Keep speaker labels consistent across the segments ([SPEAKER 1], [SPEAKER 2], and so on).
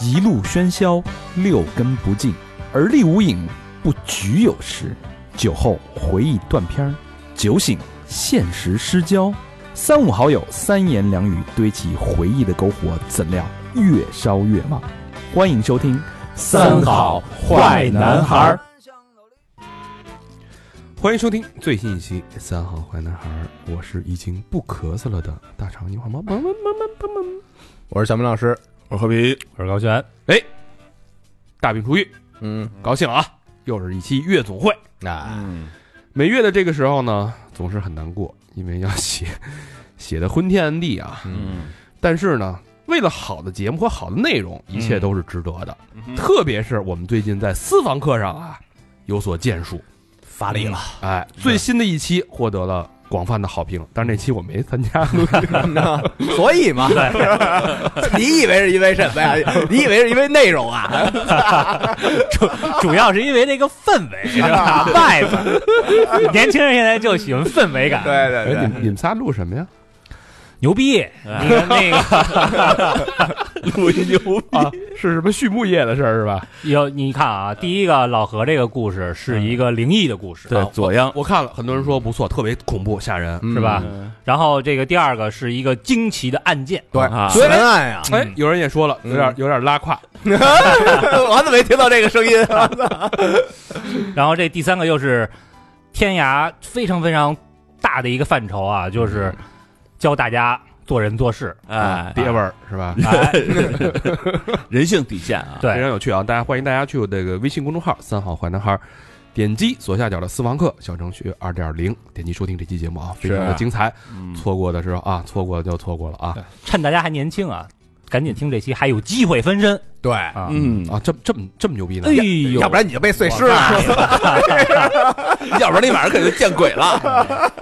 [SPEAKER 1] 一路喧嚣，六根不净，而立无影，不局有时。酒后回忆断片儿，酒醒现实失焦。三五好友，三言两语堆起回忆的篝火，怎料越烧越旺。欢迎收听《
[SPEAKER 2] 三好坏男孩儿》。
[SPEAKER 3] 欢迎收听最新一期《三好坏男孩》，我是已经不咳嗽了的大肠牛黄包。
[SPEAKER 2] 我是小明老师，我是何皮，我是高璇。
[SPEAKER 3] 哎，大病初愈，
[SPEAKER 2] 嗯，
[SPEAKER 3] 高兴啊！又是一期月总会。
[SPEAKER 2] 啊，
[SPEAKER 3] 每月的这个时候呢，总是很难过，因为要写 写的昏天暗地啊。
[SPEAKER 2] 嗯，
[SPEAKER 3] 但是呢，为了好的节目和好的内容，一切都是值得的。特别是我们最近在私房课上啊有所建树，
[SPEAKER 2] 发力了，
[SPEAKER 3] 哎，最新的一期获得了广泛的好评，但是那期我没参加。
[SPEAKER 2] 所以嘛， 你以为是因为什 么呀？你以为是因为内容啊？
[SPEAKER 4] 主要是因为那个氛 围，是吧？外边，年轻人现在就喜欢氛围感，
[SPEAKER 2] 对
[SPEAKER 3] 哎，
[SPEAKER 2] 对
[SPEAKER 3] 你们你们仨录什么呀？
[SPEAKER 4] 牛逼！那个那个，
[SPEAKER 3] 啊， 是什么畜牧业的事儿是吧？
[SPEAKER 4] 有你看啊，第一个老何这个故事是一个灵异的故事，
[SPEAKER 5] 对，左央
[SPEAKER 3] 我看了，很多人说不错，特别恐怖吓人。
[SPEAKER 4] 是
[SPEAKER 2] 啊
[SPEAKER 4] 吧？
[SPEAKER 5] 嗯
[SPEAKER 4] 然后这个第二个是一个惊奇的案件，
[SPEAKER 2] 对
[SPEAKER 5] 啊，
[SPEAKER 2] 悬案呀！
[SPEAKER 3] 哎，有人也说了，
[SPEAKER 5] 嗯
[SPEAKER 3] 有点有点拉胯，
[SPEAKER 2] 我怎么没听到这个声音？啊
[SPEAKER 4] 然后这第三个又是天涯非常非常大的一个范畴啊，就是教大家做人做 事。
[SPEAKER 5] 哎，
[SPEAKER 3] 爹味儿是吧？
[SPEAKER 4] 哎，
[SPEAKER 5] 人性底线啊，
[SPEAKER 3] 非
[SPEAKER 4] 对，
[SPEAKER 3] 常有趣啊！大家欢迎大家去我这个微信公众号“三好坏男孩”，点击左下角的私房课小程序二点零，点击收听这期节目啊，非常的精彩。
[SPEAKER 5] 嗯
[SPEAKER 3] 错过的时候啊，错过就错过了啊
[SPEAKER 4] 趁大家还年轻啊，赶紧听这期，还有机会翻身
[SPEAKER 2] 对，
[SPEAKER 4] 啊！
[SPEAKER 5] 嗯，
[SPEAKER 3] 啊！这这么这么牛逼呢
[SPEAKER 4] 哎？呦，
[SPEAKER 2] 要不然你就被碎尸了。
[SPEAKER 5] 要不然你晚上可就见鬼了。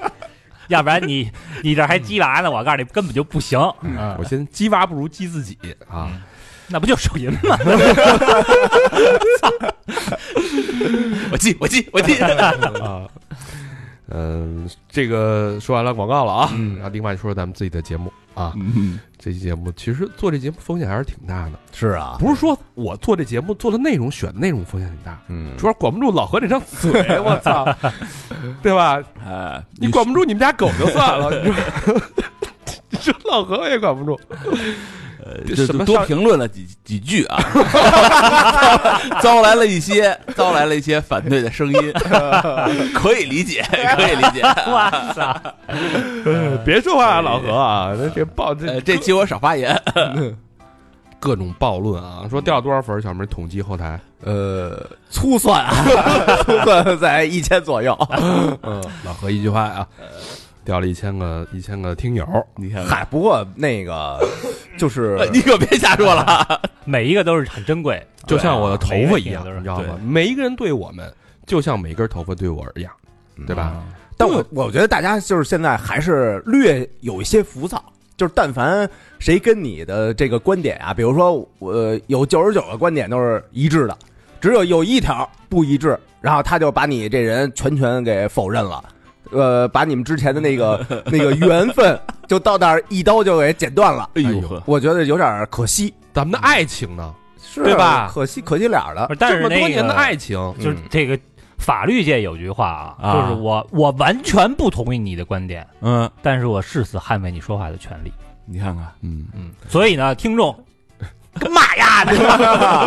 [SPEAKER 4] 要不然你 你这还鸡娃呢，我告诉你根本就不行，
[SPEAKER 3] 哎
[SPEAKER 5] 嗯
[SPEAKER 3] 我先鸡娃不如鸡自己啊！
[SPEAKER 4] 那不就手淫吗？
[SPEAKER 5] 我记，我记，我记。
[SPEAKER 3] 啊，嗯，这个说完了广告了啊，
[SPEAKER 5] 嗯
[SPEAKER 3] 然后另外说说咱们自己的节目啊，这期节目其实做这节目风险还是挺大的，
[SPEAKER 2] 是啊，
[SPEAKER 3] 不是说我做这节目做的内容选的内容风险很大，
[SPEAKER 2] 嗯
[SPEAKER 3] 主要管不住老何这张嘴，我操，对吧？
[SPEAKER 5] 哎，
[SPEAKER 3] 你管不住你们家狗就算了，你说 你说老何也管不住，
[SPEAKER 5] 这
[SPEAKER 3] 什么
[SPEAKER 5] 多
[SPEAKER 3] 上
[SPEAKER 5] 评论了几几句 啊，招来了一些招来了一些反对的声 音，可以理解，可以理解。
[SPEAKER 4] 我操！
[SPEAKER 3] 别说话啊，老何啊，这这暴这
[SPEAKER 5] 呃，这期我少发言。
[SPEAKER 3] 各种暴论啊，说掉了多少粉儿，小明统计后台，
[SPEAKER 2] 呃，粗算啊， 粗算在一千左右。
[SPEAKER 3] 嗯，老何一句话啊，掉了一千个一千个听友，
[SPEAKER 5] 你看，
[SPEAKER 2] 嗨，不过那个就是
[SPEAKER 5] 呃 你可别瞎说了啊。
[SPEAKER 4] 每一个都是很珍贵，
[SPEAKER 3] 就像我的头发一样，
[SPEAKER 4] 对啊
[SPEAKER 3] 你知道吗？每一个人对我们，就像每根头发对我一样，对吧？
[SPEAKER 2] 嗯但我我觉得大家就是现在还是略有一些浮躁，就是但凡谁跟你的这个观点啊，比如说我、呃有九十九个观点都是一致的，只有有一条不一致，然后他就把你这人全权给否认了。呃，把你们之前的那个 那个缘分，就到那儿一刀就给剪断了。
[SPEAKER 5] 哎
[SPEAKER 3] 呦
[SPEAKER 5] 呦，
[SPEAKER 2] 我觉得有点可惜，
[SPEAKER 3] 咱们的爱情呢？
[SPEAKER 2] 是
[SPEAKER 3] 对吧
[SPEAKER 2] 可惜可惜了了
[SPEAKER 4] 不。是但是
[SPEAKER 3] 啊这么
[SPEAKER 4] 那个
[SPEAKER 3] 多年的爱情，
[SPEAKER 4] 就是这个法律界有句话啊，
[SPEAKER 5] 啊
[SPEAKER 4] 就是我我完全不同意你的观点，
[SPEAKER 5] 嗯，
[SPEAKER 4] 但是我誓死捍卫你说话的权利。
[SPEAKER 5] 你看看，
[SPEAKER 3] 嗯，
[SPEAKER 4] 所以呢，听 众。骂呀，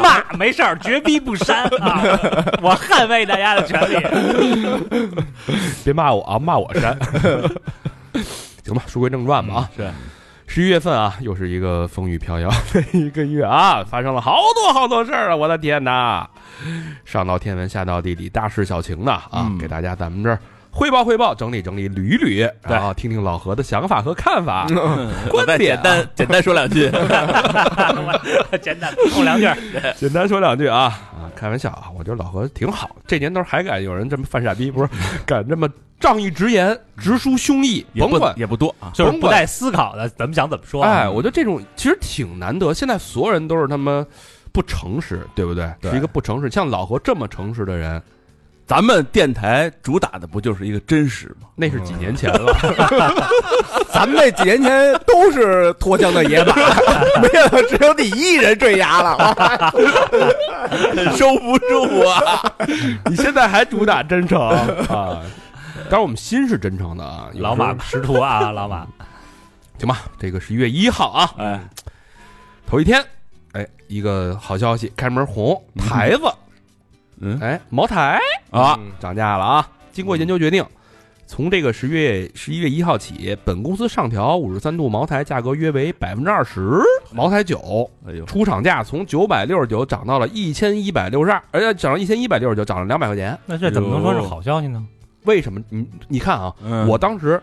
[SPEAKER 4] 骂没事儿，绝逼不删 啊！我捍卫大家的权利。
[SPEAKER 3] 别骂我啊，骂我删。 行吧，书归正传吧啊。
[SPEAKER 5] 是
[SPEAKER 3] 十一月份啊，又是一个风雨飘摇的一个月啊，发生了好多好多事儿啊！我的天哪，上到天文，下到地理，大事小情呢啊，
[SPEAKER 5] 嗯
[SPEAKER 3] 给大家咱们这儿汇报汇报，整理整理，捋一捋，然后听听老何的想法和看 法。
[SPEAKER 5] 我再
[SPEAKER 4] 啊
[SPEAKER 5] 简单简单说两句。
[SPEAKER 4] 我 简单补充两句儿，
[SPEAKER 3] 简单说两句啊啊，开玩笑啊，我觉得老何挺好，这年头还敢有人这么犯傻逼，不是敢这么仗义直言、直抒胸臆，
[SPEAKER 5] 也
[SPEAKER 3] 甭
[SPEAKER 5] 不
[SPEAKER 3] 管。
[SPEAKER 5] 也不多啊，
[SPEAKER 4] 就是
[SPEAKER 3] 甭
[SPEAKER 4] 不
[SPEAKER 3] 管
[SPEAKER 4] 带啊思考的，怎么想怎么说。
[SPEAKER 3] 哎，我觉得这种其实挺难得，现在所有人都是他妈不诚实，对不对？
[SPEAKER 2] 对
[SPEAKER 3] 是一个不诚实，像老何这么诚实的人，
[SPEAKER 5] 咱们电台主打的不就是一个真实吗？
[SPEAKER 3] 那是几年前了，
[SPEAKER 2] 咱们那几年前都是脱缰的野马，没想到只有你一人坠崖了。啊
[SPEAKER 5] 收不住啊！
[SPEAKER 3] 你现在还主打真诚 啊？当然，我们心是真诚的啊。有时 候
[SPEAKER 4] 老马识途啊， 老马，
[SPEAKER 3] 行吧，这个十一月一号啊，
[SPEAKER 5] 哎，
[SPEAKER 3] 头一天，哎，一个好消息，开门红，台子，
[SPEAKER 5] 嗯
[SPEAKER 3] 哎，茅台啊
[SPEAKER 2] 嗯
[SPEAKER 3] 涨价了啊！经过研究决定，从这个十月十一月一号起，本公司上调五十三度茅台价格约为百分之二十，茅台酒
[SPEAKER 5] 哎呦，
[SPEAKER 3] 出厂价从九百六十九涨到了一千一百六十二，而且涨到一千一百六十九，涨了两百块钱。
[SPEAKER 4] 那这怎么能说是好消息呢？
[SPEAKER 3] 为什么？你你看啊，
[SPEAKER 5] 嗯
[SPEAKER 3] 我当时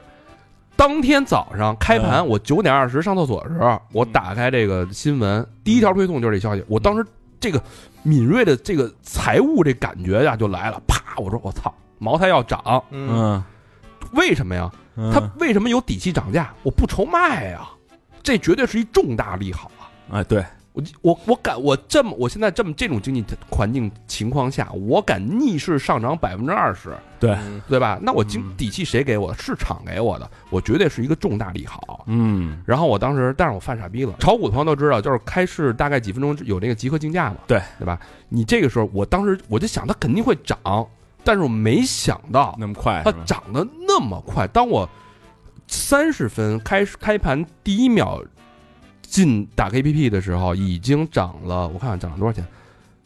[SPEAKER 3] 当天早上开盘，
[SPEAKER 5] 嗯
[SPEAKER 3] 我九点二十上厕所的时候，我打开这个新闻，第一条推送就是这
[SPEAKER 5] 嗯
[SPEAKER 3] 消息。我当时这个敏锐的这个财务这感觉呀就来了，啪！我说我操，茅台要涨，
[SPEAKER 2] 嗯，
[SPEAKER 5] 嗯，
[SPEAKER 3] 为什么呀？它
[SPEAKER 5] 他
[SPEAKER 3] 为什么有底气涨价？我不愁卖呀，这绝对是一重大利好啊！
[SPEAKER 5] 哎对，
[SPEAKER 3] 我我我敢，我这么我现在这么这种经济环境情况下，我敢逆势上涨百分之二十，
[SPEAKER 5] 对
[SPEAKER 3] 对吧？那我经
[SPEAKER 2] 嗯
[SPEAKER 3] 底气谁给我的？市场给我的，我绝对是一个重大利好。
[SPEAKER 5] 嗯，
[SPEAKER 3] 然后我当时，但是我犯傻逼了。炒股的朋友都知道，就是开市大概几分钟有那个集合竞价嘛，
[SPEAKER 5] 对
[SPEAKER 3] 对吧？你这个时候，我当时我就想它肯定会涨，但是我没想到
[SPEAKER 5] 那么快
[SPEAKER 3] 它
[SPEAKER 5] 是吧
[SPEAKER 3] 涨得那么快。当我三十分开开盘第一秒进打开 APP 的时候，已经涨了，我看看涨了多少钱，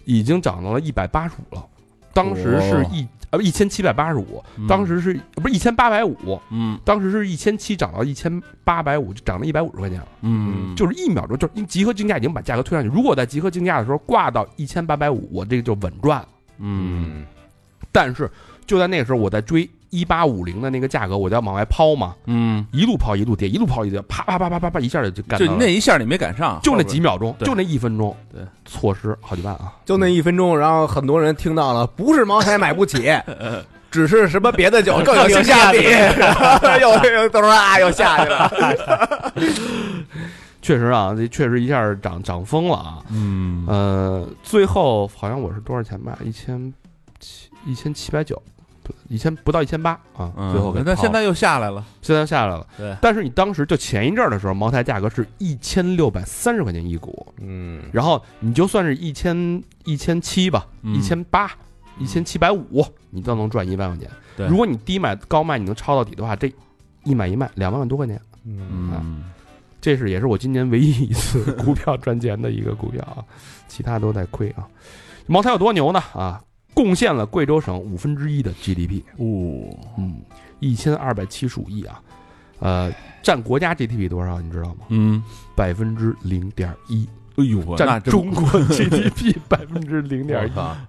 [SPEAKER 3] 已经涨到了一百八十五了。当时是
[SPEAKER 5] 哦
[SPEAKER 3] 一呃一千七百八十五，当时是呃不是一千八百五？
[SPEAKER 5] 嗯
[SPEAKER 3] 当时是一千七涨到一千八百五，就涨了一百五十块钱了，
[SPEAKER 5] 嗯，
[SPEAKER 3] 就是一秒钟，就是因为集合竞价已经把价格推上去。如果我在集合竞价的时候挂到一千八百五，我这个就稳赚了。
[SPEAKER 5] 嗯
[SPEAKER 3] 但是就在那个时候，我在追一八五零的那个价格，我就要往外抛嘛，
[SPEAKER 5] 嗯，
[SPEAKER 3] 一路抛一路跌，一路抛一路跌，啪啪啪啪啪啪，一下就就干
[SPEAKER 5] 就
[SPEAKER 3] 到了
[SPEAKER 5] 那一下你没赶上，
[SPEAKER 3] 就那
[SPEAKER 5] 后边
[SPEAKER 3] 几秒钟，
[SPEAKER 5] 对
[SPEAKER 3] 就那一分钟，
[SPEAKER 5] 对，
[SPEAKER 3] 错失好几万啊！
[SPEAKER 2] 就那一分钟，然后很多人听到了，不是茅台买 不起，只是什么别的酒更有性价 比，又又都说啊，又下去了。
[SPEAKER 3] 确实啊，这确实一下涨涨疯了啊！
[SPEAKER 5] 嗯
[SPEAKER 3] 呃，最后好像我是多少钱吧？一千七一千七百九，不一千不到一千八啊！
[SPEAKER 5] 嗯，
[SPEAKER 3] 最后给
[SPEAKER 5] 那
[SPEAKER 3] 抛
[SPEAKER 5] 现在又下来了，
[SPEAKER 3] 现在下来了。
[SPEAKER 5] 对
[SPEAKER 3] 但是你当时就前一阵儿的时候，茅台价格是一千六百三十块钱一股，
[SPEAKER 2] 嗯，
[SPEAKER 3] 然后你就算是一千一千七吧，
[SPEAKER 5] 嗯
[SPEAKER 3] 一千八。一千七百五，你都能赚一万块钱。
[SPEAKER 5] 对
[SPEAKER 3] 如果你低买高卖，你能抄到底的话，这一买一卖两万多块钱，
[SPEAKER 5] 嗯
[SPEAKER 3] 这是也是我今年唯一一次股票赚钱的一个股票啊，其他都在亏啊。茅台有多牛呢？啊，贡献了贵州省五分之一的 GDP，
[SPEAKER 5] 哦，
[SPEAKER 3] 嗯，一千二百七十五亿啊，呃，占国家 GDP 多少？你知道吗？
[SPEAKER 5] 嗯，
[SPEAKER 3] 百分之零点一，
[SPEAKER 5] 哎呦，那
[SPEAKER 3] 占
[SPEAKER 5] 真
[SPEAKER 3] 中国 GDP 百分之零点一，
[SPEAKER 5] 啊，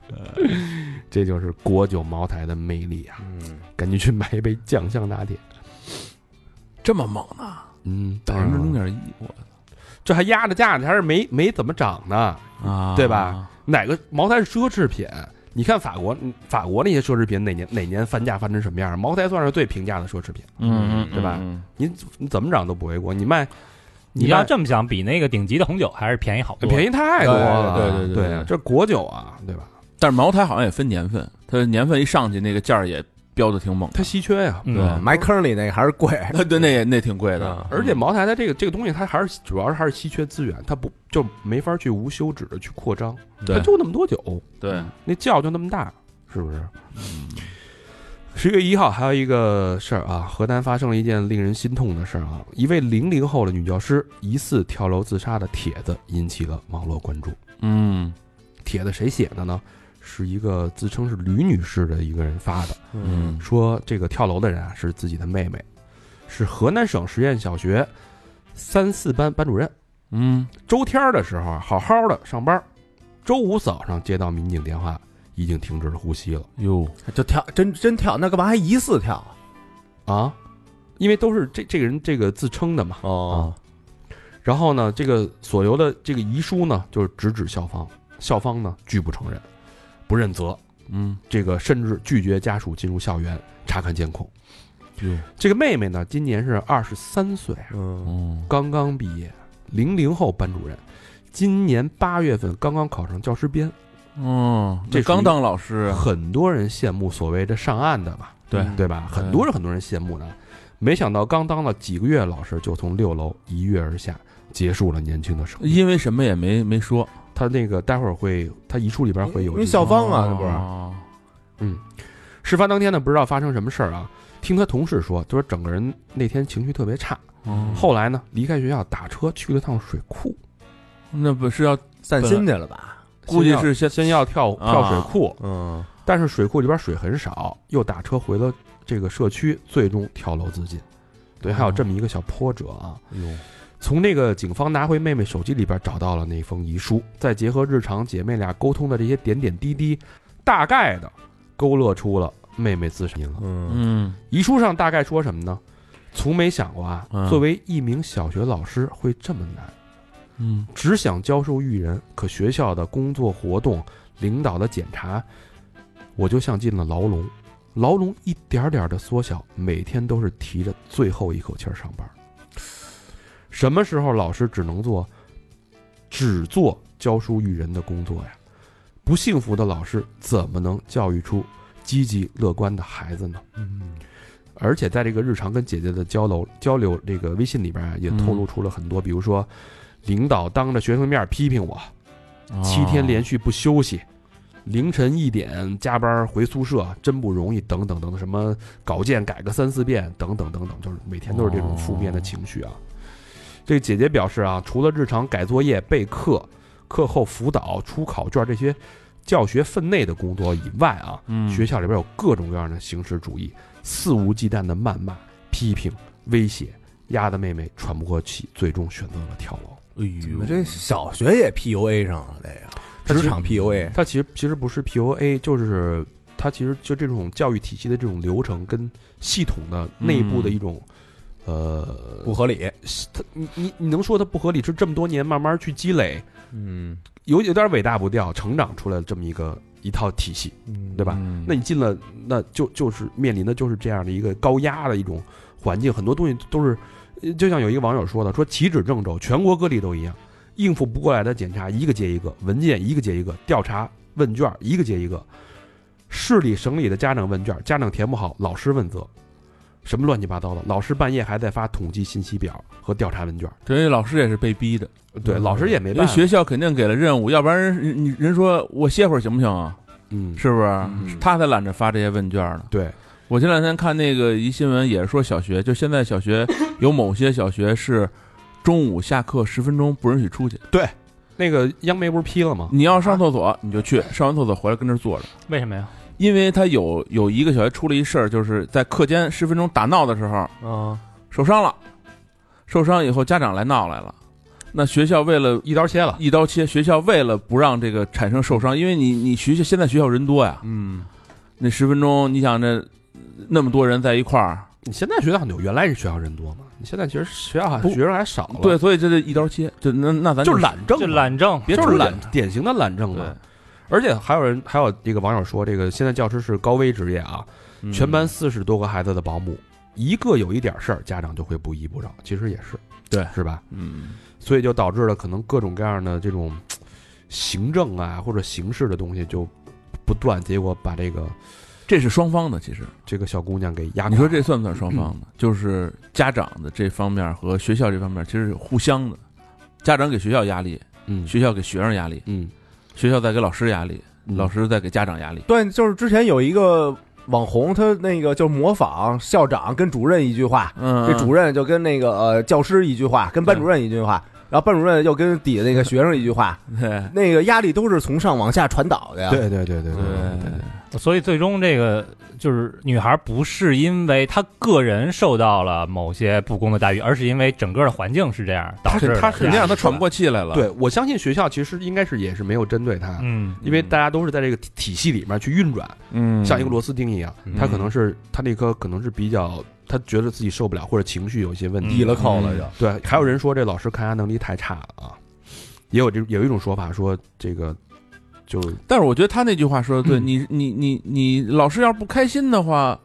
[SPEAKER 3] 这就是国酒茅台的魅力啊！
[SPEAKER 5] 嗯
[SPEAKER 3] 赶紧去买一杯酱香拿铁。
[SPEAKER 5] 这么猛呢，
[SPEAKER 3] 嗯，啊
[SPEAKER 5] 百分之零点一，我
[SPEAKER 3] 这还压着价呢，还是没没怎么涨呢。
[SPEAKER 5] 啊，
[SPEAKER 3] 对吧？哪个茅台是奢侈品？你看法国，嗯法国那些奢侈品哪年哪年翻价翻成什么样？茅台算是最平价的奢侈品，
[SPEAKER 5] 嗯，
[SPEAKER 3] 对吧
[SPEAKER 5] 嗯？
[SPEAKER 3] 你你怎么涨都不为过。你卖，
[SPEAKER 4] 你
[SPEAKER 3] 卖
[SPEAKER 4] 要这么想，比那个顶级的红酒还是便宜好多。
[SPEAKER 3] 便
[SPEAKER 4] 宜
[SPEAKER 3] 宜太多了，
[SPEAKER 5] 对对对对对
[SPEAKER 3] 啊这国酒啊，对吧？
[SPEAKER 5] 但是茅台好像也分年份，它年份一上去，那个价儿也标的挺猛的，
[SPEAKER 3] 它稀缺呀、
[SPEAKER 4] 嗯
[SPEAKER 5] 对吧
[SPEAKER 2] 埋坑里那个还是贵，
[SPEAKER 5] 那对，那也那挺贵的
[SPEAKER 3] 啊，，而且茅台它这个这个东西，它还是主要是还是稀缺资源，它不就没法去无休止的去扩张，它
[SPEAKER 5] 对
[SPEAKER 3] 就那么多酒，
[SPEAKER 5] 对，
[SPEAKER 3] 那窖就那么大，是不是？十月一号还有一个事儿啊，河南发生了一件令人心痛的事儿啊，一位零零后的女教师疑似跳楼自杀的帖子引起了网络关注。
[SPEAKER 5] 嗯
[SPEAKER 3] 帖子谁写的呢？是一个自称是吕女士的一个人发的，
[SPEAKER 5] 嗯
[SPEAKER 3] 说这个跳楼的人啊是自己的妹妹，是河南省实验小学三四班班主任。
[SPEAKER 5] 嗯
[SPEAKER 3] 周天儿的时候啊好好的上班，周五早上接到民警电话，已经停止了呼吸了。
[SPEAKER 5] 哟，
[SPEAKER 2] 就跳，真真跳，那干嘛还疑似跳啊？
[SPEAKER 3] 啊，因为都是这这个人这个自称的嘛。啊
[SPEAKER 2] 哦，
[SPEAKER 3] 然后呢，这个所留的这个遗书呢，就是直指校方，校方呢拒不承认，不认责，
[SPEAKER 5] 嗯
[SPEAKER 3] 这个甚至拒绝家属进入校园查看监控。
[SPEAKER 5] 哟，
[SPEAKER 3] 这个妹妹呢，今年是二十三岁啊，
[SPEAKER 2] 嗯，
[SPEAKER 5] 嗯
[SPEAKER 3] 刚刚毕业，零零后班主任，今年八月份刚刚考上教师编，
[SPEAKER 6] 嗯，
[SPEAKER 3] 这
[SPEAKER 6] 这
[SPEAKER 3] 属于
[SPEAKER 6] 刚当老师，
[SPEAKER 3] 很多人羡慕所谓的上岸的吧，
[SPEAKER 6] 对
[SPEAKER 2] 嗯
[SPEAKER 3] 对吧？
[SPEAKER 6] 对
[SPEAKER 3] 很多人很多人羡慕的，没想到刚当了几个月，老师就从六楼一跃而下，结束了年轻的生
[SPEAKER 5] 嗯
[SPEAKER 3] 活。
[SPEAKER 6] 因为什么也没没说，
[SPEAKER 3] 他那个待会儿会，他遗书里边会有
[SPEAKER 2] 因
[SPEAKER 3] 这个。
[SPEAKER 2] 为校方啊，这不是
[SPEAKER 6] 哦
[SPEAKER 3] 事发当天呢，不知道发生什么事儿啊。听他同事说，他说整个人那天情绪特别差。
[SPEAKER 5] 嗯
[SPEAKER 6] 哦
[SPEAKER 3] 后来呢，离开学校打车去了趟水库，
[SPEAKER 6] 那不是要
[SPEAKER 2] 散心去了吧？
[SPEAKER 6] 估计
[SPEAKER 3] 先要
[SPEAKER 6] 是先
[SPEAKER 3] 先要跳
[SPEAKER 6] 啊
[SPEAKER 3] 跳水库，
[SPEAKER 2] 嗯，
[SPEAKER 3] 但是水库里边水很少，又打车回了这个社区，最终跳楼自尽。对，还有
[SPEAKER 6] 哦
[SPEAKER 3] 这么一个小波折啊。从那个警方拿回妹妹手机里边找到了那封遗书，再结合日常姐妹俩沟通的这些点点滴滴，大概的勾勒出了妹妹自杀原因了。
[SPEAKER 2] 嗯
[SPEAKER 6] 嗯
[SPEAKER 3] 遗书上大概说什么呢？从没想过啊
[SPEAKER 6] 嗯，
[SPEAKER 3] 作为一名小学老师会这么难，
[SPEAKER 6] 嗯
[SPEAKER 3] 只想教书育人，可学校的工作活动、领导的检查，我就像进了牢笼。牢笼一点点的缩小，每天都是提着最后一口气儿上班。什么时候老师只能做，只做教书育人的工作呀？不幸福的老师怎么能教育出积极乐观的孩子呢？而且在这个日常跟姐姐的交流交流这个微信里边啊，也透露出了很多，比如说领导当着学生面批评我，七天连续不休息，凌晨一点加班回宿舍，真不容易，等等等等，什么稿件改个三四遍，等等等等，就是每天都是这种负面的情绪啊。这姐姐表示啊，除了日常改作业、备课、课后辅导、出考卷这些教学分内的工作以外啊，
[SPEAKER 6] 嗯
[SPEAKER 3] 学校里边有各种各样的形式主义，肆无忌惮的谩骂、批评、威胁，压得妹妹喘不过气，最终选择了跳楼。
[SPEAKER 4] 哎呦，
[SPEAKER 2] 这小学也 PUA 上了，这
[SPEAKER 3] 他其
[SPEAKER 2] 个职
[SPEAKER 3] 实
[SPEAKER 2] 场 PUA，
[SPEAKER 3] 它其实其实不是 POA，就是它其实就这种教育体系的这种流程跟系统的内部的一种、呃，
[SPEAKER 2] 不合理。
[SPEAKER 3] 它你你你能说它不合理是这么多年慢慢去积累，
[SPEAKER 2] 嗯，
[SPEAKER 3] 有有点伟大不掉，成长出来这么一个一套体系，对吧？
[SPEAKER 6] 嗯
[SPEAKER 3] 那你进了，那就就是面临的就是这样的一个高压的一种环境，很多东西都是，呃就像有一个网友说的，说岂止郑州，全国各地都一样，应付不过来的检查一个接一个，文件一个接一个，调查问卷一个接一个，市里省里的家长问卷，家长填不好，老师问责，什么乱七八糟的，老师半夜还在发统计信息表和调查问卷，
[SPEAKER 6] 所以老师也是被逼的，
[SPEAKER 3] 对，老师也没
[SPEAKER 6] 因
[SPEAKER 3] 办
[SPEAKER 6] 为
[SPEAKER 3] 法，
[SPEAKER 6] 学校肯定给了任务，要不然人人人说我歇会儿行不行啊？
[SPEAKER 3] 嗯，
[SPEAKER 6] 是不是？他才懒得发这些问卷呢。
[SPEAKER 3] 对，
[SPEAKER 6] 我前两天看那个一新闻，也是说小学，就现在小学有某些小学是中午下课十分钟不允许出去，
[SPEAKER 3] 那个央媒不是批了吗？
[SPEAKER 6] 你要上厕所你就去，上完厕所回来跟这儿坐着。
[SPEAKER 4] 为什么呀？
[SPEAKER 6] 因为他有有一个小学出了一事儿，就是在课间十分钟打闹的时候
[SPEAKER 2] 啊，
[SPEAKER 6] 受伤了，受伤以后家长来闹来了，那学校为了
[SPEAKER 3] 一刀切了，
[SPEAKER 6] 一刀切，学校为了不让这个产生受伤，因为你你学校现在学校人多呀，
[SPEAKER 2] 嗯，
[SPEAKER 6] 那十分钟你想这那么多人在一块儿，
[SPEAKER 3] 你现在学校很多，原来是学校人多嘛？你现在其实学校还
[SPEAKER 6] 不
[SPEAKER 3] 学生还少了，
[SPEAKER 6] 对，，所以这就一刀切，就那那咱
[SPEAKER 3] 就是懒政嘛，
[SPEAKER 4] 就懒政，
[SPEAKER 3] 别
[SPEAKER 6] 就是
[SPEAKER 3] 出去
[SPEAKER 6] 懒，
[SPEAKER 3] 典型的懒政
[SPEAKER 6] 对
[SPEAKER 3] 嘛。而且还有人，还有这个网友说，这个现在教师是高危职业啊，
[SPEAKER 6] 嗯
[SPEAKER 3] 全班四十多个孩子的保姆，一个有一点事儿，家长就会不依不饶，其实也是，
[SPEAKER 6] 对，
[SPEAKER 3] 是吧？
[SPEAKER 6] 嗯
[SPEAKER 3] 所以就导致了可能各种各样的这种嘖行政啊或者形式的东西就不断，结果把这个
[SPEAKER 6] 这是双方的，其实
[SPEAKER 3] 这个小姑娘给压垮。嗯
[SPEAKER 6] 你说这算不算双方的？就是家长的这方面和学校这方面其实是互相的，家长给学校压力，
[SPEAKER 3] 嗯
[SPEAKER 6] 学校给学生压力，
[SPEAKER 3] 嗯，
[SPEAKER 6] 学校在给老师压力，
[SPEAKER 3] 嗯
[SPEAKER 6] 老师在给家长压力。
[SPEAKER 2] 对，就是之前有一个网红，他那个就模仿校长跟主任一句话，
[SPEAKER 6] 嗯，
[SPEAKER 2] 这主任就跟那个呃教师一句话，跟班主任一句话，然后班主任又跟底下那个学生一句话，
[SPEAKER 6] 对
[SPEAKER 2] 那个压力都是从上往下传导
[SPEAKER 6] 啊
[SPEAKER 2] 的呀。
[SPEAKER 3] 对对对对对对
[SPEAKER 6] 对，
[SPEAKER 4] 所以最终这个就是女孩不是因为她个人受到了某些不公的待遇，而是因为整个的环境是这样导
[SPEAKER 6] 他
[SPEAKER 4] 致
[SPEAKER 6] 是
[SPEAKER 4] 的
[SPEAKER 6] 他肯定让他喘不过气来了。，
[SPEAKER 3] 对，我相信学校其实应该是也是没有针对她，
[SPEAKER 4] 嗯，
[SPEAKER 3] 因为大家都是在这个体体系里面去运转，
[SPEAKER 6] 嗯
[SPEAKER 3] 像一个螺丝钉一样。
[SPEAKER 4] 嗯
[SPEAKER 3] 他可能是他那颗可能是比较，他觉得自己受不了，或者情绪有一些问
[SPEAKER 4] 嗯
[SPEAKER 3] 题
[SPEAKER 2] 低了扣了就。
[SPEAKER 3] 对，还有人说这老师抗压能力太差了啊，也有这有一种说法说这个就嗯
[SPEAKER 6] 但是我觉得他那句话说的对，你你你你老师要是不开心的话，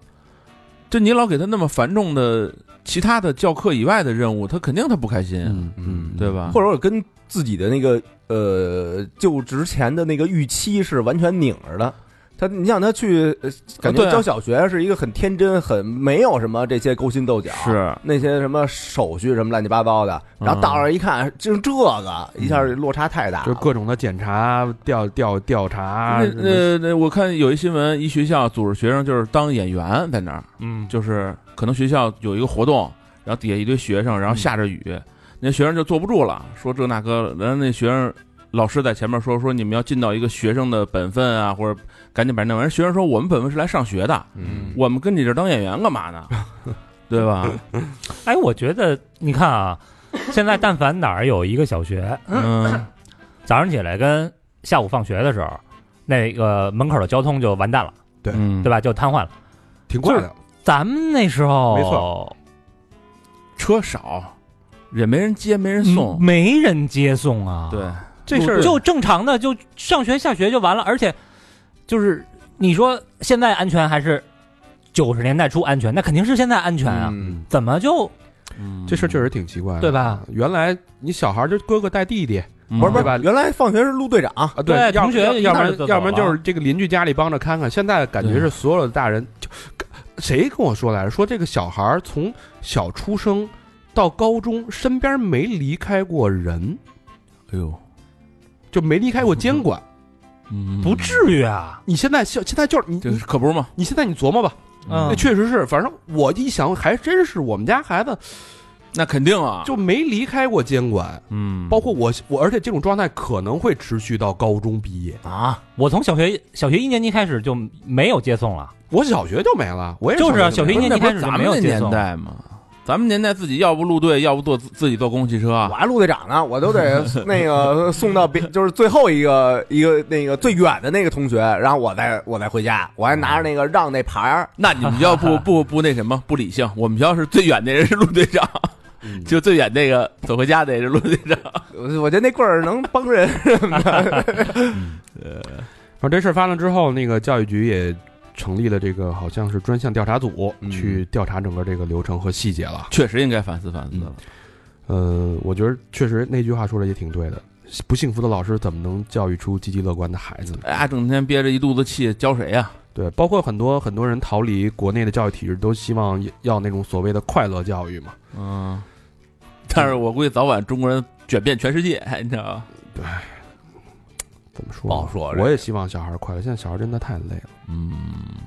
[SPEAKER 6] 就你老给他那么繁重的其他的教课以外的任务，他肯定他不开心，
[SPEAKER 3] 嗯嗯，
[SPEAKER 6] 对吧？
[SPEAKER 2] 或
[SPEAKER 6] 者
[SPEAKER 2] 者我跟自己的那个呃就职前的那个预期是完全拧着的。他，你像他去，呃感
[SPEAKER 6] 对
[SPEAKER 2] 觉
[SPEAKER 6] 啊
[SPEAKER 2] 教小学是一个很天真、很没有什么这些勾心斗角，
[SPEAKER 6] 是
[SPEAKER 2] 那些什么手续什么乱七八糟的。然后到那儿一看，就这个，一下落差太大
[SPEAKER 3] 就
[SPEAKER 2] 了。
[SPEAKER 3] 各种的检查、调调调查
[SPEAKER 4] 呃
[SPEAKER 6] 那，
[SPEAKER 3] 什么嗯
[SPEAKER 6] 那那我看有一新闻，一学校组织学生就是当演员在那儿，
[SPEAKER 3] 嗯，
[SPEAKER 6] 就是可能学校有一个活动，然后底下一堆学生，然后下着雨，
[SPEAKER 3] 嗯
[SPEAKER 6] 那学生就坐不住了，说这那个，然后那学生老师在前面说说你们要尽到一个学生的本分啊，或者赶紧把那弄完。人学生说我们本分是来上学的，
[SPEAKER 3] 嗯
[SPEAKER 6] 我们跟你这儿当演员干嘛 呢？对吧？
[SPEAKER 4] 哎，我觉得你看啊，现在但凡哪儿有一个小学，
[SPEAKER 6] 嗯，
[SPEAKER 4] 早上起来跟下午放学的时候，那个门口的交通就完蛋了，
[SPEAKER 3] 对
[SPEAKER 6] 嗯
[SPEAKER 4] 对吧？就瘫痪了。
[SPEAKER 3] 挺快的，
[SPEAKER 4] 咱们那时候
[SPEAKER 3] 没错，
[SPEAKER 6] 车少，也没人接，没人送，
[SPEAKER 4] 没人接送啊。
[SPEAKER 6] 对，
[SPEAKER 3] 这事儿
[SPEAKER 4] 就正常的就上学下学就完了，而且就是你说现在安全还是九十年代初安全，那肯定是现在安全啊，
[SPEAKER 2] 嗯
[SPEAKER 4] 怎么就
[SPEAKER 5] 嗯
[SPEAKER 3] 这事儿确实挺奇怪的，
[SPEAKER 4] 嗯对吧？
[SPEAKER 3] 原来你小孩儿就哥哥带弟弟
[SPEAKER 6] 嗯
[SPEAKER 2] 不是不
[SPEAKER 3] 对吧
[SPEAKER 2] 是，原来放学是陆队长，
[SPEAKER 3] 啊，
[SPEAKER 4] 对
[SPEAKER 3] 要
[SPEAKER 4] 同学
[SPEAKER 3] 要
[SPEAKER 4] 一块儿
[SPEAKER 3] 要不然
[SPEAKER 4] 就走
[SPEAKER 3] 要不然
[SPEAKER 4] 了
[SPEAKER 3] 就是这个邻居家里帮着看看，现在感觉
[SPEAKER 6] 对
[SPEAKER 3] 是所有的大人就谁跟我说来着？说这个小孩儿从小出生到高中身边没离开过人，
[SPEAKER 6] 哎呦，
[SPEAKER 3] 就没离开过监管。
[SPEAKER 6] 嗯
[SPEAKER 4] 不至于啊？
[SPEAKER 3] 你现在现现在就是你
[SPEAKER 6] 这
[SPEAKER 3] 你
[SPEAKER 6] 可不是嘛，
[SPEAKER 3] 你现在你琢磨吧，
[SPEAKER 4] 嗯
[SPEAKER 3] 那确实是，反正我一想还真是我们家孩子
[SPEAKER 6] 那肯定啊，
[SPEAKER 3] 就没离开过监管，
[SPEAKER 6] 嗯，
[SPEAKER 3] 包括我我，而且这种状态可能会持续到高中毕业。
[SPEAKER 2] 啊，
[SPEAKER 4] 我从小学小学一年级开始就没有接送了，
[SPEAKER 3] 我小学就没了，我也是
[SPEAKER 4] 就是啊
[SPEAKER 3] 小学
[SPEAKER 4] 小学
[SPEAKER 3] 就
[SPEAKER 4] 一年级
[SPEAKER 3] 没了
[SPEAKER 4] 开始就
[SPEAKER 6] 咱
[SPEAKER 4] 没
[SPEAKER 6] 们
[SPEAKER 4] 有
[SPEAKER 6] 那
[SPEAKER 4] 接
[SPEAKER 6] 年
[SPEAKER 4] 送。
[SPEAKER 6] 代嘛，咱们年代自己要不路队，要不坐自自己坐公共汽车
[SPEAKER 2] 我
[SPEAKER 6] 啊。
[SPEAKER 2] 还陆队长呢，我都得那个送到别，就是最后一个一个那个最远的那个同学，然后我再我再回家，我还拿着那个让那牌儿，
[SPEAKER 6] 那你们要不 不不那什么不理性，我们学校是最远那人是陆队长，就最远那个走回家那是陆队长。
[SPEAKER 2] 我我觉得那棍儿能帮人，
[SPEAKER 3] 然后这事儿发生之后，那个教育局也成立了这个好像是专项调查组，
[SPEAKER 2] 嗯
[SPEAKER 3] 去调查整个这个流程和细节了。
[SPEAKER 6] 确实应该反思反思了。
[SPEAKER 3] 呃，我觉得确实那句话说的也挺对的，不幸福的老师怎么能教育出积极乐观的孩子呢？
[SPEAKER 6] 哎呀，整天憋着一肚子气，教谁啊呀、
[SPEAKER 3] 对，包括很多很多人逃离国内的教育体制，都希望要那种所谓的快乐教育嘛。
[SPEAKER 6] 嗯，但是我估计早晚中国人卷遍全世界，哎你知道吧？
[SPEAKER 3] 怎么说
[SPEAKER 2] 不
[SPEAKER 3] 呢？
[SPEAKER 2] 好说这
[SPEAKER 3] 我也希望小孩儿快乐。现在小孩儿真的太累了，
[SPEAKER 6] 嗯，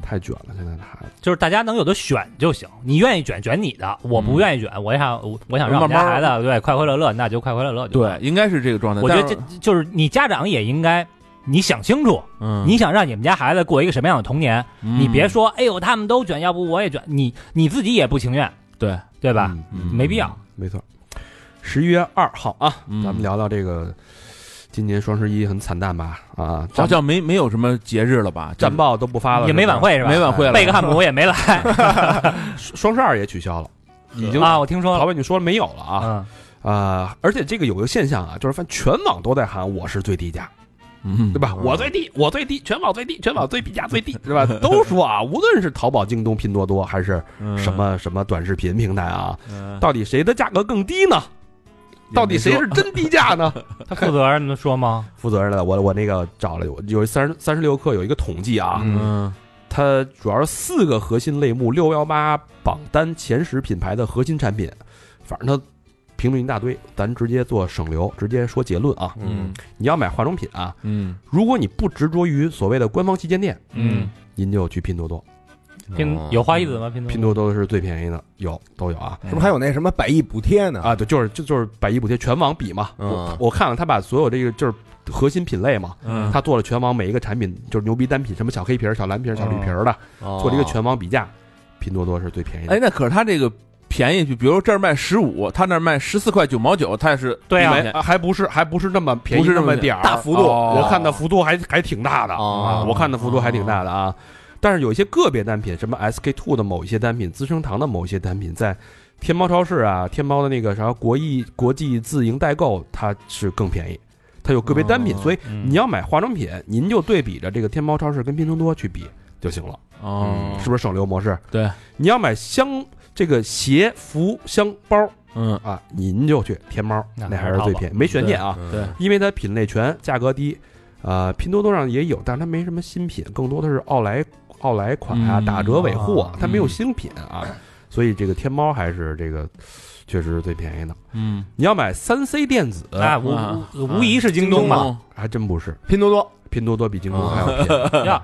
[SPEAKER 3] 太卷了。现在的孩子，
[SPEAKER 4] 就是大家能有的选就行，你愿意卷卷你的，我不愿意卷，我想我我想让我们家孩
[SPEAKER 6] 嗯慢
[SPEAKER 4] 子对快快乐乐，那就快快乐乐就。
[SPEAKER 6] 对，，应该是这个状态。
[SPEAKER 4] 我觉得
[SPEAKER 6] 但
[SPEAKER 4] 这
[SPEAKER 6] 是
[SPEAKER 4] 就是你家长也应该，你想清楚，
[SPEAKER 6] 嗯，
[SPEAKER 4] 你想让你们家孩子过一个什么样的童年，你
[SPEAKER 3] 嗯
[SPEAKER 4] 别说哎呦他们都卷，要不我也卷，你你自己也不情愿，
[SPEAKER 6] 对
[SPEAKER 4] 对吧？
[SPEAKER 3] 嗯
[SPEAKER 6] 嗯
[SPEAKER 4] 没必要。
[SPEAKER 3] 没错。十一月二号啊，
[SPEAKER 6] 嗯
[SPEAKER 3] 咱们聊聊这个今年双十一很惨淡吧？啊，
[SPEAKER 6] 好
[SPEAKER 3] 战
[SPEAKER 6] 像没没有什么节日了吧？
[SPEAKER 3] 战报都不发了，
[SPEAKER 4] 也没晚会是吧？
[SPEAKER 6] 没晚会了，
[SPEAKER 4] 贝克汉姆也没来
[SPEAKER 3] 双双十二也取消了，已经
[SPEAKER 4] 啊，我听说
[SPEAKER 3] 老
[SPEAKER 4] 了。
[SPEAKER 3] 板你说了没有了啊
[SPEAKER 4] 嗯，
[SPEAKER 3] 啊！而且这个有个现象啊，就是反正全网都在喊我是最低价，
[SPEAKER 6] 嗯
[SPEAKER 3] 对吧？我最低，我最低，全网最低，全网最低价最低，对吧？ 都说啊，无论是淘宝、京东、拼多多，还是什么什么短视频平台啊，
[SPEAKER 6] 嗯
[SPEAKER 3] 到底谁的价格更低呢？到底谁是真低价呢？
[SPEAKER 4] 他负责任的说吗？
[SPEAKER 3] 负责任的，我我那个找了有有三十三十六氪有一个统计啊，
[SPEAKER 6] 嗯
[SPEAKER 3] 它主要是四个核心类目，六幺八榜单前十品牌的核心产品，反正它评论一大堆，咱直接做省流，直接说结论啊。
[SPEAKER 6] 嗯
[SPEAKER 3] 你要买化妆品啊，
[SPEAKER 6] 嗯
[SPEAKER 3] 如果你不执着于所谓的官方旗舰店，
[SPEAKER 6] 嗯，
[SPEAKER 3] 您就去拼多多，
[SPEAKER 4] 拼
[SPEAKER 2] 哦
[SPEAKER 4] 有花一子吗？拼多
[SPEAKER 3] 拼多多是最便宜的，有都有啊。
[SPEAKER 2] 是不是还有那什么百亿补贴呢？
[SPEAKER 3] 啊，对，就是就就是百亿补贴全网比嘛，我
[SPEAKER 2] 嗯
[SPEAKER 3] 我看了他把所有这个就是核心品类嘛，
[SPEAKER 6] 嗯
[SPEAKER 3] 他做了全网每一个产品就是牛逼单品，什么小黑瓶儿、小蓝瓶儿、小绿瓶儿的，
[SPEAKER 4] 哦
[SPEAKER 6] 哦
[SPEAKER 3] 做了一个全网比价，拼多多是最便宜的。
[SPEAKER 6] 哎，那可是他这个便宜，就比如这儿卖十五，他那儿卖十四块九毛九，他也是
[SPEAKER 4] 对啊
[SPEAKER 6] 一毛
[SPEAKER 3] 没
[SPEAKER 6] 钱
[SPEAKER 3] 啊还不是还不是那么便宜，
[SPEAKER 6] 不是
[SPEAKER 3] 那
[SPEAKER 6] 那么
[SPEAKER 3] 点儿
[SPEAKER 2] 大幅度
[SPEAKER 3] 哦
[SPEAKER 2] 哦
[SPEAKER 3] 我看的幅度还还挺大的啊，
[SPEAKER 2] 哦
[SPEAKER 3] 我看的幅度还挺大的啊。但是有一些个别单品，什么 SK two 的某一些单品、资生堂的某一些单品，在天猫超市啊、天猫的那个啥国际国际自营代购，它是更便宜，它有个别单品，
[SPEAKER 6] 哦
[SPEAKER 3] 所以
[SPEAKER 4] 嗯
[SPEAKER 3] 你要买化妆品，您就对比着这个天猫超市跟拼多多去比就行了。
[SPEAKER 6] 哦，
[SPEAKER 3] 是不是省流模式？
[SPEAKER 6] 对，
[SPEAKER 3] 你要买箱这个鞋、服、箱、包
[SPEAKER 6] 嗯，
[SPEAKER 3] 啊，您就去天猫，
[SPEAKER 4] 那
[SPEAKER 3] 那还是最便宜，没悬念啊，
[SPEAKER 6] 对，
[SPEAKER 3] 因为它品类全，价格低。啊，拼多多上也有，但是它没什么新品，更多的是奥莱奥莱款啊，
[SPEAKER 6] 嗯
[SPEAKER 3] 打折尾货
[SPEAKER 4] 啊，
[SPEAKER 3] 它没有新品啊，所以这个天猫还是这个确实是最便宜的。
[SPEAKER 6] 嗯，
[SPEAKER 3] 你要买三 C 电子，
[SPEAKER 4] 那哎无
[SPEAKER 6] 啊
[SPEAKER 4] 无无疑是京东吧？
[SPEAKER 6] 嘛，
[SPEAKER 3] 还真不是，
[SPEAKER 2] 拼多多
[SPEAKER 3] 拼多多比京东还要 便宜。
[SPEAKER 6] 啊
[SPEAKER 4] 呀，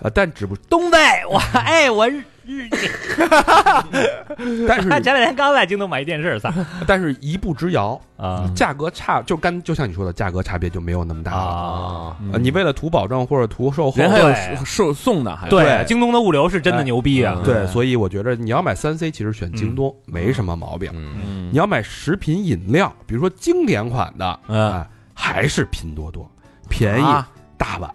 [SPEAKER 3] 呃，但只不，
[SPEAKER 4] 东北， 我哎我日日，
[SPEAKER 3] 但是
[SPEAKER 4] 前两天刚在京东买一电视，操
[SPEAKER 3] 但是一步之遥，
[SPEAKER 6] 嗯
[SPEAKER 4] 啊
[SPEAKER 3] 价格差就干，就像你说的，价格差别就没有那么大了。
[SPEAKER 4] 啊！
[SPEAKER 3] 呃你为了图保证或者图售后，
[SPEAKER 6] 嗯人还
[SPEAKER 4] 对
[SPEAKER 6] 有售送的，还有
[SPEAKER 4] 对，京东的物流是真的牛逼
[SPEAKER 5] 嗯
[SPEAKER 4] 啊！
[SPEAKER 3] 对，所以我觉得你要买三 C，其实选京东、没什么毛病。
[SPEAKER 6] 嗯
[SPEAKER 3] 你要买食品饮料，比如说经典款的，啊、
[SPEAKER 6] 嗯
[SPEAKER 3] 还是拼多多便宜、
[SPEAKER 6] 啊
[SPEAKER 3] 大碗。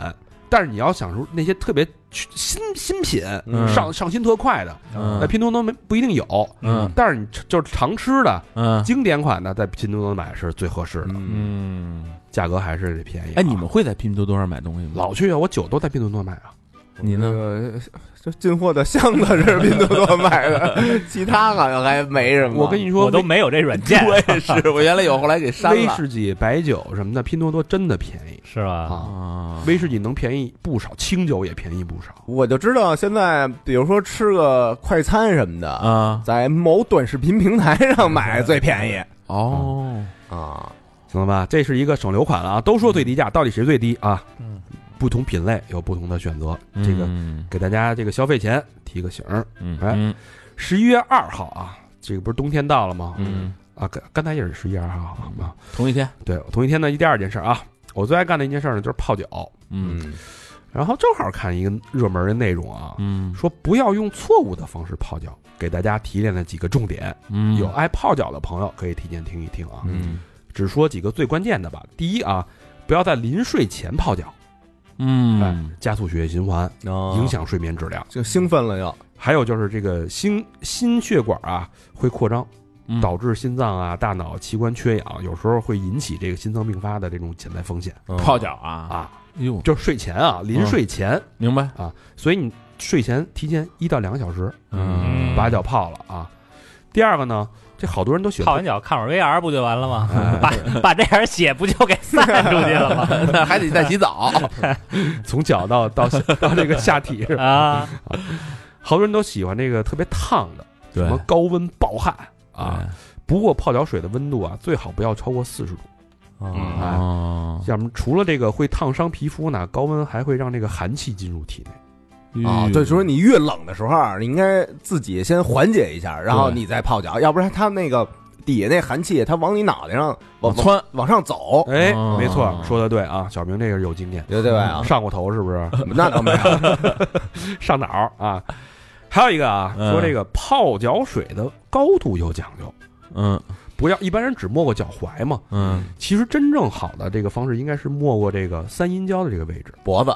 [SPEAKER 3] 但是你要想出那些特别新新品、
[SPEAKER 6] 嗯
[SPEAKER 3] 上上新特快的，
[SPEAKER 6] 嗯
[SPEAKER 3] 那拼多多没不一定有。
[SPEAKER 6] 嗯
[SPEAKER 3] 但是你吃就是常吃的
[SPEAKER 6] 嗯
[SPEAKER 3] 经典款的，在拼多多买是最合适的，
[SPEAKER 6] 嗯，
[SPEAKER 3] 价格还是便宜啊。
[SPEAKER 6] 哎，你们会在拼多多上买东西吗？
[SPEAKER 3] 老去啊，我酒都在拼多多买啊。
[SPEAKER 6] 你呢？
[SPEAKER 2] 呢？这进货的箱子是拼多多买的，其他好像还没
[SPEAKER 6] 嗯
[SPEAKER 2] 什么。
[SPEAKER 3] 我跟你说，
[SPEAKER 4] 我都没有这软件，
[SPEAKER 5] 我也是，我原来有，后来给删
[SPEAKER 3] 威
[SPEAKER 5] 了。
[SPEAKER 3] 士忌、白酒什么的，拼多多真的便宜
[SPEAKER 4] 是吧？
[SPEAKER 3] 啊。
[SPEAKER 6] 啊
[SPEAKER 3] 威士忌能便宜不少，清酒也便宜不少。
[SPEAKER 2] 我就知道现在，比如说吃个快餐什么的，
[SPEAKER 6] 啊
[SPEAKER 2] 在某短视频平台上买最便宜
[SPEAKER 6] 哦，
[SPEAKER 2] 啊。
[SPEAKER 3] 行了吧？这是一个省流款了啊！都说最低价，到底谁最低啊？
[SPEAKER 4] 嗯，
[SPEAKER 3] 不同品类有不同的选择，这个
[SPEAKER 6] 嗯
[SPEAKER 3] 给大家这个消费前提个醒儿。哎
[SPEAKER 6] 嗯
[SPEAKER 3] 十一月二号啊，这个不是冬天到了吗？
[SPEAKER 6] 嗯，
[SPEAKER 3] 啊，刚刚才也是十一月二号啊。
[SPEAKER 6] 同一天，
[SPEAKER 3] 对，同一天呢，第二件事儿啊，我最爱干的一件事儿呢就是泡脚，
[SPEAKER 6] 嗯
[SPEAKER 3] 然后正好看一个热门的内容啊，
[SPEAKER 6] 嗯
[SPEAKER 3] 说不要用错误的方式泡脚，给大家提炼了几个重点，
[SPEAKER 6] 嗯
[SPEAKER 3] 有爱泡脚的朋友可以提前听一听啊。
[SPEAKER 6] 嗯
[SPEAKER 3] 只说几个最关键的吧。第一啊，不要在临睡前泡脚，
[SPEAKER 6] 嗯
[SPEAKER 3] 加速血液循环，影
[SPEAKER 6] 啊
[SPEAKER 2] 影
[SPEAKER 3] 响睡眠质量。
[SPEAKER 2] 哦就兴奋了又。
[SPEAKER 3] 还有就是这个心心血管啊会扩张，
[SPEAKER 6] 嗯
[SPEAKER 3] 导致心脏啊、大脑器官缺氧，有时候会引起这个心脏病发的这种潜在风险
[SPEAKER 6] 泡脚啊嗯
[SPEAKER 3] 啊。
[SPEAKER 6] 哟，
[SPEAKER 3] 就是睡前啊，临睡前，
[SPEAKER 6] 明白，
[SPEAKER 3] 所以你睡前提前一到两个小时
[SPEAKER 6] 嗯
[SPEAKER 3] 把脚泡了啊。第二个呢，这好多人都喜
[SPEAKER 4] 泡
[SPEAKER 3] 欢
[SPEAKER 4] 完脚看会儿 VR 不就完了吗？把把这点血不就给散出去了吗？
[SPEAKER 5] 还得再洗澡，
[SPEAKER 3] 从脚到到到这个下体，是吧
[SPEAKER 4] 啊，
[SPEAKER 3] 好多人都喜欢这个特别烫的，
[SPEAKER 6] 对
[SPEAKER 3] 什么高温暴汗啊。
[SPEAKER 6] 啊
[SPEAKER 3] 不过泡脚水的温度啊，最好不要超过四十度，
[SPEAKER 4] 嗯
[SPEAKER 3] 哎
[SPEAKER 6] 哦
[SPEAKER 3] 要么除了这个会烫伤皮肤呢，高温还会让这个寒气进入体内。
[SPEAKER 2] 啊，
[SPEAKER 6] 嗯
[SPEAKER 2] 对，就是你越冷的时候，啊你应该自己先缓解一下，然后
[SPEAKER 6] 对
[SPEAKER 2] 你再泡脚，要不然它那个底下那寒气，它往你脑袋上往
[SPEAKER 6] 往窜，
[SPEAKER 2] 往上走，
[SPEAKER 3] 哎
[SPEAKER 6] 哦，
[SPEAKER 3] 没错，说的对啊，小明这个是有经验，
[SPEAKER 2] 对对吧？
[SPEAKER 3] 上过头是不 是？
[SPEAKER 6] 嗯
[SPEAKER 2] 那倒没有，，
[SPEAKER 3] 上脑儿啊。还有一个啊，
[SPEAKER 6] 嗯
[SPEAKER 3] 说这个泡脚水的高度有讲究，
[SPEAKER 6] 嗯
[SPEAKER 3] 不要一般人只摸过脚踝嘛，
[SPEAKER 6] 嗯
[SPEAKER 3] 其实真正好的这个方式应该是摸过这个三阴交的这个 位置
[SPEAKER 2] 脖子、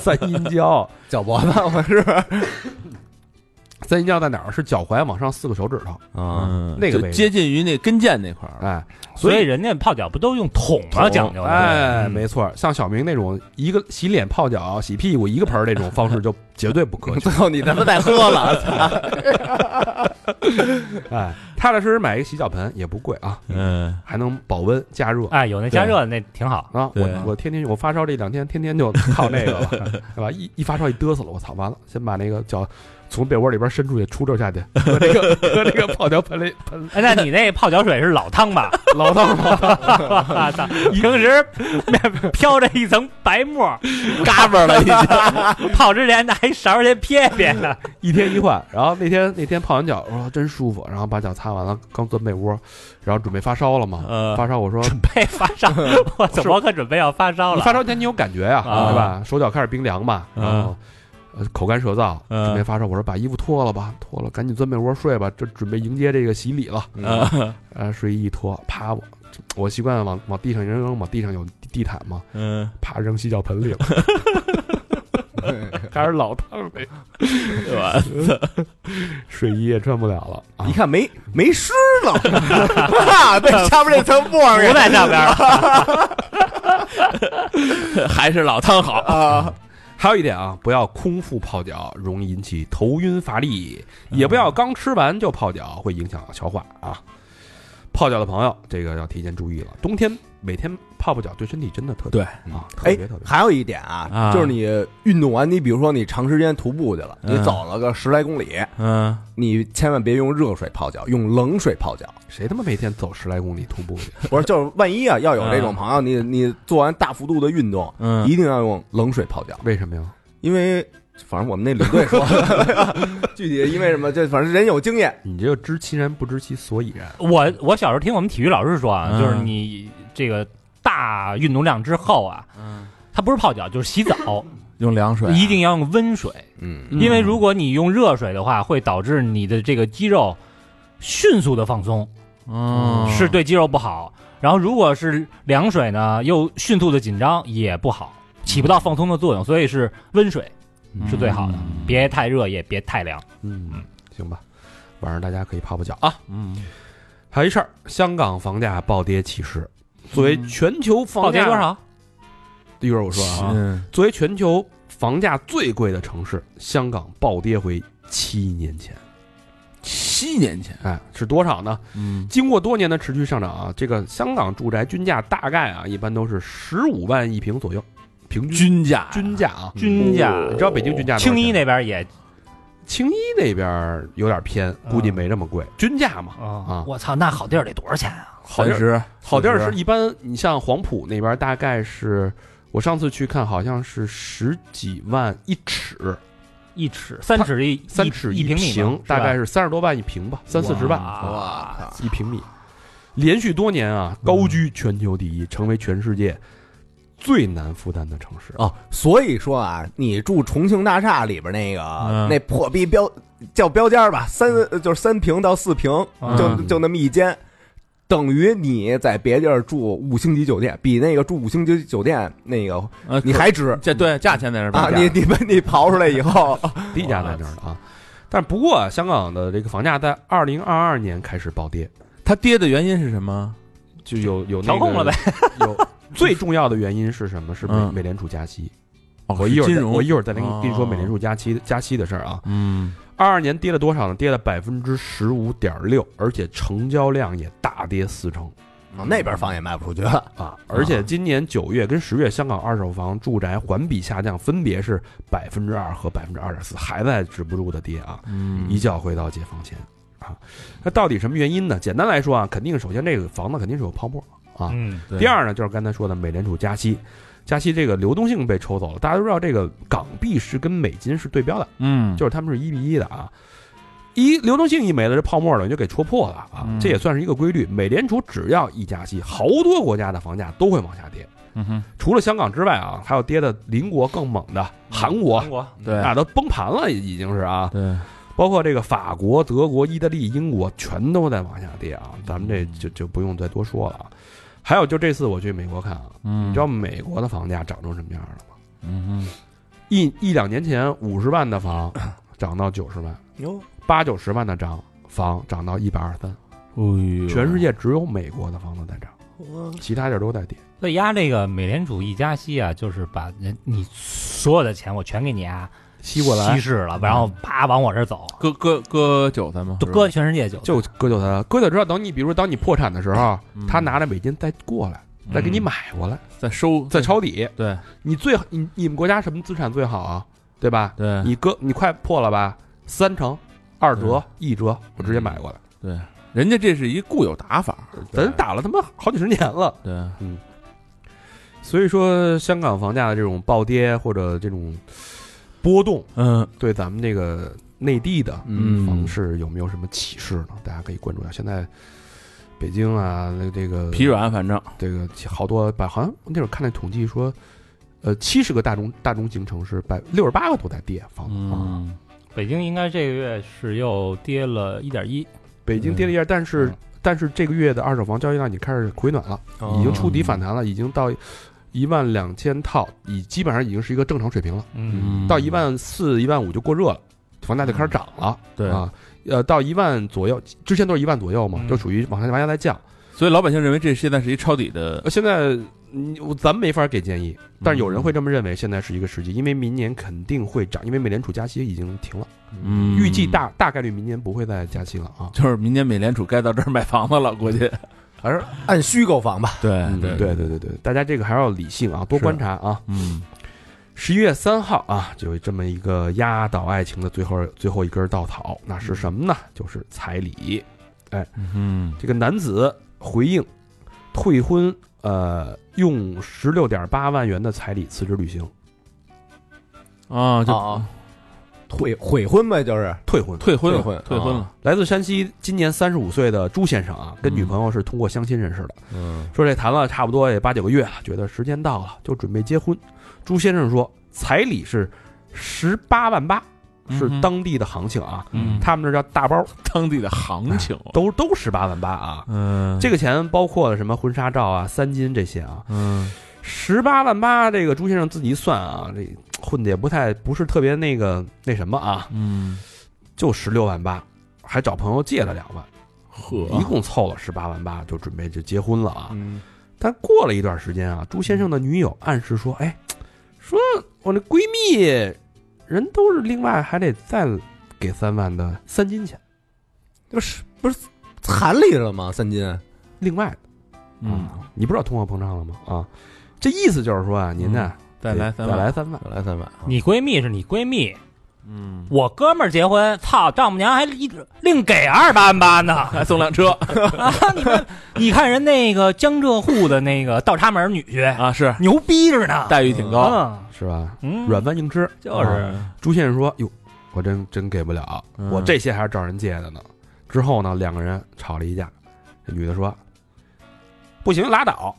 [SPEAKER 3] 三阴交。
[SPEAKER 2] 脚脖子，我是
[SPEAKER 3] 三阴交在哪儿？是脚踝往上四个手指头，
[SPEAKER 2] 啊，
[SPEAKER 6] 嗯
[SPEAKER 3] 那个
[SPEAKER 6] 就
[SPEAKER 3] 位置
[SPEAKER 6] 接近于那跟腱那块儿，
[SPEAKER 3] 哎，
[SPEAKER 4] 所以人家泡脚不都用桶吗？
[SPEAKER 6] 桶
[SPEAKER 4] 讲究嗯
[SPEAKER 3] 哎，没错，像小明那种一个洗脸泡脚、洗屁股一个盆儿这种方式就绝对不可 取。
[SPEAKER 2] 最后你他妈再喝了，
[SPEAKER 3] 哎，踏踏实实买一个洗脚盆也不贵啊，
[SPEAKER 6] 嗯
[SPEAKER 3] 还能保温加热。
[SPEAKER 4] 哎，有那加热那挺好。
[SPEAKER 3] 啊，
[SPEAKER 6] 对
[SPEAKER 3] 我我天天我发烧这两天，天天就靠那个 了，对吧？一一发烧一嘚瑟了，我操，完了，先把那个脚从被窝里边伸出去，出溜下去，搁 那个搁那个泡脚盆里盆
[SPEAKER 4] 哎，那你那泡脚水是老汤吧？
[SPEAKER 3] 老烫了。
[SPEAKER 4] 我操！平时飘着一层白沫，嘎巴了已经。 泡之前拿一勺先撇撇呢。
[SPEAKER 3] 一天一换。然后那天那天泡完脚，我说真舒服，然后把脚擦完了，刚钻被窝，然后准备发烧了嘛，
[SPEAKER 4] 呃
[SPEAKER 3] 发烧我说
[SPEAKER 4] 准备发烧，我怎么可准备要发烧
[SPEAKER 3] 你
[SPEAKER 4] 了？
[SPEAKER 3] 发烧前你有感觉呀、
[SPEAKER 4] 啊嗯
[SPEAKER 3] 对吧？手脚开始冰凉嘛，然后。呃口干舌燥，
[SPEAKER 6] 嗯
[SPEAKER 3] 准备发烧。我说把衣服脱了吧，脱了，赶紧钻被窝睡吧，这准备迎接这个洗礼了。
[SPEAKER 6] 嗯
[SPEAKER 3] 啊，睡衣一脱，啪，我我习惯往往地上一扔，往地上有地地毯嘛，
[SPEAKER 6] 嗯，
[SPEAKER 3] 啪扔洗脚盆 里了，开始老 烫了， 睡衣也穿不了了。啊
[SPEAKER 2] 一看没没湿了，啊 被下边这层沫儿
[SPEAKER 4] 不
[SPEAKER 2] 给
[SPEAKER 4] 在上边了，
[SPEAKER 6] 嗯还是老汤好。
[SPEAKER 2] 啊，
[SPEAKER 3] 还有一点啊，不要空腹泡脚，容易引起头晕乏力；也不要刚吃完就泡脚，会影响消化啊。泡脚的朋友，这个要提前注意了。冬天每天泡泡脚，对身体真的特别啊，特
[SPEAKER 2] 哎
[SPEAKER 3] 别特别。
[SPEAKER 2] 还有一点啊，
[SPEAKER 6] 啊
[SPEAKER 2] 就是你运动完，你比如说你长时间徒步去了，
[SPEAKER 6] 嗯
[SPEAKER 2] 你走了个十来公里，
[SPEAKER 6] 嗯，
[SPEAKER 2] 你千万别用热水泡脚，用冷水泡脚。
[SPEAKER 3] 谁他妈每天走十来公里徒步去？
[SPEAKER 2] 不是，就是万一啊，要有这种
[SPEAKER 6] 啊
[SPEAKER 2] 朋友，你你做完大幅度的运动，
[SPEAKER 6] 嗯
[SPEAKER 2] 一定要用冷水泡脚，
[SPEAKER 3] 为什么呀？
[SPEAKER 2] 因为反正我们那领队说 的，具体因为什么，这反正人有经验。
[SPEAKER 3] 你这就知其然不知其所以然。
[SPEAKER 4] 我我小时候听我们体育老师说啊，
[SPEAKER 6] 嗯
[SPEAKER 4] 就是你这个大运动量之后啊，它不是泡脚就是洗澡，
[SPEAKER 6] 用凉水啊
[SPEAKER 4] 一定要用温水，
[SPEAKER 2] 嗯，
[SPEAKER 6] 嗯
[SPEAKER 4] 因为如果你用热水的话，会导致你的这个肌肉迅速的放松，
[SPEAKER 6] 哦
[SPEAKER 4] 嗯是对肌肉不好。然后如果是凉水呢，又迅速的紧张也不好，起不到放松的作用，所以是温水
[SPEAKER 5] 嗯
[SPEAKER 4] 是最好的，别太热也别太凉。
[SPEAKER 3] 嗯，行吧，晚上大家可以泡泡脚啊。
[SPEAKER 6] 嗯，
[SPEAKER 3] 还有一事儿，香港房价暴跌起势。作为全球
[SPEAKER 4] 到
[SPEAKER 3] 房
[SPEAKER 4] 底
[SPEAKER 3] 价
[SPEAKER 4] 多？少？
[SPEAKER 3] 一会儿我说啊。
[SPEAKER 6] 嗯
[SPEAKER 3] 作为全球房价最贵的城市，香港暴跌回七年前。
[SPEAKER 5] 七年前，
[SPEAKER 3] 哎，是多少呢？
[SPEAKER 6] 嗯
[SPEAKER 3] 经过多年的持续上涨啊，这个香港住宅均价大概啊，一般都是十五万一平左右，平均
[SPEAKER 5] 均价
[SPEAKER 3] 均价啊。
[SPEAKER 4] 均价，
[SPEAKER 3] 你知道北京均价多少钱
[SPEAKER 4] 青
[SPEAKER 3] 吗？
[SPEAKER 4] 衣那边也
[SPEAKER 3] 青衣那边儿有点偏，估计
[SPEAKER 4] 嗯
[SPEAKER 3] 没这么贵。均价嘛，啊
[SPEAKER 4] 我操，那好地儿得多少钱啊？
[SPEAKER 3] 好地儿
[SPEAKER 5] 十
[SPEAKER 3] 好地儿
[SPEAKER 5] 40
[SPEAKER 3] 是一般，你像黄埔那边大概是，我上次去看好像是十几万一尺，
[SPEAKER 4] 一尺三尺一
[SPEAKER 3] 三尺
[SPEAKER 4] 一
[SPEAKER 3] 平
[SPEAKER 4] 米嘛，
[SPEAKER 3] 大概
[SPEAKER 4] 是吧
[SPEAKER 3] 是三十多万一平吧，三四十万啊
[SPEAKER 5] 哇，
[SPEAKER 3] 一平米，连续多年啊高
[SPEAKER 6] 嗯
[SPEAKER 3] 居全球第一，成为全世界最难负担的城市。
[SPEAKER 2] 哦，所以说啊，你住重庆大厦里边那个、
[SPEAKER 6] 嗯
[SPEAKER 2] 那破逼标叫标间儿吧，三呃就是三平到四平，
[SPEAKER 4] 嗯
[SPEAKER 2] 就就那么一间，等于你在别地儿住五星级酒店，比那个住五星级酒店那个
[SPEAKER 6] 啊
[SPEAKER 2] 你还值
[SPEAKER 6] 这对价钱在这边
[SPEAKER 2] 啊！你你们你刨出来以后，
[SPEAKER 3] 低价在这儿的啊，但不过啊香港的这个房价在二零二二年开始暴跌，
[SPEAKER 6] 它跌的原因是什么？
[SPEAKER 3] 就有有那
[SPEAKER 4] 调
[SPEAKER 3] 个
[SPEAKER 4] 控了呗。
[SPEAKER 3] 有最重要的原因是什么？是美
[SPEAKER 6] 嗯
[SPEAKER 3] 美联储加息。
[SPEAKER 6] 哦
[SPEAKER 3] 我一
[SPEAKER 6] 是
[SPEAKER 3] 会儿
[SPEAKER 6] 金
[SPEAKER 3] 再
[SPEAKER 6] 融，
[SPEAKER 3] 我一会儿再跟你跟你说
[SPEAKER 6] 哦
[SPEAKER 3] 美联储加息加息的事儿啊。
[SPEAKER 6] 嗯
[SPEAKER 3] 二二年跌了多少呢？跌了百分之十五点六，而且成交量也大跌四成
[SPEAKER 2] 那边房也卖不出去了。
[SPEAKER 3] 啊！而且今年九月跟十月，香港二手房住宅环比下降分别是百分之二和百分之二点四，还在止不住的跌啊！
[SPEAKER 6] 嗯
[SPEAKER 3] 一觉回到解放前啊！那到底什么原因呢？简单来说啊，肯定首先这个房子肯定是有泡沫啊，
[SPEAKER 4] 嗯，
[SPEAKER 6] 对
[SPEAKER 3] 第二呢，就是刚才说的美联储加息，加息这个流动性被抽走了。大家都知道，这个港币是跟美金是对标的，
[SPEAKER 6] 嗯
[SPEAKER 3] 就是他们是一比一的啊。一流动性一没了，这泡沫等于就给戳破了啊。
[SPEAKER 6] 嗯
[SPEAKER 3] 这也算是一个规律。美联储只要一加息，好多国家的房价都会往下跌，
[SPEAKER 6] 嗯哼
[SPEAKER 3] 除了香港之外啊，还有跌的邻国更猛的韩国，哎
[SPEAKER 4] 韩国
[SPEAKER 6] 对
[SPEAKER 3] 那都崩盘了，已经是啊。
[SPEAKER 6] 对
[SPEAKER 3] 包括这个法国、德国、意大利、英国，全都在往下跌啊。咱们这就就不用再多说了啊。还有就这次我去美国看啊，
[SPEAKER 6] 嗯
[SPEAKER 3] 你知道美国的房价涨成什么样了吗？
[SPEAKER 6] 嗯
[SPEAKER 3] 一一两年前五十万的房涨到九十万，
[SPEAKER 2] 哟，
[SPEAKER 3] 八九十万的涨房涨到一百二十三，
[SPEAKER 6] 哼，
[SPEAKER 3] 全世界只有美国的房子在涨，其他地儿都在跌。
[SPEAKER 4] 所以压这个美联储一加息啊，就是把人你所有的钱我全给你啊
[SPEAKER 3] 吸过来嗯
[SPEAKER 4] 稀释了，然后啪往我这儿走，
[SPEAKER 6] 割割割韭菜吗？
[SPEAKER 4] 都搁全世界就
[SPEAKER 3] 就割韭菜了，割韭菜之后，等你比如说当你破产的时候，
[SPEAKER 6] 嗯
[SPEAKER 3] 他拿着美金再过来，再给你买过来，
[SPEAKER 6] 再收
[SPEAKER 3] 再抄底。
[SPEAKER 6] 对
[SPEAKER 3] 你最好你你们国家什么资产最好啊？对嗯吧？
[SPEAKER 6] 对
[SPEAKER 3] 你割你快破了吧？三成、二折
[SPEAKER 6] 对、
[SPEAKER 3] 一折，我直接买过来，
[SPEAKER 6] 对，人家这是一固有打法，
[SPEAKER 3] 咱打了他妈好几十年了。
[SPEAKER 6] 对
[SPEAKER 3] 所以说，香港房价的这种暴跌或者这种波动，
[SPEAKER 6] 嗯
[SPEAKER 3] 对咱们这个内地的
[SPEAKER 6] 嗯
[SPEAKER 3] 房市有没有什么启示呢？大家可以关注一下。现在北京啊，那这个
[SPEAKER 6] 疲，软，反正
[SPEAKER 3] 这个好多百，好像那会儿看那统计说，呃，七十个大中大中型城市，百六十八个都在跌房子。啊
[SPEAKER 6] 嗯
[SPEAKER 4] 北京应该这个月是又跌了一点一，
[SPEAKER 3] 北京跌了一下，但是
[SPEAKER 6] 嗯
[SPEAKER 3] 但是这个月的二手房交易量已经开始回暖了，
[SPEAKER 6] 嗯
[SPEAKER 3] 已经
[SPEAKER 6] 哦
[SPEAKER 3] 触底反弹了，已经到一万两千套，已基本上已经是一个正常水平了。
[SPEAKER 4] 嗯，
[SPEAKER 3] 到一万四、一万五就过热了，房价就开始涨了。
[SPEAKER 6] 嗯对
[SPEAKER 3] 啊，呃，到一万左右，之前都是一万左右嘛，
[SPEAKER 4] 嗯
[SPEAKER 3] 就属于往下往下在降。
[SPEAKER 6] 所以老百姓认为这现在是一抄底的
[SPEAKER 3] 呃现在你我咱们没法给建议，但是有
[SPEAKER 6] 嗯
[SPEAKER 3] 人会这么认为，现在是一个时机，因为明年肯定会涨，因为美联储加息已经停了，
[SPEAKER 6] 嗯
[SPEAKER 3] 预计大大概率明年不会再加息了啊。
[SPEAKER 6] 就是明年美联储该到这儿买房子了，估计。
[SPEAKER 2] 还是按需购房吧。
[SPEAKER 6] 对嗯
[SPEAKER 3] 对嗯对对对对，大家这个还要理性啊，多
[SPEAKER 6] 是
[SPEAKER 3] 观察啊。
[SPEAKER 6] 嗯
[SPEAKER 3] 十一月三号啊，就有这么一个压倒爱情的最后最后一根稻草，那是什么呢？就是彩礼。
[SPEAKER 6] 嗯
[SPEAKER 3] 这个男子回应退婚，呃，用十六点八万元的彩礼辞职旅行，哦
[SPEAKER 6] 啊，就
[SPEAKER 2] 啊，悔悔婚呗，就是
[SPEAKER 3] 退婚。
[SPEAKER 6] 退婚了，
[SPEAKER 2] 退婚
[SPEAKER 6] 退婚了。
[SPEAKER 3] 来自山西，今年三十五岁的朱先生啊，跟
[SPEAKER 6] 嗯
[SPEAKER 3] 女朋友是通过相亲认识的。
[SPEAKER 2] 嗯，
[SPEAKER 3] 说这谈了差不多也八九个月了，觉得时间到了，就准备结婚。朱先生说，彩礼是十八万八，是
[SPEAKER 6] 嗯哼
[SPEAKER 3] 当地的行情啊，
[SPEAKER 6] 嗯
[SPEAKER 3] 他们这叫大包，
[SPEAKER 6] 当地的行情，
[SPEAKER 3] 都都十八万八啊。
[SPEAKER 6] 嗯
[SPEAKER 3] 这个钱包括了什么婚纱照啊、三金这些啊，
[SPEAKER 6] 嗯
[SPEAKER 3] 十八万八，这个朱先生自己算啊，这混的也不太不是特别那个那什么啊，
[SPEAKER 6] 嗯，
[SPEAKER 3] 就十六万八，还找朋友借了两万，
[SPEAKER 6] 呵
[SPEAKER 3] 一共凑了十八万八，就准备就结婚了啊。
[SPEAKER 2] 嗯
[SPEAKER 3] 但过了一段时间啊，朱先生的女友暗示说：“哎，说我那闺蜜人都是另外还得再给三万的三金钱，
[SPEAKER 2] 就是不是残里了吗？三金，
[SPEAKER 3] 另外的
[SPEAKER 6] 嗯，
[SPEAKER 3] 啊，你不知道通货膨胀了吗？啊，这意思就是说啊，您呢、
[SPEAKER 6] 嗯再来
[SPEAKER 3] 得
[SPEAKER 6] 三
[SPEAKER 3] 再
[SPEAKER 6] 万，
[SPEAKER 3] 来三万，
[SPEAKER 2] 我来三万。
[SPEAKER 4] 你闺蜜是你闺蜜，
[SPEAKER 6] 嗯，
[SPEAKER 4] 我哥们儿结婚，操，丈母娘还一另给二八万八呢
[SPEAKER 6] 还送辆车
[SPEAKER 4] 啊！你看，你看人那个江浙沪的那个倒插门女婿，
[SPEAKER 6] 啊，是
[SPEAKER 4] 牛逼着呢，
[SPEAKER 6] 待遇挺高，啊
[SPEAKER 4] 嗯
[SPEAKER 3] 是吧？
[SPEAKER 4] 嗯，
[SPEAKER 3] 软饭硬吃。
[SPEAKER 4] 就是
[SPEAKER 3] 朱先生说：“哟，我真真给不了，
[SPEAKER 6] 嗯
[SPEAKER 3] 我这些还是找人借的呢。”之后呢，两个人吵了一架，这女的说：“不行，拉倒。”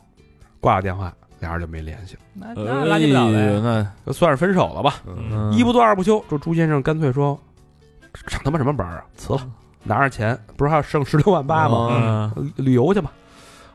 [SPEAKER 3] 挂了电话，俩人就没联系了。
[SPEAKER 5] 嗯
[SPEAKER 4] 那那
[SPEAKER 6] 呃
[SPEAKER 4] 垃圾不
[SPEAKER 5] 哎
[SPEAKER 4] 了呗。
[SPEAKER 6] 那
[SPEAKER 3] 就算是分手了吧，
[SPEAKER 2] 嗯，
[SPEAKER 3] 一不做二不休。这朱先生干脆说：“上他妈什么班啊，辞了，拿着钱，不是还剩十六万八吗？
[SPEAKER 6] 嗯
[SPEAKER 3] 呃旅游去吧。”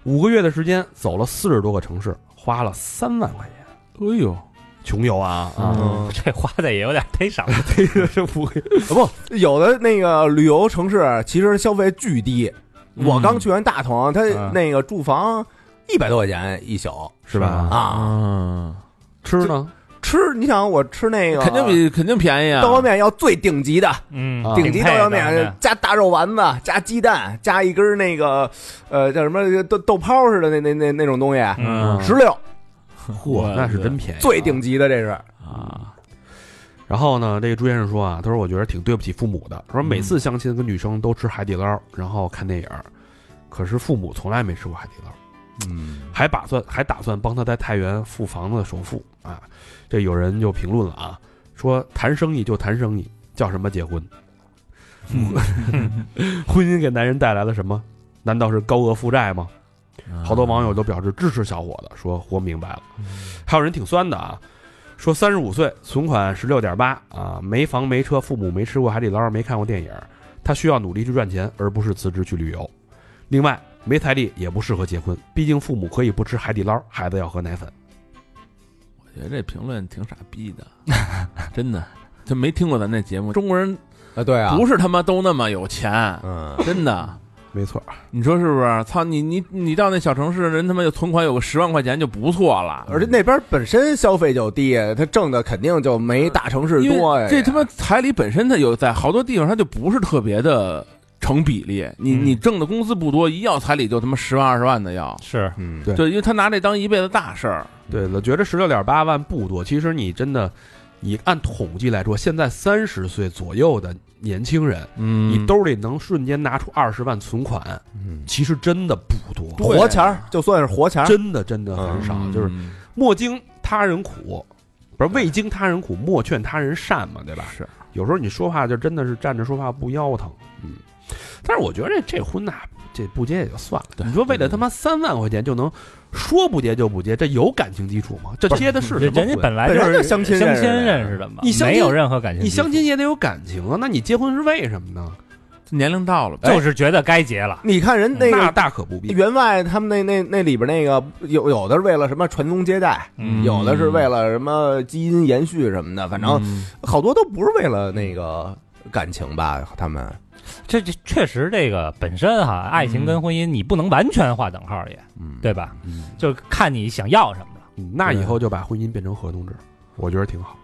[SPEAKER 3] 五个月的时间，走了四十多个城市，花了三万块钱，
[SPEAKER 6] 哎呦，
[SPEAKER 3] 穷游啊啊！
[SPEAKER 2] 嗯，
[SPEAKER 4] 这花的也有点忒少，
[SPEAKER 3] 这个是五个月，
[SPEAKER 2] 有的那个旅游城市其实消费巨低，我刚去完大同，他
[SPEAKER 3] 嗯
[SPEAKER 2] 那个住房一百多块钱一宿
[SPEAKER 3] 是吧？
[SPEAKER 2] 啊。
[SPEAKER 6] 嗯，
[SPEAKER 3] 吃呢？
[SPEAKER 2] 吃，你想我吃那个
[SPEAKER 6] 肯定比肯定便宜啊，
[SPEAKER 2] 刀削面要最顶级的，
[SPEAKER 4] 嗯
[SPEAKER 3] 啊，
[SPEAKER 2] 顶级刀削
[SPEAKER 4] 配
[SPEAKER 2] 面
[SPEAKER 4] 的，
[SPEAKER 2] 加大肉丸子，加鸡蛋，加一根那个呃叫什么豆豆泡似的那那那那种东西，
[SPEAKER 4] 嗯，
[SPEAKER 2] 十六
[SPEAKER 3] 嚯，那是真便宜。
[SPEAKER 2] 最顶级的这是。
[SPEAKER 6] 啊，
[SPEAKER 3] 然后呢，这个朱先生说啊，他说我觉得挺对不起父母的，说每次相亲跟女生都吃海底捞，然后看电影儿，可是父母从来没吃过海底捞。
[SPEAKER 2] 嗯，
[SPEAKER 3] 还打算还打算帮他在太原付房子的首付啊。这有人就评论了啊，说谈生意就谈生意，叫什么结婚？ 婚姻给男人带来了什么？ 难道是高额负债吗？好多网友都表示支持小伙子，说活明白了。还有人挺酸的啊，说三十五岁，存款十六点八啊，没房没车，父母没吃过海底捞，没看过电影，他需要努力去赚钱，而不是辞职去旅游。另外，没彩礼也不适合结婚，毕竟父母可以不吃海底捞，孩子要喝奶粉。
[SPEAKER 6] 我觉得哎这评论挺傻逼的，真的。就没听过咱这节目，中国人
[SPEAKER 2] 啊对啊，
[SPEAKER 6] 不是他妈都那么有钱，
[SPEAKER 2] 嗯，
[SPEAKER 6] 真的。
[SPEAKER 3] 没错，
[SPEAKER 6] 你说是不是？操你你你到那小城市，人他妈有存款有个十万块钱就不错了，
[SPEAKER 2] 而且那边本身消费就低，他挣的肯定就
[SPEAKER 5] 嗯
[SPEAKER 2] 没大城市
[SPEAKER 6] 因为
[SPEAKER 2] 多呀。
[SPEAKER 6] 这他妈彩礼本身它有在好多地方它就不是特别的成比例，你
[SPEAKER 4] 嗯
[SPEAKER 6] 你挣的工资不多，一要彩礼就他妈十万二十万的要，
[SPEAKER 4] 是
[SPEAKER 2] 嗯，
[SPEAKER 3] 对
[SPEAKER 6] 对，因为他拿这当一辈子大事儿，
[SPEAKER 3] 对了，觉得十六点八万不多，其实你真的，你按统计来说，现在三十岁左右的年轻人，
[SPEAKER 6] 嗯
[SPEAKER 3] 你兜里能瞬间拿出二十万存款，
[SPEAKER 2] 嗯
[SPEAKER 3] 其实真的不多，
[SPEAKER 2] 活钱儿就算是活钱儿，嗯
[SPEAKER 3] 真的真的很少。就是
[SPEAKER 5] 嗯
[SPEAKER 3] 莫经他人苦，不是未经他人苦，莫劝他人善嘛，对吧？
[SPEAKER 6] 是，
[SPEAKER 3] 有时候你说话就真的是站着说话不腰疼，嗯。但是我觉得这这婚呐、这不结也就算了。
[SPEAKER 6] 对
[SPEAKER 3] 你说为了他妈三万块钱就能说不结就不结，这有感情基础吗？这结的是什
[SPEAKER 4] 人
[SPEAKER 3] 么
[SPEAKER 4] 人家
[SPEAKER 3] 婚？
[SPEAKER 4] 本来
[SPEAKER 2] 本来
[SPEAKER 4] 是
[SPEAKER 2] 就相亲
[SPEAKER 4] 相
[SPEAKER 2] 认识
[SPEAKER 4] 亲
[SPEAKER 2] 的
[SPEAKER 4] 认识的嘛，
[SPEAKER 3] 你相
[SPEAKER 4] 没
[SPEAKER 3] 亲
[SPEAKER 4] 有任何感情基础，
[SPEAKER 3] 你相亲也得有感情啊，那你结婚是为什么呢？
[SPEAKER 6] 年龄到了呗，
[SPEAKER 2] 哎
[SPEAKER 4] 就是觉得该结了，
[SPEAKER 2] 你看人那
[SPEAKER 3] 那
[SPEAKER 2] 个
[SPEAKER 3] 大可不必。
[SPEAKER 2] 员外他们那那那里边那个有有的是为了什么传宗接代，
[SPEAKER 4] 嗯
[SPEAKER 2] 有
[SPEAKER 5] 嗯
[SPEAKER 2] 的是为了什么基因延续什么的，反正好多都不是为了那个感情吧，他们
[SPEAKER 4] 这这确实这个本身哈，爱情跟婚姻你不能完全划等号也，
[SPEAKER 2] 嗯
[SPEAKER 4] 对吧？就是看你想要什么了。
[SPEAKER 3] 嗯那以后就把婚姻变成合同制，我觉得挺好，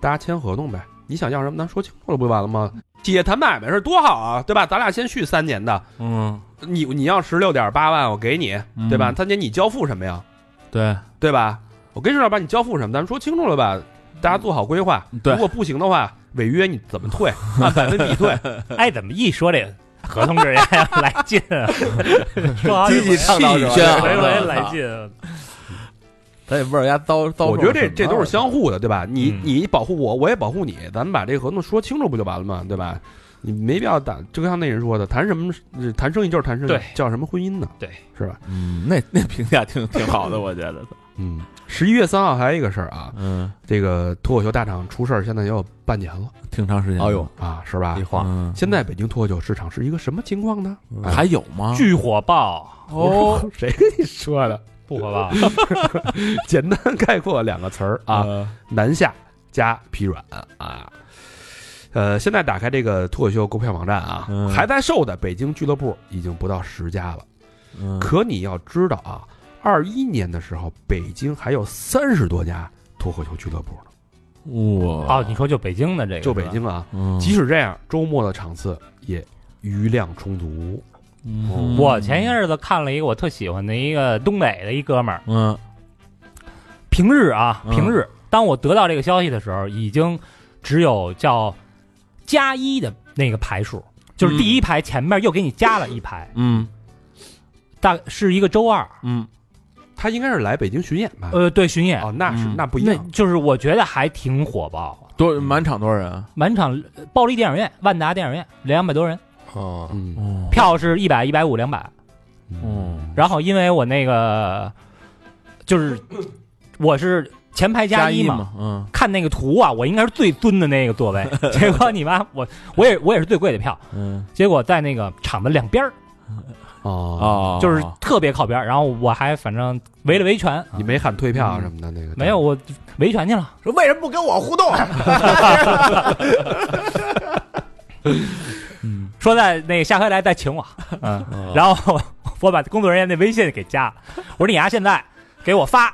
[SPEAKER 3] 大家签合同呗。你想要什么，咱说清楚了，不就完了吗？企业谈买卖是多好啊，对吧？咱俩先续三年的，
[SPEAKER 6] 嗯，
[SPEAKER 3] 你你要十六点八万，我给你，对吧？三年你交付什么呀？
[SPEAKER 6] 对
[SPEAKER 3] 对吧？我跟你说，把你交付什么，咱们说清楚了吧？大家做好规划。
[SPEAKER 6] 对
[SPEAKER 3] 如果不行的话，违约你怎么退？按百分比退。
[SPEAKER 4] 哎，怎么一说这合同制来劲啊？说好几
[SPEAKER 2] 积极
[SPEAKER 4] 回
[SPEAKER 2] 倡导者
[SPEAKER 5] 气宣
[SPEAKER 4] 回回
[SPEAKER 5] 啊
[SPEAKER 4] 来劲啊，
[SPEAKER 5] 咱得问人家遭遭受
[SPEAKER 3] 我
[SPEAKER 5] 了什么。
[SPEAKER 3] 觉得这这都是相互的，对吧？你
[SPEAKER 6] 嗯
[SPEAKER 3] 你保护我，我也保护你，咱们把这个合同说清楚不就完了吗？对吧？你没必要打，就像那人说的，谈什么呃谈生意就是谈生意
[SPEAKER 4] 对，
[SPEAKER 3] 叫什么婚姻呢？
[SPEAKER 4] 对，
[SPEAKER 3] 是吧？
[SPEAKER 5] 嗯，那
[SPEAKER 6] 那那评价挺挺好的，我觉得。
[SPEAKER 3] 嗯，十一月三号还有一个事儿啊，
[SPEAKER 6] 嗯，
[SPEAKER 3] 这个脱口秀大厂出事儿，现在也有半年了
[SPEAKER 6] 挺长时间。
[SPEAKER 2] 哎呦，
[SPEAKER 3] 啊，是吧
[SPEAKER 2] 一？晃，嗯
[SPEAKER 6] 嗯，
[SPEAKER 3] 现在北京脱口秀市场是一个什么情况呢？哎
[SPEAKER 5] 还有
[SPEAKER 6] 啊
[SPEAKER 5] 吗？
[SPEAKER 4] 巨火爆，
[SPEAKER 5] 哦，
[SPEAKER 3] 谁跟你说的？
[SPEAKER 4] 不火爆？
[SPEAKER 3] 简单概括两个词儿啊，
[SPEAKER 6] 嗯
[SPEAKER 3] 南下加疲软啊。呃，现在打开这个脱口秀购票网站啊，
[SPEAKER 6] 嗯
[SPEAKER 3] 还在售的北京俱乐部已经不到十家了。
[SPEAKER 6] 嗯
[SPEAKER 3] 可你要知道啊，二一年的时候，北京还有三十多家脱口秀俱乐部呢，
[SPEAKER 6] 哇
[SPEAKER 2] 嗯啊
[SPEAKER 4] 哦，你说就北京的这个，
[SPEAKER 3] 就北，京啊。
[SPEAKER 6] 嗯
[SPEAKER 3] 即使这样，周末的场次也余量充足。
[SPEAKER 6] 嗯
[SPEAKER 4] 我前些日子看了一个我特喜欢的一个东北的一哥们儿，
[SPEAKER 6] 嗯
[SPEAKER 4] 平日啊，
[SPEAKER 6] 嗯
[SPEAKER 4] 平日，当我得到这个消息的时候，已经只有叫加一的那个排数，就是第一排前面又给你加了一排，
[SPEAKER 6] 嗯
[SPEAKER 4] 大是一个周二，
[SPEAKER 6] 嗯，
[SPEAKER 3] 他应该是来北京巡演吧？
[SPEAKER 4] 呃，对，巡演，
[SPEAKER 3] 哦，那是、
[SPEAKER 6] 嗯
[SPEAKER 3] 那不一
[SPEAKER 4] 那
[SPEAKER 3] 样。
[SPEAKER 4] 就是我觉得还挺火爆，
[SPEAKER 5] 多满场多少人啊？
[SPEAKER 4] 满场呃暴力电影院，万达电影院两百多人，
[SPEAKER 2] 哦，
[SPEAKER 3] 嗯，
[SPEAKER 6] 哦
[SPEAKER 4] 票是一百、一百五、两百，
[SPEAKER 6] 哦，
[SPEAKER 4] 然后因为我那个就是我是前排加一
[SPEAKER 6] 一
[SPEAKER 4] 嘛。
[SPEAKER 6] 嘛，嗯
[SPEAKER 4] 看那个图啊，我应该是最尊的那个座位，结果你妈我我也我也是最贵的票，
[SPEAKER 6] 嗯
[SPEAKER 4] 结果在那个场子两边儿，
[SPEAKER 3] 哦，
[SPEAKER 5] 哦，
[SPEAKER 4] 就是特别靠边儿，然后我还反正围了维权，
[SPEAKER 3] 你没喊退票啊什么的那个？
[SPEAKER 4] 没有我维权去了，
[SPEAKER 2] 说为什么不跟我互动？
[SPEAKER 4] 说在那个下回来再请我，嗯， 然后我把工作人员那微信给加了，我说你啊丫现在给我发，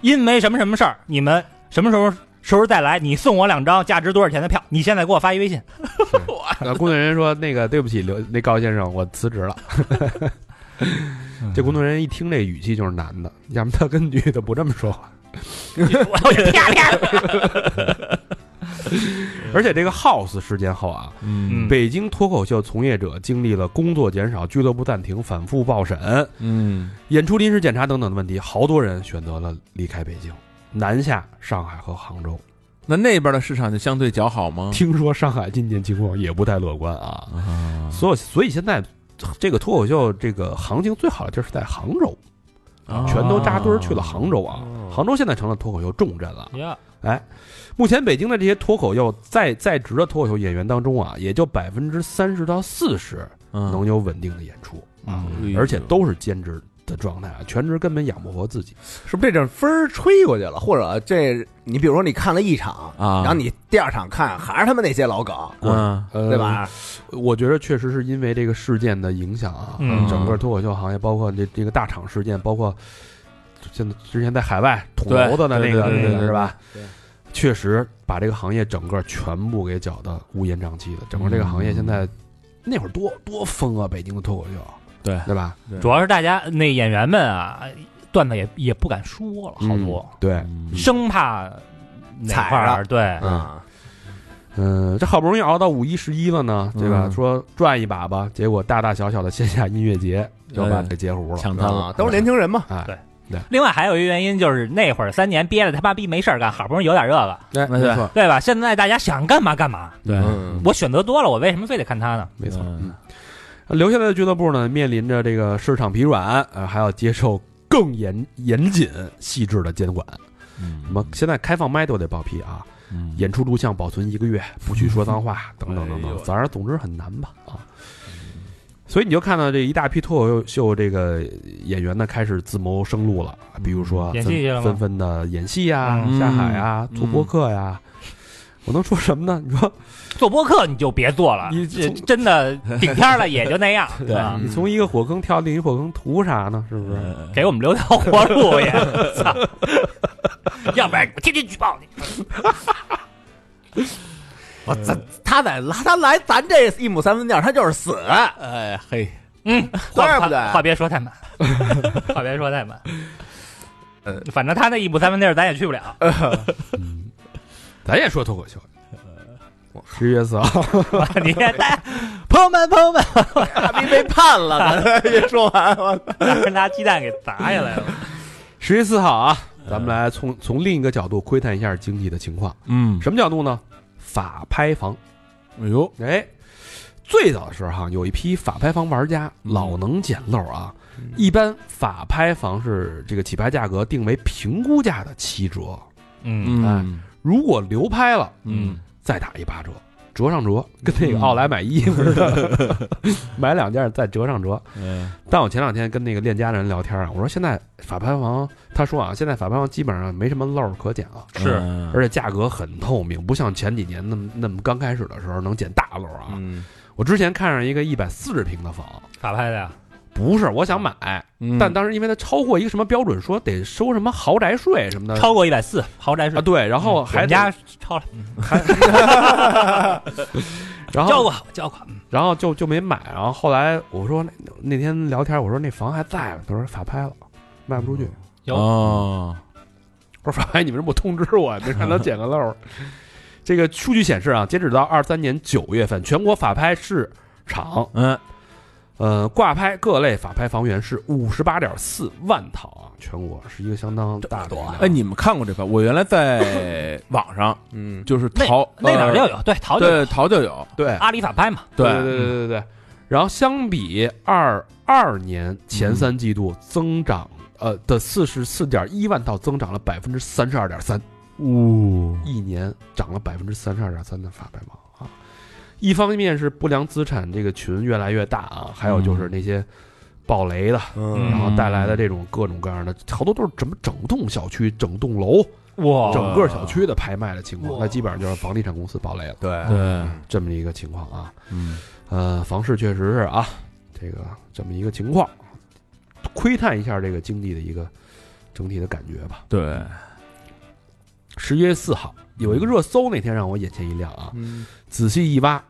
[SPEAKER 4] 因为什么什么事儿，你们什么时候时候再来，你送我两张价值多少钱的票，你现在给我发一微信，
[SPEAKER 3] 呃，工作人员说：“那个，对不起，刘那高先生，我辞职了。” 这工作人员一听这语气就是男的，要么他跟女的不这么说话。
[SPEAKER 4] 我我就啪啪，
[SPEAKER 3] 而且这个 house 事件后啊，
[SPEAKER 6] 嗯
[SPEAKER 4] 嗯
[SPEAKER 3] 北京脱口秀从业者经历了工作减少、俱乐部暂停、反复报审、
[SPEAKER 6] 嗯
[SPEAKER 3] 演出临时检查等等的问题，好多人选择了离开北京，南下上海和杭州。
[SPEAKER 6] 那那边的市场就相对较好吗？
[SPEAKER 3] 听说上海今年情况也不太乐观啊，
[SPEAKER 6] 啊
[SPEAKER 3] 所以所以现在这个脱口秀这个行情最好的就是在杭州。
[SPEAKER 6] 啊
[SPEAKER 3] 全都扎堆儿去了杭州啊！杭州现在成了脱口秀重镇了。哎
[SPEAKER 4] 呀
[SPEAKER 3] 目前北京的这些脱口秀在在职的脱口秀演员当中啊，也就百分之三十到四十
[SPEAKER 6] 能
[SPEAKER 3] 能有稳定的演出，
[SPEAKER 6] 啊
[SPEAKER 5] 嗯
[SPEAKER 3] 而且都是兼职的状态啊，全职根本养不活自己。
[SPEAKER 2] 是不是这阵风儿吹过去了？或者这你比如说你看了一场，
[SPEAKER 6] 啊，
[SPEAKER 2] 然后你第二场看还是他们那些老梗，
[SPEAKER 6] 嗯
[SPEAKER 3] 呃
[SPEAKER 2] 对？吧？
[SPEAKER 3] 我觉得确实是因为这个事件的影响啊，
[SPEAKER 4] 嗯
[SPEAKER 3] 整个脱口秀行业，包括这这个大厂事件，包括现在之前在海外捅娄子的那个
[SPEAKER 6] 对对对对
[SPEAKER 3] 那个
[SPEAKER 6] 对
[SPEAKER 3] 是吧？
[SPEAKER 2] 对
[SPEAKER 3] 确实把这个行业整个全部给搅得乌烟瘴气的，整个这个行业现
[SPEAKER 6] 嗯
[SPEAKER 3] 在、那会儿多多疯啊，北京的脱口秀，
[SPEAKER 6] 对
[SPEAKER 3] 对吧？
[SPEAKER 4] 主要是大家那演员们啊，段子也也不敢说了，好多。
[SPEAKER 3] 嗯对，
[SPEAKER 4] 生怕哪块
[SPEAKER 2] 踩
[SPEAKER 4] 儿
[SPEAKER 2] 了
[SPEAKER 4] 对，
[SPEAKER 2] 啊，
[SPEAKER 3] 嗯、这好不容易熬到五一、十一了呢，对吧？
[SPEAKER 6] 嗯
[SPEAKER 3] 说赚一把吧，结果大大小小的线下音乐节要把
[SPEAKER 6] 哎
[SPEAKER 3] 给截胡了，
[SPEAKER 6] 抢滩
[SPEAKER 2] 啊
[SPEAKER 6] 了，
[SPEAKER 2] 都是年轻人嘛，
[SPEAKER 3] 哎，
[SPEAKER 4] 对另外还有一个原因就是那会儿三年憋着他妈逼没事儿干，好不容易有点这个，
[SPEAKER 3] 哎，
[SPEAKER 6] 那
[SPEAKER 3] 没
[SPEAKER 6] 对
[SPEAKER 3] 错，
[SPEAKER 4] 对吧？现在大家想干嘛干嘛，
[SPEAKER 6] 对
[SPEAKER 2] 嗯，
[SPEAKER 4] 我选择多了，我为什么非得看他呢？
[SPEAKER 3] 没错，
[SPEAKER 6] 嗯
[SPEAKER 3] 留下来的俱乐部呢，面临着这个市场疲软，呃，还要接受更严严谨、细致的监管。什么现在开放麦都得报批啊，演出录像保存一个月，不许说脏话，等等等
[SPEAKER 6] 哎
[SPEAKER 3] 等
[SPEAKER 6] 呦。
[SPEAKER 3] 反正总之很难吧啊。所以你就看到这一大批脱口秀这个演员呢，开始自谋生路了，比如说
[SPEAKER 4] 演
[SPEAKER 3] 纷
[SPEAKER 4] 戏去了吗
[SPEAKER 3] 纷纷的演戏呀、
[SPEAKER 6] 嗯
[SPEAKER 3] 下海啊、
[SPEAKER 6] 嗯
[SPEAKER 3] 做播客呀、我能说什么呢？你说
[SPEAKER 4] 做播客你就别做了，
[SPEAKER 3] 你
[SPEAKER 4] 这真的顶天了也就那样，
[SPEAKER 3] 对
[SPEAKER 4] 啊
[SPEAKER 3] 你从一个火坑跳另一个火坑，图啥呢？是不是？
[SPEAKER 4] 给我们留条活路也，操！要不然我天天举报你。
[SPEAKER 2] 我咱他在他来咱这一亩三分地儿，他就是死，
[SPEAKER 5] 哎嘿，
[SPEAKER 4] 嗯，
[SPEAKER 2] 对
[SPEAKER 4] 话
[SPEAKER 2] 不对
[SPEAKER 4] 话话别说太满，话别说太满。
[SPEAKER 2] 呃
[SPEAKER 4] 反正他那一亩三分地儿咱也去不了。
[SPEAKER 3] 咱也说脱口秀。十一月四号，
[SPEAKER 4] 你看大家朋友们，朋友们，
[SPEAKER 2] 大逼被判了。咱别说完，我
[SPEAKER 4] 拿鸡蛋给砸下来了。
[SPEAKER 3] 十一月四号啊，咱们来从从另一个角度窥探一下经济的情况。
[SPEAKER 6] 嗯，
[SPEAKER 3] 什么角度呢？法拍房。
[SPEAKER 6] 哎呦，
[SPEAKER 3] 哎，最早的时候哈、有一批法拍房玩家老能捡漏啊。一般法拍房是这个起拍价格定为评估价的七折，
[SPEAKER 4] 嗯，
[SPEAKER 6] 嗯
[SPEAKER 3] 如果流拍了，
[SPEAKER 6] 嗯，
[SPEAKER 3] 再打一八折，折上折，跟那个奥莱买衣服似的， 买两件再折上折。
[SPEAKER 6] 嗯
[SPEAKER 3] 但我前两天跟那个链家的人聊天啊，我说现在法拍房，他说啊，现在法拍房基本上没什么漏儿可捡了。
[SPEAKER 4] 是
[SPEAKER 6] 嗯
[SPEAKER 3] 而且价格很透明，不像前几年那么那么刚开始的时候能捡大漏啊。
[SPEAKER 2] 嗯，
[SPEAKER 3] 我之前看上一个一百四十平的房，
[SPEAKER 4] 法拍的呀？
[SPEAKER 3] 不是我想买，
[SPEAKER 6] 嗯
[SPEAKER 3] 但当时因为它超过一个什么标准，说得收什么豪宅税什么的，
[SPEAKER 4] 超过一百四，豪宅
[SPEAKER 3] 啊
[SPEAKER 4] 税。
[SPEAKER 3] 对，然后
[SPEAKER 4] 我
[SPEAKER 3] 还
[SPEAKER 4] 们
[SPEAKER 3] 得
[SPEAKER 4] 家超了，
[SPEAKER 3] 然
[SPEAKER 4] 交
[SPEAKER 3] 后
[SPEAKER 4] 过交过。嗯
[SPEAKER 3] 然后就就没买，然后后来我说那那天聊天我说那房还在吗？他说法拍了，卖不出去。
[SPEAKER 4] 有
[SPEAKER 6] 哦，
[SPEAKER 3] 我说法拍你为什么不通知我呀？没让他捡个漏儿。这个数据显示啊，截止到二三年九月份，全国法拍市场
[SPEAKER 6] 嗯
[SPEAKER 3] 呃，挂拍各类法拍房源是五十八点四万套啊，全国是一个相当大的量。
[SPEAKER 6] 哎，你们看过这版？我原来在网上
[SPEAKER 2] 嗯，
[SPEAKER 6] 就是
[SPEAKER 4] 那
[SPEAKER 6] 淘
[SPEAKER 4] 那哪儿
[SPEAKER 6] 呃
[SPEAKER 4] 就有？对，淘就有
[SPEAKER 6] 对淘就有，
[SPEAKER 3] 对
[SPEAKER 4] 阿里法拍嘛。
[SPEAKER 3] 对对对对对。然后相比二二年前三季度增长，呃的四十四点一万套，增长了百分之三十二点三，
[SPEAKER 6] 呜，
[SPEAKER 3] 一年涨了百分之三十二点三的法拍房啊。一方面是不良资产这个群越来越大啊，还有就是那些暴雷的，
[SPEAKER 2] 嗯
[SPEAKER 3] 然后带来的这种各种各样的，好多都是整整栋小区、整栋楼、
[SPEAKER 4] 哇，
[SPEAKER 3] 整个小区的拍卖的情
[SPEAKER 4] 哦
[SPEAKER 3] 况，
[SPEAKER 4] 哇
[SPEAKER 3] 那基本上就是房地产公司暴雷了，
[SPEAKER 2] 对，
[SPEAKER 6] 对，
[SPEAKER 3] 这么一个情况啊。
[SPEAKER 6] 嗯
[SPEAKER 3] 呃，房市确实是啊，这个这么一个情况，窥探一下这个经济的一个整体的感觉吧。
[SPEAKER 6] 对，
[SPEAKER 3] 十一月四号有一个热搜，那天让我眼前一亮啊，
[SPEAKER 2] 嗯
[SPEAKER 3] 仔细一挖，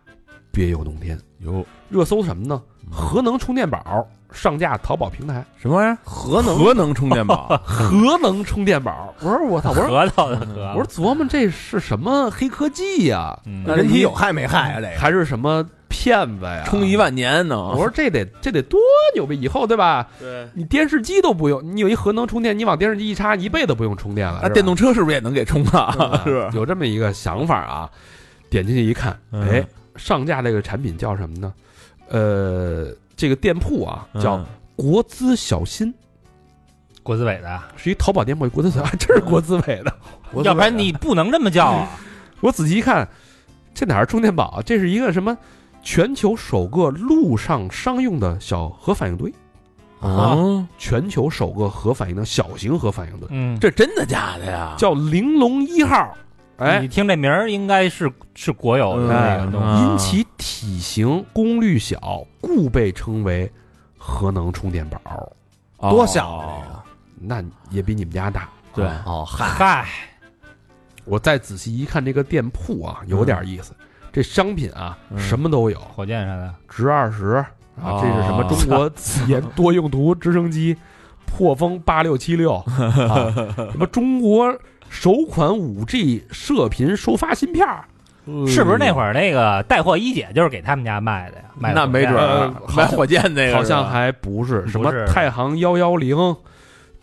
[SPEAKER 3] 别有洞天。
[SPEAKER 6] 有
[SPEAKER 3] 热搜什么呢？核能充电宝上架淘宝平台，
[SPEAKER 6] 什么玩意儿？
[SPEAKER 2] 核能
[SPEAKER 6] 核能充 电宝，
[SPEAKER 3] 核能充电宝。我说我操，我说
[SPEAKER 4] 核桃的核，
[SPEAKER 3] 我说琢磨这嗯是什么黑科技呀、
[SPEAKER 4] 嗯
[SPEAKER 2] 人体有害没害啊？这 个
[SPEAKER 3] 还是什么骗子呀？
[SPEAKER 5] 充一万年呢，
[SPEAKER 6] 啊
[SPEAKER 3] 我说这得这得多牛逼！以后对吧？
[SPEAKER 5] 对，
[SPEAKER 3] 你电视机都不用，你有一核能充电，你往电视机一插，一辈子不用充电了。
[SPEAKER 5] 那
[SPEAKER 3] 是吧
[SPEAKER 5] 电动车是不是也能给充啊？
[SPEAKER 3] 是
[SPEAKER 5] 是
[SPEAKER 3] 吧有这么一个想法啊。点进去一看，
[SPEAKER 6] 嗯
[SPEAKER 3] 哎，上架这个产品叫什么呢？呃，这个店铺啊
[SPEAKER 5] 嗯
[SPEAKER 3] 叫国资小新，
[SPEAKER 4] 国资委的，
[SPEAKER 3] 是一淘宝店铺，国资小， 这是国资委的。
[SPEAKER 4] 要不然你不能这么叫啊。
[SPEAKER 3] 我仔细一看，这哪是充电宝啊？这是一个什么全球首个陆上商用的小核反应堆，
[SPEAKER 6] 啊，
[SPEAKER 3] 全球首个核反应的小型核反应堆，
[SPEAKER 4] 嗯，
[SPEAKER 5] 这真的假的呀？
[SPEAKER 3] 叫玲珑一号。哎哎
[SPEAKER 4] 你，听这名儿应该是是国有的那个东西。
[SPEAKER 3] 因其体型功率小，故被称为核能充电宝。
[SPEAKER 2] 多小啊
[SPEAKER 3] 那也比你们家大。
[SPEAKER 6] 对
[SPEAKER 3] 啊
[SPEAKER 2] 哦，嗨，
[SPEAKER 4] 嗨，
[SPEAKER 3] 我再仔细一看这个店铺啊，有点意思。这商品啊，
[SPEAKER 6] 嗯
[SPEAKER 3] 什么都有，
[SPEAKER 4] 火箭啥的，
[SPEAKER 3] 直二十啊
[SPEAKER 6] 哦，
[SPEAKER 3] 这是什么中国自研多用途直升机，破风八六七六啊，什么中国首款五 G 射频收发芯片儿，
[SPEAKER 6] 嗯
[SPEAKER 4] 呃是不是那会儿那个带货一姐就是给他们家卖的呀？啊卖
[SPEAKER 5] 那没准
[SPEAKER 6] 啊
[SPEAKER 5] 儿
[SPEAKER 3] 呃
[SPEAKER 5] 买火箭那个
[SPEAKER 3] 好像
[SPEAKER 5] 是吧
[SPEAKER 3] 还不是什么
[SPEAKER 4] 不是
[SPEAKER 3] 太行幺幺零。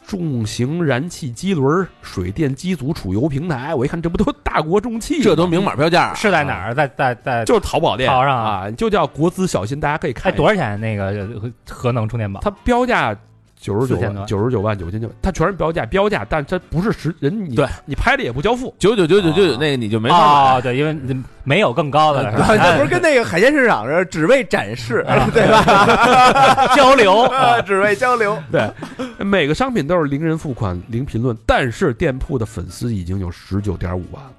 [SPEAKER 3] 重型燃气机轮儿、水电机组、储油平台，我一看这不都大国重器吗，
[SPEAKER 5] 这都明码标价，啊
[SPEAKER 4] 是在哪儿？在在在
[SPEAKER 3] 就是淘宝店，
[SPEAKER 4] 淘上啊
[SPEAKER 3] 啊，就叫国资小新，大家可以
[SPEAKER 4] 哎
[SPEAKER 3] 看一下。
[SPEAKER 4] 多少钱那个核能充电宝？
[SPEAKER 3] 它标价九十九
[SPEAKER 4] 49万
[SPEAKER 3] 万，九十九万九千九，它全是标价，标价，但它不是实人，你
[SPEAKER 5] 对
[SPEAKER 3] 你拍的也不交付。
[SPEAKER 5] 九九九九九九那个你就没法
[SPEAKER 4] 哦，对，因为没有更高的了，是吧
[SPEAKER 2] 这不是跟 那个海鲜市场似的，只为展示， 对吧？啊
[SPEAKER 4] 交 流。
[SPEAKER 2] 只为交流。
[SPEAKER 3] 对，每个商品都是零人付款、零评论，但是店铺的粉丝已经有十九点五万了。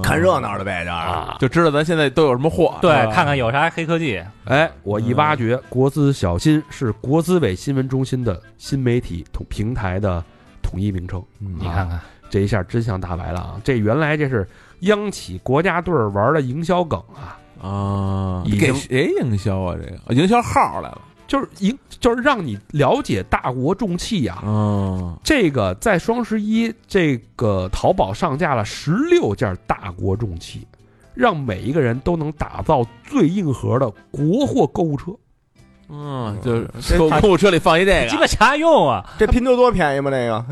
[SPEAKER 2] 看热闹的呗，就是、
[SPEAKER 5] 啊，
[SPEAKER 6] 就知道咱现在都有什么货。
[SPEAKER 4] 对，看看有啥黑科技，
[SPEAKER 3] 哎，我一挖掘，国资小新是国资委新闻中心的新媒体统平台的统一名称。
[SPEAKER 4] 你看看，
[SPEAKER 3] 这一下真相大白了啊！这原来这是央企国家队玩的营销梗啊，
[SPEAKER 6] 啊，
[SPEAKER 3] 已
[SPEAKER 5] 给
[SPEAKER 3] 经
[SPEAKER 5] 谁营销啊？这
[SPEAKER 6] 啊营销号来了。
[SPEAKER 3] 就是营就是让你了解大国重器呀、
[SPEAKER 6] 嗯，
[SPEAKER 3] 这个在双十一，这个淘宝上架了十六件大国重器，让每一个人都能打造最硬核的国货购物车。
[SPEAKER 6] 嗯，就是
[SPEAKER 5] 个购物车里放一这
[SPEAKER 4] 鸡
[SPEAKER 5] 个，
[SPEAKER 4] 巴啥用啊？
[SPEAKER 2] 这拼多多便宜吗？那个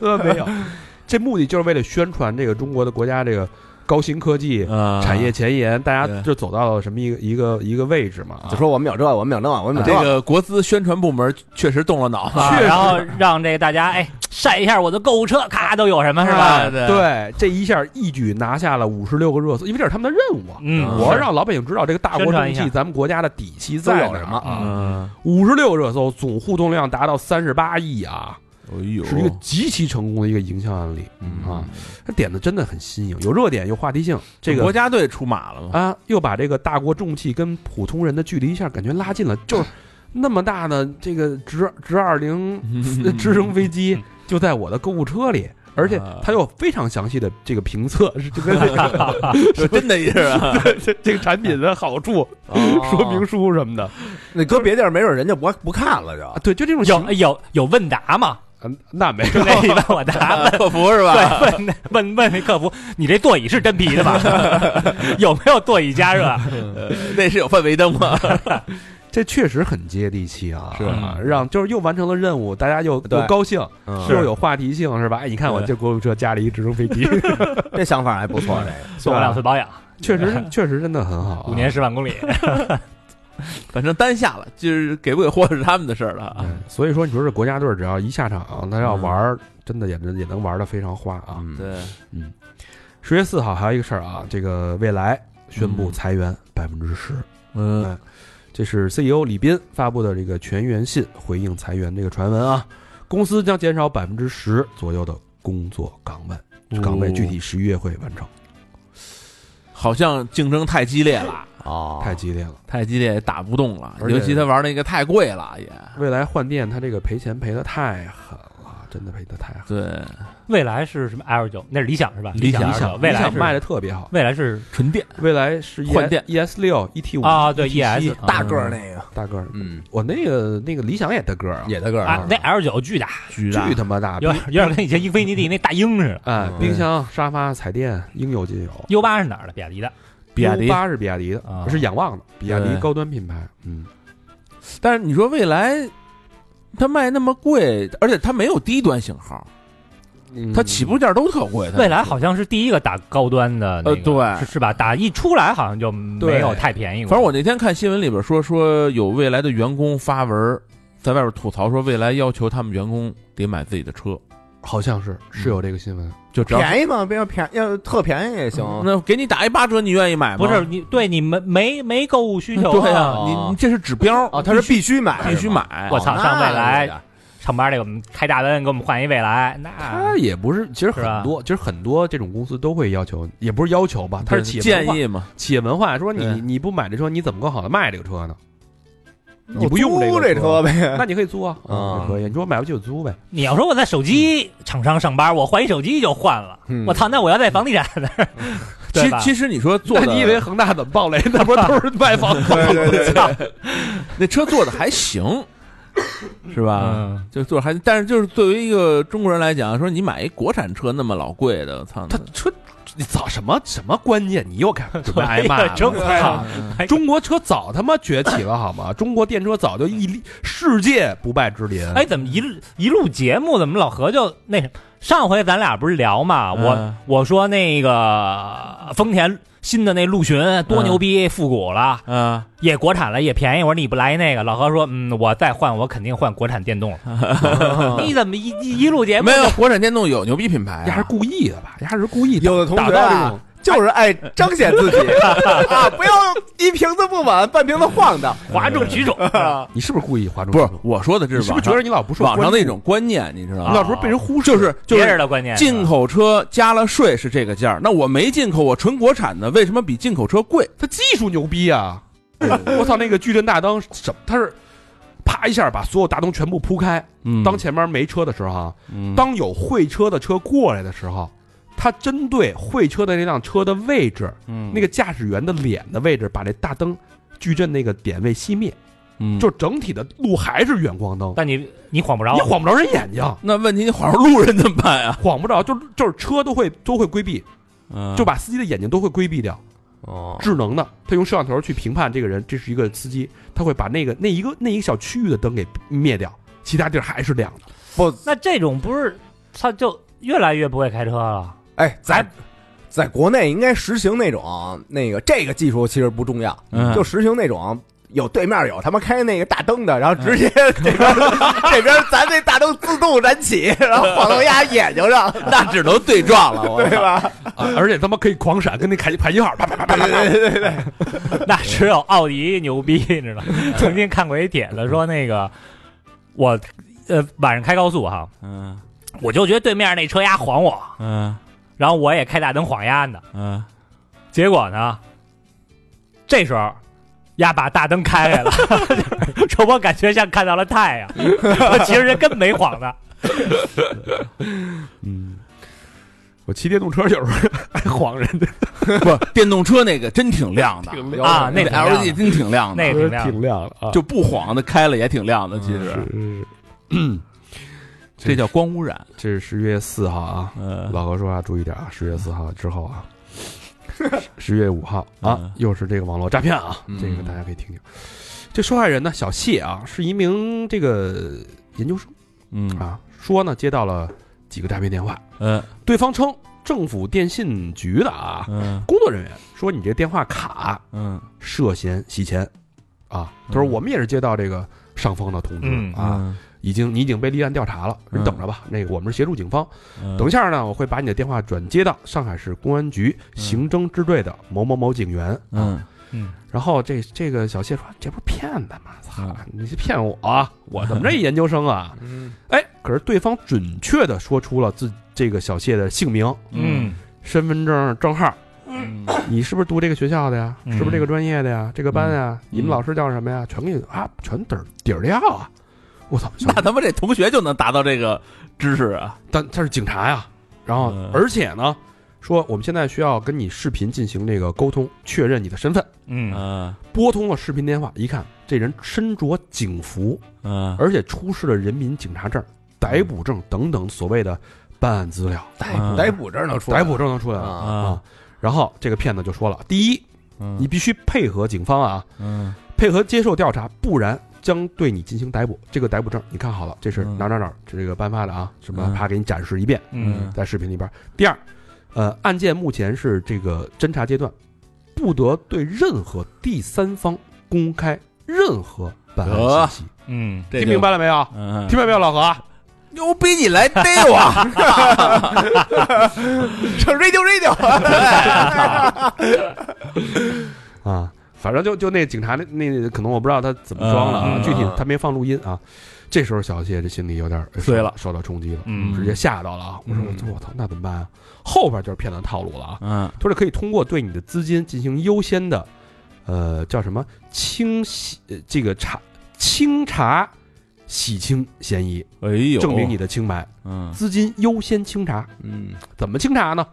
[SPEAKER 3] 呃，没有， 这目的就是为了宣传这个中国的国家这个高新科技
[SPEAKER 5] 啊
[SPEAKER 3] 产业前沿，大家
[SPEAKER 5] 对
[SPEAKER 3] 就走到了什么一个一个一个位置嘛。啊
[SPEAKER 2] 就说我们有这，我们有那，我们有
[SPEAKER 5] 这
[SPEAKER 2] 这
[SPEAKER 5] 个国资宣传部门确实动了脑子，
[SPEAKER 4] 啊然后让这大家哎晒一下我的购物车，咔都有什么是吧？
[SPEAKER 5] 啊对
[SPEAKER 3] 对，这一下一举拿下了五十六个热搜，因为这是他们的任务啊。
[SPEAKER 4] 嗯，
[SPEAKER 3] 我要让老百姓知道这个大国
[SPEAKER 4] 宣传
[SPEAKER 3] 重
[SPEAKER 4] 一下
[SPEAKER 3] 器，咱们国家的底气
[SPEAKER 2] 都
[SPEAKER 3] 在
[SPEAKER 2] 有
[SPEAKER 3] 哪
[SPEAKER 2] 什
[SPEAKER 3] 儿
[SPEAKER 2] 么？
[SPEAKER 3] 啊？
[SPEAKER 5] 嗯，
[SPEAKER 3] 五十六热搜，总互动量达到三十八亿啊，
[SPEAKER 5] 哎呦
[SPEAKER 3] 是一个极其成功的一个营销案例啊！这点子真的很新颖，有热点，有话题性，这
[SPEAKER 5] 国
[SPEAKER 3] 个
[SPEAKER 5] 家队出马了吗？
[SPEAKER 3] 啊，又把这个大国重器跟普通人的距离一下感觉拉近了，就是那么大的这个直直二零直升飞机就在我的购物车里。而且它有非常详细的这个评测，是这个
[SPEAKER 5] 是真的是啊，
[SPEAKER 3] 这 这个产品的好处、
[SPEAKER 2] 哦
[SPEAKER 3] 说明书什么的
[SPEAKER 2] 那搁别地儿没准人家不不看了
[SPEAKER 3] 啊
[SPEAKER 2] 就，
[SPEAKER 3] 对，就这种
[SPEAKER 4] 有有有问答嘛？
[SPEAKER 3] 形，呃那没
[SPEAKER 4] 就那你问我答 问。
[SPEAKER 5] 客服是吧？
[SPEAKER 4] 对，问问问那客服，你这座椅是真皮的吗？ 有没有座椅加热？
[SPEAKER 5] 那是有氛围灯吗？
[SPEAKER 3] 这确实很接地气啊，
[SPEAKER 5] 是
[SPEAKER 3] 啊，让就是又完成了任务，大家又
[SPEAKER 2] 对
[SPEAKER 3] 又高兴，
[SPEAKER 2] 嗯
[SPEAKER 3] 又有话题性，是吧？哎，你看我这国务车加了一直升飞机，
[SPEAKER 2] 这想法还不错，这 个
[SPEAKER 4] 送我两次保养，
[SPEAKER 3] 确实确实真的很好啊，
[SPEAKER 4] 五年十万公里。
[SPEAKER 5] 反正单下了，就是给不给货是他们的事儿了啊。
[SPEAKER 3] 嗯。所以说，你说这国家队只要一下场，他要玩儿，真的也能也能玩的非常花啊。
[SPEAKER 4] 嗯
[SPEAKER 5] 对，
[SPEAKER 3] 十月四号还有一个事儿啊，这个未来宣布裁员百分之十，
[SPEAKER 5] 嗯
[SPEAKER 3] 这是 CEO 李斌发布的这个全员信回应裁员这个传闻啊，公司将减少百分之十左右的工作岗
[SPEAKER 4] 哦
[SPEAKER 3] 位，岗位具体十一月会完成，
[SPEAKER 5] 好像竞争太激烈了，
[SPEAKER 2] 哦
[SPEAKER 3] 太激烈了。
[SPEAKER 5] 太激烈打不动了，
[SPEAKER 3] 而且
[SPEAKER 5] 尤其他玩那个太贵了也。
[SPEAKER 3] 未来换电，它这个赔钱赔的太狠了，真的赔的太狠。
[SPEAKER 5] 对，
[SPEAKER 4] 未来是什么 L 九？那是理想是吧？
[SPEAKER 5] 理想理
[SPEAKER 4] 想 L 九，
[SPEAKER 5] 想
[SPEAKER 4] 未来
[SPEAKER 3] 卖
[SPEAKER 4] 是
[SPEAKER 3] 的特别好，
[SPEAKER 4] 未来是
[SPEAKER 5] 纯电
[SPEAKER 3] 未来是 E
[SPEAKER 5] 换电
[SPEAKER 3] E S 六 E T 五
[SPEAKER 4] 啊，对
[SPEAKER 3] ES
[SPEAKER 4] ES
[SPEAKER 2] 大个儿那个，
[SPEAKER 3] 大个儿，
[SPEAKER 2] 嗯，
[SPEAKER 3] 我那个那个理想也大个儿啊，
[SPEAKER 2] 也大个儿
[SPEAKER 4] 啊，那 L 九巨大，
[SPEAKER 5] 巨大
[SPEAKER 3] 巨，他妈大，
[SPEAKER 4] 有点有点跟以前英菲尼迪那大鹰似的。
[SPEAKER 3] 哎，
[SPEAKER 2] 嗯
[SPEAKER 3] 冰箱、沙发、彩电应有尽有。
[SPEAKER 4] U 八是哪儿的？比亚迪的。
[SPEAKER 5] 比亚迪。
[SPEAKER 3] 八是比亚迪的，
[SPEAKER 4] 啊
[SPEAKER 3] 是仰望的，比亚迪
[SPEAKER 5] 对
[SPEAKER 3] 高端品牌。嗯，
[SPEAKER 5] 但是你说未来，它卖那么贵，而且它没有低端型号，
[SPEAKER 3] 嗯
[SPEAKER 5] 它起步价都特贵。
[SPEAKER 6] 嗯
[SPEAKER 5] 它
[SPEAKER 4] 未来好像是第一个打高端的那个，
[SPEAKER 5] 呃对
[SPEAKER 4] 是是吧？打一出来好像就没有太便宜过。
[SPEAKER 5] 反正我那天看新闻里边说，说有未来的员工发文，在外边吐槽说，未来要求他们员工得买自己的车，
[SPEAKER 3] 好像是是有这个新闻，
[SPEAKER 5] 就只要嗯
[SPEAKER 2] 便宜嘛，别要便要特便宜也行，
[SPEAKER 5] 那给你打一八折，你愿意买吗？
[SPEAKER 4] 不是你对你们没没购物需求
[SPEAKER 5] 对呀、
[SPEAKER 4] 啊？
[SPEAKER 5] 你你这是指标
[SPEAKER 2] 哦，他是必须买，
[SPEAKER 5] 必须
[SPEAKER 2] 哦是吗，哦
[SPEAKER 5] 买。
[SPEAKER 4] 我操，上未
[SPEAKER 2] 那有点
[SPEAKER 4] 来
[SPEAKER 2] 儿
[SPEAKER 4] 上班这个我们开大奔，给我们换一未来，那
[SPEAKER 3] 它也不是，其实
[SPEAKER 4] 是
[SPEAKER 3] 很
[SPEAKER 4] 吧
[SPEAKER 3] 多，其实很多这种公司都会要求，也不是要求
[SPEAKER 6] 嗯
[SPEAKER 3] 吧，它是企业
[SPEAKER 5] 建
[SPEAKER 3] 文化
[SPEAKER 5] 议嘛，
[SPEAKER 3] 企业文化，说你
[SPEAKER 5] 对
[SPEAKER 3] 你不买这车，你怎么更好的卖这个车呢？你
[SPEAKER 2] 我
[SPEAKER 3] 不用
[SPEAKER 2] 租
[SPEAKER 3] 这
[SPEAKER 2] 这
[SPEAKER 3] 个
[SPEAKER 2] 车，呗，
[SPEAKER 3] 那你可以租啊，
[SPEAKER 2] 啊
[SPEAKER 3] 也可以。你说我买回去就租呗，
[SPEAKER 4] 你要说我在手机厂商上班，我换一手机就换了，
[SPEAKER 2] 嗯
[SPEAKER 4] 我操，那我要在房地产那儿，对
[SPEAKER 5] 其
[SPEAKER 4] 吧？
[SPEAKER 5] 其实你说做
[SPEAKER 3] 那
[SPEAKER 5] 的，
[SPEAKER 3] 你以为恒大怎么暴雷？那不是都是卖房
[SPEAKER 2] 对对对对，
[SPEAKER 5] 那车做的还行，是
[SPEAKER 6] 啊
[SPEAKER 5] 吧？
[SPEAKER 4] 嗯，
[SPEAKER 5] 就做得还，但是就是作为一个中国人来讲，说你买一国产车那么老贵的，操，
[SPEAKER 3] 他车，你早什么什么关键？你又开始准备挨骂
[SPEAKER 4] 哎
[SPEAKER 3] 了
[SPEAKER 4] 呀真
[SPEAKER 5] 啊
[SPEAKER 3] 操
[SPEAKER 4] 好，哎
[SPEAKER 3] 中国车早他妈崛起了好吗？中国电车早就屹立世界不败之林。
[SPEAKER 4] 哎，，怎么一路一录节目，怎么老何就那什么？上回咱俩不是聊嘛，我、
[SPEAKER 5] 嗯
[SPEAKER 4] 我说那个丰田新的那陆巡多牛逼，复古了，
[SPEAKER 5] 啊，
[SPEAKER 4] 也国产了，也便宜。我说你不来那个，老何说，嗯，我再换，我肯定换国产电动 了。你怎么一一一录节目
[SPEAKER 3] 哎
[SPEAKER 5] 没有国产电动有牛逼品牌、
[SPEAKER 3] 丫是
[SPEAKER 5] 啊，
[SPEAKER 3] 故意的吧？丫是故意
[SPEAKER 2] 有的同
[SPEAKER 3] 打
[SPEAKER 2] 学
[SPEAKER 3] 造这
[SPEAKER 2] 啊
[SPEAKER 3] 种，
[SPEAKER 2] 就是爱彰显 自己啊！不要一瓶子不满，半瓶子晃荡。
[SPEAKER 4] 哗众取宠，
[SPEAKER 3] 你是不是故意哗众
[SPEAKER 5] 不
[SPEAKER 3] 取
[SPEAKER 5] 是
[SPEAKER 3] 宠？，
[SPEAKER 5] 我说的这
[SPEAKER 3] 你
[SPEAKER 5] 是
[SPEAKER 3] 是不
[SPEAKER 5] 网
[SPEAKER 3] 是觉
[SPEAKER 5] 上
[SPEAKER 3] 得你老不受
[SPEAKER 5] 网上
[SPEAKER 3] 关注
[SPEAKER 5] 那种观念，你知道
[SPEAKER 3] 你
[SPEAKER 5] 吗？
[SPEAKER 3] 老是被人忽视？
[SPEAKER 5] 就是 就
[SPEAKER 4] 别人
[SPEAKER 5] 是
[SPEAKER 4] 的观念啊是吧
[SPEAKER 5] 进口车加了税是这个价儿，那我没进口，我纯国产的，为什么比进口车贵？
[SPEAKER 3] 他技术牛逼啊！我操，那个矩阵大灯什么？他是啪一下把所有大灯全部铺开。
[SPEAKER 5] 嗯
[SPEAKER 3] 当前面没车的时候啊，
[SPEAKER 5] 嗯
[SPEAKER 3] 当有会车的车过来的时候，他针对会车的那辆车的位置，
[SPEAKER 5] 嗯
[SPEAKER 3] 那个驾驶员的脸的位置，把那大灯矩阵那个点位熄灭，
[SPEAKER 5] 嗯
[SPEAKER 3] 就整体的路还是远光灯，
[SPEAKER 4] 但你你晃不着
[SPEAKER 3] 你，晃不着人眼睛，
[SPEAKER 5] 那问题，你晃上路人怎么办啊呀？
[SPEAKER 3] 晃不着，就就是车都会都会规避，
[SPEAKER 5] 嗯
[SPEAKER 3] 就把司机的眼睛都会规避掉。
[SPEAKER 5] 哦
[SPEAKER 3] 智能的，它用摄像头去评判这个人，这是一个司机，他会把那个那一个那一个小区域的灯给灭掉，其他地儿还是亮 的。
[SPEAKER 4] 那这种不是他就越来越不会开车了？
[SPEAKER 2] 哎，在
[SPEAKER 4] 咱
[SPEAKER 2] 在国内应该实行那种那个这个技术其实不重要，
[SPEAKER 5] 嗯
[SPEAKER 2] 就实行那种。有对面有他妈开那个大灯的，然后直接这边、这边咱这大灯自动燃起，然后晃到丫眼睛上，
[SPEAKER 5] 那只能对撞了，我
[SPEAKER 2] 对吧？
[SPEAKER 3] 啊、而且他妈可以狂闪，跟那凯凯金号啪啪啪啪啪啪。
[SPEAKER 4] 那只有奥迪牛逼，你知道 吗？曾经看过一帖子说那个我呃晚上开高速哈，
[SPEAKER 5] 嗯
[SPEAKER 4] 我就觉得对面那车丫晃我，
[SPEAKER 5] 嗯
[SPEAKER 4] 然后我也开大灯晃丫呢，
[SPEAKER 5] 嗯，
[SPEAKER 4] 结果呢，这时候丫把大灯开开了， 这我感觉像看到了太 阳，其实人根本没晃的。
[SPEAKER 3] 嗯，我骑电动车有时候还 晃人的，
[SPEAKER 5] 不，电动车那个真挺亮 的
[SPEAKER 3] 挺
[SPEAKER 4] 啊那
[SPEAKER 5] 个
[SPEAKER 4] 挺亮的
[SPEAKER 5] LED 真挺亮的，
[SPEAKER 4] 那个挺亮的
[SPEAKER 3] 挺亮的啊。嗯
[SPEAKER 5] 就不晃的开了也挺亮的，其
[SPEAKER 3] 是
[SPEAKER 5] 实
[SPEAKER 3] 是是，
[SPEAKER 5] 嗯这叫光污染。
[SPEAKER 3] 这是十月四号啊，
[SPEAKER 5] 嗯
[SPEAKER 3] 老何说话注 意点啊，十月四号之后啊，十月五号啊
[SPEAKER 5] 嗯，
[SPEAKER 3] 又是这个网络诈骗啊，
[SPEAKER 5] 嗯
[SPEAKER 3] 这个大家可以听听。这受害人呢，小谢啊，是一名这个研究生
[SPEAKER 5] 嗯
[SPEAKER 3] 啊，说呢接到了几个诈骗电话，
[SPEAKER 5] 嗯
[SPEAKER 3] 对方称政府电信局的啊
[SPEAKER 5] 嗯
[SPEAKER 3] 工作人员说你这电话卡
[SPEAKER 5] 嗯
[SPEAKER 3] 涉嫌洗钱啊，他说
[SPEAKER 5] 嗯
[SPEAKER 3] 我们也是接到这个上峰的通知
[SPEAKER 4] 嗯
[SPEAKER 3] 啊，
[SPEAKER 5] 啊，
[SPEAKER 3] 已经你已经被立案调查了，你
[SPEAKER 5] 嗯
[SPEAKER 3] 等着吧，那个我们是协助警方。等
[SPEAKER 5] 等
[SPEAKER 3] 一下呢，我会把你的电话转接到上海市公安局刑侦支队的某某某警员。
[SPEAKER 5] 嗯
[SPEAKER 3] 然后这这个小谢说：“这不是骗子吗？操，你是骗我啊、我怎么这一研究生啊？”哎，可是对方准确的说出了自这个小谢的姓名、
[SPEAKER 4] 嗯，
[SPEAKER 3] 身份证证号。
[SPEAKER 5] 嗯
[SPEAKER 3] 你是不是读这个学校的呀？
[SPEAKER 4] 嗯
[SPEAKER 3] 是不是这个专业的呀？这个班呀？
[SPEAKER 5] 嗯
[SPEAKER 3] 你们老师叫什么呀？全给你啊，全底儿底儿掉啊！我操，小
[SPEAKER 5] 那他妈这同学就能达到这个知识啊？
[SPEAKER 3] 但他是警察呀。然后
[SPEAKER 5] 嗯，
[SPEAKER 3] 而且呢，说我们现在需要跟你视频进行这个沟通，确认你的身份。
[SPEAKER 4] 嗯
[SPEAKER 5] 嗯
[SPEAKER 3] 拨通了视频电话，一看这人身着警服，
[SPEAKER 5] 嗯
[SPEAKER 3] 而且出示了人民警察证、逮捕证等等所谓的办案资料，
[SPEAKER 5] 嗯
[SPEAKER 2] 逮捕这能出来
[SPEAKER 3] 逮捕证都出来了
[SPEAKER 2] 啊！
[SPEAKER 5] 啊
[SPEAKER 3] 然后这个骗子就说了：第一，
[SPEAKER 5] 嗯
[SPEAKER 3] 你必须配合警方啊，
[SPEAKER 5] 嗯
[SPEAKER 3] 配合接受调查，不然将对你进行逮捕。这个逮捕证你看好了，这是
[SPEAKER 5] 嗯
[SPEAKER 3] 哪儿哪儿哪儿这个颁发的啊？什么
[SPEAKER 5] 嗯
[SPEAKER 3] 啪给你展示一遍，
[SPEAKER 4] 嗯
[SPEAKER 3] 在视频里边。第二，呃，案件目前是这个侦查阶段，不得对任何第三方公开任何办案信息。
[SPEAKER 4] 嗯，
[SPEAKER 5] 这
[SPEAKER 3] 听明白了没有？
[SPEAKER 5] 嗯，
[SPEAKER 3] 听明白没有，老何？啊
[SPEAKER 5] 牛逼，你来逮 我！
[SPEAKER 2] 成 radio radio，
[SPEAKER 3] 啊，反正就就那警察那那可能我不知道他怎么装了啊，
[SPEAKER 4] 嗯嗯
[SPEAKER 3] 具体
[SPEAKER 5] 嗯
[SPEAKER 3] 他没放录音啊。这时候小谢这心里有点儿
[SPEAKER 5] 碎了，
[SPEAKER 3] 受到冲击了，
[SPEAKER 4] 嗯
[SPEAKER 3] 直接吓到了啊！我说
[SPEAKER 5] 嗯
[SPEAKER 3] 我操我操，那怎么办啊？后边就是骗子套路了啊！
[SPEAKER 5] 嗯
[SPEAKER 3] 他说可以通过对你的资金进行优先的，呃，叫什么清洗呃这个查清查洗清嫌疑，
[SPEAKER 5] 哎呦，
[SPEAKER 3] 证明你的清白，
[SPEAKER 5] 嗯
[SPEAKER 3] 资金优先清查。
[SPEAKER 5] 嗯
[SPEAKER 3] 怎么清查呢？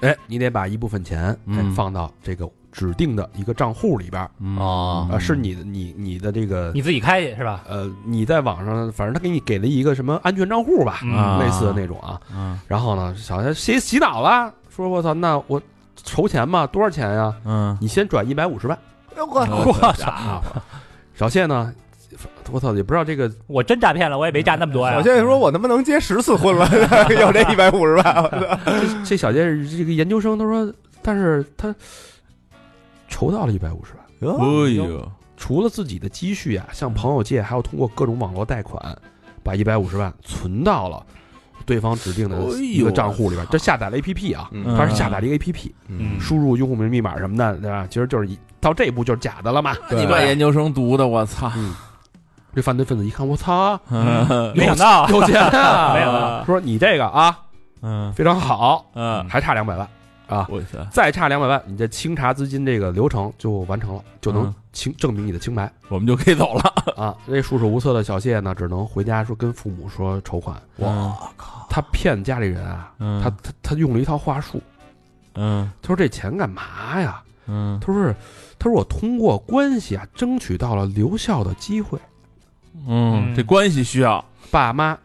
[SPEAKER 3] 哎，你得把一部分钱哎
[SPEAKER 5] 嗯
[SPEAKER 3] 放到这个指定的一个账户里边儿，
[SPEAKER 2] 哦
[SPEAKER 6] 嗯
[SPEAKER 3] 啊，是你的你你的这个
[SPEAKER 4] 你自己开去是吧？
[SPEAKER 3] 呃，你在网上，反正他给你给了一个什么安全账户吧，
[SPEAKER 4] 嗯
[SPEAKER 3] 类似的那种啊。
[SPEAKER 5] 嗯
[SPEAKER 3] 然后呢，小孩洗洗脑了，说我操，那我筹钱嘛，多少钱呀、
[SPEAKER 5] 嗯
[SPEAKER 3] 你先转一百五十万
[SPEAKER 2] 我
[SPEAKER 4] 我操！
[SPEAKER 3] 啊。小谢呢，我操，也不知道这个
[SPEAKER 4] 我真诈骗了，我也没诈那么多呀
[SPEAKER 2] 我。现在说我他妈能结十次婚了，有这一百五十万，我操
[SPEAKER 3] 这这小谢这个研究生，他说，但是他筹到了一百五十万。
[SPEAKER 5] 哎呦，
[SPEAKER 3] 除了自己的积蓄啊，向朋友借，还要通过各种网络贷款，把一百五十万存到了对方指定的
[SPEAKER 6] 哎呦
[SPEAKER 3] 一个账户里边，这下载了 APP 啊，
[SPEAKER 2] 嗯
[SPEAKER 3] 它是下载了一个 APP，
[SPEAKER 4] 嗯
[SPEAKER 3] 输入用户名密码什么的，对吧？其实就是一到这一步就是假的了嘛。
[SPEAKER 5] 你把研究生读的，我操！
[SPEAKER 3] 这犯罪分子一看，我操，
[SPEAKER 6] 嗯
[SPEAKER 4] 没想到，
[SPEAKER 3] 有钱啊！
[SPEAKER 4] 没有啊
[SPEAKER 3] 说你这个啊
[SPEAKER 6] 嗯
[SPEAKER 3] 非常好，
[SPEAKER 5] 啊
[SPEAKER 6] 嗯，
[SPEAKER 3] 还差两百万，啊
[SPEAKER 6] 我操，
[SPEAKER 3] 再差两百万，你这清查资金这个流程就完成了，就能
[SPEAKER 6] 嗯
[SPEAKER 3] 清证明你的清白
[SPEAKER 6] 我们就可以走了。
[SPEAKER 3] 啊！这束手无策的小谢呢，只能回家说跟父母说筹款。
[SPEAKER 6] 哇，
[SPEAKER 3] 他骗家里人啊，
[SPEAKER 5] 嗯
[SPEAKER 3] 他
[SPEAKER 6] 他
[SPEAKER 3] 他他用了一套话术，
[SPEAKER 6] 嗯
[SPEAKER 3] 他说这钱干嘛呀？
[SPEAKER 6] 嗯
[SPEAKER 3] 他说是，他说我通过关系啊，争取到了留校的机会。
[SPEAKER 6] 嗯，这关系需要。
[SPEAKER 3] 爸妈，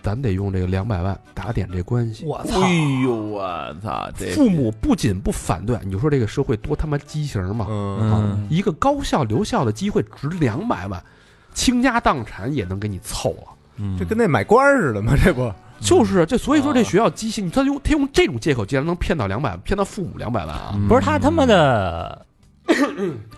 [SPEAKER 3] 咱得用这个两百万打点这关系。
[SPEAKER 4] 我操，
[SPEAKER 6] 哎呦，我操，这
[SPEAKER 3] 父母不仅不反对，你就说这个社会多他妈畸形嘛！啊
[SPEAKER 2] 嗯
[SPEAKER 6] 嗯
[SPEAKER 3] 一个高校留校的机会值两百万，倾家荡产也能给你凑了。
[SPEAKER 6] 嗯，
[SPEAKER 2] 这跟那买官似的嘛，这不
[SPEAKER 3] 就是这，所以说这
[SPEAKER 5] 啊
[SPEAKER 3] 学校畸形，他用他用这种借口竟然能骗到两百，骗到父母两百万
[SPEAKER 5] 嗯
[SPEAKER 3] 啊！
[SPEAKER 4] 不是他他妈 的，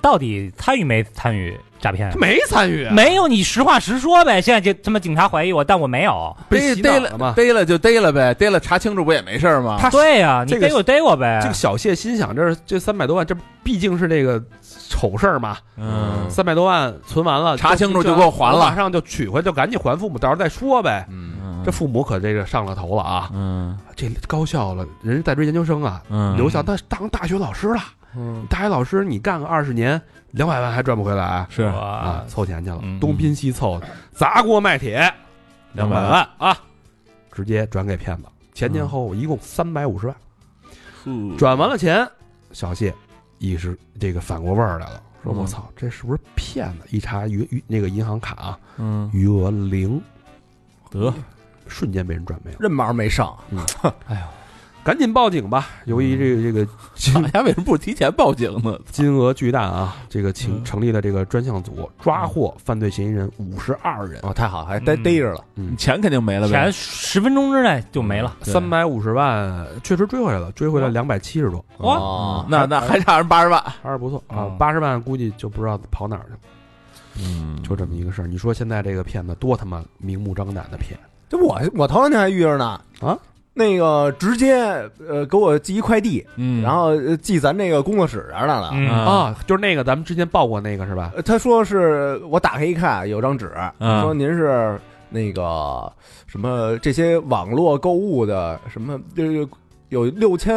[SPEAKER 4] 到底参与没参与诈骗
[SPEAKER 3] 他？没参与啊，
[SPEAKER 4] 没有，你实话实说呗。现在这他妈警察怀疑我，但我没有。
[SPEAKER 3] 被洗
[SPEAKER 5] 逮
[SPEAKER 3] 脑
[SPEAKER 5] 了
[SPEAKER 3] 了嘛？
[SPEAKER 5] 逮了就逮了呗，逮了查清楚不也没事儿吗？
[SPEAKER 3] 他
[SPEAKER 4] 对呀，你
[SPEAKER 3] 这个
[SPEAKER 4] 逮我逮我呗
[SPEAKER 3] 这。个小谢心想，这这三百多万，这毕竟是这个丑事儿嘛，
[SPEAKER 6] 嗯
[SPEAKER 3] 三百多万存完了，
[SPEAKER 5] 查清楚就给我还了
[SPEAKER 3] 马上就取回，就赶紧还父母，到时候再说呗。
[SPEAKER 5] 嗯，
[SPEAKER 6] 嗯
[SPEAKER 3] 这父母可这个上了头了啊！
[SPEAKER 6] 嗯
[SPEAKER 3] 这高校了，人家在追研究生啊，
[SPEAKER 6] 嗯
[SPEAKER 3] 留校他当大学老师了。
[SPEAKER 2] 嗯
[SPEAKER 3] 大学老师你干个二十年，两百万还赚不回来
[SPEAKER 6] 是
[SPEAKER 3] 啊
[SPEAKER 4] 哇！，
[SPEAKER 3] 凑钱去了，
[SPEAKER 6] 嗯
[SPEAKER 3] 东拼西凑，砸锅卖铁，两百万啊，直接转给骗子。前前后后一共三百五十万，嗯
[SPEAKER 5] 嗯
[SPEAKER 3] 转完了钱，小谢意识这个反过味儿来了，说
[SPEAKER 6] 嗯
[SPEAKER 3] 我操，这是不是骗子？一查余余那个银行卡啊，
[SPEAKER 6] 嗯
[SPEAKER 3] 余额零，
[SPEAKER 6] 得
[SPEAKER 3] 瞬间被人转没了，
[SPEAKER 2] 任毛没上，
[SPEAKER 3] 赶紧报警吧！由于这个这个
[SPEAKER 5] 厂家为什么不提前报警呢？
[SPEAKER 3] 金额巨大啊，这个请
[SPEAKER 6] 嗯
[SPEAKER 3] 成立了这个专项组，抓获犯罪嫌疑人五十二人，
[SPEAKER 2] 哦，太好，还逮
[SPEAKER 4] 嗯
[SPEAKER 2] 逮着了，
[SPEAKER 5] 钱肯定没了
[SPEAKER 4] 前十分钟之内就没了。
[SPEAKER 3] 三百五十万确实追回来了，追回来
[SPEAKER 4] 哦
[SPEAKER 3] 两百七十多，
[SPEAKER 4] 哇
[SPEAKER 2] 哦
[SPEAKER 5] 那那还差人八十万，
[SPEAKER 3] 还是不错啊
[SPEAKER 4] 哦。
[SPEAKER 3] 八十万估计就不知道跑哪儿去了，
[SPEAKER 6] 嗯
[SPEAKER 3] 就这么一个事儿。你说现在这个骗子多他妈明目张胆的骗，
[SPEAKER 2] 这我我头两天还遇着呢
[SPEAKER 3] 啊，
[SPEAKER 2] 那个直接呃给我寄一快递，
[SPEAKER 6] 嗯
[SPEAKER 2] 然后呃寄咱这个工作室这儿来了。
[SPEAKER 4] 嗯
[SPEAKER 3] 啊，就是那个咱们之前报过那个是吧？
[SPEAKER 2] 呃他说是我打开一看，啊有张纸，
[SPEAKER 6] 嗯
[SPEAKER 2] 说您是那个什么这些网络购物的什么就是有六千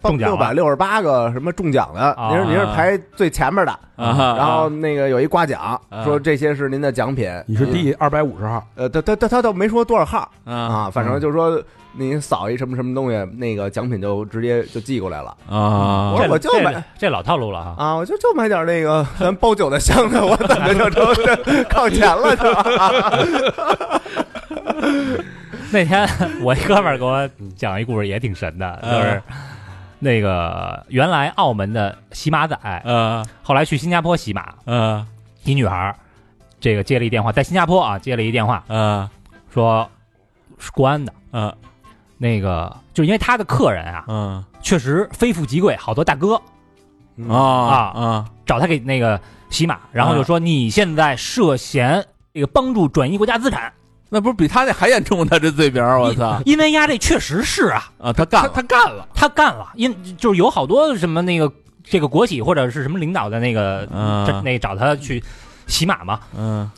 [SPEAKER 2] 八
[SPEAKER 4] 中奖
[SPEAKER 2] 六
[SPEAKER 4] 了
[SPEAKER 2] 百六十八个什么中奖的，
[SPEAKER 4] 啊
[SPEAKER 2] 您是您是排最前面的，
[SPEAKER 6] 啊
[SPEAKER 2] 然后那个有一刮奖，
[SPEAKER 6] 啊
[SPEAKER 2] 说这些是您的奖品，
[SPEAKER 3] 你是第二百五十号，
[SPEAKER 2] 呃，他他他他倒没说多少号
[SPEAKER 6] 啊
[SPEAKER 2] 啊，反正就是说您扫一什么什么东西，那个奖品就直接就寄过来了
[SPEAKER 6] 啊
[SPEAKER 2] 我
[SPEAKER 4] 这
[SPEAKER 2] 我就
[SPEAKER 4] 这
[SPEAKER 2] 买
[SPEAKER 4] 这老套路了哈。
[SPEAKER 2] 啊，我就就买点那个咱包酒的箱子，我怎么 就成这靠前了是吧？
[SPEAKER 4] 那 天我一哥们儿给我讲一故事，也挺神的，
[SPEAKER 3] 嗯
[SPEAKER 4] 就是那个原来澳门的洗马仔，
[SPEAKER 3] 嗯
[SPEAKER 6] 呃
[SPEAKER 4] 后来去新加坡洗马，
[SPEAKER 6] 呃
[SPEAKER 4] 一女孩儿，这个接了一电话，在新加坡啊接了一电话，
[SPEAKER 6] 呃
[SPEAKER 4] 说是国安的，
[SPEAKER 6] 呃
[SPEAKER 4] 那个就是因为他的客人啊，
[SPEAKER 6] 嗯
[SPEAKER 4] 确实非富即贵，好多大哥
[SPEAKER 6] 啊啊
[SPEAKER 4] 找他给那个洗马，然后就说你现在涉嫌这个帮助转移国家资产，
[SPEAKER 5] 那不是比他那还严重？他这罪名，我操！
[SPEAKER 4] 因为丫这确实是啊，
[SPEAKER 5] 啊，他干了，
[SPEAKER 3] 他干了，
[SPEAKER 4] 他干了，因就是有好多什么那个这个国企或者是什么领导的那个、
[SPEAKER 6] 嗯
[SPEAKER 4] 这那找他去洗马嘛，
[SPEAKER 6] 嗯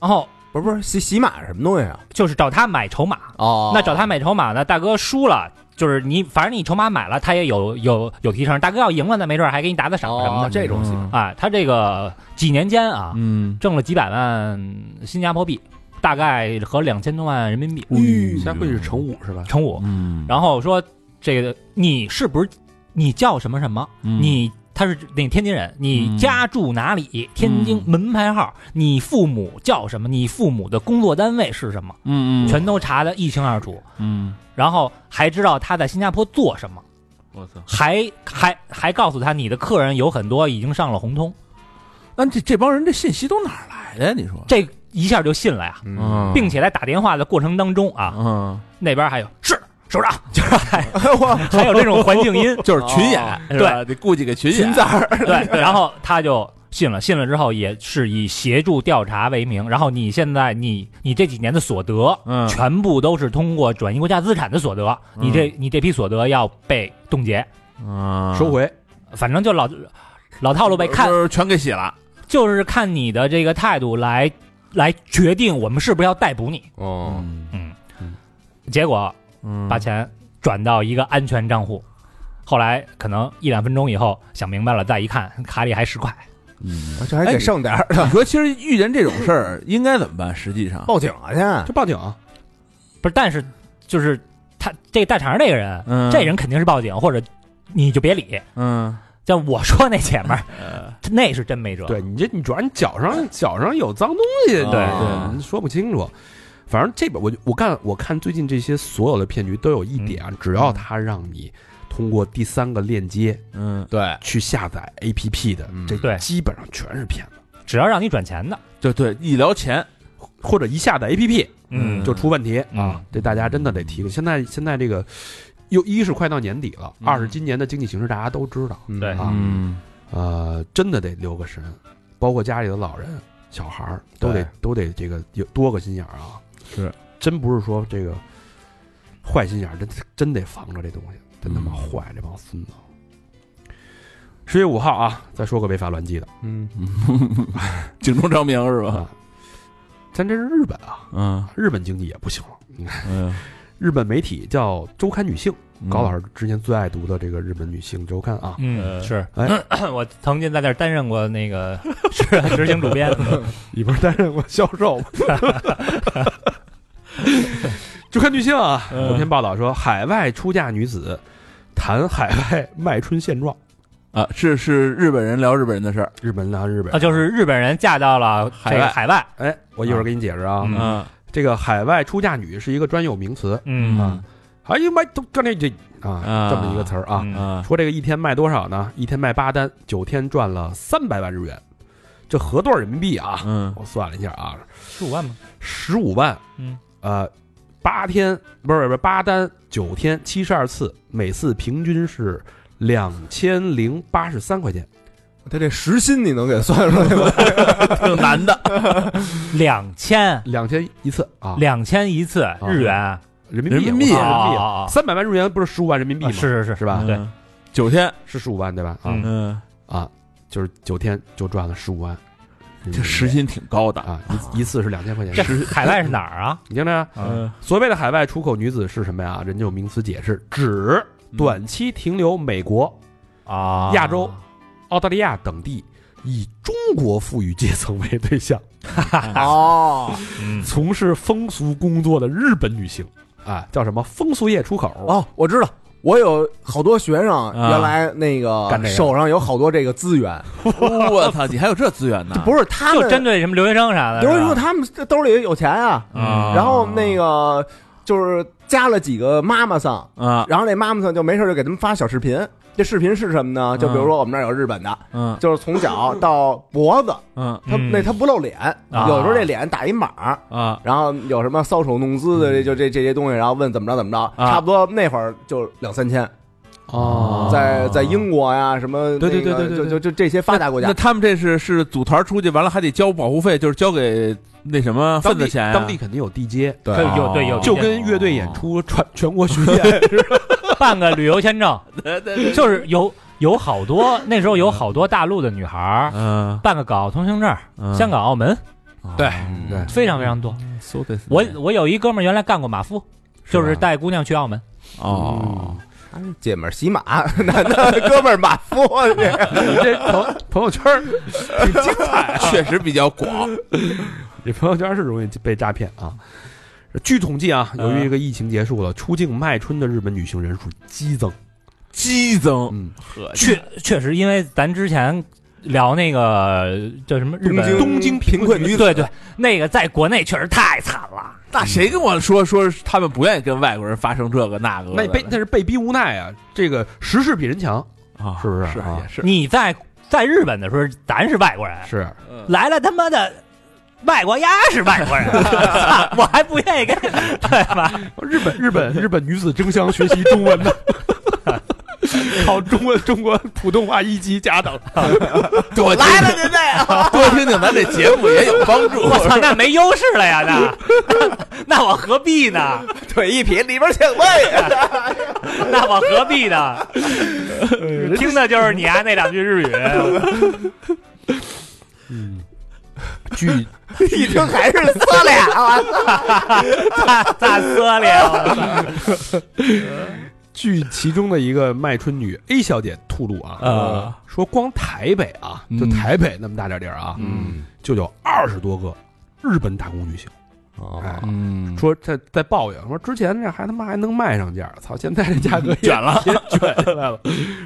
[SPEAKER 4] 然后
[SPEAKER 2] 不是不是洗洗马什么东西啊？
[SPEAKER 4] 就是找他买筹码，
[SPEAKER 2] 哦
[SPEAKER 4] 那找他买筹码呢，大哥输了，就是你反正你筹码买了，他也有有有提成。大哥要赢了，那没准儿还给你打打赏什么
[SPEAKER 2] 哦
[SPEAKER 4] 的。
[SPEAKER 2] 这种洗
[SPEAKER 6] 嗯
[SPEAKER 4] 啊，他这个几年间啊，
[SPEAKER 6] 嗯
[SPEAKER 4] 挣了几百万新加坡币，大概合两千多万人民币
[SPEAKER 2] 嗯
[SPEAKER 3] 现在估计是乘五是吧？
[SPEAKER 4] 乘五。
[SPEAKER 6] 嗯
[SPEAKER 4] 然后说这个你是不是你叫什么什么？
[SPEAKER 2] 嗯
[SPEAKER 4] 你他是那天津人，你
[SPEAKER 6] 嗯
[SPEAKER 4] 家住哪里？天津
[SPEAKER 6] 嗯
[SPEAKER 4] 门牌号？你父母叫什么？你父母的工作单位是什么？
[SPEAKER 6] 嗯嗯
[SPEAKER 4] 全都查得一清二楚。
[SPEAKER 6] 嗯
[SPEAKER 4] 然后还知道他在新加坡做什么，
[SPEAKER 6] 我操
[SPEAKER 4] 还还还告诉他你的客人有很多已经上了红通，
[SPEAKER 5] 那这这帮人这信息都哪儿来的呀？你说
[SPEAKER 4] 这一下就信了呀，
[SPEAKER 2] 嗯，
[SPEAKER 6] 嗯
[SPEAKER 4] 并且在打电话的过程当中啊，
[SPEAKER 6] 嗯
[SPEAKER 4] 那边还有是首长， 就是还还有这种环境音，
[SPEAKER 5] 就是群演，
[SPEAKER 4] 对
[SPEAKER 5] 是吧，得顾忌给群演
[SPEAKER 4] 对，然后他就信了，信了之后也是以协助调查为名，然后你现在你你这几年的所得，
[SPEAKER 6] 嗯
[SPEAKER 4] 全部都是通过转移国家资产的所得，你这你这批所得要被冻结，
[SPEAKER 6] 嗯，
[SPEAKER 1] 收回，
[SPEAKER 4] 反正就老老套路呗，看
[SPEAKER 6] 就是全给洗了，
[SPEAKER 4] 就是看你的这个态度来来决定我们是不是要逮捕你。
[SPEAKER 3] 哦，
[SPEAKER 5] 嗯
[SPEAKER 4] 结果
[SPEAKER 6] 嗯
[SPEAKER 4] 把钱转到一个安全账户，后来可能一两分钟以后想明白了，再一看卡里还十块，
[SPEAKER 2] 这还
[SPEAKER 5] 哎
[SPEAKER 2] 给
[SPEAKER 5] 你
[SPEAKER 2] 剩点儿，
[SPEAKER 5] 你说，其实遇见这种事儿应该怎么办？实际上，
[SPEAKER 2] 报警啊去！
[SPEAKER 3] 就报警啊！
[SPEAKER 4] 不是，但是就是他这大肠这个人，
[SPEAKER 6] 嗯
[SPEAKER 4] 这人肯定是报警，或者你就别理。
[SPEAKER 6] 嗯
[SPEAKER 4] 像我说那姐们儿， 那是真没辙。
[SPEAKER 3] 对你这你主要你脚上脚上有脏东西，对
[SPEAKER 6] 对
[SPEAKER 3] 你说不清楚。反正这边我我看我看最近这些所有的骗局都有一点啊，只要他让你通过第三个链接
[SPEAKER 6] 嗯，
[SPEAKER 2] 对，
[SPEAKER 3] 去下载 APP 的，
[SPEAKER 6] 嗯
[SPEAKER 3] 这
[SPEAKER 4] 对
[SPEAKER 3] 基本上全是骗子，
[SPEAKER 4] 只要让你转钱的，
[SPEAKER 6] 对对，一聊钱，
[SPEAKER 3] 或者一下载 APP
[SPEAKER 4] 嗯
[SPEAKER 3] 就出问题
[SPEAKER 4] 嗯
[SPEAKER 3] 啊！这大家真的得提醒。现在现在这个又一是快到年底了，
[SPEAKER 6] 嗯
[SPEAKER 3] 二是今年的经济形势大家都知道，
[SPEAKER 4] 对
[SPEAKER 3] 啊，
[SPEAKER 6] 嗯
[SPEAKER 3] 呃，真的得留个神，包括家里的老人、小孩儿，都得
[SPEAKER 2] 对
[SPEAKER 3] 都得这个有多个心眼儿啊。
[SPEAKER 6] 是，
[SPEAKER 3] 真不是说这个坏心眼儿，真真得防着这东西，真
[SPEAKER 6] 嗯
[SPEAKER 3] 他妈坏、这帮孙子。十月五号啊，再说个违法乱纪的
[SPEAKER 2] 嗯，
[SPEAKER 6] 警钟长鸣是吧？
[SPEAKER 3] 啊，咱这是日本啊，
[SPEAKER 6] 嗯，
[SPEAKER 3] 日本经济也不行了。你看，
[SPEAKER 6] 哎呀
[SPEAKER 3] 日本媒体叫《周刊女性》，高老师之前最爱读的这个日本女性周刊啊，
[SPEAKER 4] 嗯，是
[SPEAKER 3] 哎
[SPEAKER 4] 我曾经在那儿担任过那个 是执行主编，
[SPEAKER 3] 里边担任过销售 吗？就看女性啊，
[SPEAKER 4] 嗯
[SPEAKER 3] 有篇报道说，海外出嫁女子谈海外卖春现状，
[SPEAKER 6] 啊，是是日本人聊日本人的事儿，
[SPEAKER 3] 日本啊，日本
[SPEAKER 4] 啊，就是日本人嫁到了这
[SPEAKER 6] 海
[SPEAKER 4] 个
[SPEAKER 6] 外
[SPEAKER 4] 海外，
[SPEAKER 3] 哎，我一会儿给你解释啊。
[SPEAKER 4] 嗯
[SPEAKER 6] 嗯
[SPEAKER 3] 这个海外出嫁女是一个专有名词，
[SPEAKER 4] 嗯
[SPEAKER 3] 哎呀妈，都干这这啊，
[SPEAKER 6] 啊
[SPEAKER 3] 这么一个词儿啊。
[SPEAKER 4] 嗯
[SPEAKER 6] 啊
[SPEAKER 3] 说这个一天卖多少呢？一天卖八单，九天赚了三百万日元，这合多少人民币啊？
[SPEAKER 6] 嗯
[SPEAKER 3] 我算了一下啊，
[SPEAKER 4] 十五万嘛，
[SPEAKER 3] 十五万，
[SPEAKER 4] 嗯，
[SPEAKER 3] 呃，八天不是不是八单九天七十二次，每次平均是两千零八十三块钱。
[SPEAKER 2] 他这时薪你能给算出来吗？
[SPEAKER 6] 挺难的，
[SPEAKER 4] 两千
[SPEAKER 3] 两千一次啊，
[SPEAKER 4] 两千一次日元啊，
[SPEAKER 3] 人民币，
[SPEAKER 6] 人民币
[SPEAKER 3] 我
[SPEAKER 6] 啊
[SPEAKER 3] 操人民币
[SPEAKER 4] 啊啊啊
[SPEAKER 3] 三百万日元不是十五万人民币吗？
[SPEAKER 4] 是是是
[SPEAKER 3] 是吧？
[SPEAKER 4] 啊对
[SPEAKER 6] 嗯，九天，
[SPEAKER 3] 是十五万对吧？啊、
[SPEAKER 4] 嗯
[SPEAKER 6] 嗯，
[SPEAKER 3] 啊，就是九天就赚了十五万人民币，
[SPEAKER 6] 这时薪挺高的，
[SPEAKER 3] 啊，一一次是两千块钱。
[SPEAKER 4] 这海外是哪儿啊？
[SPEAKER 3] 你听着啊，
[SPEAKER 6] 嗯
[SPEAKER 3] 所谓的海外出口女子是什么呀？人家有名词解释，指嗯
[SPEAKER 6] 嗯
[SPEAKER 3] 短期停留美国、
[SPEAKER 4] 啊
[SPEAKER 3] 亚洲、澳大利亚等地，以中国富裕阶层为对象，
[SPEAKER 2] 哦，
[SPEAKER 4] 嗯
[SPEAKER 3] 从事风俗工作的日本女性，啊，叫什么风俗业出口？
[SPEAKER 2] 哦，我知道，我有好多学生原来那
[SPEAKER 3] 干
[SPEAKER 2] 啊个啊
[SPEAKER 3] 这个
[SPEAKER 2] 手上有好多这个资源，
[SPEAKER 6] 我操，你还有这资源呢？
[SPEAKER 2] 不是他
[SPEAKER 4] 就
[SPEAKER 2] 们，
[SPEAKER 4] 针对什么留学生啥的，
[SPEAKER 2] 刘文说
[SPEAKER 4] 是吧
[SPEAKER 2] 他们这兜里有钱啊，
[SPEAKER 6] 啊，
[SPEAKER 2] 然后那个就是加了几个妈妈桑，
[SPEAKER 6] 啊，
[SPEAKER 2] 然后那妈妈桑就没事就给他们发小视频。这视频是什么呢？就比如说我们这儿有日本的，
[SPEAKER 6] 嗯
[SPEAKER 2] 就是从脚到脖子，
[SPEAKER 6] 嗯
[SPEAKER 2] 他
[SPEAKER 4] 嗯
[SPEAKER 2] 那他不露脸，有时候这脸打一码，
[SPEAKER 6] 啊，
[SPEAKER 2] 然后有什么搔首弄姿的，这就这这些东西，然后问怎么着怎么着，
[SPEAKER 6] 啊
[SPEAKER 2] 差不多那会儿就两三千，
[SPEAKER 3] 哦
[SPEAKER 2] 在在英国呀什么那个，
[SPEAKER 6] 对对对对对
[SPEAKER 2] 就
[SPEAKER 6] 对
[SPEAKER 2] 就就这些发达国
[SPEAKER 6] 那
[SPEAKER 2] 家，
[SPEAKER 6] 他们这是是组团出去，完了还得交保护费，就是交给那什么
[SPEAKER 3] 当
[SPEAKER 6] 份
[SPEAKER 3] 地
[SPEAKER 6] 子钱啊，
[SPEAKER 3] 当地肯定有地接，
[SPEAKER 2] 对
[SPEAKER 4] 对有对有
[SPEAKER 3] 就跟乐队演
[SPEAKER 5] 哦
[SPEAKER 3] 出全全国巡演，
[SPEAKER 4] 办个旅游签证，
[SPEAKER 6] 对对对，
[SPEAKER 4] 就是有有好多那时候有好多大陆的女孩儿
[SPEAKER 6] 嗯，
[SPEAKER 4] 办个港澳通行证，
[SPEAKER 6] 嗯
[SPEAKER 4] 香港、澳门
[SPEAKER 6] 对
[SPEAKER 3] 对
[SPEAKER 4] 非常非常多。
[SPEAKER 6] ，so this
[SPEAKER 4] 我我有一哥们儿原来干过马夫，就是带姑娘去澳门，
[SPEAKER 6] 哦，
[SPEAKER 2] 姐们儿洗马， 男的哥们儿马夫，啊
[SPEAKER 3] 嗯你这朋朋友圈儿 挺精彩，
[SPEAKER 6] 确实比较广，
[SPEAKER 3] 这朋友圈儿是容易被诈骗啊。据统计啊，由于这个疫情结束了，出境卖春的日本女性人数激增。
[SPEAKER 6] 激增，
[SPEAKER 3] 嗯，
[SPEAKER 4] 确确实因为咱之前聊那个叫什么日本
[SPEAKER 2] 东京贫困女子，
[SPEAKER 4] 对对，那个在国内确实太惨了。
[SPEAKER 6] 那谁跟我说说是他们不愿意跟外国人发生这个那个的？
[SPEAKER 3] 那被那是被逼无奈啊，这个时势比人强，
[SPEAKER 6] 啊，
[SPEAKER 3] 是不是
[SPEAKER 6] 是
[SPEAKER 3] 啊
[SPEAKER 6] 也是
[SPEAKER 4] 你在在日本的时候，咱是外国人，
[SPEAKER 3] 是
[SPEAKER 2] 嗯
[SPEAKER 4] 来了他妈的外国鸭是外 国人，操我还不愿意跟，对吧？
[SPEAKER 3] 日本日本日本女子争相学习中文呢。考中文中国普通话一级甲等。
[SPEAKER 5] 多来了，这 这， 多听听咱这节目也有帮助。
[SPEAKER 4] 我操，那没优势了呀，那那 我何必呢？
[SPEAKER 2] 腿一撇，里边请位。
[SPEAKER 4] 那我何必 呢？听的就是你啊那两句日语，嗯
[SPEAKER 1] 据
[SPEAKER 2] 一听嗯还是色俩，
[SPEAKER 4] 大 大色啊了。
[SPEAKER 3] 据其中的一个卖春女 A 小姐吐露啊，
[SPEAKER 4] 啊
[SPEAKER 3] 说光台北啊，就
[SPEAKER 5] 嗯
[SPEAKER 3] 台北那么大点地儿啊，
[SPEAKER 5] 嗯
[SPEAKER 3] 就有二十多个日本打工女性。哎，
[SPEAKER 5] 嗯，
[SPEAKER 3] 说在在抱怨，说之前这还他妈还能卖上价儿，操，现在这价格也
[SPEAKER 5] 卷了，
[SPEAKER 3] 也卷起来了。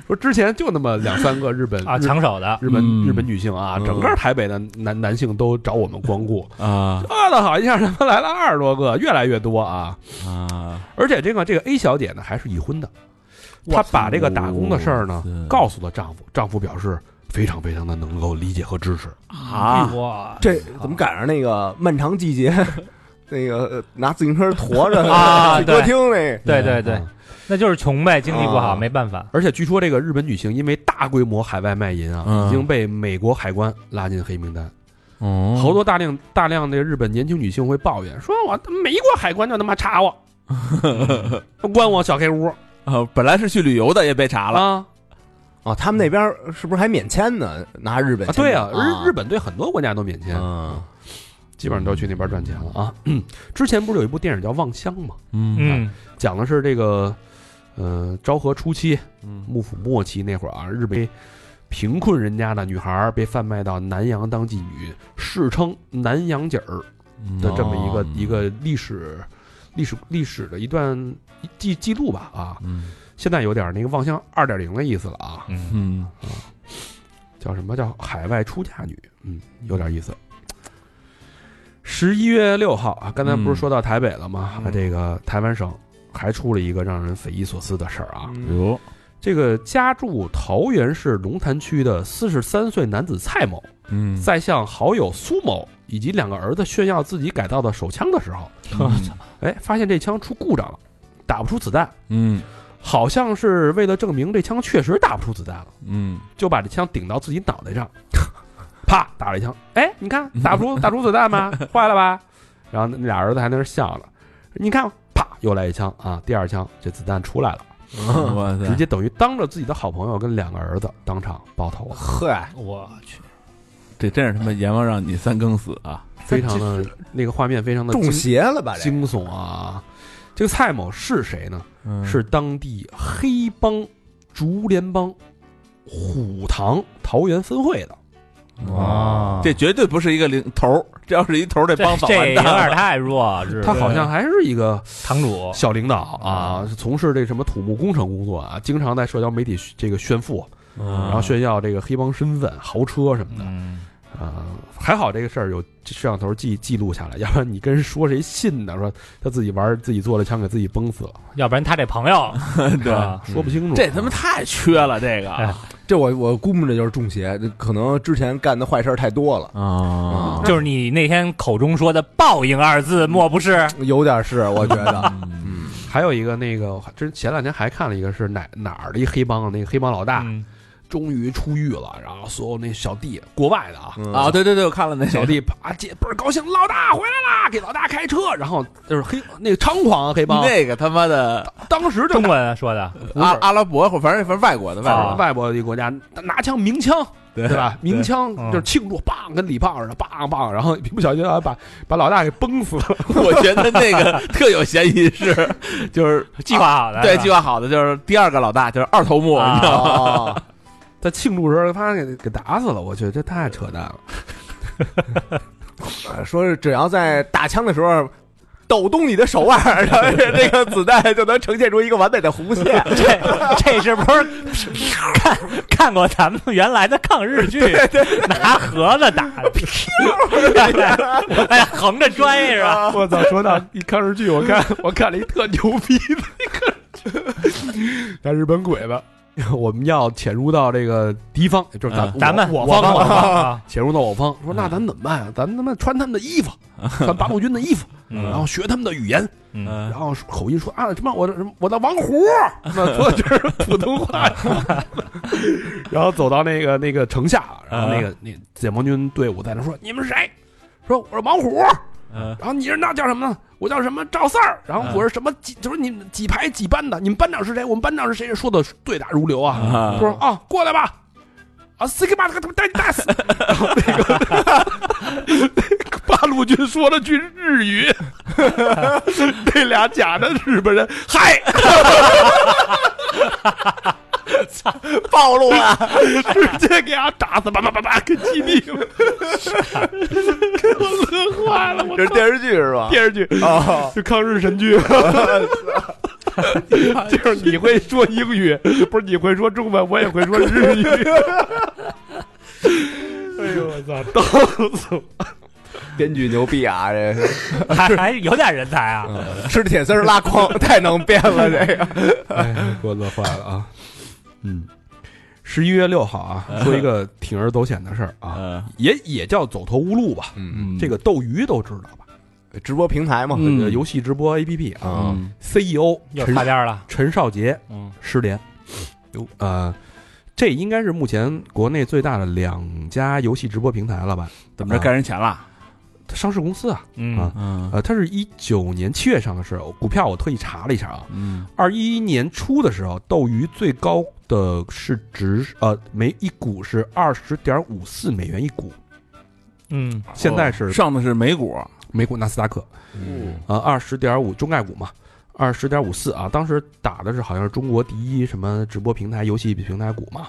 [SPEAKER 3] 说之前就那么两三个日本
[SPEAKER 4] 啊，
[SPEAKER 3] 日
[SPEAKER 4] 抢手的，
[SPEAKER 3] 日本、
[SPEAKER 5] 嗯
[SPEAKER 3] 日本女性啊，整个台北的男男性都找我们光顾，
[SPEAKER 5] 啊
[SPEAKER 3] 啊的好，一下他妈来了二十多个，越来越多啊！
[SPEAKER 5] 啊，
[SPEAKER 3] 而且这个这个 A 小姐呢还是已婚的，她把这个打工的事儿呢
[SPEAKER 5] 塞
[SPEAKER 3] 告诉了丈夫，丈夫表示非常非常的能够理解和支持。
[SPEAKER 5] 啊
[SPEAKER 4] 哇，
[SPEAKER 2] 这怎么赶上那个漫长季节？ 那个呃拿自行车驮着
[SPEAKER 4] 啊
[SPEAKER 2] 去歌
[SPEAKER 4] 对
[SPEAKER 2] 厅那
[SPEAKER 4] 对对对
[SPEAKER 3] 嗯，
[SPEAKER 4] 那就是穷呗，经济不好，
[SPEAKER 2] 啊
[SPEAKER 4] 没办法。
[SPEAKER 3] 而且据说这个日本女性因为大规模海外卖淫啊，
[SPEAKER 5] 嗯
[SPEAKER 3] 已经被美国海关拉进黑名单。
[SPEAKER 5] 哦
[SPEAKER 3] 好多大量大量的日本年轻女性会抱怨，说我美国海关就他妈 查我，关我小黑屋
[SPEAKER 5] 啊，本来是去旅游的，也被查了。
[SPEAKER 3] 啊！
[SPEAKER 2] 哦，他们那边儿是不是还免签呢？拿日本
[SPEAKER 3] 啊，
[SPEAKER 2] 签
[SPEAKER 3] 对
[SPEAKER 2] 证
[SPEAKER 3] 啊，日日本对很多国家都免
[SPEAKER 6] 啊
[SPEAKER 3] 签，
[SPEAKER 2] 嗯
[SPEAKER 3] 基本上都去那边赚钱了啊。之前不是有一部电影叫《望乡》吗？
[SPEAKER 5] 嗯
[SPEAKER 4] 嗯，
[SPEAKER 3] 讲的是这个，呃，昭和初期、
[SPEAKER 5] 嗯
[SPEAKER 3] 幕府末期那会儿啊，日本贫困人家的女孩儿被贩卖到南洋当妓女，世称南洋姐儿的这么一个、
[SPEAKER 5] 哦
[SPEAKER 3] 一个历史。历史历史的一段记记录吧啊，
[SPEAKER 5] 嗯
[SPEAKER 3] 现在有点那个望乡二点零的意思了啊，
[SPEAKER 5] 嗯
[SPEAKER 3] 叫什么叫海外出嫁女，嗯，有点意思。十一月六号啊，刚才不是说到台北了吗？啊这个台湾省还出了一个让人匪夷所思的事儿啊，
[SPEAKER 5] 哟
[SPEAKER 3] 这个家住桃园市龙潭区的四十三岁男子蔡某，
[SPEAKER 5] 嗯
[SPEAKER 3] 在向好友苏某以及两个儿子炫耀自己改造的手枪的时候，
[SPEAKER 5] 嗯
[SPEAKER 3] 哎，发现这枪出故障了，打不出子弹，
[SPEAKER 5] 嗯
[SPEAKER 3] 好像是为了证明这枪确实打不出子弹了。
[SPEAKER 5] 嗯
[SPEAKER 3] 就把这枪顶到自己脑袋上， 啪打了一枪。哎，你看打不出打不出子弹吗？坏了吧？然后那俩儿子还在那儿笑了。你看，啪又来一枪啊！第二枪这子弹出来了，
[SPEAKER 5] 嗯， 哇
[SPEAKER 3] 直
[SPEAKER 5] 塞，
[SPEAKER 3] 接等于当着自己的好朋友跟两个儿子当场爆头了，
[SPEAKER 2] 呵，
[SPEAKER 5] 哦
[SPEAKER 4] 我去，
[SPEAKER 5] 这真是他妈阎王让你三更死啊！
[SPEAKER 3] 非常的那个画面非常的
[SPEAKER 2] 中
[SPEAKER 3] 惊
[SPEAKER 2] 邪了吧？这
[SPEAKER 3] 惊悚啊！这个蔡某是谁呢？
[SPEAKER 5] 嗯
[SPEAKER 3] 是当地黑帮竹联帮虎堂桃园分会的。
[SPEAKER 4] 啊
[SPEAKER 5] 这绝对不是一个零头儿，这要是一头儿，这帮早
[SPEAKER 4] 这
[SPEAKER 5] 完
[SPEAKER 4] 有
[SPEAKER 5] 蛋
[SPEAKER 4] 点
[SPEAKER 5] 了。
[SPEAKER 4] 太弱，是
[SPEAKER 3] 他好像还是一个
[SPEAKER 4] 堂主
[SPEAKER 3] 小领导啊，是从事这什么土木工程工作啊，经常在社交媒体这个炫富，然后炫耀这个黑帮身份、豪车什么的
[SPEAKER 4] 啊嗯，
[SPEAKER 3] 啊。还好这个事儿有摄像头记记录下来，要不然你跟人说谁信呢？说他自己玩儿自己做了枪给自己崩死了，
[SPEAKER 4] 要不然他这朋 友
[SPEAKER 5] 对
[SPEAKER 4] 啊
[SPEAKER 3] 说不清楚。
[SPEAKER 5] 这他妈太缺了，这个
[SPEAKER 4] 哎
[SPEAKER 2] 这我我估摸着就是中邪，这可能之前干的坏事儿太多了，
[SPEAKER 5] 啊
[SPEAKER 4] 就是你那天口中说的“报应”二字，莫不是？
[SPEAKER 2] 有点是我觉得
[SPEAKER 3] 还有一个那个，之前两天还看了一个是哪哪儿的一黑帮，那个黑帮老大
[SPEAKER 4] 嗯
[SPEAKER 3] 终于出狱了，然后所有那小弟国外的啊，
[SPEAKER 5] 啊！对对对，我看了那
[SPEAKER 3] 小
[SPEAKER 5] 个
[SPEAKER 3] 弟啪姐倍儿高兴，老大回来啦，给老大开车，然后就是黑那个猖狂啊，黑帮，
[SPEAKER 5] 那个他妈的
[SPEAKER 3] 当时就
[SPEAKER 4] 中文说
[SPEAKER 6] 啊
[SPEAKER 4] 的，
[SPEAKER 5] 阿阿拉伯，或反正反正外国的外国
[SPEAKER 4] 啊
[SPEAKER 5] 的，
[SPEAKER 3] 外国的一个国家拿枪鸣枪，对吧？鸣枪
[SPEAKER 4] 嗯
[SPEAKER 3] 就是庆祝，棒跟李胖似的，棒棒，然后一不小心啊把把老大给崩死了，
[SPEAKER 5] 我觉得那个特有嫌疑是，就是
[SPEAKER 4] 计划好的，
[SPEAKER 5] 对
[SPEAKER 4] 是吧
[SPEAKER 5] 计划 好的就是第二个老大就是二头目，
[SPEAKER 4] 啊
[SPEAKER 5] 你知道吗？
[SPEAKER 2] 啊，
[SPEAKER 3] 在庆祝时候他给给打死了，我去，这太扯淡了。
[SPEAKER 2] 啊说是只要在打枪的时候。抖动你的手腕儿，然后这个子弹就能呈现出一个完美的弧 线。
[SPEAKER 4] 这这是不是看看过咱们原来的抗日剧？拿盒子打 的，哎哎，横着拽是
[SPEAKER 6] 啊
[SPEAKER 4] 吧？
[SPEAKER 3] 我操！说到一抗 日剧，我看我看了一特牛逼的一个，那日本鬼子我们要潜入到这个敌方，就是咱
[SPEAKER 6] 嗯
[SPEAKER 3] 我
[SPEAKER 4] 咱们
[SPEAKER 3] 我
[SPEAKER 4] 我
[SPEAKER 3] 方
[SPEAKER 4] 我
[SPEAKER 3] 啊
[SPEAKER 4] 方，
[SPEAKER 3] 潜入到我方，说
[SPEAKER 6] 嗯
[SPEAKER 3] 那咱怎么办啊？咱他妈穿他们的 衣服，穿八路军的衣服，
[SPEAKER 4] 嗯
[SPEAKER 3] 然后学他们的语言，
[SPEAKER 4] 嗯，
[SPEAKER 3] 然后口音说啊什么我的什么我的王胡，那说的就是普通 话，然后走到那个那个城下，然后那
[SPEAKER 4] 嗯
[SPEAKER 3] 个那解放军队伍在那说你们是谁？说我是王虎，
[SPEAKER 6] 嗯
[SPEAKER 3] 然后你是那叫什么呢？我叫什么赵四儿，然后我是什么几，就是你们几排几班的，你们班长是谁？我们班长是谁？说的对答如流啊，
[SPEAKER 6] 啊
[SPEAKER 3] 说啊过来吧，啊死给把他们带打死，然后那个八路军说了句日语， 那俩假的日本人嗨，
[SPEAKER 2] 暴露了，
[SPEAKER 3] 直接给他打死，叭叭叭叭给击毙了，给我乐坏了， 我
[SPEAKER 2] 这是电视剧是吧？
[SPEAKER 3] 电视剧
[SPEAKER 2] 哦，
[SPEAKER 3] 就抗日神 剧，就是你会说英语，不是你会说中文，我也会说日语。哎呦我操，逗死我！
[SPEAKER 2] 编剧牛逼啊！这
[SPEAKER 4] 还还有点人才啊，
[SPEAKER 2] 吃铁丝儿拉筐，太能编了这个。
[SPEAKER 3] 哎，给我乐坏了啊！嗯，十一月六号啊，说一个铤而走险的事儿啊，
[SPEAKER 6] 嗯
[SPEAKER 3] 也也叫走投无路吧。
[SPEAKER 2] 嗯，
[SPEAKER 3] 这个斗鱼都知道吧？
[SPEAKER 2] 直播平台嘛，
[SPEAKER 3] 这个游戏直播 APP 啊
[SPEAKER 6] 嗯
[SPEAKER 3] ，CEO
[SPEAKER 4] 又
[SPEAKER 3] 陈
[SPEAKER 4] 擦边了，
[SPEAKER 3] 陈少杰
[SPEAKER 6] 嗯
[SPEAKER 3] 失联。有呃，这应该是目前国内最大的两家游戏直播平台了吧？
[SPEAKER 6] 怎么着该人钱了？
[SPEAKER 3] 上市公司啊，
[SPEAKER 4] 嗯
[SPEAKER 3] 啊
[SPEAKER 6] 嗯
[SPEAKER 3] 呃，它是一九年七月上的市，股票我特意查了一下啊，
[SPEAKER 6] 嗯
[SPEAKER 3] 二一年初的时候，斗鱼最高的市值是呃每一股是二十点五四美元一股，
[SPEAKER 4] 嗯
[SPEAKER 3] 现在是
[SPEAKER 6] 上的是美股，
[SPEAKER 3] 美股纳斯达克
[SPEAKER 2] 嗯
[SPEAKER 3] 啊二十点五中概股嘛。二十点五四啊，当时打的是好像是中国第一什么直播平台、游戏平台股嘛，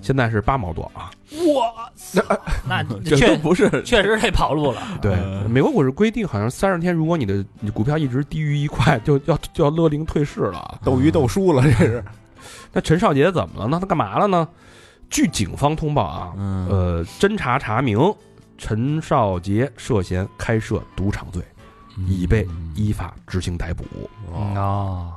[SPEAKER 3] 现在是八毛多啊。
[SPEAKER 4] 我操，那
[SPEAKER 6] 嗯这
[SPEAKER 4] 确
[SPEAKER 6] 都不是
[SPEAKER 4] 确实得跑路了，
[SPEAKER 3] 对，美国股市规定好像三十天，如果你的你股票一直低于一块，就要就要勒令退市了啊。
[SPEAKER 2] 斗鱼斗输了，这是
[SPEAKER 3] 那陈少杰怎么了呢？他干嘛了呢？据警方通报啊，
[SPEAKER 6] 嗯
[SPEAKER 3] 呃，侦查查明，陈少杰涉嫌开设赌场罪，已被
[SPEAKER 6] 嗯
[SPEAKER 3] 依法执行逮捕。
[SPEAKER 4] 哦，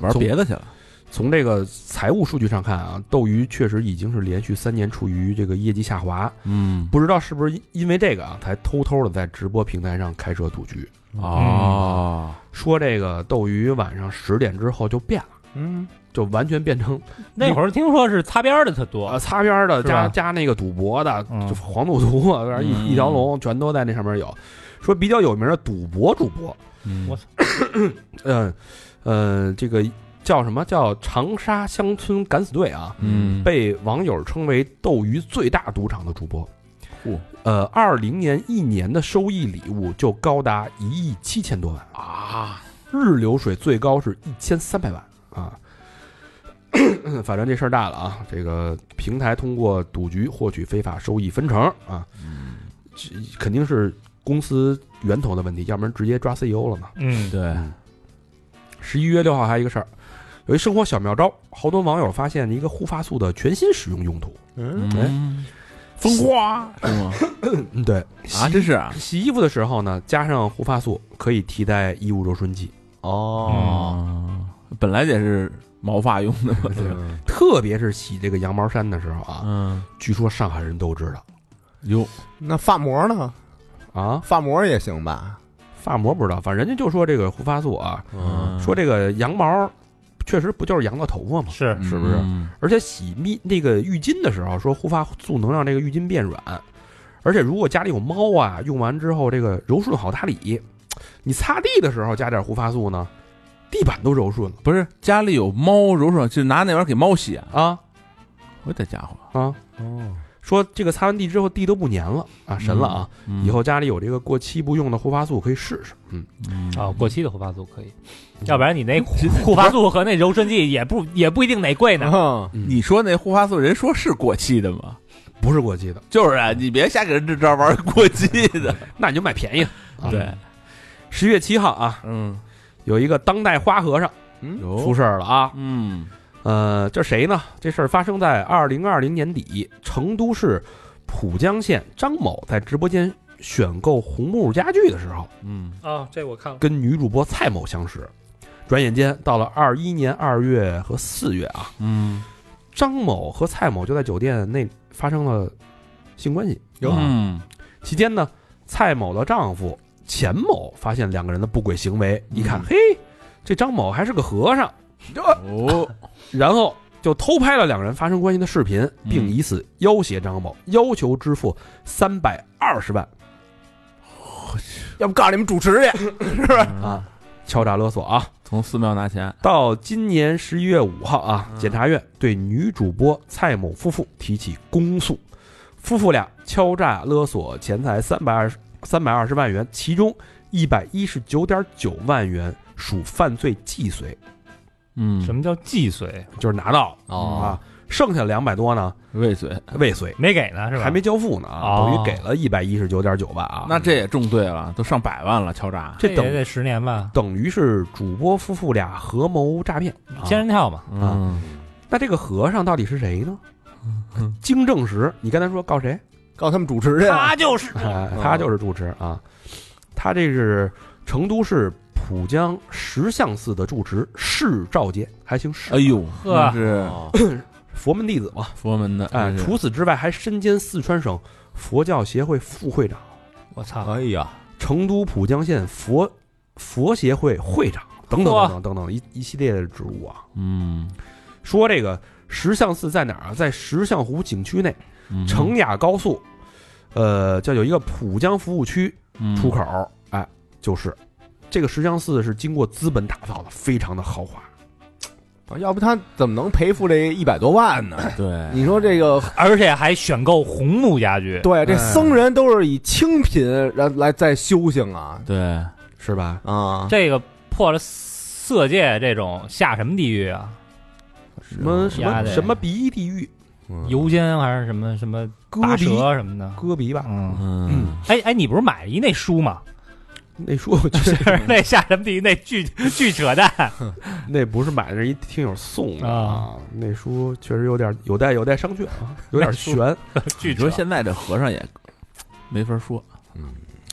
[SPEAKER 6] 玩别的去了。
[SPEAKER 3] 从这个财务数据上看啊，斗鱼确实已经是连续三年处于这个业绩下滑，
[SPEAKER 6] 嗯
[SPEAKER 3] 不知道是不是因因为这个啊，才偷偷的在直播平台上开设赌局。
[SPEAKER 6] 嗯哦，
[SPEAKER 3] 说这个斗鱼晚上十点之后就变了，
[SPEAKER 2] 嗯，
[SPEAKER 3] 就完全变成
[SPEAKER 4] 那会儿听说是擦边儿的特
[SPEAKER 3] 呃
[SPEAKER 6] 啊
[SPEAKER 4] 多，
[SPEAKER 3] 擦边儿的
[SPEAKER 4] 是
[SPEAKER 3] 加
[SPEAKER 4] 吧
[SPEAKER 3] 加那个赌博的，
[SPEAKER 4] 嗯
[SPEAKER 3] 就黄赌毒啊，反正一一条龙全都在那上面有。说比较有名的赌博主播，
[SPEAKER 6] 嗯
[SPEAKER 4] 我
[SPEAKER 3] 嗯呃，这个叫什么叫长沙乡村敢死队啊，
[SPEAKER 6] 嗯
[SPEAKER 3] 被网友称为斗鱼最大赌场的主播
[SPEAKER 6] 嚯。
[SPEAKER 3] 呃，二零年一年的收益礼物就高达一亿七千多万啊，日流水最高是一千三百万啊。 反正这事儿大了啊！这个平台通过赌局获取非法收益分成啊，
[SPEAKER 6] 嗯
[SPEAKER 3] 这肯定是公司源头的问题，要不然直接抓 CEO 了嘛。
[SPEAKER 4] 嗯
[SPEAKER 6] 对，
[SPEAKER 3] 十一月六号还有一个事儿，有一生活小妙招，好多网友发现一个护发素的全新使用用途。
[SPEAKER 2] 哎
[SPEAKER 6] 嗯，风花是 吗？
[SPEAKER 3] 嗯，对
[SPEAKER 6] 啊，真是啊，
[SPEAKER 3] 洗衣服的时候呢，加上护发素可以替代衣物柔顺剂，
[SPEAKER 6] 哦，本来也是毛发用的嘛，
[SPEAKER 3] 特别是洗这个羊毛衫的时候啊，
[SPEAKER 6] 嗯，
[SPEAKER 3] 据说上海人都知道
[SPEAKER 6] 哟，
[SPEAKER 2] 那发膜呢？
[SPEAKER 3] 啊。
[SPEAKER 2] 发膜也行吧？
[SPEAKER 3] 发膜不知道，反正人家就说这个护发素啊，
[SPEAKER 6] 嗯
[SPEAKER 3] 说这个羊毛确实不就是羊的头发吗？
[SPEAKER 4] 是
[SPEAKER 3] 是不是
[SPEAKER 6] 嗯
[SPEAKER 3] 而且洗密那个浴巾的时候，说护发素能让这个浴巾变软，而且如果家里有猫啊，用完之后这个柔顺好打理。你擦地的时候加点护发素呢，地板都柔顺了
[SPEAKER 6] 不是家里有猫柔顺，就拿那玩意儿给猫洗啊？
[SPEAKER 3] 啊
[SPEAKER 6] 我的家伙，
[SPEAKER 3] 啊！
[SPEAKER 2] 哦，
[SPEAKER 3] 说这个擦完地之后地都不粘了啊，神了啊！
[SPEAKER 6] 嗯
[SPEAKER 3] 以后家里有这个过期不用的护发素可以试试，嗯，
[SPEAKER 4] 啊，过期的护发素可以，
[SPEAKER 6] 嗯
[SPEAKER 4] 要不然你那 护护发素和那柔顺剂也不也不一定哪贵呢。
[SPEAKER 2] 嗯
[SPEAKER 6] 你说那护发素，人说是过期的吗？
[SPEAKER 3] 不是过期的，
[SPEAKER 6] 就是啊，你别瞎给人支招玩过期的。
[SPEAKER 3] 那你就买便宜的。啊
[SPEAKER 6] 对，
[SPEAKER 3] 十月七号啊，
[SPEAKER 6] 嗯，
[SPEAKER 3] 有一个当代花和尚出
[SPEAKER 6] 有，
[SPEAKER 3] 事儿了啊，
[SPEAKER 6] 嗯
[SPEAKER 3] 呃，这谁呢？这事儿发生在二零二零年底，成都市浦江县张某在直播间选购红木家具的时候，
[SPEAKER 6] 嗯
[SPEAKER 4] 啊，这我看了，
[SPEAKER 3] 跟女主播蔡某相识。转眼间到了二一年二月和四月啊，
[SPEAKER 6] 嗯，
[SPEAKER 3] 张某和蔡某就在酒店内发生了性关系。
[SPEAKER 6] 嗯
[SPEAKER 3] 期间呢，蔡某的丈夫钱某发现两个人的不轨行为，一看，
[SPEAKER 6] 嗯
[SPEAKER 3] 嘿，这张某还是个和尚，
[SPEAKER 6] 哦，
[SPEAKER 3] 然后就偷拍了两人发生关系的视频，
[SPEAKER 6] 嗯
[SPEAKER 3] 并以此要挟张某，要求支付三百二十万
[SPEAKER 2] 要不告诉你们主持去，
[SPEAKER 6] 是啊，
[SPEAKER 3] 啊，敲诈勒索啊。
[SPEAKER 6] 从寺庙拿钱，
[SPEAKER 3] 到今年十一月五号啊，
[SPEAKER 6] 嗯
[SPEAKER 3] 检察院对女主播蔡某夫妇提起公诉，夫妇俩敲诈勒索钱财三百二十三百二十万元，其中一百一十九点九万元属犯罪既遂，
[SPEAKER 6] 嗯
[SPEAKER 4] 什么叫既遂？
[SPEAKER 3] 就是拿到了
[SPEAKER 6] 哦嗯
[SPEAKER 3] 啊，剩下两百多呢
[SPEAKER 6] 喂嘴，
[SPEAKER 3] 未遂，
[SPEAKER 4] 没给呢是吧？
[SPEAKER 3] 还没交付呢啊，
[SPEAKER 4] 哦
[SPEAKER 3] 等于给了一百一十九点九万啊，
[SPEAKER 6] 那这也中对了，都上百万了，敲诈，
[SPEAKER 3] 这
[SPEAKER 4] 也
[SPEAKER 3] 等
[SPEAKER 4] 得十年吧，
[SPEAKER 3] 等于是主播夫妇俩合谋诈骗。
[SPEAKER 6] 哦
[SPEAKER 3] 啊
[SPEAKER 4] 仙人跳嘛。
[SPEAKER 6] 啊
[SPEAKER 3] 嗯那这个和尚到底是谁呢？经证实，你刚才说告谁？
[SPEAKER 2] 告他们主持去啊。
[SPEAKER 4] 就是
[SPEAKER 3] 哎他就是住持啊，他这是成都市浦江石像寺的住持释照杰，还姓释，啊
[SPEAKER 6] 哎呦，
[SPEAKER 4] 呵啊
[SPEAKER 6] 那是
[SPEAKER 3] 佛门弟子嘛。
[SPEAKER 6] 佛门的，
[SPEAKER 3] 哎，
[SPEAKER 6] 这是
[SPEAKER 3] 除此之外，还身兼四川省佛教协会副会长、
[SPEAKER 4] 我操，
[SPEAKER 2] 哎呀，
[SPEAKER 3] 成都浦江县佛佛协会会长等等
[SPEAKER 4] 哇
[SPEAKER 3] 等等等等一一系列的职务啊。
[SPEAKER 6] 嗯，
[SPEAKER 3] 说这个石像寺在哪儿啊？在石像湖景区内，
[SPEAKER 6] 嗯
[SPEAKER 3] 成雅高速，呃，叫有一个浦江服务区，
[SPEAKER 6] 嗯
[SPEAKER 3] 出口，哎，就是这个石像寺是经过资本打造的，非常的豪华。
[SPEAKER 2] 要不他怎么能赔付这一百多万呢？
[SPEAKER 6] 嗯对，
[SPEAKER 2] 你说这个
[SPEAKER 4] 而且还选购红木家具，
[SPEAKER 2] 对，这
[SPEAKER 3] 嗯
[SPEAKER 2] 僧人都是以清贫然后来在修行啊
[SPEAKER 6] 对，
[SPEAKER 3] 是吧？
[SPEAKER 2] 啊，
[SPEAKER 4] 这个破了色戒这种下什么地狱啊？
[SPEAKER 3] 什么什
[SPEAKER 4] 压
[SPEAKER 3] 么
[SPEAKER 4] 的
[SPEAKER 3] 什么鼻地狱、
[SPEAKER 2] 嗯
[SPEAKER 4] 油煎还是什么什么
[SPEAKER 3] 割
[SPEAKER 4] 拔
[SPEAKER 3] 鼻、
[SPEAKER 4] 舌什么的？
[SPEAKER 3] 割鼻吧？
[SPEAKER 4] 嗯，
[SPEAKER 6] 嗯，
[SPEAKER 4] 哎哎，你不是买了一那书吗？
[SPEAKER 3] 那说我去，
[SPEAKER 4] 就是那下什么地狱那巨巨扯淡，
[SPEAKER 3] 那不是买的，是一听友送的
[SPEAKER 4] 啊。
[SPEAKER 3] 那书确实有点有待有待商榷 啊，有点悬。
[SPEAKER 4] 巨
[SPEAKER 6] 你
[SPEAKER 4] 扯
[SPEAKER 6] 说。现在这和尚也没法说，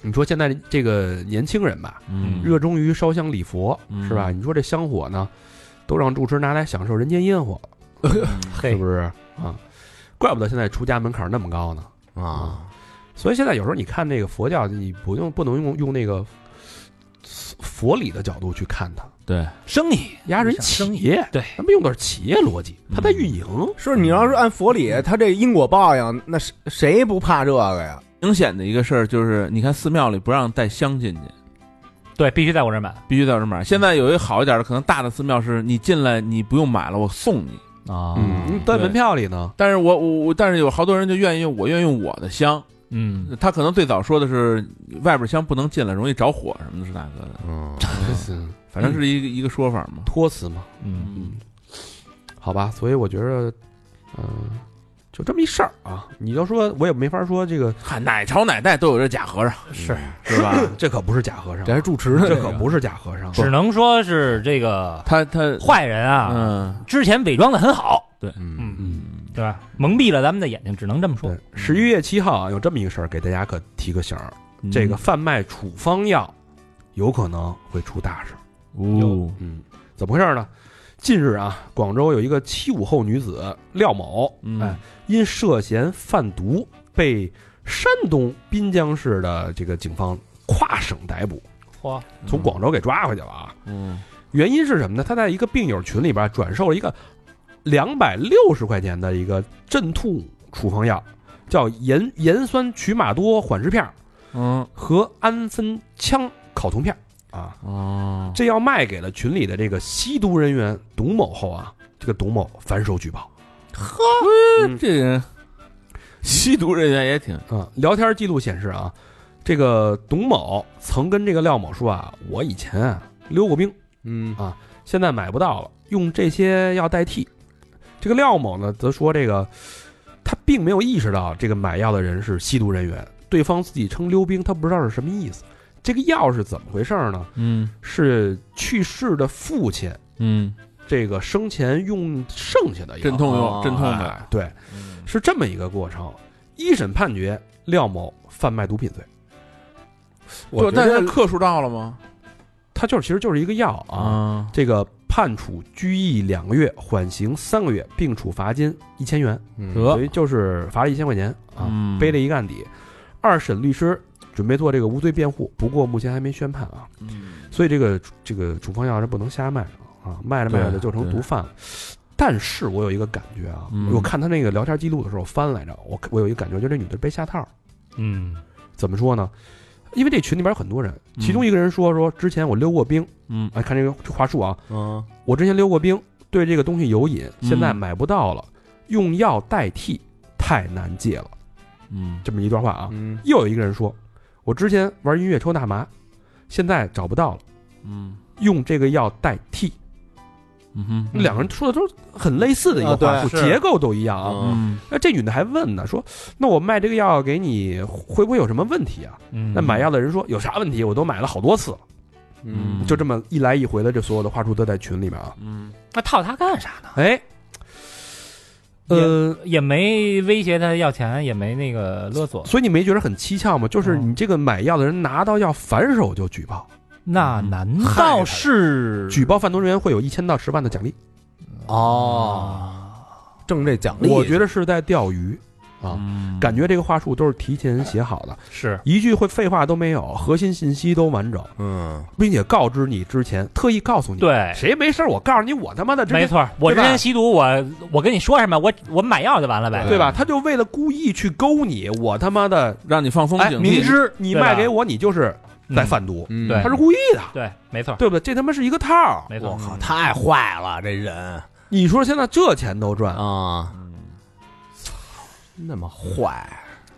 [SPEAKER 3] 你说现在这个年轻人吧，
[SPEAKER 6] 嗯
[SPEAKER 3] 热衷于烧香礼佛，
[SPEAKER 6] 嗯
[SPEAKER 3] 是吧？你说这香火呢，都让住持拿来享受人间烟火，是
[SPEAKER 4] 嘿，
[SPEAKER 3] 不是啊？怪不得现在出家门槛那么高呢。
[SPEAKER 2] 啊，
[SPEAKER 3] 所以现在有时候你看那个佛教，你不用不能用用那个佛理的角度去看它，
[SPEAKER 6] 对，
[SPEAKER 4] 生意
[SPEAKER 3] 压人
[SPEAKER 4] 你想
[SPEAKER 3] 企
[SPEAKER 4] 生意，
[SPEAKER 3] 业，
[SPEAKER 4] 对，
[SPEAKER 3] 咱们用的是企业逻辑，它在运营，
[SPEAKER 2] 是你要是按佛理，他这因果报应，那谁谁不怕这个呀？
[SPEAKER 6] 明显的一个事儿就是，你看寺庙里不让带香进去，
[SPEAKER 4] 对，必须在我这儿买
[SPEAKER 6] 必须在这儿买。现在有一个好一点的，可能大的寺庙是你进来你不用买了，我送你。
[SPEAKER 4] 啊
[SPEAKER 3] 嗯，在门票里呢，
[SPEAKER 6] 但是我我我，但是有好多人就愿意用我愿意用我的香。
[SPEAKER 4] 嗯，
[SPEAKER 6] 他可能最早说的是哎外边香不能进来，容易着火什么的，是大哥的，
[SPEAKER 2] 嗯，
[SPEAKER 3] 嗯
[SPEAKER 6] 反正是一个、一个说法嘛。
[SPEAKER 3] 托词嘛，
[SPEAKER 4] 嗯，
[SPEAKER 3] 嗯，好吧，所以我觉得，嗯、就这么一事儿啊，你要说我也没法说这 个，
[SPEAKER 6] 嗨，哪朝哪代都有这假和尚，
[SPEAKER 4] 是，
[SPEAKER 6] 是吧？
[SPEAKER 3] 这可不是假和尚，
[SPEAKER 2] 嗯这还住持呢，
[SPEAKER 3] 这
[SPEAKER 2] 个
[SPEAKER 3] 可不是假和尚，
[SPEAKER 4] 只能说是这个
[SPEAKER 6] 他他
[SPEAKER 4] 坏人啊，
[SPEAKER 6] 嗯
[SPEAKER 4] 之前伪装的很好，
[SPEAKER 2] 嗯，
[SPEAKER 4] 嗯，对吧？蒙蔽了咱们的眼睛，只能这么说
[SPEAKER 3] 对。，十一月七号啊，有这么一个事儿，给大家可提个醒儿。
[SPEAKER 6] 嗯
[SPEAKER 3] 这个贩卖处方药，有可能会出大事。
[SPEAKER 6] 哦
[SPEAKER 3] 嗯，怎么回事呢？近日啊，广州有一个七五后女子廖某，
[SPEAKER 6] 嗯
[SPEAKER 3] 哎，因涉嫌贩毒被山东滨江市的这个警方跨省逮捕，
[SPEAKER 4] 嚯，
[SPEAKER 3] 从广州给抓回去了啊。
[SPEAKER 6] 嗯
[SPEAKER 3] 原因是什么呢？她在一个病友群里边转售了一个两百六十块钱的一个镇痛处方药，叫盐盐酸曲马多缓释片儿
[SPEAKER 6] 嗯
[SPEAKER 3] 和氨酚羟考酮片儿啊。
[SPEAKER 6] 哦，
[SPEAKER 3] 这要卖给了群里的这个吸毒人员董某后啊，这个董某反手举报嗯
[SPEAKER 6] 这人吸毒人员也挺
[SPEAKER 3] 啊。聊天记录显示啊，这个董某曾跟这个廖某说啊，我以前啊溜过冰，
[SPEAKER 2] 嗯
[SPEAKER 3] 现在买不到了，用这些药代替。这个廖某呢，则说这个他并没有意识到这个买药的人是吸毒人员，对方自己称溜冰，他不知道是什么意思。这个药是怎么回事呢？
[SPEAKER 6] 嗯
[SPEAKER 3] 是去世的父亲
[SPEAKER 6] 嗯，
[SPEAKER 3] 这个生前用剩下的药
[SPEAKER 6] 镇痛啊嗯
[SPEAKER 2] 哦
[SPEAKER 6] 用镇痛的，
[SPEAKER 3] 哎，对，是这么一个过程。一审判决廖某贩卖毒品罪，
[SPEAKER 6] 就
[SPEAKER 2] 我觉
[SPEAKER 6] 但
[SPEAKER 2] 得
[SPEAKER 6] 是克数到了吗？
[SPEAKER 3] 它就是其实就是一个药啊。
[SPEAKER 6] 啊，
[SPEAKER 3] 这个判处拘役两个月，缓刑三个月，并处罚金一千元，
[SPEAKER 6] 得
[SPEAKER 2] 嗯
[SPEAKER 3] 等于就是罚了一千块钱啊，
[SPEAKER 6] 嗯
[SPEAKER 3] 背了一个案底。二审律师准备做这个无罪辩护，不过目前还没宣判啊。
[SPEAKER 6] 嗯
[SPEAKER 3] 所以这个这个处方药是不能瞎卖啊，卖着卖着
[SPEAKER 6] 对
[SPEAKER 3] 就成毒贩了。但是我有一个感觉啊，
[SPEAKER 6] 嗯
[SPEAKER 3] 我看他那个聊天记录的时候翻来着，我我有一个感觉，就这女的被下套。
[SPEAKER 4] 嗯，
[SPEAKER 3] 怎么说呢？因为这群里边有很多人，
[SPEAKER 6] 嗯
[SPEAKER 3] 其中一个人说说之前我溜过冰，
[SPEAKER 6] 嗯
[SPEAKER 3] 哎，看这个话术啊，
[SPEAKER 6] 嗯
[SPEAKER 3] 我之前溜过冰，对这个东西有瘾，
[SPEAKER 6] 嗯
[SPEAKER 3] 现在买不到了，用药代替太难戒了，
[SPEAKER 6] 嗯
[SPEAKER 3] 这么一段话啊。
[SPEAKER 2] 嗯
[SPEAKER 3] 又有一个人说，我之前玩音乐抽大麻，现在找不到了，
[SPEAKER 6] 嗯
[SPEAKER 3] 用这个药代替。
[SPEAKER 6] 嗯哼
[SPEAKER 3] 两个人说的都是很类似的一个话术，
[SPEAKER 2] 啊对是
[SPEAKER 3] 结构都一样啊。
[SPEAKER 6] 嗯
[SPEAKER 3] 那这女的还问呢，说：“那我卖这个药给你，会不会有什么问题啊？”
[SPEAKER 4] 嗯
[SPEAKER 3] 那买药的人说：“有啥问题？我都买了好多次了。”
[SPEAKER 6] 嗯
[SPEAKER 3] 就这么一来一回的，这所有的话术都在群里面啊。
[SPEAKER 6] 嗯
[SPEAKER 4] 那套他干啥呢？
[SPEAKER 3] 哎，呃，
[SPEAKER 4] 也没威胁他要钱，也没那个勒索，
[SPEAKER 3] 所以你没觉得很蹊跷吗？就是
[SPEAKER 4] 哦
[SPEAKER 3] 你这个买药的人拿到药反手就举报，
[SPEAKER 4] 那难道是
[SPEAKER 3] 举报贩毒人员会有一千到十万的奖励。
[SPEAKER 2] 哦，挣这奖励，
[SPEAKER 3] 我觉得是在钓鱼啊，
[SPEAKER 6] 嗯
[SPEAKER 3] 感觉这个话术都是提前写好的，
[SPEAKER 4] 是
[SPEAKER 3] 一句会废话都没有，核心信息都完整。
[SPEAKER 2] 嗯
[SPEAKER 3] 并且告知你之前特意告诉你，，
[SPEAKER 4] 对？
[SPEAKER 3] 谁没事儿我告诉你，我他妈的之前
[SPEAKER 4] 没，错儿，我之
[SPEAKER 3] 对吧
[SPEAKER 4] 前吸毒，我我跟你说什么，我我买药就完了呗，
[SPEAKER 3] 对吧？他就为了故意去勾你，我他妈的，
[SPEAKER 6] 让你放松
[SPEAKER 3] 哎，
[SPEAKER 6] 警
[SPEAKER 3] 明
[SPEAKER 6] 惕，
[SPEAKER 3] 知你
[SPEAKER 4] 对吧
[SPEAKER 3] 卖给我，你就是
[SPEAKER 4] 嗯
[SPEAKER 3] 在贩毒，
[SPEAKER 2] 嗯
[SPEAKER 4] 对
[SPEAKER 3] 他是故意的，
[SPEAKER 4] 对，没错儿，
[SPEAKER 3] 对不对？这他妈是一个套儿。
[SPEAKER 4] 没错嗯
[SPEAKER 2] 我
[SPEAKER 4] 儿，
[SPEAKER 2] 靠，太坏了，这人
[SPEAKER 3] 你说现在这钱都赚，
[SPEAKER 2] 啊，那么坏，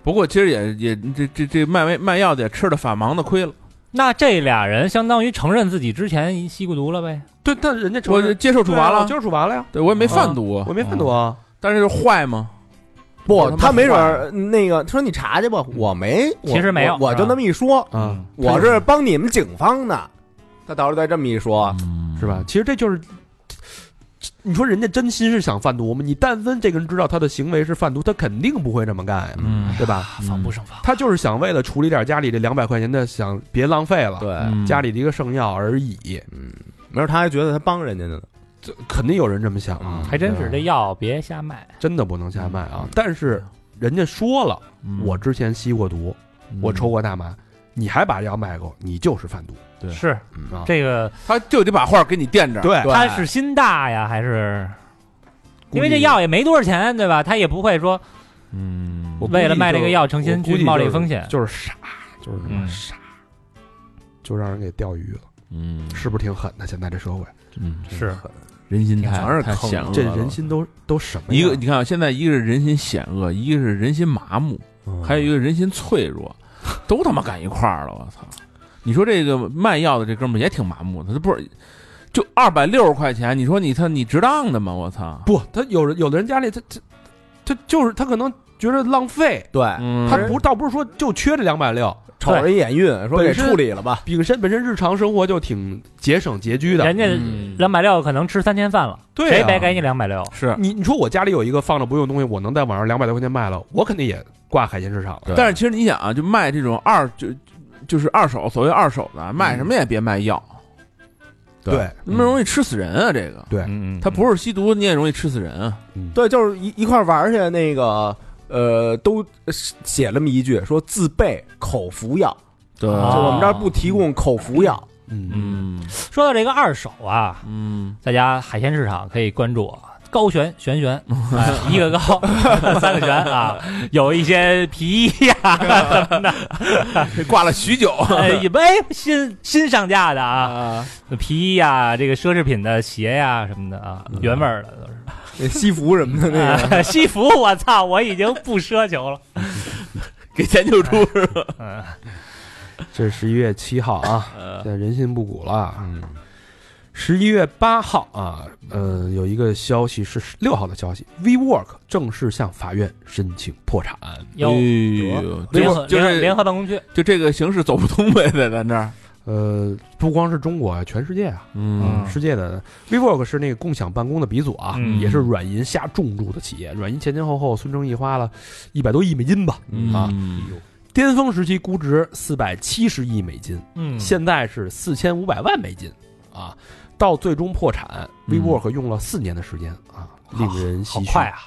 [SPEAKER 6] 不过其实也也这这这卖卖卖药的也吃了法盲的亏了，
[SPEAKER 4] 那这俩人相当于承认自己之前吸过毒了呗？
[SPEAKER 3] 对，但人家承
[SPEAKER 6] 我
[SPEAKER 3] 认
[SPEAKER 6] 接受处罚
[SPEAKER 3] 对啊
[SPEAKER 6] 了
[SPEAKER 3] 我，就是处罚了呀，
[SPEAKER 6] 对我也没贩毒啊
[SPEAKER 3] 我，没贩毒啊。
[SPEAKER 6] 但是就是坏嘛，
[SPEAKER 2] 不，
[SPEAKER 6] 他
[SPEAKER 2] 他
[SPEAKER 6] 没
[SPEAKER 2] 没
[SPEAKER 6] 准
[SPEAKER 2] 准
[SPEAKER 6] 儿
[SPEAKER 2] 儿那个，他说你查去吧，我没，嗯
[SPEAKER 4] 我其实没有我
[SPEAKER 2] 我
[SPEAKER 4] 我就
[SPEAKER 2] 就
[SPEAKER 4] 那
[SPEAKER 2] 那么一说，
[SPEAKER 6] 嗯
[SPEAKER 3] 啊，
[SPEAKER 2] 我是帮你们警方的，他到时候再这么一说，
[SPEAKER 6] 嗯
[SPEAKER 3] 是
[SPEAKER 4] 嗯
[SPEAKER 3] 吧？其实这就是，你说人家真心是想贩毒吗？你但凡这个人知道他的行为是贩毒，他肯定不会这么干呀，
[SPEAKER 6] 嗯
[SPEAKER 3] 对吧？
[SPEAKER 4] 啊，防不胜防，
[SPEAKER 3] 他就是想为了处理点家里这两百块钱的，想别浪费了，
[SPEAKER 2] 对，
[SPEAKER 6] 嗯
[SPEAKER 3] 家里的一个圣药而已，
[SPEAKER 2] 没准他还觉得他帮人家呢，
[SPEAKER 3] 这肯定有人这么想啊，
[SPEAKER 4] 还真
[SPEAKER 3] 对
[SPEAKER 4] 是
[SPEAKER 3] 吧
[SPEAKER 4] 这药别瞎卖，
[SPEAKER 3] 真的不能瞎卖
[SPEAKER 4] 嗯
[SPEAKER 3] 啊。但是人家说了，
[SPEAKER 6] 嗯
[SPEAKER 3] 我之前吸过毒，我
[SPEAKER 4] 嗯
[SPEAKER 3] 抽过大麻，你还把药卖给我，你就是贩毒
[SPEAKER 6] 对
[SPEAKER 4] 是
[SPEAKER 3] 啊。
[SPEAKER 4] 这个
[SPEAKER 6] 他就得把画给你垫着，
[SPEAKER 3] 对
[SPEAKER 2] 对
[SPEAKER 4] 他是心大呀，还是
[SPEAKER 3] 故意
[SPEAKER 4] 因为这药也没多少钱，对吧？他也不会说
[SPEAKER 6] 嗯
[SPEAKER 3] 我估计
[SPEAKER 4] 为了卖这个药，诚心
[SPEAKER 3] 我估
[SPEAKER 4] 去
[SPEAKER 3] 计
[SPEAKER 4] 冒这
[SPEAKER 3] 就
[SPEAKER 4] 个
[SPEAKER 3] 是
[SPEAKER 4] 风险。
[SPEAKER 3] 就是傻，就是他妈
[SPEAKER 4] 嗯
[SPEAKER 3] 傻，就让人给钓鱼了，
[SPEAKER 6] 嗯
[SPEAKER 3] 是不是挺狠的？现在这社会，
[SPEAKER 6] 嗯，
[SPEAKER 4] 是，
[SPEAKER 6] 人心太
[SPEAKER 2] 全是
[SPEAKER 6] 太
[SPEAKER 2] 坑
[SPEAKER 6] 险恶了，
[SPEAKER 3] 这人心都都什么
[SPEAKER 6] 一
[SPEAKER 3] 样
[SPEAKER 6] 个你看啊，现在一个是人心险恶，一个是人心麻木，
[SPEAKER 3] 嗯
[SPEAKER 6] 还有
[SPEAKER 2] 嗯
[SPEAKER 6] 一个人心脆弱，都他妈赶一块儿了，我操！你说这个卖药的这哥们儿也挺麻木的，他不是就二百六十块钱，你说你他你值当的吗？我操！
[SPEAKER 3] 不，他有人有的人家里他他他就是他可能觉得浪费，
[SPEAKER 2] 对，
[SPEAKER 6] 嗯，
[SPEAKER 3] 他不倒不是说就缺这两百六，
[SPEAKER 2] 瞅人眼运，说
[SPEAKER 3] 本
[SPEAKER 2] 给
[SPEAKER 3] 身
[SPEAKER 2] 处理了吧，
[SPEAKER 3] 本身本身日常生活就挺节省拮据的
[SPEAKER 4] 人。家
[SPEAKER 6] 嗯
[SPEAKER 4] 两百六可能吃三天饭了，
[SPEAKER 3] 对
[SPEAKER 4] 谁
[SPEAKER 3] 啊
[SPEAKER 4] 白给你两百六？
[SPEAKER 6] 是，
[SPEAKER 3] 你你说我家里有一个放着不用的东西，我能在网上两百多块钱卖了，我肯定也挂海鲜市场了。
[SPEAKER 6] 但是其实你想啊，就卖这种二就就是二手，所谓二手的，
[SPEAKER 2] 嗯
[SPEAKER 6] 卖什么也别卖药，
[SPEAKER 3] 对，
[SPEAKER 6] 那么容易吃死人啊！这个
[SPEAKER 4] 嗯，
[SPEAKER 6] 他不是吸毒，你也容易吃死人啊！
[SPEAKER 2] 对，就是一一块玩儿去，那个呃，都写了么一句，说自备口服药，
[SPEAKER 6] 对
[SPEAKER 2] 就
[SPEAKER 4] 啊
[SPEAKER 2] 我们这儿不提供口服 药。
[SPEAKER 3] 嗯，
[SPEAKER 6] 嗯
[SPEAKER 4] 说到这个二手啊，
[SPEAKER 6] 嗯
[SPEAKER 4] 大家海鲜市场可以关注啊，高悬悬 悬，哎一个高 三个悬啊，有一些皮 衣呀、
[SPEAKER 6] 挂了许 久
[SPEAKER 4] 哎也没新新上架的啊，
[SPEAKER 6] 啊，
[SPEAKER 4] 皮衣呀、这个奢侈品的鞋呀、什么的啊，
[SPEAKER 3] 嗯
[SPEAKER 4] 原味儿的都是。
[SPEAKER 2] 那西服什么 的那个，
[SPEAKER 4] 啊西服，我操，我已经不奢求了。
[SPEAKER 6] 给钱就出
[SPEAKER 2] 哎
[SPEAKER 6] 是吧？
[SPEAKER 4] 嗯，
[SPEAKER 3] 这十一月七号啊，现在人心不古了。嗯，十一月八号啊，呃，有一个消息是六号的消息，WeWork 正式向法院申请破产。
[SPEAKER 4] 有
[SPEAKER 6] 哎呦
[SPEAKER 4] 联合
[SPEAKER 6] 就就
[SPEAKER 4] 联合
[SPEAKER 6] 是
[SPEAKER 4] 联合办公区，
[SPEAKER 6] 就这个形势走不通呗，在咱这儿，
[SPEAKER 3] 呃，不光是中国啊，全世界啊，
[SPEAKER 4] 嗯
[SPEAKER 3] 世界的 WeWork 是那个共享办公的鼻祖啊，
[SPEAKER 4] 嗯
[SPEAKER 3] 也是软银下重注的企业。软银前前后后，孙正义花了一百多亿美金吧，
[SPEAKER 4] 哎
[SPEAKER 6] 嗯
[SPEAKER 3] 啊，巅峰时期估值四百七十亿美金，
[SPEAKER 4] 嗯
[SPEAKER 3] 现在是四千五百万美金啊，到最终破产
[SPEAKER 7] 嗯
[SPEAKER 3] ，WeWork 用了四年的时间啊，令人唏
[SPEAKER 4] 好
[SPEAKER 3] 嘘。
[SPEAKER 4] 快啊！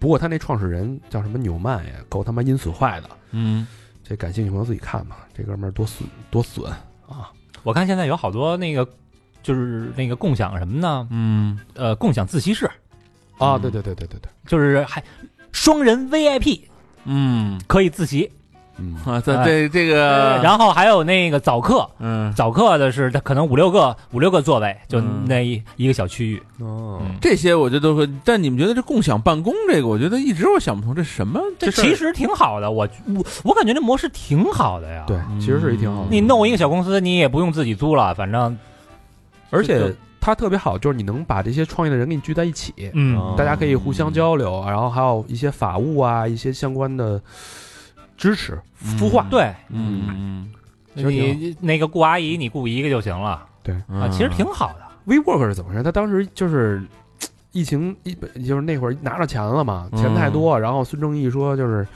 [SPEAKER 3] 不过他那创始人叫什么纽曼呀，够他妈阴损坏的。
[SPEAKER 6] 嗯，
[SPEAKER 3] 这感兴趣朋友自己看吧，这哥们儿多损多损啊！
[SPEAKER 4] 我看现在有好多那个，就是那个共享什么呢？
[SPEAKER 6] 嗯，
[SPEAKER 4] 呃，共享自习室，
[SPEAKER 3] 啊，对对对对对对，
[SPEAKER 4] 就是还双人 VIP
[SPEAKER 6] 嗯
[SPEAKER 4] 可以自习，
[SPEAKER 3] 嗯，
[SPEAKER 6] 啊，这这这个，
[SPEAKER 4] 哎然后还有那个早课，
[SPEAKER 6] 嗯，
[SPEAKER 4] 早课的是它可能五六个五六个座位，就
[SPEAKER 6] 嗯
[SPEAKER 4] 那一一个小区域。
[SPEAKER 3] 哦
[SPEAKER 4] 嗯
[SPEAKER 6] 这些我觉得都会，但你们觉得这共享办公这个，我觉得一直我想不通，这什么
[SPEAKER 4] 这
[SPEAKER 6] 事儿
[SPEAKER 4] 其实挺好的，我我我感觉这模式挺好的呀。
[SPEAKER 3] 对，，其实是一挺好的。
[SPEAKER 4] 你弄一个小公司，你也不用自己租了，反正
[SPEAKER 3] 而
[SPEAKER 4] 这
[SPEAKER 3] 且
[SPEAKER 4] 就
[SPEAKER 3] 它特别好，就是你能把这些创业的人给你聚在一起，
[SPEAKER 4] 嗯
[SPEAKER 3] 大家可以互相交流，然后还有一些法务啊，一些相关的支持
[SPEAKER 4] 嗯
[SPEAKER 3] 孵化。
[SPEAKER 4] 对
[SPEAKER 6] 嗯，
[SPEAKER 3] 其实挺好
[SPEAKER 4] 你那个雇阿姨，你雇一个就行了
[SPEAKER 6] 嗯
[SPEAKER 4] 啊，其实挺好的。
[SPEAKER 3] WeWork 是怎么回事？他当时就是嘖疫情一本就是那会儿拿着钱了嘛，
[SPEAKER 6] 嗯
[SPEAKER 3] 钱太多，然后孙正义说就是。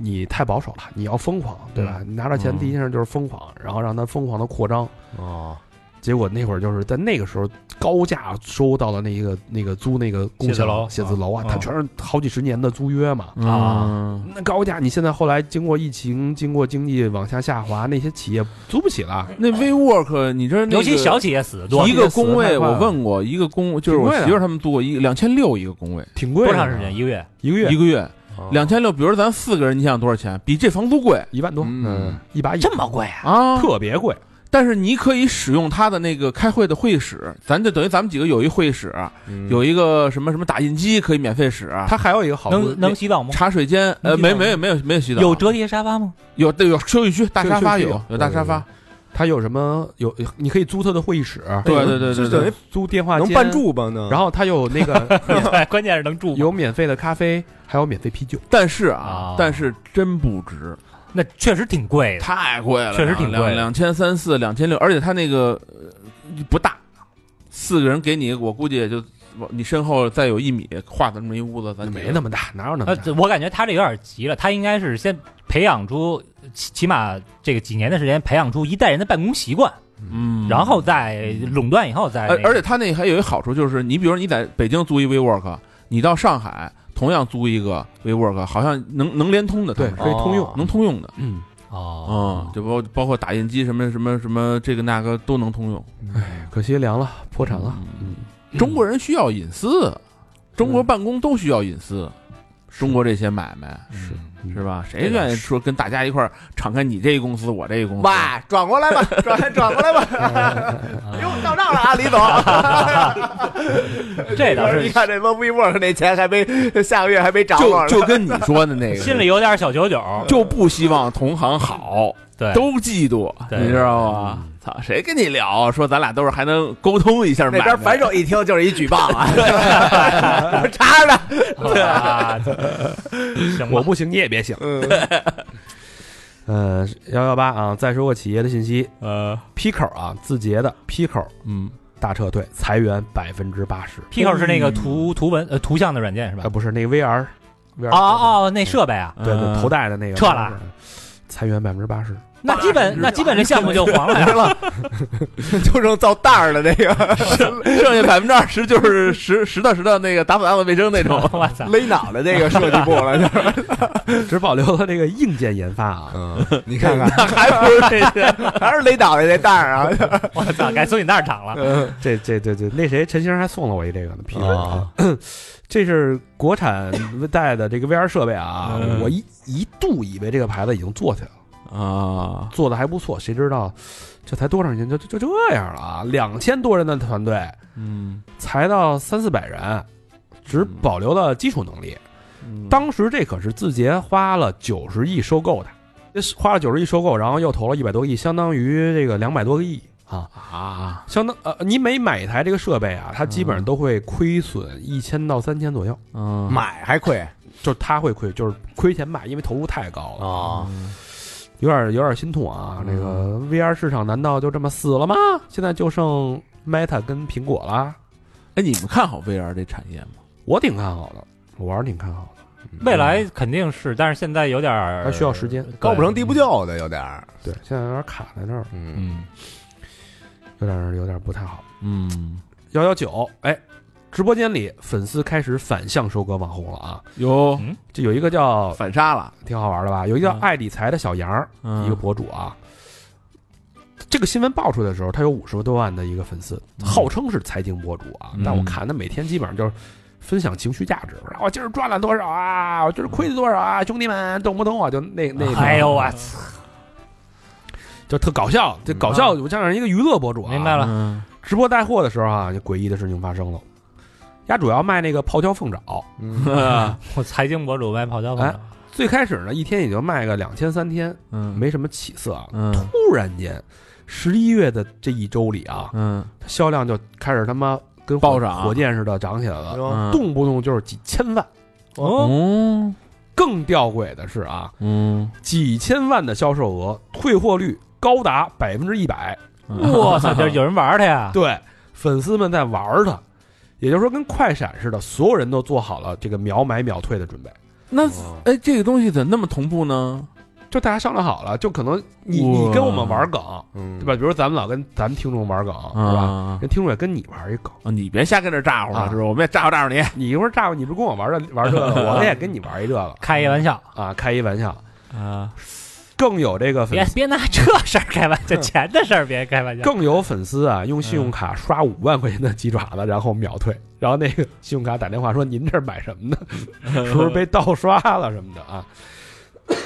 [SPEAKER 3] 你太保守了，你要疯狂，对吧？你拿着钱
[SPEAKER 6] 嗯
[SPEAKER 3] 第一件事就是疯狂，然后让它疯狂的扩张。
[SPEAKER 2] 哦，
[SPEAKER 3] 结果那会儿就是在那个时候高价收到的那个那个租那个共
[SPEAKER 4] 写字
[SPEAKER 3] 享
[SPEAKER 4] 楼
[SPEAKER 3] 写字楼啊，
[SPEAKER 4] 啊嗯
[SPEAKER 3] 它全是好几十年的租约嘛。
[SPEAKER 6] 啊，
[SPEAKER 3] 那高价，你现在后来经过疫情，经过经济往下下滑，那些企业租不起了。
[SPEAKER 6] 那 WeWork，你知道那个
[SPEAKER 4] 尤其小企业死的多，
[SPEAKER 6] 一个工位，我问过一个工，就是
[SPEAKER 3] 挺
[SPEAKER 6] 我
[SPEAKER 3] 贵的
[SPEAKER 6] 媳妇儿他们租过一两千六一个工位，
[SPEAKER 3] 挺贵
[SPEAKER 4] 多
[SPEAKER 3] 的，
[SPEAKER 4] 长时间？一个月？
[SPEAKER 3] 一个月
[SPEAKER 6] 一个月
[SPEAKER 2] 哦
[SPEAKER 6] 两千六。比如咱四个人，你想多少钱？比这房租贵
[SPEAKER 4] 哎
[SPEAKER 3] 一万多，
[SPEAKER 6] 嗯
[SPEAKER 3] 嗯，一把一
[SPEAKER 4] 这么贵啊？
[SPEAKER 6] 啊！
[SPEAKER 3] 特别贵，
[SPEAKER 6] 但是你可以使用他的那个开会的会议室，咱就等于咱们几个有一会议室，
[SPEAKER 2] 嗯
[SPEAKER 6] 有一个什么什么打印机可以免费使，
[SPEAKER 3] 它还有一个好处
[SPEAKER 4] 能，能洗澡吗？
[SPEAKER 6] 茶水间
[SPEAKER 4] 能洗
[SPEAKER 6] 呃
[SPEAKER 4] 澡
[SPEAKER 6] 没
[SPEAKER 4] 吗
[SPEAKER 6] 没有没有没有洗澡，
[SPEAKER 4] 有折叠沙发吗？
[SPEAKER 6] 有对有休息区大沙发
[SPEAKER 3] 休息区
[SPEAKER 6] 有有大沙发，
[SPEAKER 3] 它有什么有？你可以租它的会议室，
[SPEAKER 6] 对对对
[SPEAKER 2] 是
[SPEAKER 6] 对
[SPEAKER 2] 等
[SPEAKER 6] 对
[SPEAKER 2] 于
[SPEAKER 3] 租电话
[SPEAKER 2] 能
[SPEAKER 3] 间
[SPEAKER 2] 办，住吧呢？
[SPEAKER 3] 然后它有那 个
[SPEAKER 4] 对，关键是能住吗。
[SPEAKER 3] 有免费的咖啡，还有免费啤酒。
[SPEAKER 6] 但是啊
[SPEAKER 4] 啊，
[SPEAKER 6] 但是真不值，
[SPEAKER 4] 那确实挺贵的。
[SPEAKER 6] 太贵了，
[SPEAKER 4] 确实挺贵的
[SPEAKER 6] 两千三四、两千六，而且他那个呃不大，四个人给你，我估计也就往你身后再有一米，画的那么一屋子，咱
[SPEAKER 3] 没那么大，哪有那么
[SPEAKER 4] 呃
[SPEAKER 3] 大？，
[SPEAKER 4] 我感觉他这有点急了，他应该是先培养出起起码这个几年的时间，培养出一代人的办公习惯，
[SPEAKER 6] 嗯，
[SPEAKER 4] 然后再垄断以后再那
[SPEAKER 6] 而
[SPEAKER 4] 个。
[SPEAKER 6] 而且他那还有一个好处就是，你比如说你在北京租一 WeWork，你到上海同样租一个 WeWork，好像能能连通的，
[SPEAKER 3] 对，
[SPEAKER 6] 他们
[SPEAKER 3] 可以通用
[SPEAKER 2] 哦。
[SPEAKER 6] 能通用的，
[SPEAKER 3] 嗯，
[SPEAKER 4] 哦，
[SPEAKER 6] 嗯，就包包括打印机什么什么什么这个那个都能通用。
[SPEAKER 4] 嗯
[SPEAKER 3] 可惜凉了，破产了。嗯，
[SPEAKER 6] 中国人需要隐私，
[SPEAKER 4] 嗯
[SPEAKER 6] 中国办公都需要隐私。中国这些买卖
[SPEAKER 3] 是
[SPEAKER 6] 是吧？
[SPEAKER 4] 嗯
[SPEAKER 6] 谁
[SPEAKER 3] 这倒
[SPEAKER 6] 愿意
[SPEAKER 3] 是
[SPEAKER 6] 说跟大家一块儿敞开你这个公司，我这个公司？
[SPEAKER 2] 哇，转过来吧， 转转过来 吧。哟，到账了啊，李总。
[SPEAKER 4] 这倒
[SPEAKER 2] 你
[SPEAKER 4] 是
[SPEAKER 2] 看这帮 WeWork 那钱还没下个月还没涨多
[SPEAKER 6] 就
[SPEAKER 2] 少呢
[SPEAKER 6] 就跟你说的那个，
[SPEAKER 4] 心里有点小九九，
[SPEAKER 6] 就不希望同行好，
[SPEAKER 4] 对，
[SPEAKER 6] 都嫉妒，
[SPEAKER 4] 对嗯
[SPEAKER 6] 你知道吗？操，谁跟你聊说咱俩都是还能沟通一下买
[SPEAKER 2] 那
[SPEAKER 6] 卖？
[SPEAKER 2] 边反手一听就是一举报啊，查着呢。
[SPEAKER 4] 啊 行吧
[SPEAKER 3] 我。不行，你也别行。
[SPEAKER 4] 嗯
[SPEAKER 3] 呃，幺幺八啊，再说个企业的信息，
[SPEAKER 6] 呃，
[SPEAKER 3] 批口啊，字节的批口
[SPEAKER 6] 嗯，
[SPEAKER 3] 大撤退，裁员百分之八十。
[SPEAKER 4] Pico 是那个图图文呃图像的软件是吧
[SPEAKER 3] 啊，？不是那个 VR，VR
[SPEAKER 4] 哦哦，那设备啊，
[SPEAKER 3] 对对，头戴的那个
[SPEAKER 4] 撤了，
[SPEAKER 3] 裁员百分之八十。
[SPEAKER 4] 那基
[SPEAKER 3] 嗯
[SPEAKER 4] 本那基本这项目就黄 了呀。
[SPEAKER 2] 就剩造袋儿的那个
[SPEAKER 6] 剩下百分之二十就是十十到十的那个打扫打扫卫生那种。
[SPEAKER 4] 我操！
[SPEAKER 2] 勒脑的那个设计部了，就是
[SPEAKER 3] 只保留了那个硬件研发
[SPEAKER 4] 嗯
[SPEAKER 3] 啊。
[SPEAKER 2] 你看看，
[SPEAKER 6] 还不是这些，
[SPEAKER 2] 还是勒脑袋那袋儿啊。
[SPEAKER 4] 我操，该送你那儿厂了。
[SPEAKER 3] 这这这这，那谁陈先生还送了我一这个呢，皮啊，这是国产带的这个 VR 设备啊，
[SPEAKER 6] 嗯
[SPEAKER 3] 我一一度以为这个牌子已经做起来了，
[SPEAKER 6] 啊，
[SPEAKER 3] 做的还不错，谁知道这才多长时间就就就这样了啊！两千多人的团队
[SPEAKER 6] 嗯，
[SPEAKER 3] 裁到三四百人，只保留了基础能力。
[SPEAKER 6] 嗯
[SPEAKER 3] 当时这可是字节花了九十亿收购的，这是花了九十亿收购，然后又投了一百多个亿，相当于这个两百多个亿啊，
[SPEAKER 6] 啊，
[SPEAKER 3] 相当呃，你每买一台这个设备啊，它基本上都会亏损一千到三千左右，
[SPEAKER 6] 嗯，
[SPEAKER 2] 买还亏
[SPEAKER 3] 就是它会亏，就是亏钱卖，因为投入太高了，
[SPEAKER 2] 啊，
[SPEAKER 5] 哦
[SPEAKER 3] 有点有点心痛啊。这个 VR 市场难道就这么死了吗？现在就剩 Meta 跟苹果啦，
[SPEAKER 6] 哎，你们看好 VR 这产业吗？
[SPEAKER 3] 我挺看好的，我玩儿挺看好的。
[SPEAKER 4] 未来肯定是，但是现在有点儿
[SPEAKER 3] 还需要时间，
[SPEAKER 2] 高不成低不就的，有点儿。
[SPEAKER 3] 呃对，现在有点卡在那儿了，
[SPEAKER 2] 嗯，
[SPEAKER 6] 嗯
[SPEAKER 3] 有点儿有点儿不太好。
[SPEAKER 6] 嗯，
[SPEAKER 3] 幺幺九，哎，直播间里粉丝开始反向收割网红了啊！
[SPEAKER 6] 有
[SPEAKER 3] 这有一个叫
[SPEAKER 5] 反杀了，
[SPEAKER 3] 挺好玩的吧？有一个叫
[SPEAKER 6] 嗯
[SPEAKER 3] 爱理财的小杨儿，
[SPEAKER 4] 嗯
[SPEAKER 3] 一个博主啊。这个新闻爆出来的时候，他有五十多万的一个粉丝，
[SPEAKER 6] 嗯
[SPEAKER 3] 号称是财经博主啊。
[SPEAKER 6] 嗯
[SPEAKER 3] 但我看他每天基本上就是分享情绪价值，我、今儿赚了多少啊，我今儿亏了多少啊，兄弟们动不动啊就那那种，
[SPEAKER 4] 哎呦我操！
[SPEAKER 3] 就特搞笑，这搞笑，我像是一个娱乐博主啊。
[SPEAKER 4] 嗯明白了
[SPEAKER 6] 嗯
[SPEAKER 3] 直播带货的时候啊，就诡异的事情发生了。丫主要卖那个泡椒凤爪，
[SPEAKER 4] 我财经博主卖泡椒
[SPEAKER 3] 嗯哎
[SPEAKER 4] 粉，
[SPEAKER 3] 最开始呢一天也就卖个两千三千，
[SPEAKER 6] 嗯
[SPEAKER 3] 没什么起色啊。
[SPEAKER 6] 嗯
[SPEAKER 3] 突然间，十一月的这一周里啊，
[SPEAKER 6] 嗯
[SPEAKER 3] 销量就开始他妈跟火
[SPEAKER 6] 暴涨
[SPEAKER 3] 火箭似的涨起来了，
[SPEAKER 2] 嗯
[SPEAKER 3] 动不动就是几千万。
[SPEAKER 4] 哦，
[SPEAKER 6] 哦
[SPEAKER 3] 更吊诡的是啊，
[SPEAKER 6] 嗯
[SPEAKER 3] 几千万的销售额，退货率高达百分之一百。
[SPEAKER 4] 我 操，就是有人玩他呀！
[SPEAKER 3] 对，粉丝们在玩儿它，也就是说跟快闪似的，所有人都做好了这个秒买秒退的准备。
[SPEAKER 6] 那
[SPEAKER 3] 哦
[SPEAKER 6] 哎，这个东西怎么那么同步呢？
[SPEAKER 3] 就大家商量好了，就可能你
[SPEAKER 6] 哇
[SPEAKER 3] 你跟我们玩梗，
[SPEAKER 2] 嗯
[SPEAKER 3] 对吧？比如咱们老跟咱们听众玩梗，是吧？
[SPEAKER 6] 啊
[SPEAKER 3] 人听众也跟你玩一梗，
[SPEAKER 6] 啊，你别瞎跟这咋呼
[SPEAKER 3] 啊
[SPEAKER 6] 了，是吧？我们也咋呼咋呼你。
[SPEAKER 3] 你一会儿炸，你不是跟我玩这玩这 个，我也跟你玩一这个
[SPEAKER 4] 开一玩笑，
[SPEAKER 3] 啊，开一玩笑。
[SPEAKER 6] 啊，
[SPEAKER 3] 更有这个粉啊
[SPEAKER 4] 别别拿这事儿开玩笑，
[SPEAKER 3] 嗯
[SPEAKER 4] 钱的事儿别开玩笑。
[SPEAKER 3] 更有粉丝啊，用信用卡刷五万块钱的鸡爪子，然后秒退。然后那个信用卡打电话说：“您这儿买什么呢？是不是被盗刷了什么的啊？”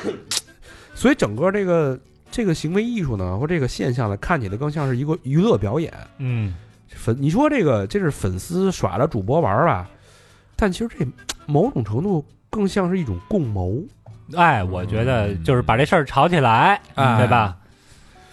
[SPEAKER 3] 所以整个这个这个行为艺术呢，或这个现象呢，看起来更像是一个娱乐表演。
[SPEAKER 4] 嗯，
[SPEAKER 3] 粉，你说这个这是粉丝耍着主播玩儿吧？但其实这某种程度更像是一种共谋。
[SPEAKER 4] 哎，我觉得就是把这事儿炒起来，
[SPEAKER 3] 哎
[SPEAKER 4] 对吧？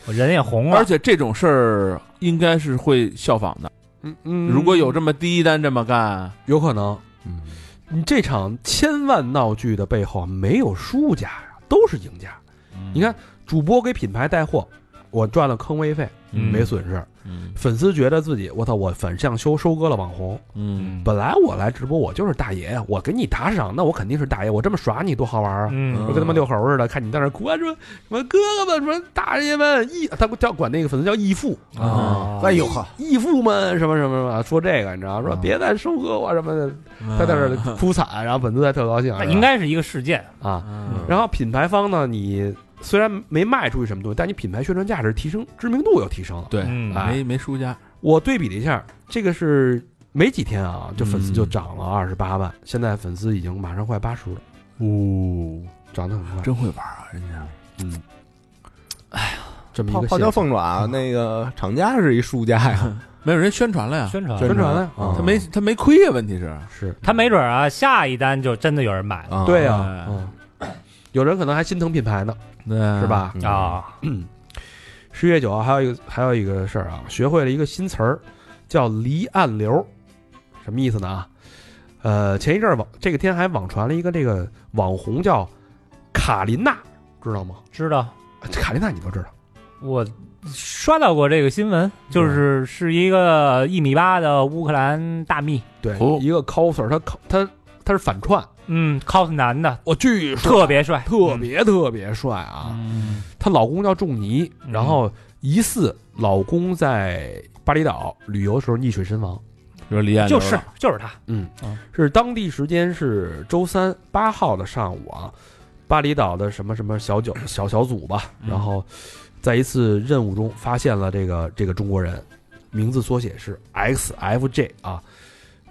[SPEAKER 4] 我人也红
[SPEAKER 6] 而
[SPEAKER 4] 了，
[SPEAKER 6] 且这种事儿应该是会效仿的。
[SPEAKER 3] 嗯嗯
[SPEAKER 6] 如果有这么第一单这么干，
[SPEAKER 3] 有可能，
[SPEAKER 6] 嗯，
[SPEAKER 3] 你这场千万闹剧的背后啊没有输家呀，都是赢家。
[SPEAKER 4] 嗯
[SPEAKER 3] 你看，主播给品牌带货，我赚了坑位费，
[SPEAKER 4] 嗯
[SPEAKER 3] 没损失。
[SPEAKER 6] 嗯
[SPEAKER 3] 粉丝觉得自己，我操，我反向收收割了网红。
[SPEAKER 6] 嗯
[SPEAKER 3] 本来我来直播，我就是大爷，我给你打赏，那我肯定是大爷。我这么耍你多好玩啊！
[SPEAKER 4] 嗯
[SPEAKER 3] 我跟他们遛猴似的，看你在那儿哭啊，说什么哥哥们，什么大爷们，义，他叫管那个粉丝叫义父
[SPEAKER 6] 啊
[SPEAKER 2] 哎呦呵，
[SPEAKER 3] 义父们什么什么什么，说这个你知道，说
[SPEAKER 6] 嗯
[SPEAKER 3] 别再收割我什么的，他在那儿哭惨，然后粉丝才特高兴。
[SPEAKER 4] 那
[SPEAKER 3] 是吧
[SPEAKER 4] 应该是一个事件，
[SPEAKER 3] 啊，
[SPEAKER 6] 嗯
[SPEAKER 3] 然后品牌方呢，你虽然没卖出去什么东西，但你品牌宣传价值提升，知名度又提升了。
[SPEAKER 6] 对，
[SPEAKER 4] 嗯
[SPEAKER 3] 哎
[SPEAKER 6] 没没输家，
[SPEAKER 3] 我对比了一下，这个是没几天啊，就粉丝
[SPEAKER 6] 嗯
[SPEAKER 3] 就涨了二十八万，现在粉丝已经马上快八十了，
[SPEAKER 6] 哦，
[SPEAKER 3] 涨得很快。
[SPEAKER 6] 真会玩啊，人家。
[SPEAKER 3] 嗯，哎呀，这么一
[SPEAKER 2] 泡
[SPEAKER 3] 个
[SPEAKER 2] 泡椒凤爪那个厂家是一输家呀，
[SPEAKER 6] 没有人宣传了呀，
[SPEAKER 4] 宣传。
[SPEAKER 3] 宣传了啊，
[SPEAKER 6] 他没他没亏呀，问题是，
[SPEAKER 3] 是
[SPEAKER 4] 他没准儿啊，下一单就真的有人买了
[SPEAKER 2] 啊
[SPEAKER 3] 对呀、
[SPEAKER 6] 哎
[SPEAKER 3] 嗯，有人可能还心疼品牌呢，
[SPEAKER 6] 是
[SPEAKER 3] 是？吧？
[SPEAKER 4] 啊！
[SPEAKER 3] 十月九号还有一个还有一个事儿啊，学会了一个新词儿，叫离岸流，什么意思呢？啊，呃，前一阵儿网这个天还网传了一个这个网红叫卡琳娜，知道吗？
[SPEAKER 4] 知道
[SPEAKER 3] 卡琳娜你都知道，
[SPEAKER 4] 我刷到过这个新闻，就是是一个一米八的乌克兰大蜜，
[SPEAKER 3] 对，
[SPEAKER 6] 哦
[SPEAKER 3] 一个 coser，他 co- 他他是反串，
[SPEAKER 4] 嗯，cos 男的，
[SPEAKER 3] 我巨
[SPEAKER 4] 特别帅，
[SPEAKER 3] 特别特别帅啊！
[SPEAKER 6] 嗯
[SPEAKER 3] 她老公叫仲尼，
[SPEAKER 4] 嗯
[SPEAKER 3] 然后疑似老公在巴厘岛旅游的时候溺水身亡。
[SPEAKER 6] 就是离岸流
[SPEAKER 4] 就
[SPEAKER 6] 了
[SPEAKER 4] 是就是他，
[SPEAKER 3] 嗯
[SPEAKER 4] 啊，
[SPEAKER 3] 是当地时间是周三八号的上午啊，巴厘岛的什么什么小 九小小组吧，
[SPEAKER 6] 嗯
[SPEAKER 3] 然后在一次任务中发现了这个这个中国人，名字缩写是 XFJ 啊，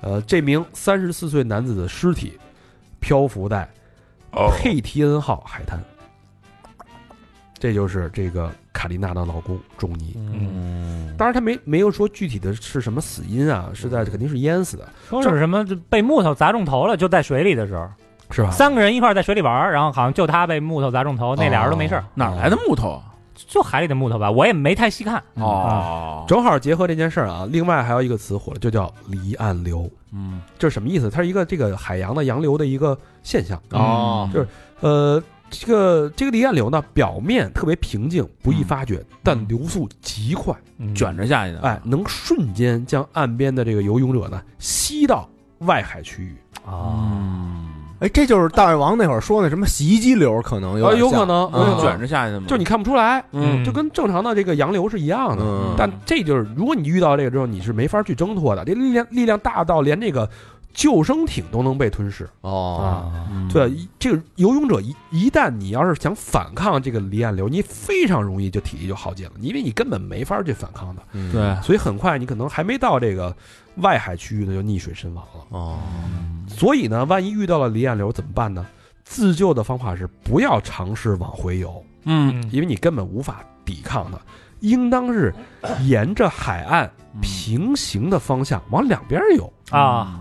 [SPEAKER 3] 呃，这名三十四岁男子的尸体漂浮在
[SPEAKER 6] 哦
[SPEAKER 3] 佩提恩号海滩，这就是这个卡琳娜的老公仲尼。
[SPEAKER 6] 嗯，
[SPEAKER 3] 当然，他没没有说具体的是什么死因啊，是在肯定是淹死的，
[SPEAKER 6] 嗯
[SPEAKER 4] 说是什么被木头砸中头了，就在水里的时候，
[SPEAKER 3] 是吧？
[SPEAKER 4] 三个人一块儿在水里玩儿，然后好像就他被木头砸中头，哦
[SPEAKER 3] 啊
[SPEAKER 4] 那俩人都没
[SPEAKER 3] 哦
[SPEAKER 4] 事儿，
[SPEAKER 6] 哪来的木头啊？
[SPEAKER 4] 就海里的木头吧，我也没太细看。
[SPEAKER 3] 嗯
[SPEAKER 6] 哦，
[SPEAKER 3] 正好结合这件事儿啊，另外还有一个词火了，就叫离岸流。
[SPEAKER 6] 嗯
[SPEAKER 3] 这是什么意思？它是一个这个海洋的洋流的一个现象。
[SPEAKER 6] 哦，
[SPEAKER 3] 就是呃，这个这个离岸流呢，表面特别平静，不易发觉，但流速极快，
[SPEAKER 4] 嗯
[SPEAKER 6] 卷着下去的，
[SPEAKER 3] 哎，能瞬间将岸边的这个游泳者呢吸到外海区域。
[SPEAKER 4] 啊，
[SPEAKER 6] 嗯，
[SPEAKER 2] 哎，这就是大胃王那会儿说那什么洗衣机流，可能有
[SPEAKER 3] 啊，
[SPEAKER 2] 点
[SPEAKER 3] 有
[SPEAKER 2] 像
[SPEAKER 3] 可，能，
[SPEAKER 2] 嗯
[SPEAKER 3] 有可能
[SPEAKER 6] 卷着下去的嘛，
[SPEAKER 3] 就你看不出来，
[SPEAKER 4] 嗯
[SPEAKER 3] 就跟正常的这个洋流是一样的。
[SPEAKER 2] 嗯，
[SPEAKER 3] 但这就是，如果你遇到这个之后，你是没法去挣脱的。这力量力量大到连这个救生艇都能被吞噬。
[SPEAKER 2] 哦，
[SPEAKER 4] 啊，
[SPEAKER 6] 嗯
[SPEAKER 3] 对，一这个游泳者一一旦你要是想反抗这个离岸流，你非常容易就体力就耗尽了，因为你根本没法去反抗的。
[SPEAKER 2] 嗯
[SPEAKER 6] 对，
[SPEAKER 3] 所以很快你可能还没到这个外海区域呢，就溺水身亡了。
[SPEAKER 2] 哦，
[SPEAKER 3] 所以呢，万一遇到了离岸流怎么办呢？自救的方法是不要尝试往回游，
[SPEAKER 6] 嗯
[SPEAKER 4] 嗯
[SPEAKER 3] 因为你根本无法抵抗它，应当是沿着海岸
[SPEAKER 6] 嗯
[SPEAKER 3] 平行的方向往两边游，
[SPEAKER 4] 啊，，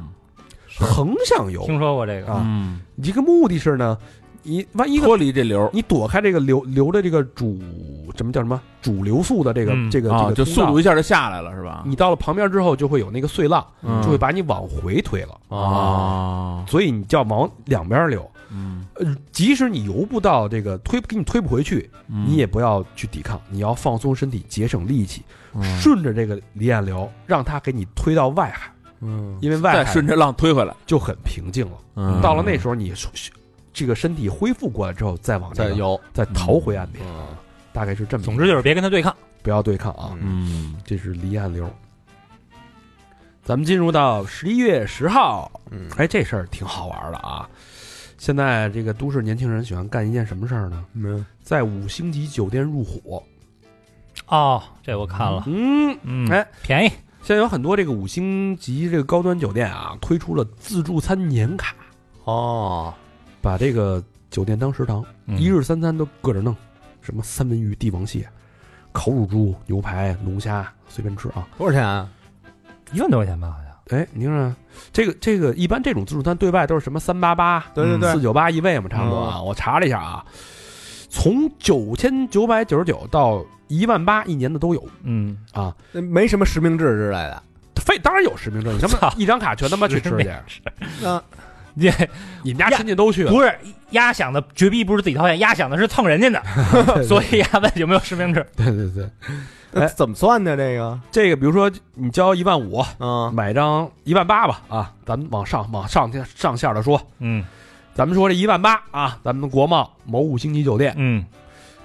[SPEAKER 3] 横向游
[SPEAKER 4] 听说过这个
[SPEAKER 3] 啊。
[SPEAKER 6] 嗯，
[SPEAKER 3] 一个目的是呢，你万一个
[SPEAKER 6] 脱离这流
[SPEAKER 3] 你躲开这个流流的这个主什么叫什么主流速的这个、
[SPEAKER 4] 嗯
[SPEAKER 3] 这个这
[SPEAKER 6] 啊，
[SPEAKER 3] 个
[SPEAKER 6] 就
[SPEAKER 3] 通
[SPEAKER 6] 速
[SPEAKER 3] 道
[SPEAKER 6] 度一下就下来了，是吧？
[SPEAKER 3] 你到了旁边之后就会有那个碎浪，
[SPEAKER 6] 嗯
[SPEAKER 3] 就会把你往回推了，
[SPEAKER 6] 啊，
[SPEAKER 3] 所以你就要往两边流。
[SPEAKER 6] 嗯，
[SPEAKER 3] 呃，即使你游不到这个推给你推不回去，
[SPEAKER 6] 你
[SPEAKER 3] 你也不要去抵抗，你要放松身体，节省力气，
[SPEAKER 6] 顺
[SPEAKER 3] 顺着这个离岸流，让它给你推到外海，
[SPEAKER 2] 嗯，
[SPEAKER 3] 因为外
[SPEAKER 6] 再
[SPEAKER 3] 海
[SPEAKER 6] 顺着浪推回来，
[SPEAKER 3] 就很平静了。
[SPEAKER 6] 嗯
[SPEAKER 3] 到了那时候，你是这个身体恢复过来之后，再往这
[SPEAKER 2] 再
[SPEAKER 3] 个
[SPEAKER 2] 游，
[SPEAKER 3] 再逃回岸边，
[SPEAKER 2] 嗯
[SPEAKER 3] 大概是这么一个。
[SPEAKER 4] 总之就是别跟他对抗。
[SPEAKER 3] 不要对抗啊，
[SPEAKER 6] 嗯
[SPEAKER 3] 这是离岸流。咱们进入到十一月十号，
[SPEAKER 2] 嗯
[SPEAKER 3] 哎，这事儿挺好玩的啊。现在这个都市年轻人喜欢干一件什么事儿呢？
[SPEAKER 2] 嗯，
[SPEAKER 3] 在五星级酒店入伙。
[SPEAKER 4] 哦，这我看了，
[SPEAKER 3] 嗯，
[SPEAKER 4] 嗯，
[SPEAKER 3] 哎，
[SPEAKER 4] 便宜，
[SPEAKER 3] 现在有很多这个五星级这个高端酒店啊，推出了自助餐年卡，
[SPEAKER 2] 哦，
[SPEAKER 3] 把这个酒店当食堂，
[SPEAKER 4] 嗯
[SPEAKER 3] 一日三餐都搁着弄，什么三文鱼、帝王蟹、烤乳猪、牛排、龙虾，随便吃啊。
[SPEAKER 2] 多少钱啊？
[SPEAKER 4] 一万多块钱吧，好像。
[SPEAKER 3] 哎，你看这个这个，一般这种自助餐对外都是什么三八八、
[SPEAKER 2] 对对对
[SPEAKER 3] 四九八一位嘛，差不多
[SPEAKER 4] 嗯
[SPEAKER 3] 啊。我查了一下啊，从九千九百九十九到一万八一年的都有
[SPEAKER 4] 嗯，
[SPEAKER 3] 啊。
[SPEAKER 2] 那没什么实名制之类的，
[SPEAKER 3] 非当然有实名制，你他妈
[SPEAKER 4] 操
[SPEAKER 3] 一张卡全他妈去吃
[SPEAKER 4] 实名
[SPEAKER 3] 去，
[SPEAKER 2] 那
[SPEAKER 4] 这
[SPEAKER 3] 你们家亲戚都去了。
[SPEAKER 4] 不是丫想的，绝逼不是自己掏钱，丫想的是蹭人家的，所以丫问有没有实名制。
[SPEAKER 3] 对对对，
[SPEAKER 2] 那怎么算呢？这个，
[SPEAKER 3] 这个比如说你交一万五，
[SPEAKER 2] 嗯，
[SPEAKER 3] 买张一万八吧啊，咱们往上往上上线的说，
[SPEAKER 4] 嗯
[SPEAKER 3] 咱们说这一万八啊，咱们国贸某五星级酒店
[SPEAKER 4] 嗯，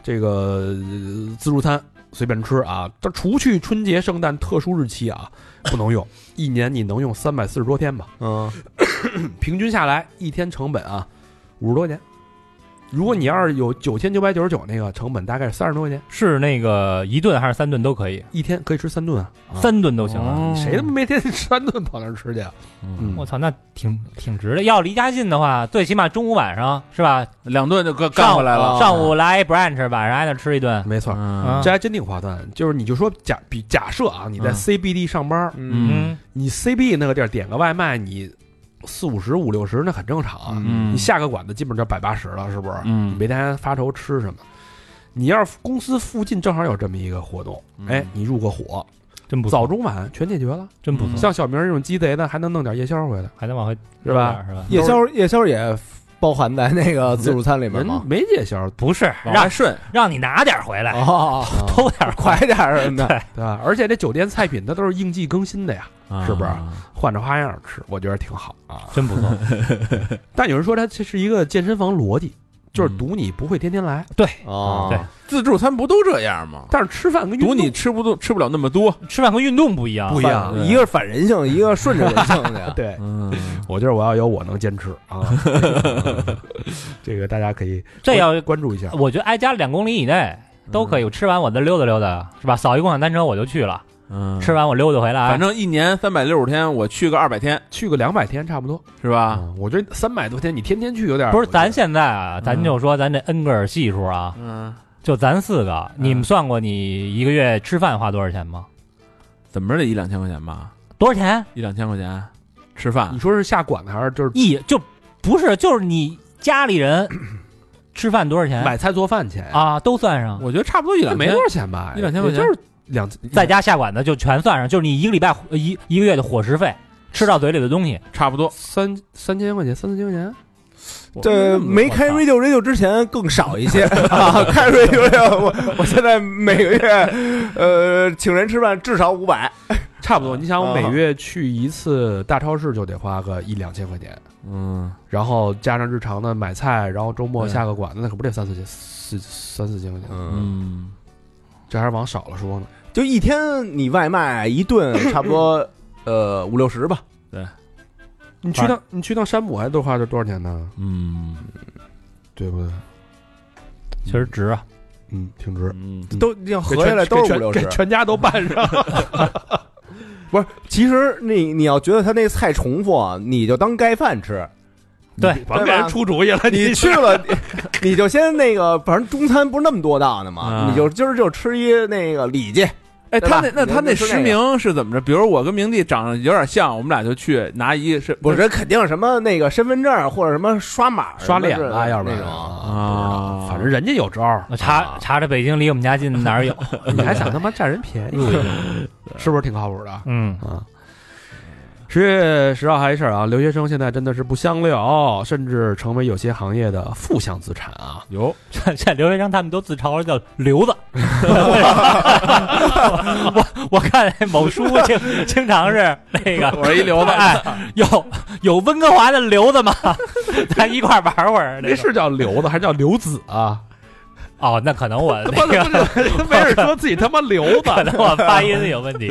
[SPEAKER 3] 这个呃自助餐随便吃啊，这除去春节、圣诞特殊日期啊，不能用，一年你能用三百四十多天吧？
[SPEAKER 2] 嗯，
[SPEAKER 3] 平均下来一天成本啊，五十多块钱。如果你要是有九千九百九十九那个成本，大概是三十多块钱，
[SPEAKER 4] 是那个一顿还是三顿都可以，
[SPEAKER 3] 一天可以吃三顿啊。啊
[SPEAKER 4] 三顿都行啊。
[SPEAKER 3] 谁他妈每天吃三顿跑那儿吃去啊？嗯
[SPEAKER 4] 我操，那挺挺值的。要离家近的话，最起码中午晚上是吧？
[SPEAKER 6] 两顿就干干
[SPEAKER 4] 上
[SPEAKER 6] 回来了，啊
[SPEAKER 4] 上午来一 brunch，晚上挨那吃一顿。啊
[SPEAKER 3] 没错儿，
[SPEAKER 6] 嗯
[SPEAKER 3] 这还真挺划算。就是你就说假比假设啊，你在
[SPEAKER 6] 嗯
[SPEAKER 3] CBD 上班，
[SPEAKER 2] 嗯，
[SPEAKER 3] 你 CBD 那个地儿点个外卖，你四五十、五六十那很正常啊。
[SPEAKER 6] 嗯
[SPEAKER 3] 你下个馆子基本上就百八十了，是不是？你
[SPEAKER 6] 嗯
[SPEAKER 3] 没天发愁吃什么。你要是公司附近正好有这么一个活动，
[SPEAKER 6] 嗯
[SPEAKER 3] 哎，你入个伙，
[SPEAKER 4] 真不
[SPEAKER 3] 早
[SPEAKER 4] 错，
[SPEAKER 3] 中晚全解决了。
[SPEAKER 4] 真不
[SPEAKER 6] 嗯
[SPEAKER 4] 错，
[SPEAKER 3] 像小明这种鸡贼的，还能弄点夜宵回来，
[SPEAKER 4] 还能往回
[SPEAKER 3] 是吧？？
[SPEAKER 4] 是吧？
[SPEAKER 2] 夜宵夜宵也包含在那个自助餐里面
[SPEAKER 3] 人
[SPEAKER 2] 吗？
[SPEAKER 3] 没夜宵，
[SPEAKER 4] 不是，
[SPEAKER 6] 往外
[SPEAKER 4] 让
[SPEAKER 6] 顺，
[SPEAKER 4] 让你拿点回来，
[SPEAKER 2] 哦，
[SPEAKER 6] 啊
[SPEAKER 4] 偷点回
[SPEAKER 2] 快
[SPEAKER 4] 来。
[SPEAKER 2] 点儿什么的，
[SPEAKER 4] 对，
[SPEAKER 3] 对吧？而且这酒店菜品它都是应季更新的呀，是不是
[SPEAKER 6] 啊？
[SPEAKER 3] 换着花样吃，我觉得挺好啊。
[SPEAKER 4] 真不错。
[SPEAKER 3] 但有人说它这是一个健身房逻辑，就是
[SPEAKER 6] 嗯
[SPEAKER 3] 赌你不会天天来，
[SPEAKER 2] 哦，
[SPEAKER 3] 嗯
[SPEAKER 4] 对
[SPEAKER 6] 自助餐不都这样吗？
[SPEAKER 3] 但是吃饭跟运
[SPEAKER 6] 赌
[SPEAKER 3] 动
[SPEAKER 6] 你吃不动，吃不了那么多。
[SPEAKER 4] 吃饭和运动不一样，
[SPEAKER 3] 不一样。
[SPEAKER 2] 反一个是反人性，一个顺着人性的
[SPEAKER 3] 对。
[SPEAKER 6] 嗯，
[SPEAKER 3] 我觉得我要有我能坚持 啊，这个大家可以
[SPEAKER 4] 这要哦
[SPEAKER 3] 关注一下。
[SPEAKER 4] 我觉得挨家两公里以内都可以。我吃完我再溜达溜达，是吧？扫一共享单车我就去了，
[SPEAKER 6] 嗯，
[SPEAKER 4] 吃完我溜达回来。
[SPEAKER 6] 反正一年三百六十天，我去个二百天，
[SPEAKER 3] 去个两百天差不多
[SPEAKER 6] 是吧？
[SPEAKER 3] 啊，我觉得三百多天你天天去有点
[SPEAKER 4] 不是咱现在啊，咱就说咱这恩格尔系数啊，
[SPEAKER 6] 嗯，
[SPEAKER 4] 就咱四个，你们算过你一个月吃饭花多少钱吗？
[SPEAKER 6] 怎么着得一两千块钱吧？
[SPEAKER 4] 多少钱？
[SPEAKER 6] 一两千块钱吃饭
[SPEAKER 3] 你，说是下馆子还是就是
[SPEAKER 4] 一就不是，就是你家里 人吃饭多少钱
[SPEAKER 3] 买菜做饭钱，
[SPEAKER 4] 啊？都算上，
[SPEAKER 6] 我觉得差不嗯多一
[SPEAKER 3] 这
[SPEAKER 6] 两
[SPEAKER 3] 没
[SPEAKER 6] 千
[SPEAKER 3] 多。少钱吧，
[SPEAKER 6] 一两千块钱
[SPEAKER 3] 也就是两
[SPEAKER 4] 再加下馆子就全算上，就是你一个礼拜呃一一个月的伙食费，吃到嘴里的东西。
[SPEAKER 6] 差不多，
[SPEAKER 3] 三三千块钱，三四千块钱，
[SPEAKER 2] 这没开 radio radio 之前更少一些啊， 开 radio radio 我我现在每个月呃请人吃饭至少五百，
[SPEAKER 3] 差不多。你想，我每
[SPEAKER 2] 啊
[SPEAKER 3] 月去一次大超市就得花个一两千块钱，
[SPEAKER 6] 嗯，
[SPEAKER 3] 然后加上日常的买菜，然后周末下个馆子，那可不得三四千、四三四千块钱。
[SPEAKER 6] 嗯，
[SPEAKER 3] 这还是往少了说呢。
[SPEAKER 2] 就一天你外卖一顿差不多呃五六十吧，
[SPEAKER 3] 你去趟你去趟山姆还多花这多少钱呢？
[SPEAKER 6] 嗯，
[SPEAKER 3] 对不对？
[SPEAKER 4] 确实值啊。
[SPEAKER 3] 嗯，挺值。
[SPEAKER 6] 嗯，
[SPEAKER 2] 都已经合下来都是五六
[SPEAKER 3] 给
[SPEAKER 2] 十
[SPEAKER 3] 全。给全家都办上。
[SPEAKER 2] 不是，其实你你要觉得他那菜重复啊，你就当盖饭吃。
[SPEAKER 4] 对
[SPEAKER 2] 吧
[SPEAKER 3] 甭给人出主意了，
[SPEAKER 2] 你去了，你 你就先那个，反正中餐不是那么多道呢嘛，
[SPEAKER 6] 啊
[SPEAKER 2] 你就今儿就吃一那个里脊，
[SPEAKER 6] 哎，
[SPEAKER 2] 对
[SPEAKER 6] 他
[SPEAKER 2] 吧
[SPEAKER 6] 那那
[SPEAKER 2] 你
[SPEAKER 6] 他那
[SPEAKER 2] 你吃
[SPEAKER 6] 实
[SPEAKER 2] 那
[SPEAKER 6] 名是怎么着？比如我跟明帝长得有点像，我们俩就去拿一是
[SPEAKER 2] 不是肯定什么那个身份证啊或者什么刷码
[SPEAKER 3] 刷脸
[SPEAKER 2] 啊，
[SPEAKER 3] 了，要不
[SPEAKER 2] 那
[SPEAKER 3] 然
[SPEAKER 2] 种。
[SPEAKER 6] 啊？
[SPEAKER 3] 反正人家有招儿，啊
[SPEAKER 4] 我查查查北京离我们家近哪儿有？
[SPEAKER 3] 你还想他妈占人便宜， 是不是挺靠谱的？
[SPEAKER 4] 嗯，
[SPEAKER 3] 啊。十月十号还有一事儿啊，留学生现在真的是不相溜，甚至成为有些行业的负向资产啊。
[SPEAKER 6] 有
[SPEAKER 4] 这这留学生他们都自嘲叫留子。我我看某书经经常是那个
[SPEAKER 5] 我是一流的，
[SPEAKER 4] 哎，有有温哥华的留子吗？ 咱一块儿玩会儿。
[SPEAKER 3] 那
[SPEAKER 4] 那个
[SPEAKER 3] 是叫刘子还是叫刘子啊？
[SPEAKER 4] 哦，那可能我
[SPEAKER 3] 他
[SPEAKER 4] 那个
[SPEAKER 3] 妈的不是没事说自己他妈刘子，
[SPEAKER 4] 可能我发音有问题。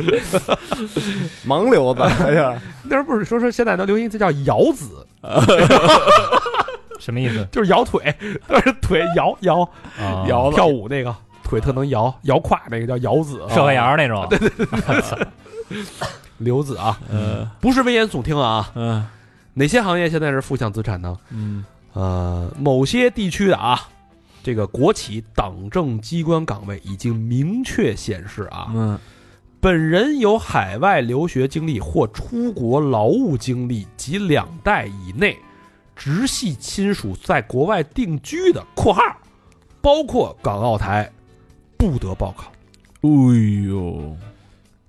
[SPEAKER 2] 盲流子，哎呀，
[SPEAKER 3] 那时候不是说说现在能流行一词叫摇子，
[SPEAKER 4] 什么意思？
[SPEAKER 3] 就是摇腿，就是腿摇摇
[SPEAKER 4] 啊
[SPEAKER 3] 摇跳舞那个腿特能摇摇胯那个叫摇子啊，
[SPEAKER 4] 社会摇那种。对对，
[SPEAKER 3] 刘子啊，不是危言耸听啊。
[SPEAKER 6] 嗯
[SPEAKER 3] 哪些行业现在是负向资产呢？
[SPEAKER 6] 嗯
[SPEAKER 3] 呃，某些地区的啊，这个国企党政机关岗位已经明确显示啊，
[SPEAKER 6] 嗯
[SPEAKER 3] 本人有海外留学经历或出国劳务经历及两代以内直系亲属在国外定居的（括号包括港澳台），不得报考。
[SPEAKER 6] 哎呦，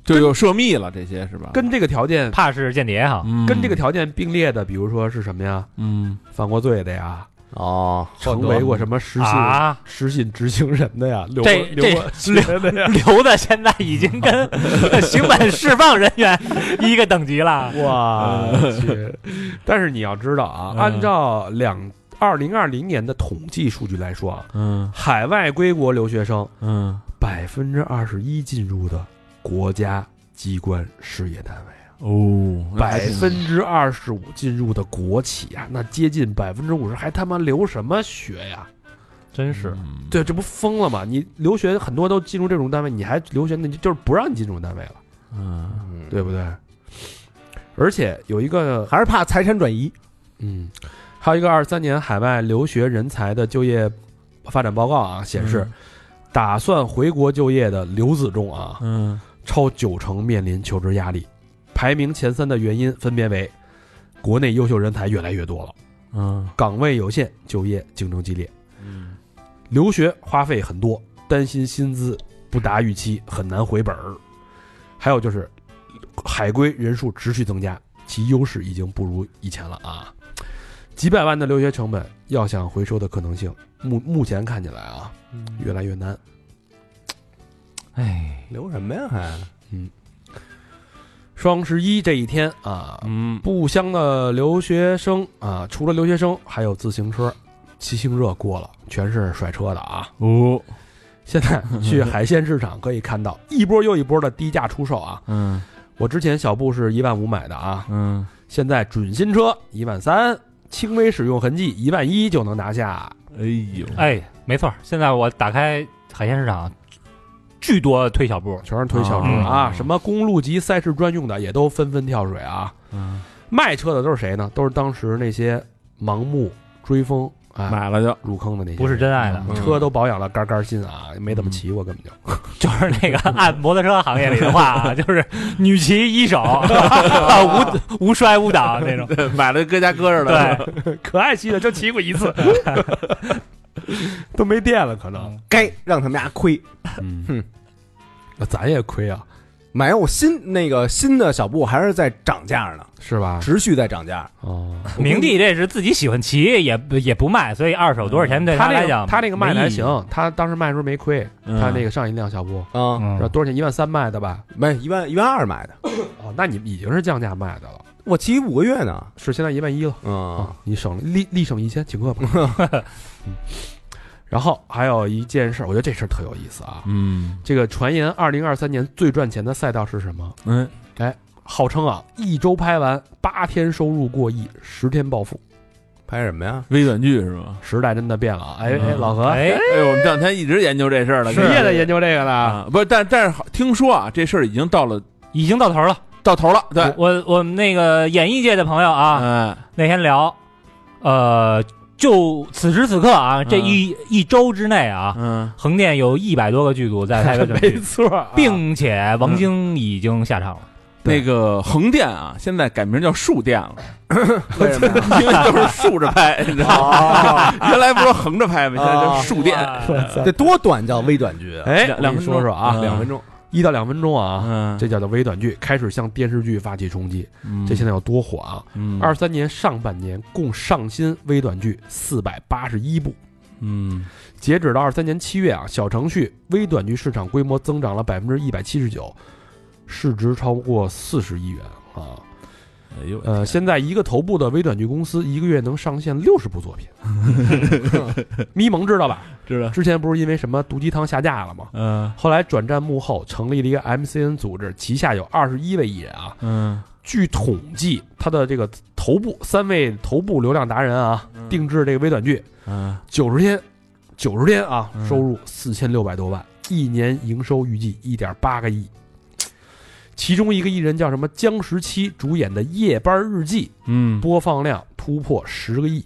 [SPEAKER 6] 就有涉密了，这些是吧？
[SPEAKER 3] 跟这个条件，
[SPEAKER 4] 怕是间谍哈。
[SPEAKER 6] 嗯
[SPEAKER 3] 跟这个条件并列的，比如说是什么呀？
[SPEAKER 6] 嗯
[SPEAKER 3] 犯过罪的呀，
[SPEAKER 2] 哦，
[SPEAKER 3] 成为过什么实信
[SPEAKER 4] 啊，
[SPEAKER 3] 实信执行人的呀，留过
[SPEAKER 4] 这
[SPEAKER 3] 留过学的呀，
[SPEAKER 4] 留子现在已经跟 刑满释放人员一个等级了。
[SPEAKER 3] 哇去！ 但是你要知道啊，
[SPEAKER 6] 嗯
[SPEAKER 3] 按照两二零二零年的统计数据来说啊，
[SPEAKER 6] 嗯
[SPEAKER 3] 海外归国留学生
[SPEAKER 6] 嗯，
[SPEAKER 3] 百分之二十一进入的国家机关事业单位，
[SPEAKER 6] 哦，那还
[SPEAKER 3] 百
[SPEAKER 6] 挺
[SPEAKER 3] 分之二十五进入的国企啊，那接近百分之五十，还他妈留什么学呀？
[SPEAKER 4] 真，
[SPEAKER 6] 嗯
[SPEAKER 3] 对，这不疯了吗？你留学很多都进入这种单位，你还留学，那就就是不让你进这种单位了，
[SPEAKER 6] 嗯
[SPEAKER 3] 对不对？而且有一个
[SPEAKER 2] 还是怕财产转移。
[SPEAKER 3] 嗯，还有一个二三年海外留学人才的就业发展报告啊，显示、
[SPEAKER 2] 嗯
[SPEAKER 3] 打算回国就业的留子中啊，
[SPEAKER 6] 嗯
[SPEAKER 3] 超九成面临求职压力。排名前三的原因分别为：国内优秀人才越来越多了，
[SPEAKER 6] 嗯
[SPEAKER 3] 岗位有限，就业竞争激烈，留学花费很多，担心薪资不达预期，很难回本儿。还有就是海归人数持续增加，其优势已经不如以前了啊！几百万的留学成本要想回收的可能性，目目前看起来啊，越来越难。
[SPEAKER 4] 哎，
[SPEAKER 2] 留什么呀？还
[SPEAKER 3] 双十一这一天啊，
[SPEAKER 6] 嗯
[SPEAKER 3] 故乡的留学生啊，除了留学生，还有自行车，骑行热过了，全是甩车的啊。
[SPEAKER 6] 哦
[SPEAKER 3] 现在去海鲜市场可以看 到一波又一波的低价出售啊！
[SPEAKER 6] 嗯
[SPEAKER 3] 我之前小布是一万五买的啊，
[SPEAKER 6] 嗯
[SPEAKER 3] 现在准新车一万三，轻微使用痕迹一万一就能拿下。
[SPEAKER 6] 哎呦
[SPEAKER 4] 哎，没错儿，现在我打开海鲜市场，巨多推小布。
[SPEAKER 3] 全是推小车啊，什么公路级赛事专用的也都纷纷跳水啊。
[SPEAKER 6] 嗯
[SPEAKER 3] 卖车的都是谁呢？都是当时那些盲目追风啊
[SPEAKER 6] 买 了就
[SPEAKER 3] 入坑的那些人，
[SPEAKER 4] 不是真爱的，
[SPEAKER 6] 嗯
[SPEAKER 3] 车都保养了杆杆新啊，没怎么骑过，根本就。
[SPEAKER 4] 就是那个按摩托车行业里的话 啊，就是女骑一手，无无摔无倒那种。
[SPEAKER 5] 买了搁家搁着了。
[SPEAKER 4] 对，
[SPEAKER 3] 可爱惜的，就骑过一次，都没嗯电了，可能。
[SPEAKER 2] 该让他们家亏。
[SPEAKER 3] 嗯，那咱也亏啊，
[SPEAKER 2] 买我新那个新的小布还是在涨价呢，
[SPEAKER 3] 是吧？
[SPEAKER 2] 持续在涨价。
[SPEAKER 3] 哦，
[SPEAKER 4] 明帝这是自己喜欢骑，也不也不卖，所以二手多少钱对
[SPEAKER 3] 他
[SPEAKER 4] 来
[SPEAKER 3] 那
[SPEAKER 4] 讲
[SPEAKER 3] 个，他那个卖的
[SPEAKER 4] 没
[SPEAKER 3] 还
[SPEAKER 4] 意义
[SPEAKER 3] 行，，他当时卖的时候没亏，
[SPEAKER 6] 嗯
[SPEAKER 3] 他那个上一辆小布，
[SPEAKER 2] 啊、
[SPEAKER 4] 嗯
[SPEAKER 3] 是吧？多少钱？一万三卖的吧？
[SPEAKER 2] 没一万一万二买的，
[SPEAKER 3] 哦，那你已经是降价卖的了，
[SPEAKER 2] 我骑五个月呢。
[SPEAKER 3] 是现在一万一了。
[SPEAKER 2] 嗯
[SPEAKER 3] 啊，你省了立立省一千，请客吧。 嗯然后还有一件事儿，我觉得这事儿特有意思啊。
[SPEAKER 6] 嗯
[SPEAKER 3] 这个传言，二零二三年最赚钱的赛道是什么？
[SPEAKER 6] 嗯，
[SPEAKER 3] 号称啊，一周拍完八天收入过亿，十天暴富。
[SPEAKER 2] 拍什么呀？
[SPEAKER 6] 微短剧是吧？
[SPEAKER 3] 时代真的变了啊！哎哎，
[SPEAKER 6] 嗯
[SPEAKER 3] 老何，
[SPEAKER 4] 哎，
[SPEAKER 6] 哎，我们这两天一直研究这事儿了，
[SPEAKER 3] 你也在研究这个了？
[SPEAKER 6] 啊？不是，但但是好听说啊，这事儿已经到了
[SPEAKER 4] 已经到头了。
[SPEAKER 6] 到头了，
[SPEAKER 3] 哎
[SPEAKER 6] 对，
[SPEAKER 4] 我我们那个演艺界的朋友啊，
[SPEAKER 3] 嗯
[SPEAKER 6] 哎，
[SPEAKER 4] 那天聊，呃，就此时此刻
[SPEAKER 3] 嗯
[SPEAKER 4] 啊，这一、一周之内啊，
[SPEAKER 6] 嗯，
[SPEAKER 4] 横店 有一百多个剧组
[SPEAKER 6] 哎
[SPEAKER 4] 在拍摄
[SPEAKER 3] 没错啊，
[SPEAKER 4] 并且王晶已经下场了。
[SPEAKER 6] 那个横店啊，现在改名叫竖店了，
[SPEAKER 2] 为什么 呀？哦
[SPEAKER 6] 因为都是竖着拍，你 知道吗？原来不是横着拍吗？现在叫
[SPEAKER 4] 啊
[SPEAKER 3] 嗯
[SPEAKER 6] 竖店，
[SPEAKER 2] 得多短叫微短剧啊？
[SPEAKER 3] 哎，
[SPEAKER 6] 两两
[SPEAKER 3] 我跟
[SPEAKER 6] 分
[SPEAKER 3] 你
[SPEAKER 6] 钟
[SPEAKER 3] 说说啊，
[SPEAKER 6] 嗯
[SPEAKER 3] 两
[SPEAKER 2] 两
[SPEAKER 3] 分
[SPEAKER 2] 分钟，
[SPEAKER 3] 一到两分钟啊，
[SPEAKER 6] 嗯，
[SPEAKER 3] 这叫做微短剧开始向电视剧发起冲击，
[SPEAKER 6] 嗯
[SPEAKER 3] 这现在有多火啊？
[SPEAKER 6] 嗯
[SPEAKER 3] 二三年上半年共上新微短剧四百八十一部，
[SPEAKER 6] 嗯
[SPEAKER 3] 截止到二三年七月啊，小程序微短剧市场规模增长了百分之一百七十九，市值超过四十亿元啊。
[SPEAKER 6] 哎呦
[SPEAKER 3] 呃，现在一个头部的微短剧公司一个月能上线六十部 作品，咪蒙知道吧？
[SPEAKER 6] 知道，
[SPEAKER 3] 之前不是因为什么毒鸡汤下架了吗？
[SPEAKER 6] 嗯
[SPEAKER 3] 后来转战幕后，成立了一个 MCN 组织，旗下有二十一位艺人啊。
[SPEAKER 6] 嗯
[SPEAKER 3] 据统计，他的这个头部三位头部流量达人啊，
[SPEAKER 6] 嗯
[SPEAKER 3] 定制这个微短剧
[SPEAKER 6] 嗯，
[SPEAKER 3] 九十天，九十天啊，
[SPEAKER 6] 嗯
[SPEAKER 3] 收入四千六百多万，一年营收预计一点八个亿。其中一个艺人叫什么江十七主演的《夜班日记》，
[SPEAKER 6] 嗯，
[SPEAKER 3] 播放量突破十个亿，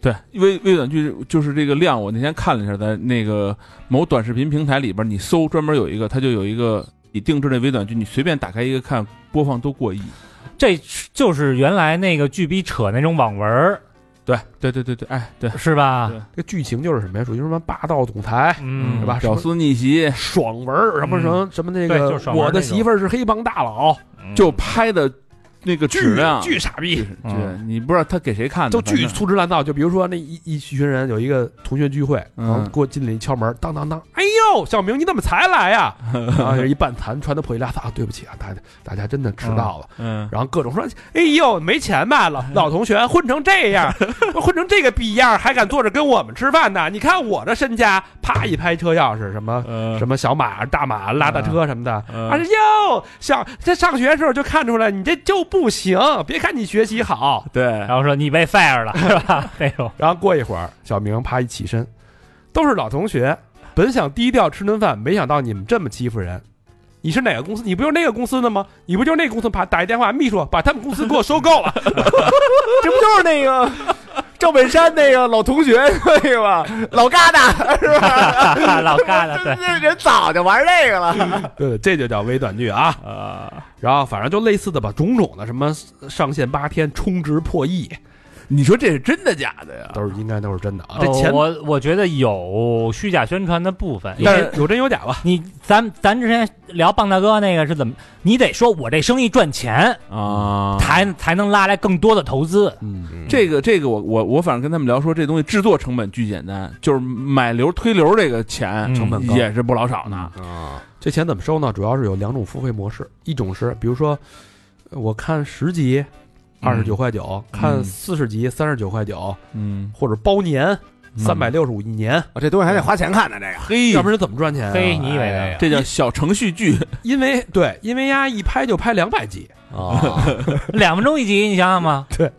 [SPEAKER 6] 对，微微短剧就是这个量，我那天看了一下，在那个某短视频平台里边，你搜专门有一个，它就有一个你定制的微短剧，你随便打开一个看，播放都过亿。
[SPEAKER 4] 这就是原来那个剧逼扯那种网文儿
[SPEAKER 6] 对对对对对，哎对，
[SPEAKER 4] 是吧？
[SPEAKER 6] 对
[SPEAKER 3] 这个剧情就是什么呀？属于什么霸道总裁、
[SPEAKER 4] 嗯，
[SPEAKER 3] 是吧
[SPEAKER 6] 屌丝逆袭
[SPEAKER 3] 爽文儿，什么什么什么那
[SPEAKER 4] 对
[SPEAKER 3] 个
[SPEAKER 4] 就是，爽文儿
[SPEAKER 3] 我的
[SPEAKER 4] 那种
[SPEAKER 3] 媳妇儿是黑帮大佬，
[SPEAKER 4] 嗯
[SPEAKER 6] 就拍的那个质量
[SPEAKER 3] 巨傻逼，嗯
[SPEAKER 6] 就是对你不知道他给谁看的，
[SPEAKER 3] 就巨
[SPEAKER 6] 反正
[SPEAKER 3] 粗制滥造。就比如说那一一群人有一个同学聚会，
[SPEAKER 6] 嗯
[SPEAKER 3] 然后给我进来一敲门，当当当，哎呦，小明你怎么才来呀？ 然后有一半残穿的破衣拉撒，啊对不起啊，大家大家真的迟到了。
[SPEAKER 6] 嗯
[SPEAKER 3] 然后各种说，哎呦，没钱吧， 老老同学混成这样，混成这个逼样，还敢坐着跟我们吃饭呢？你看我这身家，啪一拍车钥匙，什么
[SPEAKER 6] 呃
[SPEAKER 3] 什么小马、大马、拉大车什么的。
[SPEAKER 6] 嗯
[SPEAKER 3] 哎呦，小这上学的时候就看出来你这就不行，别看你学习好，
[SPEAKER 6] 对
[SPEAKER 4] 然后说你被 fire 了是吧？ 那 种
[SPEAKER 3] 然后过一会儿，小明啪一起身，都是老同学，本想低调吃顿饭，没想到你们这么欺负人。你是哪个公司？你不就是那个公司的吗？你不就是那个公司？啪，打一电话，秘书把他们公 司给我收购了。
[SPEAKER 2] 这不就是那个赵本山那个老同学那个吗？老疙瘩是吧？
[SPEAKER 4] 老干 的，啊对，
[SPEAKER 2] 这人早就玩这个了。
[SPEAKER 3] 对，这就叫微短剧 啊。然后反正就类似的吧，种种的什么上线八天充值破亿，
[SPEAKER 6] 你说这是真的假的呀？
[SPEAKER 3] 都是应该都是真的啊。这
[SPEAKER 4] 呃
[SPEAKER 3] 钱
[SPEAKER 4] 我我觉得有虚假宣传的部分，
[SPEAKER 3] 但是有真有假吧？
[SPEAKER 4] 你咱咱之前聊棒大哥那个是怎么，你得说我这生意赚钱，
[SPEAKER 6] 啊，
[SPEAKER 4] 才才能拉来更多的投资。
[SPEAKER 3] 嗯，
[SPEAKER 6] 这个这个我我我反正跟他们聊说，这东西制作成本巨简单，就是买流推流这个钱
[SPEAKER 4] 嗯成本高
[SPEAKER 6] 也是不老少呢。
[SPEAKER 2] 啊，
[SPEAKER 3] 这钱怎么收呢？主要是有两种付费模式，一种是比如说，呃我看十集二十九块九、看四十集三十九块九，
[SPEAKER 6] 嗯，
[SPEAKER 3] 或者包年三百
[SPEAKER 6] 嗯
[SPEAKER 3] 六十五一年，
[SPEAKER 2] 哦这东西还得花钱看呢，这个。
[SPEAKER 6] 嘿
[SPEAKER 3] 要，不然怎么赚钱、啊？
[SPEAKER 4] 嘿，你以为
[SPEAKER 3] 哎
[SPEAKER 4] 的
[SPEAKER 3] 呀
[SPEAKER 4] 呀？
[SPEAKER 6] 这叫小程序剧，
[SPEAKER 3] 因为对，因为呀，一拍就拍两百集，
[SPEAKER 4] 啊
[SPEAKER 2] 啊
[SPEAKER 4] 两分钟一集，你想想吧，
[SPEAKER 6] 对，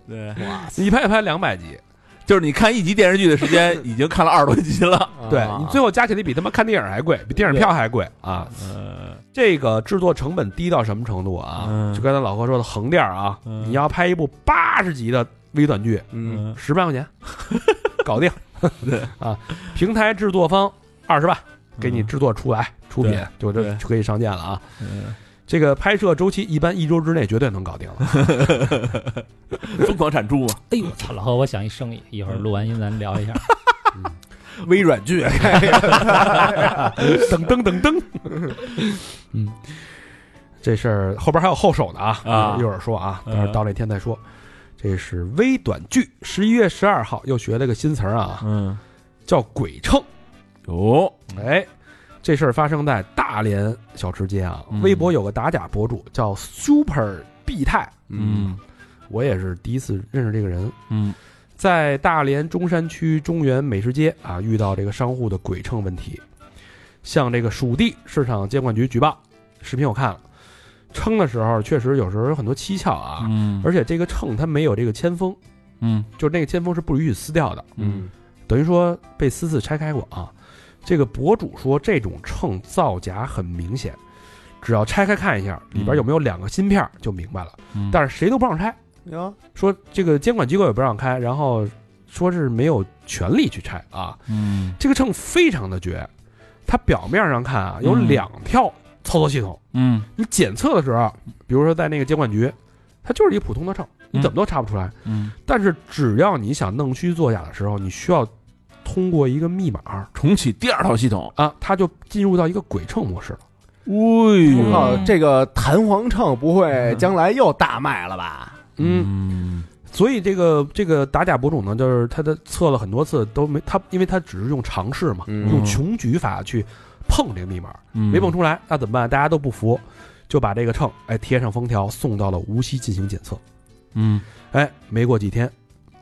[SPEAKER 3] 一拍就拍两百集，
[SPEAKER 6] 就是你看一集电视剧的时间已经看了二十多集了。
[SPEAKER 2] 啊
[SPEAKER 4] 啊
[SPEAKER 3] 对你最后加起来比他妈看电影还贵，比电影票还贵啊！
[SPEAKER 6] 呃
[SPEAKER 3] 这个制作成本低到什么程度啊？
[SPEAKER 6] 嗯
[SPEAKER 3] 就刚才老何说的横店儿啊，
[SPEAKER 6] 嗯
[SPEAKER 3] 你要拍一部八十集的微短剧，
[SPEAKER 2] 嗯，
[SPEAKER 3] 十万块钱搞 定，啊，平台制作方二十万给你制作出来出品
[SPEAKER 6] 嗯
[SPEAKER 3] 就
[SPEAKER 6] 对，
[SPEAKER 3] 这
[SPEAKER 6] 对
[SPEAKER 3] 就可以上线了啊。
[SPEAKER 6] 嗯，
[SPEAKER 3] 这个拍摄周期一般一周之内绝对能搞定 了。啊
[SPEAKER 6] 疯狂产出嘛，
[SPEAKER 4] 哎呦，我操，老何，我想一生意，一会儿录完音咱聊一下。
[SPEAKER 2] 微软剧，
[SPEAKER 3] 噔噔噔噔，嗯，这事儿后边还有后手呢啊，
[SPEAKER 6] 啊
[SPEAKER 3] 一会儿说啊，
[SPEAKER 6] 嗯
[SPEAKER 3] 到时候到那天再说。这是微短剧，十一月十二号又学了个新词儿啊，
[SPEAKER 6] 嗯，
[SPEAKER 3] 叫“鬼秤
[SPEAKER 6] 有”。
[SPEAKER 3] 哎，这事儿发生在大连小吃街啊。
[SPEAKER 6] 嗯
[SPEAKER 3] 微博有个打假博主叫 Super 必泰，
[SPEAKER 6] 嗯
[SPEAKER 3] 我也是第一次认识这个人。
[SPEAKER 6] 嗯
[SPEAKER 3] 在大连中山区中原美食街啊，遇到这个商户的鬼秤问题，向这个属地市场监管局举报。视频我看了，称的时候确实有时候有很多蹊跷啊，
[SPEAKER 6] 嗯
[SPEAKER 3] 而且这个秤它没有这个铅封，
[SPEAKER 6] 嗯
[SPEAKER 3] 就是那个铅封是不允许撕掉的，
[SPEAKER 6] 嗯，
[SPEAKER 3] 等于说被私自拆开过啊。这个博主说这种秤造假很明显，只要拆开看一下里边有没有两个芯片儿就明白了，
[SPEAKER 6] 嗯
[SPEAKER 3] 但是谁都不让拆。
[SPEAKER 2] 哟，
[SPEAKER 3] 说这个监管机构也不让开，然后说是没有权利去拆啊。
[SPEAKER 6] 嗯
[SPEAKER 3] 这个秤非常的绝，它表面上看啊有
[SPEAKER 6] 嗯
[SPEAKER 3] 两套操作系统，
[SPEAKER 6] 嗯
[SPEAKER 3] 你检测的时候，比如说在那个监管局，它就是一个普通的秤，你怎么都查不出来。
[SPEAKER 6] 嗯，
[SPEAKER 3] 但是只要你想弄虚作假的时候，你需要通过一个密码
[SPEAKER 6] 重启第二套系统，
[SPEAKER 3] 啊，它就进入到一个鬼秤模式了。哦
[SPEAKER 2] 我靠，
[SPEAKER 6] 哎
[SPEAKER 4] 嗯
[SPEAKER 2] 哦这个弹簧秤不会将来又大卖了吧？
[SPEAKER 6] 嗯
[SPEAKER 3] 所以这个这个打假博主呢，就是他的测了很多次都没他，因为他只是用尝试嘛，
[SPEAKER 2] 嗯
[SPEAKER 3] 用穷举法去碰这个密码，
[SPEAKER 6] 嗯
[SPEAKER 3] 没蹦出来，那怎么办？大家都不服，就把这个秤哎贴上封条，送到了无锡进行检测。
[SPEAKER 6] 嗯
[SPEAKER 3] 哎，没过几天，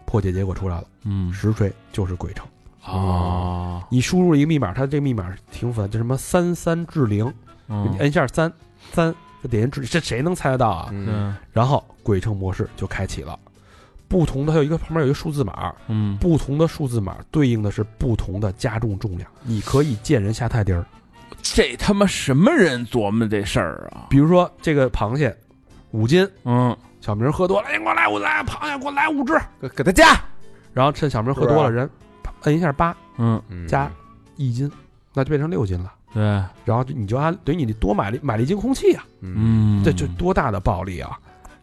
[SPEAKER 3] 破解结果出来了，
[SPEAKER 6] 嗯
[SPEAKER 3] 实锤就是鬼秤。
[SPEAKER 6] 啊，
[SPEAKER 3] 你输入了一个密码，它这个密码挺复杂，叫什么三三至零，
[SPEAKER 6] 嗯
[SPEAKER 3] 你摁一下三三，这点至这谁能猜得到啊？
[SPEAKER 2] 嗯，
[SPEAKER 6] 嗯
[SPEAKER 3] 然后鬼秤模式就开启了，不同的它有一个旁边有一个数字码，
[SPEAKER 6] 嗯
[SPEAKER 3] 不同的数字码对应的是不同的加重重量，你可以见人下菜碟儿。
[SPEAKER 6] 这他妈什么人琢磨这事儿啊？
[SPEAKER 3] 比如说这个螃蟹五斤，
[SPEAKER 6] 嗯
[SPEAKER 3] 小明喝多了，哎，给我来五来螃蟹，给我来五只。
[SPEAKER 2] 给给他加
[SPEAKER 3] 然后趁小明喝多了，人啪摁一下八
[SPEAKER 6] 嗯，
[SPEAKER 3] 加一斤，那就变成六斤了。
[SPEAKER 6] 对，
[SPEAKER 3] 然后就你就按等于你多买了买了一斤空气啊，
[SPEAKER 2] 嗯，
[SPEAKER 6] 嗯
[SPEAKER 3] 这就多大的暴利啊！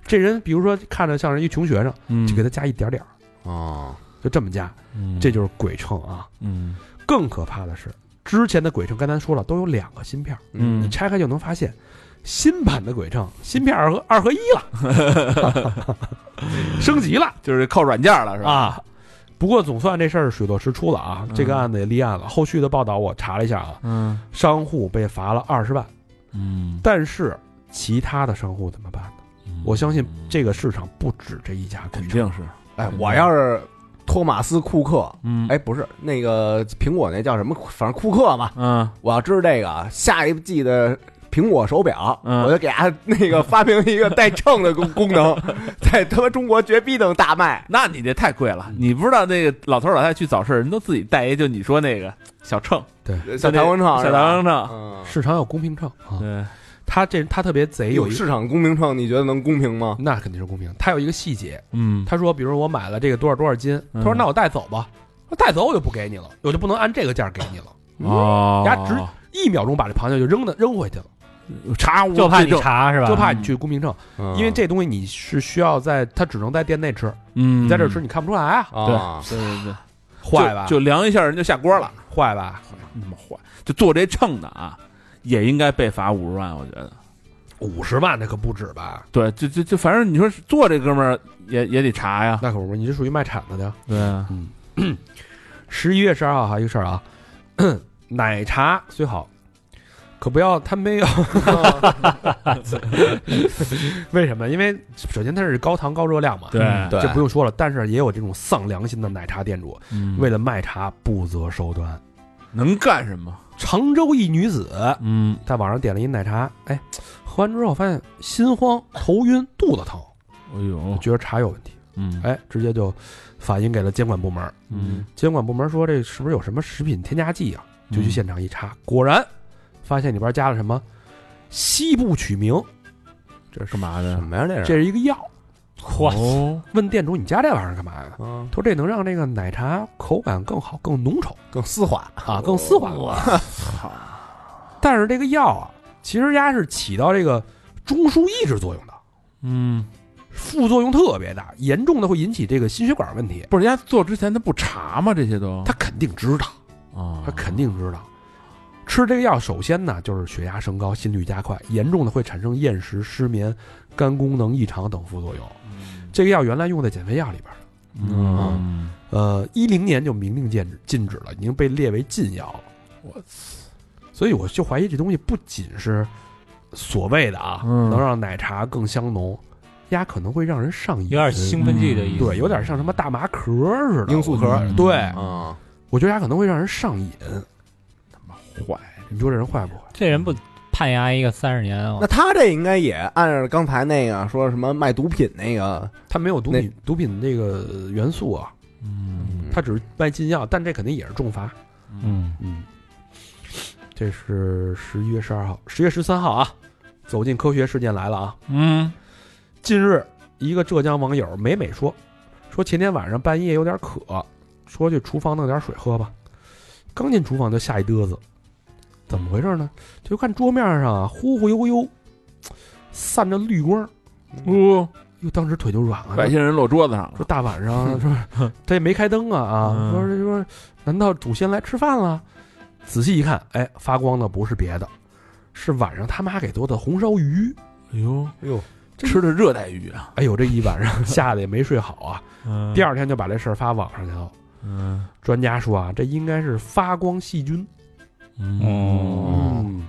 [SPEAKER 3] 这人比如说看着像是一穷学生，
[SPEAKER 8] 嗯
[SPEAKER 3] 就给
[SPEAKER 6] 他
[SPEAKER 3] 他加一点点儿，
[SPEAKER 2] 哦，
[SPEAKER 3] 就这么加，这就是鬼秤啊！
[SPEAKER 6] 嗯
[SPEAKER 3] 更可怕的是，之前的鬼秤刚才说了都有两个芯片儿，
[SPEAKER 6] 嗯
[SPEAKER 3] 你拆开就能发现，新版的鬼秤芯片二合二合一了， 升级了
[SPEAKER 8] 就是靠软件了，是吧？
[SPEAKER 3] 啊！不过总算这事儿水落石出了啊，这个
[SPEAKER 6] 嗯
[SPEAKER 3] 案子也立案了。后续的报道我查了一下啊，
[SPEAKER 6] 嗯
[SPEAKER 3] 商户被罚了二十万，
[SPEAKER 6] 嗯，
[SPEAKER 3] 但是其他的商户怎么办呢？我相信这个市场不止这一家鬼
[SPEAKER 6] 肯
[SPEAKER 3] 秤
[SPEAKER 6] 定是，
[SPEAKER 2] 哎，我要是托马斯库克，
[SPEAKER 6] 嗯
[SPEAKER 2] 哎，不是那个苹果那叫什么，反正库克嘛，
[SPEAKER 6] 嗯
[SPEAKER 2] 我要知道这个啊，下一季的苹果手表，
[SPEAKER 6] 嗯
[SPEAKER 2] 我就给它那个发明一个带秤的功功 能，在他妈中国绝逼能大卖。
[SPEAKER 8] 那你这太贵了，你不知道那个老头儿老太太去早市，人都自己带一，就你说那个小秤，
[SPEAKER 2] 小弹簧秤，
[SPEAKER 8] 小弹簧秤，
[SPEAKER 2] 嗯，
[SPEAKER 3] 市场有公平秤啊，
[SPEAKER 8] 对，
[SPEAKER 3] 他这他特别贼有
[SPEAKER 2] 有
[SPEAKER 3] 一
[SPEAKER 2] 市场公平秤，你觉得能公平吗？
[SPEAKER 3] 那肯定是公平。他有一个细节，
[SPEAKER 6] 嗯
[SPEAKER 3] 他说，比如我买了这个多少多少斤，他
[SPEAKER 6] 嗯
[SPEAKER 3] 说那我带走吧，我带走我就不给你了，我就不能按这个价给你了。
[SPEAKER 6] 哦，
[SPEAKER 3] 人家直一秒钟把这螃蟹就扔的扔回去了，
[SPEAKER 6] 查无
[SPEAKER 4] 就怕
[SPEAKER 6] 罪
[SPEAKER 4] 你
[SPEAKER 6] 证，
[SPEAKER 4] 查是吧？
[SPEAKER 3] 就 怕你去公平秤，
[SPEAKER 2] 嗯
[SPEAKER 3] 因为这东西你是需要在它只能在店内吃，
[SPEAKER 6] 嗯，
[SPEAKER 3] 你在这儿吃你看不出来啊，
[SPEAKER 2] 啊，
[SPEAKER 6] 对对对，
[SPEAKER 3] 坏吧？
[SPEAKER 8] 就量一下人就下锅了，
[SPEAKER 3] 坏吧？
[SPEAKER 6] 那么坏，就做这秤的啊，也应该被罚五十万，我觉得。
[SPEAKER 3] 五十万那可不止吧？
[SPEAKER 6] 对，就就就反正你说是做这哥们儿也也得查呀，嗯
[SPEAKER 3] 那可不，你这属于卖铲子的。
[SPEAKER 6] 对，
[SPEAKER 3] 十一月十二号还有一个事儿啊， 奶茶虽好，可不要它没有。 为什么？因为首先它是高糖高热量嘛，
[SPEAKER 6] 嗯对
[SPEAKER 2] 对
[SPEAKER 3] 这不用说了。但是也有这种丧良心的奶茶店主，
[SPEAKER 6] 嗯
[SPEAKER 3] 为了卖茶不择手段。
[SPEAKER 8] 能干什么？
[SPEAKER 3] 常州一女子
[SPEAKER 6] 嗯
[SPEAKER 3] 在网上点了一奶茶，哎，喝完之后发现心慌、头晕、肚子疼，
[SPEAKER 6] 哎呦，
[SPEAKER 3] 觉得茶有问题，
[SPEAKER 6] 嗯
[SPEAKER 3] 哎，直接就反映给了监管部门。
[SPEAKER 6] 嗯，
[SPEAKER 3] 监管部门说这是不是有什么食品添加剂啊？就
[SPEAKER 2] 嗯
[SPEAKER 3] 去现场一查，果然发现里边加了什么西部曲名，
[SPEAKER 6] 这是干嘛
[SPEAKER 2] 什
[SPEAKER 6] 的？
[SPEAKER 2] 么呀？这
[SPEAKER 3] 这是一个药。
[SPEAKER 4] 嚯，
[SPEAKER 6] 哦，
[SPEAKER 3] 问店主你加这玩意儿干嘛呀？
[SPEAKER 2] 嗯，
[SPEAKER 3] 他说这能让这个奶茶口感更好、更浓稠
[SPEAKER 2] 更丝滑。
[SPEAKER 3] 啊，更丝滑。但是这个药啊，其实它是起到这个中枢抑制作用的，
[SPEAKER 6] 嗯，
[SPEAKER 3] 副作用特别大，严重的会引起这个心血管问题。
[SPEAKER 6] 不是人家做之前他不查吗？这些都
[SPEAKER 3] 他肯定知道，
[SPEAKER 6] 啊
[SPEAKER 3] 他肯定知道。吃这个药，首先呢就是血压升高、心率加快，严重的会产生厌食、失眠、肝功能异常等副作用。这个药原来用在减肥药里边儿，
[SPEAKER 1] 嗯，
[SPEAKER 3] 呃，一零年就明令禁止禁止了，已经被列为禁药了。我操！所以我就怀疑这东西不仅是所谓的啊，
[SPEAKER 1] 嗯
[SPEAKER 3] 能让奶茶更香浓，压可能会让人上瘾，
[SPEAKER 4] 有点兴奋剂的意思。
[SPEAKER 3] 对，有点像什么大麻壳儿似的，
[SPEAKER 2] 罂粟壳
[SPEAKER 3] 我对，
[SPEAKER 2] 啊，
[SPEAKER 3] 我觉得它可能会让人上瘾。
[SPEAKER 6] 坏，
[SPEAKER 3] 你说这人坏不坏？
[SPEAKER 4] 这人不判押一个三十年，啊
[SPEAKER 2] 那他这应该也按照刚才那个说什么卖毒品那个，
[SPEAKER 3] 他没有毒品毒品那个元素啊，
[SPEAKER 1] 嗯
[SPEAKER 3] 他只是卖禁药，但这肯定也是重罚。
[SPEAKER 1] 嗯，
[SPEAKER 3] 嗯，这是十一月十二号，十月十三号啊，走进科学事件来了啊。
[SPEAKER 1] 嗯，
[SPEAKER 3] 近日，一个浙江网友美美说，说前天晚上半夜有点渴，说去厨房弄点水喝吧。刚进厨房就吓一嘚瑟，怎么回事呢？就看桌面上啊，忽忽悠悠散着绿光，
[SPEAKER 6] 呜，
[SPEAKER 3] 哟，当时腿就软了。
[SPEAKER 6] 外星人落桌子上了，
[SPEAKER 3] 说大晚上说他也没开灯啊啊，
[SPEAKER 1] 嗯
[SPEAKER 3] 说这说难道祖先来吃饭了？仔细一看，哎，发光的不是别的，是晚上他妈给做的红烧鱼。
[SPEAKER 6] 哎呦，
[SPEAKER 2] 哟，
[SPEAKER 6] 吃的热带鱼啊，
[SPEAKER 3] 哎呦，这一晚上吓得也没睡好啊。
[SPEAKER 5] 嗯
[SPEAKER 3] 第
[SPEAKER 1] 第二，
[SPEAKER 3] 二天就把这事儿发网上去了。
[SPEAKER 1] 嗯
[SPEAKER 3] 专家说啊，这应该是发光细菌，
[SPEAKER 1] 嗯，
[SPEAKER 3] 嗯，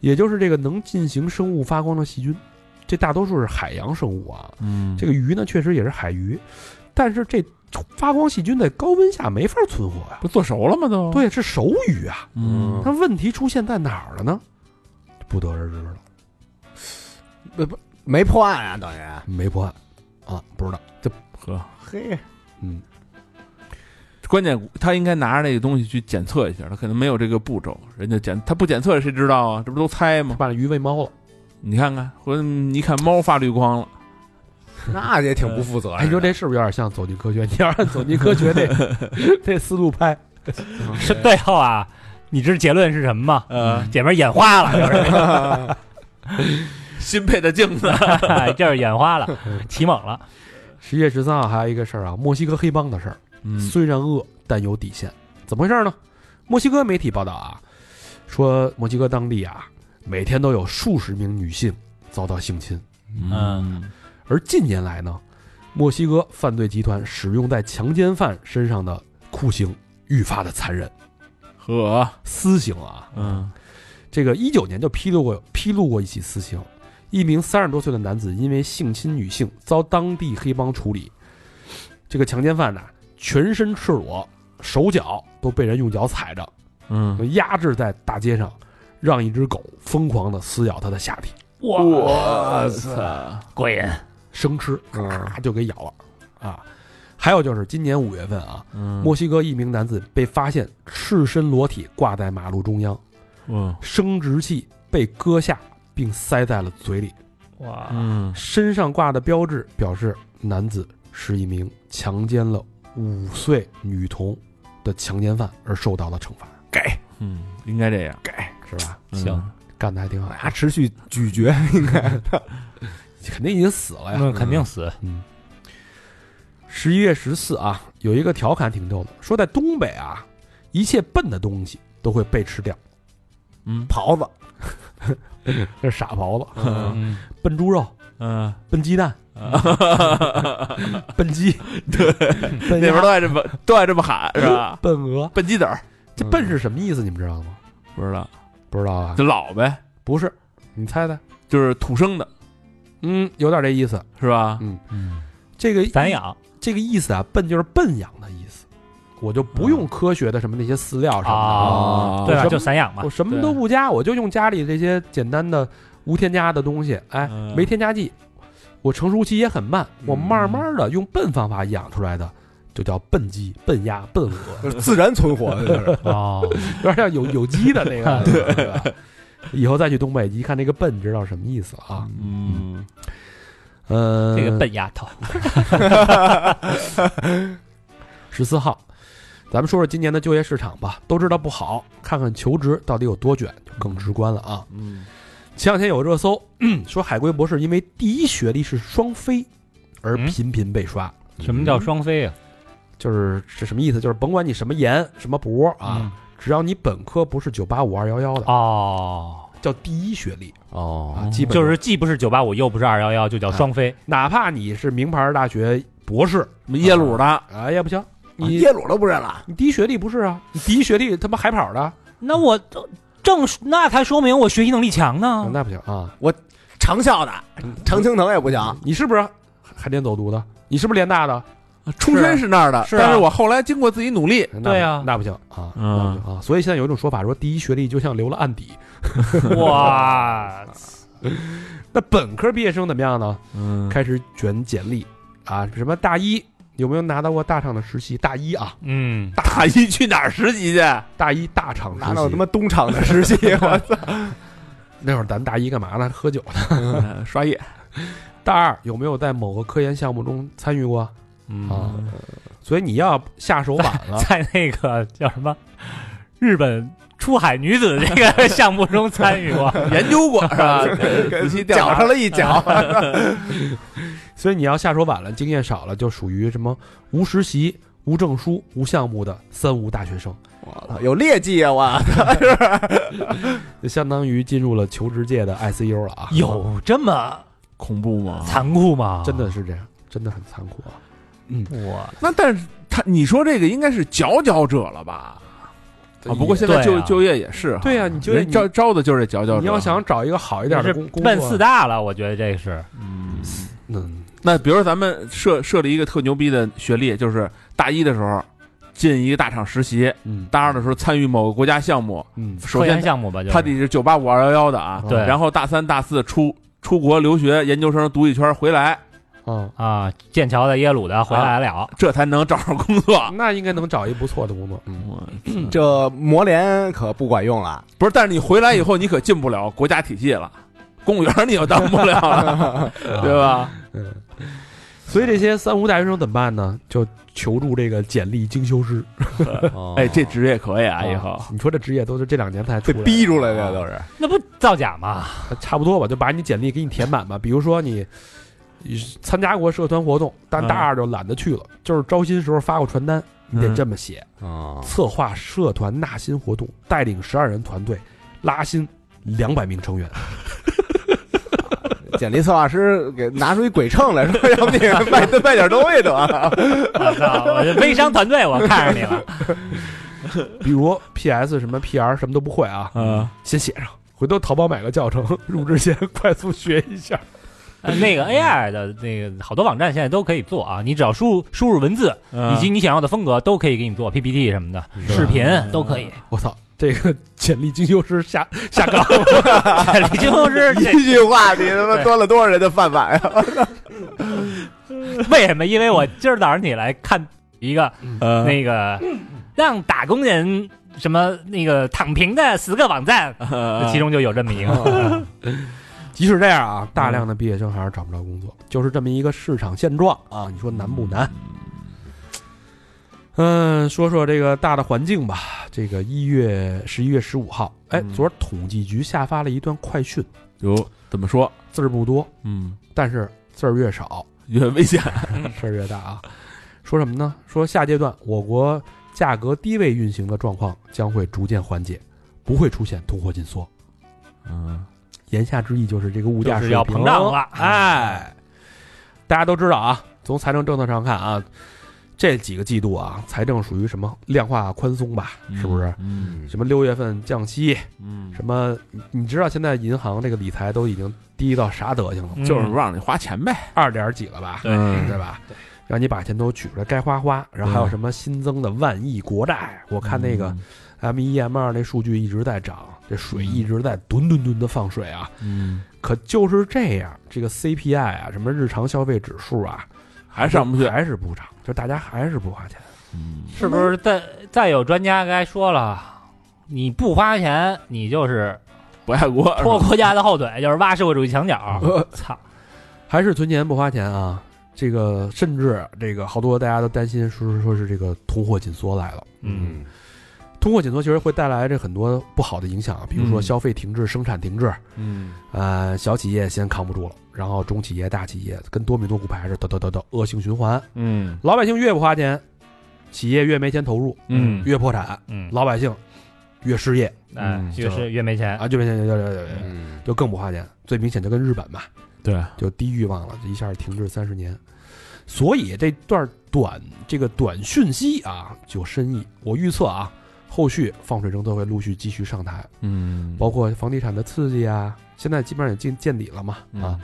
[SPEAKER 3] 也就是这个能进行生物发光的细菌，这大多数是海洋生物啊。
[SPEAKER 1] 嗯
[SPEAKER 3] 这个鱼呢，确实也是海鱼，但是这发光细菌在高温下没法存活呀、
[SPEAKER 6] 不做熟了吗都？，
[SPEAKER 3] 对，是熟鱼啊。
[SPEAKER 1] 嗯
[SPEAKER 3] 那问题出现在哪儿了呢？不得而知了，
[SPEAKER 2] 没破案啊，等于
[SPEAKER 3] 没破案啊，不知道。
[SPEAKER 6] 呵，
[SPEAKER 2] 嘿，
[SPEAKER 3] 嗯，
[SPEAKER 6] 关键他应该拿着那个东西去检测一下，他可能没有这个步骤，人家检他不检测谁知道啊？这不都猜吗？
[SPEAKER 3] 把鱼喂猫了。
[SPEAKER 6] 你看看，或者你一看猫发绿光了，
[SPEAKER 2] 那也挺不负责任的。
[SPEAKER 3] 哎，你说这是不是有点像《走进科学》？你要按《走进科学》 那那思路拍，
[SPEAKER 4] 是最后啊，你知结论是什么吗？
[SPEAKER 6] 嗯
[SPEAKER 4] 呃，姐们眼花了，就是
[SPEAKER 6] 新配的镜子，
[SPEAKER 4] 就是眼花了，起猛了。
[SPEAKER 3] 十月十三号还有一个事儿啊，墨西哥黑帮的事儿，
[SPEAKER 6] 嗯
[SPEAKER 3] 虽然恶但有底线，怎么回事呢？墨西哥媒体报道啊，说墨西哥当地啊，每天都有数十名女性遭到性侵，
[SPEAKER 4] 嗯
[SPEAKER 3] 而近年来呢，墨西哥犯罪集团使用在强奸犯身上的酷刑愈发的残忍。
[SPEAKER 6] 呵，
[SPEAKER 3] 私刑啊，
[SPEAKER 6] 嗯
[SPEAKER 3] 这个一九年就披露过披露过一起私刑，一名三十多岁的男子因为性侵女性遭当地黑帮处理，这个强奸犯呐、全身赤裸，手脚都被人用脚踩着，
[SPEAKER 6] 嗯，
[SPEAKER 3] 压制在大街上，让一只狗疯狂的撕咬他的下体，
[SPEAKER 6] 我操，
[SPEAKER 4] 过瘾，
[SPEAKER 3] 生吃，
[SPEAKER 6] 嗯
[SPEAKER 3] 咔就给咬了啊。还有就是今年五月份啊，
[SPEAKER 6] 嗯
[SPEAKER 3] 墨西哥一名男子被发现赤身裸体挂在马路中央，
[SPEAKER 6] 我
[SPEAKER 3] 生殖器被割下并塞在了嘴里，
[SPEAKER 4] 哇
[SPEAKER 6] 嗯
[SPEAKER 3] 身上挂的标志表示男子是一名强奸了五岁女童的强奸犯而受到了惩罚，
[SPEAKER 6] 嗯，应该这样，
[SPEAKER 3] 是吧？
[SPEAKER 6] 嗯
[SPEAKER 4] 行，
[SPEAKER 3] 干的还挺好，
[SPEAKER 2] 他持续咀嚼，应该
[SPEAKER 3] 肯定已经死了哎呀。
[SPEAKER 4] 那肯定死。
[SPEAKER 3] 嗯。十一月十四啊，有一个调侃挺逗的，说在东北啊，一切笨的东西都会被吃掉，
[SPEAKER 6] 嗯
[SPEAKER 2] 狍子
[SPEAKER 3] 这是傻狍子，
[SPEAKER 6] 嗯
[SPEAKER 4] 嗯，
[SPEAKER 3] 笨猪肉，
[SPEAKER 6] 嗯，
[SPEAKER 3] 笨鸡 蛋，笨鸡，对，
[SPEAKER 6] 那
[SPEAKER 3] 笨
[SPEAKER 6] 边
[SPEAKER 3] 鸭
[SPEAKER 6] 都爱这么都爱这么喊是吧？
[SPEAKER 3] 笨鹅，
[SPEAKER 6] 笨鸡子儿
[SPEAKER 3] 这笨是什么意思？你们知道吗？
[SPEAKER 6] 不知道，
[SPEAKER 3] 嗯不知道啊
[SPEAKER 6] 就？老呗，
[SPEAKER 3] 不是，你猜猜？
[SPEAKER 6] 就是土生的
[SPEAKER 3] 嗯，有点这意思。
[SPEAKER 6] 是吧？嗯
[SPEAKER 3] 这个
[SPEAKER 4] 散养
[SPEAKER 3] 这个意思啊，笨就是笨养的意思，我就不用科学的什么那些饲料什么
[SPEAKER 6] 哦
[SPEAKER 4] 啊，对吧？
[SPEAKER 3] 我什么
[SPEAKER 4] 就散养
[SPEAKER 3] 的，
[SPEAKER 4] 嘛
[SPEAKER 3] 我。什么都不加，我就用家里这些简单的无添加的东西，哎，
[SPEAKER 6] 嗯
[SPEAKER 3] 没添加剂，我成熟期也很慢，我
[SPEAKER 2] 嗯
[SPEAKER 3] 慢慢的用笨方法养出来的，就叫笨鸡、笨鸭、笨鹅，
[SPEAKER 2] 就是自然存活的，就是
[SPEAKER 4] 哦，
[SPEAKER 3] 有点像有有机的那
[SPEAKER 4] 啊
[SPEAKER 3] 个对吧，对吧以后再去东北一看这个笨，知道什么意思了啊？
[SPEAKER 6] 嗯
[SPEAKER 3] 呃，
[SPEAKER 4] 这个笨丫头，
[SPEAKER 3] 十四号，咱们说说今年的就业市场吧，都知道不好，看看求职到底有多卷就更直观了啊。
[SPEAKER 6] 嗯
[SPEAKER 3] 前两天有热搜说海归博士因为第一学历是双非，而
[SPEAKER 4] 嗯
[SPEAKER 3] 频频被刷，
[SPEAKER 4] 什么叫双飞啊？嗯
[SPEAKER 3] 就是是什么意思？就是甭管你什么研什么博啊，只要你本科不是九八五二幺幺的，
[SPEAKER 4] 哦，
[SPEAKER 3] 叫第一学历啊，
[SPEAKER 4] 哦
[SPEAKER 3] 基本
[SPEAKER 4] 就是既不是九八五，又不是二幺幺，就叫双非。
[SPEAKER 3] 哪怕你是名牌大学博士
[SPEAKER 6] 耶鲁的，
[SPEAKER 3] 啊，也不行， 你
[SPEAKER 2] 耶鲁都不认了，
[SPEAKER 3] 你第一学历不是啊，你第一学历他妈海跑的，
[SPEAKER 4] 那我正那才说明我学习能力强呢。
[SPEAKER 3] 那不行啊，
[SPEAKER 2] 长校的常青藤也不行，
[SPEAKER 3] 你是不是海淀走读的？你是不是联大的？
[SPEAKER 5] 冲山是那儿的，
[SPEAKER 4] 是啊
[SPEAKER 5] 但是我后来经过自己努力，
[SPEAKER 3] 那不
[SPEAKER 4] 对啊
[SPEAKER 3] 那不行啊，那
[SPEAKER 6] 嗯
[SPEAKER 3] 不行啊，所以现在有一种说法说，第一学历就像留了案底。
[SPEAKER 4] 哇，
[SPEAKER 3] 那本科毕业生怎么样呢？
[SPEAKER 6] 嗯，
[SPEAKER 3] 开始卷简历啊，什么大一有没有拿到过大厂的实习？大一啊，
[SPEAKER 4] 嗯，
[SPEAKER 5] 大一去哪儿实习去？
[SPEAKER 3] 大一大厂
[SPEAKER 2] 拿
[SPEAKER 3] 实
[SPEAKER 2] 到他
[SPEAKER 3] 习。
[SPEAKER 2] 妈东厂的实 习，我操！
[SPEAKER 3] 那会儿咱大一干嘛呢？喝酒呢。
[SPEAKER 5] 刷 夜，
[SPEAKER 3] 大二有没有在某个科研项目中参与过
[SPEAKER 6] 嗯
[SPEAKER 3] 啊？所以你要下手晚 了，
[SPEAKER 4] 在那个叫什么日本出海女子这 个项目中参与过。
[SPEAKER 5] 研究过是 吧？仔细调
[SPEAKER 2] 脚
[SPEAKER 5] 查
[SPEAKER 2] 上了一脚，
[SPEAKER 3] 所以你要下手晚了，经验少了，就属于什么无实习、无证书、无项目的三无大学生，
[SPEAKER 2] 我操，有劣迹啊！我
[SPEAKER 3] 就相当于进入了求职界的 ICU 了啊！
[SPEAKER 4] 有这么
[SPEAKER 6] 恐怖吗？
[SPEAKER 4] 残酷吗？
[SPEAKER 3] 真的是这样，真的很残酷啊！
[SPEAKER 4] 哇！
[SPEAKER 5] 那但是他你说这个应该是佼佼者了吧？啊，不过现在
[SPEAKER 4] 对
[SPEAKER 5] 就
[SPEAKER 4] 啊
[SPEAKER 5] 就业也是哈，
[SPEAKER 3] 对呀、你就
[SPEAKER 5] 人招招的就是这佼佼者。
[SPEAKER 3] 你要想找一个好一点的
[SPEAKER 4] 是
[SPEAKER 3] 工工作，
[SPEAKER 4] 奔四大了，我觉得这是
[SPEAKER 3] 嗯，
[SPEAKER 6] 那比如说咱们设设立一个特牛逼的学历，就是大一的时候进一个大厂实习，
[SPEAKER 3] 嗯
[SPEAKER 6] 大二的时候参与某个国家项目，
[SPEAKER 3] 嗯
[SPEAKER 6] 首
[SPEAKER 4] 科研
[SPEAKER 6] 先
[SPEAKER 4] 项目吧，就是
[SPEAKER 6] 他得是九八五二幺幺的啊，
[SPEAKER 4] 对
[SPEAKER 6] 然后大三大四出出国留学，研究生读一圈回来，
[SPEAKER 3] 啊，
[SPEAKER 4] 啊，剑桥的、耶鲁的回来
[SPEAKER 5] 啊
[SPEAKER 4] 了，
[SPEAKER 6] 这才能找着工 作。
[SPEAKER 3] 那应该能找一不错的工作。嗯，
[SPEAKER 2] 这磨联可不管用了，
[SPEAKER 6] 不是，但是你回来以后，你可进不了国家体系了，公务员你又当不了了，对吧？
[SPEAKER 3] 嗯，所以这些三无大学生怎么办呢？就求助这个简历精修师。
[SPEAKER 2] 哦
[SPEAKER 6] 哎，这职业可以啊，以后
[SPEAKER 3] 啊你说这职业都是这两年才
[SPEAKER 2] 被
[SPEAKER 3] 出来
[SPEAKER 2] 逼出来的都
[SPEAKER 3] 是
[SPEAKER 2] 是。
[SPEAKER 4] 那不造假吗？
[SPEAKER 3] 差不多吧，就把你简历给你填满吧。比如说你。你参加过社团活动，但大二就懒得去了。就是招新时候发过传单，你得这么写：
[SPEAKER 2] 哦，
[SPEAKER 3] 策划社团纳新活动，带领十二人团队拉新两百名成员。
[SPEAKER 2] 简历策划师给拿出一鬼秤来说， 要不你卖卖点东西得 了。
[SPEAKER 4] 我操，啊我这微商团队，我看上你 了。
[SPEAKER 3] 比如 PS 什么 PR 什么都不会啊，
[SPEAKER 6] 嗯，
[SPEAKER 3] 先写上，回头淘宝买个教程，入职前 快速学一下。
[SPEAKER 4] 呃那个 AI 的那个好多网站现在都可以做啊，你只要输入输入文字
[SPEAKER 5] 嗯
[SPEAKER 4] 以及你想要的风格都可以给你做 PPT 什么的，视频
[SPEAKER 5] 嗯
[SPEAKER 4] 都可以。
[SPEAKER 3] 我操，这个简历精修师下下岗，
[SPEAKER 4] 啊李金峰是这
[SPEAKER 2] 一句话，你他妈端了多少人的饭碗啊呀？
[SPEAKER 4] 为什么？因为我今儿早上起来看一个
[SPEAKER 5] 嗯
[SPEAKER 6] 呃
[SPEAKER 4] 那个让打工人什么那个躺平的十个网站，
[SPEAKER 5] 嗯
[SPEAKER 6] 呃
[SPEAKER 4] 其中就有这么一个。
[SPEAKER 3] 即使这样啊，大量的毕业生还是找不着工作，就是这么一个市场现状啊。你说难不难？嗯，说说这个大的环境吧。这个一月十一月十五号，哎，
[SPEAKER 6] 嗯
[SPEAKER 3] 昨儿统计局下发了一段快讯，
[SPEAKER 6] 有怎么说？
[SPEAKER 3] 字儿不多，
[SPEAKER 6] 嗯，
[SPEAKER 3] 但是字儿越少，
[SPEAKER 6] 越危险。
[SPEAKER 3] 事儿越大啊。说什么呢？说下阶段我国价格低位运行的状况将会逐渐缓解，不会出现通货紧缩。
[SPEAKER 6] 嗯，
[SPEAKER 3] 言下之意就是这个物
[SPEAKER 4] 就
[SPEAKER 3] 价
[SPEAKER 4] 是
[SPEAKER 3] 水
[SPEAKER 4] 要
[SPEAKER 3] 平啊
[SPEAKER 4] 膨胀了
[SPEAKER 3] 哎，大家都知道啊，从财政政策上看啊，这几个季度啊，财政属于什么量化宽松吧？是不是？
[SPEAKER 6] 嗯
[SPEAKER 3] 什么六月份降息，
[SPEAKER 6] 嗯，
[SPEAKER 3] 什么你你知道现在银行这个理财都已经低到啥德行了吗？
[SPEAKER 4] 嗯
[SPEAKER 5] 就是不让你花钱呗，
[SPEAKER 3] 二点几了吧？
[SPEAKER 6] 嗯
[SPEAKER 3] 对吧？对，让你把钱都取出来，该花花。然后还有什么新增的万亿国债？我看那个 M 一 M 二那数据一直在涨，这水一直在吨吨吨的放水啊。
[SPEAKER 6] 嗯，
[SPEAKER 3] 可就是这样，这个 CPI 啊，什么日常消费指数啊，
[SPEAKER 6] 还上不去。
[SPEAKER 3] 还是不涨，就大家还是不花钱。
[SPEAKER 4] 是不是再再有专家该说了，啊你不花钱，你就是
[SPEAKER 6] 不爱国，
[SPEAKER 4] 拖国家的后腿，就是挖社会主义墙角。操，
[SPEAKER 3] 还是存钱不花钱啊。这个甚至这个好多大家都担心，说是说是这个通货紧缩来了。
[SPEAKER 4] 嗯，
[SPEAKER 3] 通货紧缩其实会带来这很多不好的影响啊，比如说
[SPEAKER 6] 嗯
[SPEAKER 3] 消费停滞、生产停滞，
[SPEAKER 6] 嗯
[SPEAKER 3] 呃，小企业先扛不住了，然后中企业、大企业跟多米诺骨牌似的，得得得得，恶性循环。
[SPEAKER 6] 嗯
[SPEAKER 3] 老百姓越不花钱，企业越没钱投入，
[SPEAKER 6] 嗯
[SPEAKER 3] 越破产，
[SPEAKER 4] 嗯，
[SPEAKER 3] 老百姓越失业
[SPEAKER 4] 哎
[SPEAKER 6] 嗯，
[SPEAKER 4] 越是越没钱，
[SPEAKER 3] 啊，就没钱就就就就
[SPEAKER 2] 嗯
[SPEAKER 3] 就更不花钱。最明显就跟日本嘛，
[SPEAKER 6] 对，
[SPEAKER 3] 就低欲望了，就一下停滞三十年。所以这段短这个短讯息啊，有深意。我预测啊，后续放水政策会陆续继续上台，
[SPEAKER 6] 嗯
[SPEAKER 3] 包括房地产的刺激啊，现在基本上也见见底了嘛
[SPEAKER 6] 嗯
[SPEAKER 3] 啊。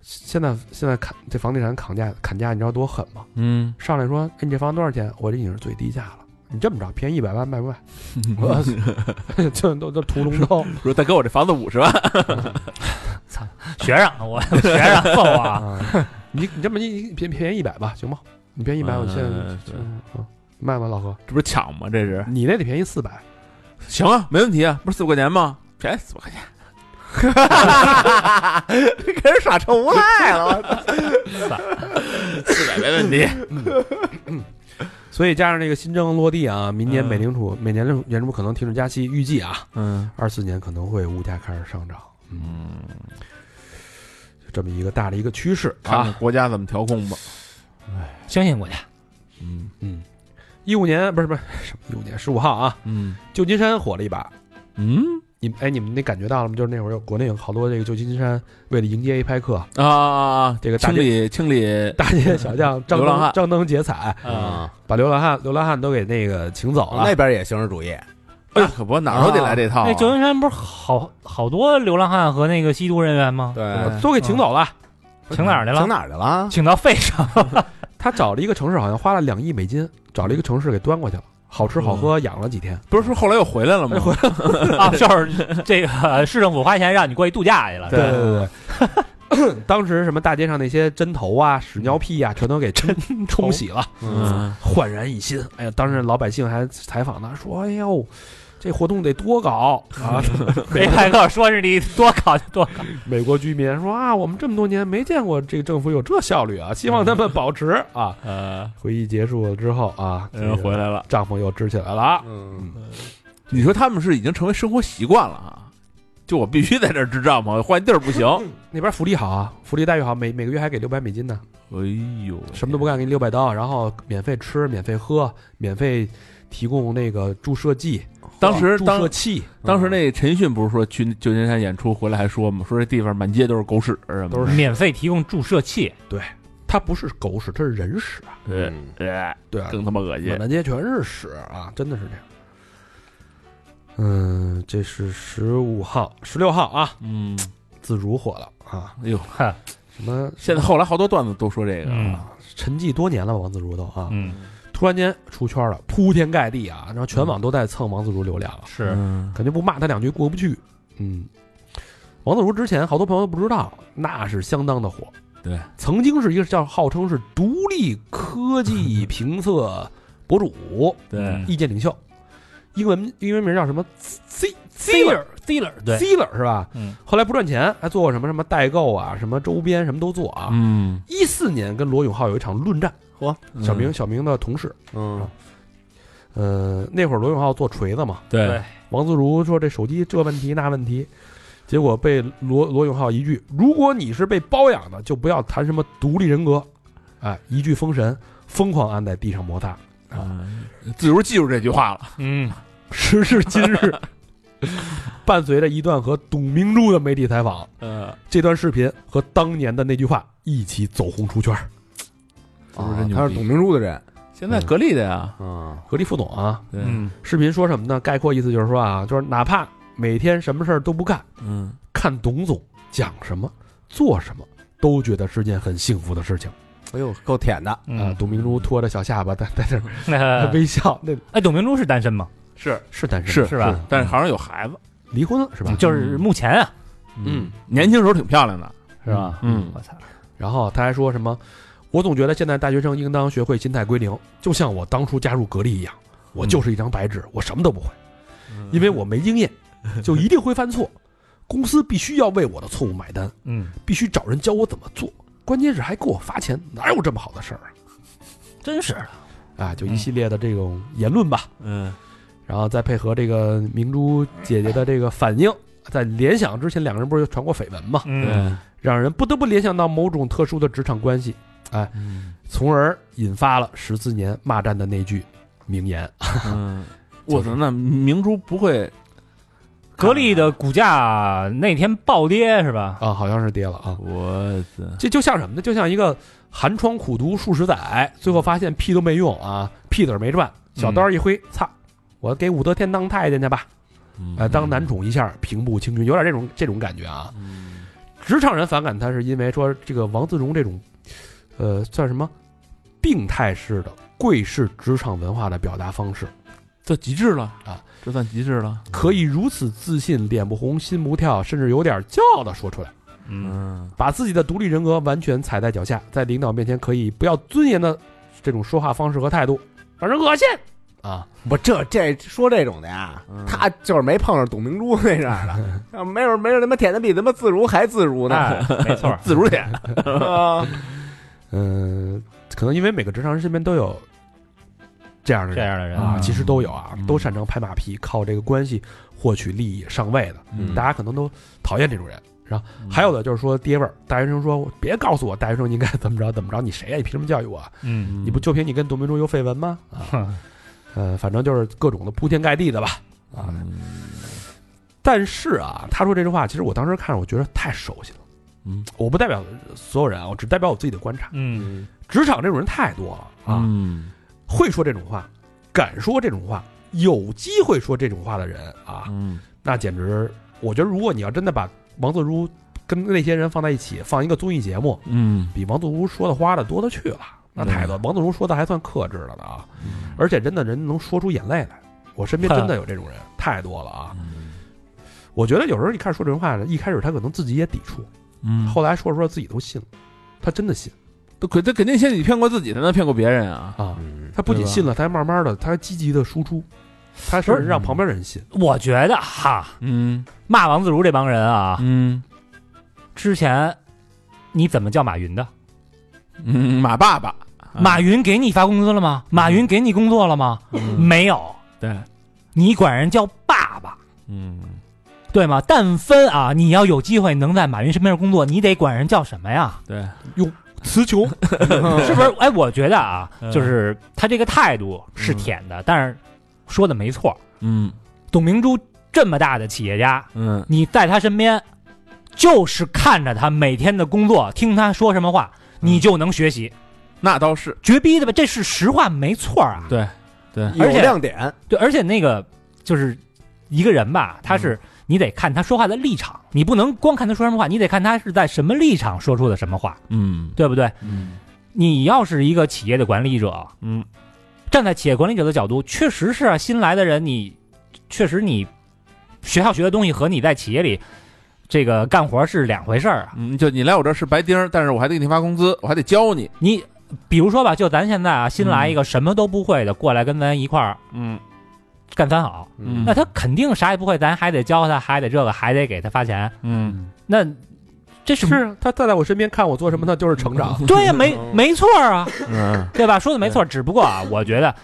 [SPEAKER 3] 现在现在砍这房地产砍价砍价，你知道多狠吗？
[SPEAKER 6] 嗯，
[SPEAKER 3] 上来说，哎，你这房多少钱？我这已经是最低价了。你这么着，便宜一百万卖不卖？ 我 操这都都屠龙刀
[SPEAKER 5] 说大哥，我这房子五十万，
[SPEAKER 4] 学上我 学上揍 啊，
[SPEAKER 3] 啊！你你这么你你便便宜一百吧，行吗？你便宜一百，我现在
[SPEAKER 6] 嗯对
[SPEAKER 3] 嗯嗯卖吧，老何，
[SPEAKER 5] 这不是抢吗？这是
[SPEAKER 3] 你那得便宜四百，
[SPEAKER 5] 行啊，没问题啊，不是四块钱吗？便宜四块钱，
[SPEAKER 2] 跟人耍臭无赖了。
[SPEAKER 5] 四百没问题。
[SPEAKER 3] 所以加上这个新政落地啊，明年
[SPEAKER 6] 嗯
[SPEAKER 3] 美联储每年联联储可能停止加息，预计啊，
[SPEAKER 6] 嗯
[SPEAKER 3] 二四年可能会物价开始上涨，
[SPEAKER 6] 嗯，
[SPEAKER 3] 就这么一个大的一个趋势
[SPEAKER 6] 看
[SPEAKER 3] 啊
[SPEAKER 6] 看。国家怎么调控吧。
[SPEAKER 4] 相信国家，
[SPEAKER 6] 嗯
[SPEAKER 3] 一五年不是不是什么一五年十五号啊，
[SPEAKER 6] 嗯
[SPEAKER 3] 旧金山火了一把，
[SPEAKER 6] 嗯
[SPEAKER 3] 你们哎，你们那感觉到了吗？就是那会儿有国内有好多这个旧金山为了迎接一派克，
[SPEAKER 6] 啊啊，啊
[SPEAKER 3] 这个大哎
[SPEAKER 6] 清
[SPEAKER 3] 街
[SPEAKER 6] 理清理
[SPEAKER 3] 大街小巷张
[SPEAKER 6] 流浪
[SPEAKER 3] 灯
[SPEAKER 6] 汉
[SPEAKER 3] 张灯结彩，
[SPEAKER 2] 啊，
[SPEAKER 3] 把流浪汉流浪汉都给那个请走了
[SPEAKER 2] 那。边也形式主义，
[SPEAKER 6] 哎，可不，哪儿都得来这套啊。
[SPEAKER 3] 哎
[SPEAKER 4] 那哎旧金山不是好好多流浪汉和那个吸毒人员吗？
[SPEAKER 2] 对
[SPEAKER 3] 嗯都给请走了，
[SPEAKER 4] 请哪儿去
[SPEAKER 2] 请
[SPEAKER 4] 了？
[SPEAKER 2] 哪儿去了？
[SPEAKER 4] 请到肺上，
[SPEAKER 3] 他找了一个城市，好像花了两亿美金，找了一个城市给端过去了，好吃好喝养了几天。
[SPEAKER 6] 不是说后来又回来了
[SPEAKER 3] 哎
[SPEAKER 6] 吗？
[SPEAKER 4] 啊，就是这个市政府花钱让你过去度假去了，
[SPEAKER 6] 对
[SPEAKER 3] 对对， 当时什么大街上那些针头啊、屎尿屁啊，全都给冲冲洗 了，
[SPEAKER 6] 嗯，
[SPEAKER 3] 焕然一新。哎呀，当时老百姓还采访他说：“哎呦，这活动得多 搞啊！”
[SPEAKER 4] 没派克说是你多考就多考，
[SPEAKER 3] 美国居民说啊，我们这么多年没见过这个政府有这效率啊，希望他们保持啊。
[SPEAKER 6] 呃，
[SPEAKER 3] 会议结束了之后啊，这
[SPEAKER 6] 人
[SPEAKER 3] 个
[SPEAKER 6] 呃嗯回来了，
[SPEAKER 3] 帐篷又支起来了啊。
[SPEAKER 2] 嗯，
[SPEAKER 5] 你说他们是已经成为生活习惯了啊？就我必须在这儿支帐篷，换地儿不行。
[SPEAKER 3] 那边福利好啊，福利待遇好，每每个月还给六百美金呢，
[SPEAKER 6] 哎呦，
[SPEAKER 3] 什么都不干，给你六百刀，然后免费吃，免费喝，免费提供那个注射剂、
[SPEAKER 6] 当时
[SPEAKER 3] 哦注
[SPEAKER 6] 当
[SPEAKER 3] 射器，
[SPEAKER 6] 当时那陈奕迅不是说去旧金山演出回来还说嘛，说这地方满街都是狗屎什么的，
[SPEAKER 3] 都是
[SPEAKER 4] 免费提供注射器，
[SPEAKER 3] 它不是狗屎，它是人屎啊，
[SPEAKER 6] 对对，
[SPEAKER 3] 对啊，
[SPEAKER 6] 更他妈恶心
[SPEAKER 3] 满。大街全是屎啊，真的是这样。嗯，这是十五号、十六号啊，
[SPEAKER 6] 嗯，
[SPEAKER 3] 自如火了啊，
[SPEAKER 6] 哎呦，
[SPEAKER 3] 什么
[SPEAKER 6] 现在后来好多段子都说这个，
[SPEAKER 4] 嗯
[SPEAKER 3] 沉寂多年了吧，王自如都啊，
[SPEAKER 4] 嗯，
[SPEAKER 3] 突然间出圈了，铺天盖地啊，然后全网都在蹭王自如流量啊了，
[SPEAKER 4] 是
[SPEAKER 6] 嗯
[SPEAKER 3] 感觉不骂他两句过不去。嗯，王自如之前好多朋友都不知道，那是相当的火。
[SPEAKER 6] 对，
[SPEAKER 3] 曾经是一个叫号称是独立科技评测博主、
[SPEAKER 6] 对，
[SPEAKER 3] 意见领袖，英文英文名叫什么 Z
[SPEAKER 4] dealer dealer 对
[SPEAKER 3] Zeller 是吧？
[SPEAKER 4] 嗯，
[SPEAKER 3] 后来不赚钱，还做过什么什么代购啊，什么周边什么都做啊。
[SPEAKER 6] 嗯，
[SPEAKER 3] 一四年跟罗永浩有一场论战，
[SPEAKER 6] 嗯
[SPEAKER 3] 小明小明的同事，
[SPEAKER 2] 嗯
[SPEAKER 3] 呃，那会儿罗永浩做锤子嘛，
[SPEAKER 6] 对
[SPEAKER 4] 对，
[SPEAKER 3] 王自如说这手机这问题那问题，结果被罗罗永浩一句：“如果你是被包养的，就不要谈什么独立人格。”哎，一句封神，疯狂按在地上摩擦。
[SPEAKER 6] 嗯
[SPEAKER 5] 自如记住这句话了，
[SPEAKER 4] 嗯，
[SPEAKER 3] 时至今日，伴随着一段和董明珠的媒体采访，
[SPEAKER 6] 呃，
[SPEAKER 3] 这段视频和当年的那句话一起走红出圈儿。
[SPEAKER 6] 是不是真牛逼
[SPEAKER 2] 啊他
[SPEAKER 6] 嗯
[SPEAKER 2] 是董明珠的人
[SPEAKER 6] 现在格力的呀，
[SPEAKER 2] 啊，
[SPEAKER 3] 格力副总啊，
[SPEAKER 6] 对，
[SPEAKER 4] 嗯，
[SPEAKER 3] 视频说什么呢？概括意思就是说啊，就是哪怕每天什么事儿都不干，
[SPEAKER 6] 嗯，
[SPEAKER 3] 看董总讲什么、做什么，都觉得是件很幸福的事情啊、
[SPEAKER 2] 哎呦，够舔的，
[SPEAKER 4] 嗯，
[SPEAKER 3] 董明珠拖着小下巴在在啊那儿
[SPEAKER 4] 那
[SPEAKER 3] 微笑，那
[SPEAKER 4] 哎，董明珠是单身吗？
[SPEAKER 5] 是
[SPEAKER 3] 是单身
[SPEAKER 6] 呃是嗯
[SPEAKER 4] 是吧？
[SPEAKER 6] 但是好像有孩子，
[SPEAKER 3] 离婚了是吧？
[SPEAKER 4] 就是目前啊，
[SPEAKER 5] 嗯，年轻时候挺漂亮的，
[SPEAKER 4] 是吧？
[SPEAKER 6] 嗯
[SPEAKER 4] 我操，
[SPEAKER 3] 然后他还说什么？我总觉得现在大学生应当学会心态归零，就像我当初加入格力一样，
[SPEAKER 6] 嗯
[SPEAKER 3] 我就是一张白纸，我什么都不会，因为我没经 验，就一定会犯错。公司必须要为我的错误买单，
[SPEAKER 4] 嗯，
[SPEAKER 3] 必须找人教我怎么做，关键是还给我发钱，哪有这么好的事儿啊？
[SPEAKER 4] 真是的，
[SPEAKER 3] 啊，就一系列的这种言论吧，
[SPEAKER 6] 嗯，
[SPEAKER 3] 然后再配合这个明珠姐姐的这个反应，在联想之前，两个人不是传过绯闻嘛，
[SPEAKER 4] 嗯
[SPEAKER 6] 对，
[SPEAKER 3] 让人不得不联想到某种特殊的职场关系。哎，从而引发了十四年骂战的那句名言。
[SPEAKER 6] 嗯， 我操，那明珠不会啊
[SPEAKER 4] 格力的股价那天暴跌是吧？
[SPEAKER 3] 啊，好像是跌了啊。
[SPEAKER 6] 我操，
[SPEAKER 3] 这就像什么呢？就像一个寒窗苦读数十载，最后发现屁都没用啊，屁子儿没赚，小刀一挥，擦、我给武则天当太监去吧，
[SPEAKER 6] 嗯啊
[SPEAKER 3] 哎、当男宠一下平步青云，有点这种这种感觉啊。职场人反感他，是因为说这个王自荣这种，呃，算什么病态式的贵式职场文化的表达方式，
[SPEAKER 6] 这极致了
[SPEAKER 3] 啊，
[SPEAKER 6] 这算极致了。
[SPEAKER 3] 可以如此自信，脸不红心不跳，甚至有点骄傲的说出来。
[SPEAKER 6] 嗯
[SPEAKER 3] 把自己的独立人格完全踩在脚下，在领导面前可以不要尊严的这种说话方式和态度，让人恶心啊！
[SPEAKER 2] 不，这这说这种的呀，
[SPEAKER 6] 嗯
[SPEAKER 2] 他就是没碰上董明珠那样的， 要没有没有他妈舔的比他妈自如还自如呢，
[SPEAKER 4] 哎，没错，
[SPEAKER 2] 自如舔，啊
[SPEAKER 3] 嗯，可能因为每个职场人身边都有这样的
[SPEAKER 4] 这
[SPEAKER 3] 人
[SPEAKER 4] 样的人
[SPEAKER 3] 啊，其实都有啊，
[SPEAKER 6] 嗯
[SPEAKER 3] 都擅长拍马屁，靠这个关系获取利益上位的，
[SPEAKER 6] 嗯
[SPEAKER 3] 大家可能都讨厌这种人。然后还有的就是说爹味儿，大学生说别告诉我大学生应该怎么着怎么着，你谁呀、你凭什么教育我啊？
[SPEAKER 4] 嗯，
[SPEAKER 3] 你不就凭你跟董明珠有绯闻吗？啊，呃，反正就是各种的铺天盖地的吧。啊，
[SPEAKER 6] 嗯
[SPEAKER 3] 但是啊，他说这句话，其实我当时看，我觉得太熟悉了。
[SPEAKER 6] 嗯，
[SPEAKER 3] 我不代表所有人啊，我只代表我自己的观察。
[SPEAKER 4] 嗯
[SPEAKER 3] 职场这种人太多了啊，
[SPEAKER 6] 嗯
[SPEAKER 3] 会说这种话，敢说这种话，有机会说这种话的人啊，
[SPEAKER 6] 嗯
[SPEAKER 3] 那简直，我觉得如果你要真的把王自如跟那些人放在一起，放一个综艺节目，
[SPEAKER 6] 嗯
[SPEAKER 3] 比王自如说的花的多的去了，那太多。王自如说的还算克制了的啊，而且真的人能说出眼泪来，我身边真的有这种人太多了啊。我觉得有时候一开始说这种话，一开始他可能自己也抵触，
[SPEAKER 6] 嗯，
[SPEAKER 3] 后来说着说着自己都信了，他真的信
[SPEAKER 6] 他肯他肯定先你骗过自己，才能骗过别人啊。
[SPEAKER 3] 啊，他不仅信了，他还慢慢的，他还积极的输出，他甚至让旁边人信。
[SPEAKER 4] 我觉得哈，
[SPEAKER 6] 嗯
[SPEAKER 4] 骂王自如这帮人啊，
[SPEAKER 6] 嗯
[SPEAKER 4] 之前你怎么叫马云的？
[SPEAKER 6] 嗯，马爸爸，
[SPEAKER 4] 马云给你发工资了吗？马云给你工作了吗？没有，
[SPEAKER 6] 对，
[SPEAKER 4] 你管人叫爸爸，
[SPEAKER 6] 嗯
[SPEAKER 4] 对吗？但分啊，你要有机会能在马云身边工作，你得管人叫什么呀？
[SPEAKER 6] 对，
[SPEAKER 3] 词 穷，
[SPEAKER 4] 是不是？哎，我觉得啊
[SPEAKER 6] 嗯，
[SPEAKER 4] 就是他这个态度是舔的，但是说的没错。
[SPEAKER 6] 嗯
[SPEAKER 4] 董明珠这么大的企业家，
[SPEAKER 6] 嗯
[SPEAKER 4] 你在他身边，就是看着他每天的工作，听他说什么话，你就能学习，
[SPEAKER 6] 那倒是，
[SPEAKER 4] 绝逼的吧？这是实话，没错啊。
[SPEAKER 6] 对对
[SPEAKER 2] 有
[SPEAKER 4] 而且
[SPEAKER 2] 亮点，
[SPEAKER 4] 对，而且那个就是一个人吧，
[SPEAKER 6] 嗯
[SPEAKER 4] 他是、你得看他说话的立场，你不能光看他说什么话，你得看他是在什么立场说出的什么话，
[SPEAKER 6] 嗯
[SPEAKER 4] 对不对？
[SPEAKER 6] 嗯
[SPEAKER 4] 你要是一个企业的管理者，
[SPEAKER 6] 嗯，
[SPEAKER 4] 站在企业管理者的角度，确实是啊，新来的人你确实你学校学的东西和你在企业里这个干活是两回事儿啊。
[SPEAKER 6] 嗯，就你来我这儿是白丁儿，但是我还得给你发工资，我还得教你，
[SPEAKER 4] 你比如说吧，就咱现在啊，新来一个什么都不会的过来跟咱一块儿
[SPEAKER 6] 嗯
[SPEAKER 4] 干三好，
[SPEAKER 6] 嗯
[SPEAKER 4] 那他肯定啥也不会，咱还得教他，还得这个，还得给他发钱。
[SPEAKER 6] 嗯
[SPEAKER 4] 那这是嗯
[SPEAKER 3] 是他站在我身边看我做什么，他就是成长。
[SPEAKER 4] 对呀、没没错啊，
[SPEAKER 6] 嗯
[SPEAKER 4] 对吧？说的没错，只不过啊，我觉得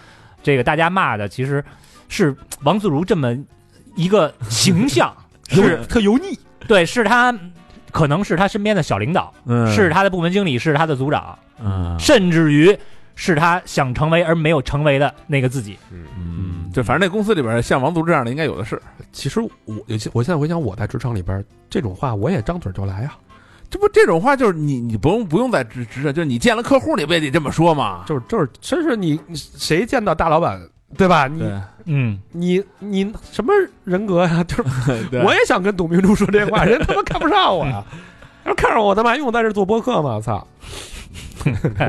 [SPEAKER 4] 这个大家骂的其实是王自如这么一个形象，是
[SPEAKER 3] 特油腻，
[SPEAKER 4] 对，是他可能是他身边的小领导，
[SPEAKER 6] 嗯
[SPEAKER 4] 是他的部门经理，是他的组长，
[SPEAKER 6] 嗯
[SPEAKER 4] 甚至于是他想成为而没有成为的那个自己。
[SPEAKER 6] 嗯，就反正那公司里边像王族这样的应该有的是，
[SPEAKER 3] 其实我有些，我现在回想我在职场里边这种话，我也张嘴就来啊，
[SPEAKER 6] 这不这种话就是你你不用不用再直直着，就是你见了客户你不也得这么说吗？
[SPEAKER 3] 就是就是，真是你你谁见到大老板对吧？你
[SPEAKER 4] 嗯，
[SPEAKER 3] 你你什么人格呀、 就是
[SPEAKER 6] 对
[SPEAKER 3] 我也想跟董明珠说这 话，人他妈看不上我呀、要是看上我他妈还用我在这做播客吗？操，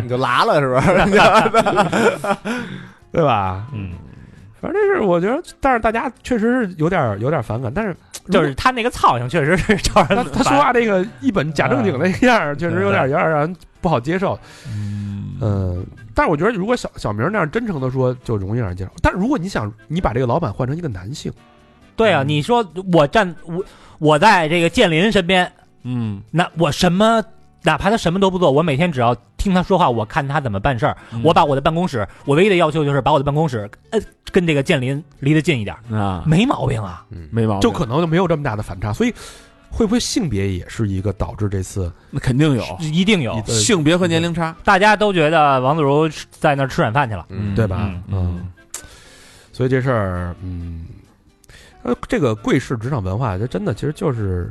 [SPEAKER 2] 你就拉了是不是？
[SPEAKER 3] 对吧？
[SPEAKER 4] 嗯，
[SPEAKER 3] 反正这是我觉得，但是大家确实是有点有点反感，但是
[SPEAKER 4] 就是他那个操性确实是 招人
[SPEAKER 3] 他他说话这个一本假正经的样儿，确实有点有点让人不好接受。嗯，但是我觉得如果小小明那样真诚的说，就容易让人接受。但是如果你想，你把这个老板换成一个男性，
[SPEAKER 4] 对啊，你说我站我我在这个建林身边，
[SPEAKER 6] 嗯，
[SPEAKER 4] 那我什么，哪怕他什么都不做，我每天只要听他说话，我看他怎么办事儿。我把我的办公室，我唯一的要求就是把我的办公室，呃，跟这个建林离得近一点儿，
[SPEAKER 6] 啊
[SPEAKER 4] 没毛病啊。
[SPEAKER 6] 没毛病，
[SPEAKER 3] 就可能就没有这么大的反差。所以会不会性别也是一个导致这次
[SPEAKER 6] 那肯定有
[SPEAKER 4] 一定有。
[SPEAKER 3] 呃
[SPEAKER 6] 性别和年龄差，
[SPEAKER 4] 大家都觉得王自如在那儿吃软饭去了，
[SPEAKER 2] 嗯
[SPEAKER 3] 对吧？
[SPEAKER 4] 嗯
[SPEAKER 3] 嗯，所以这事儿，嗯，呃，这个贵式职场文化，这真的其实就是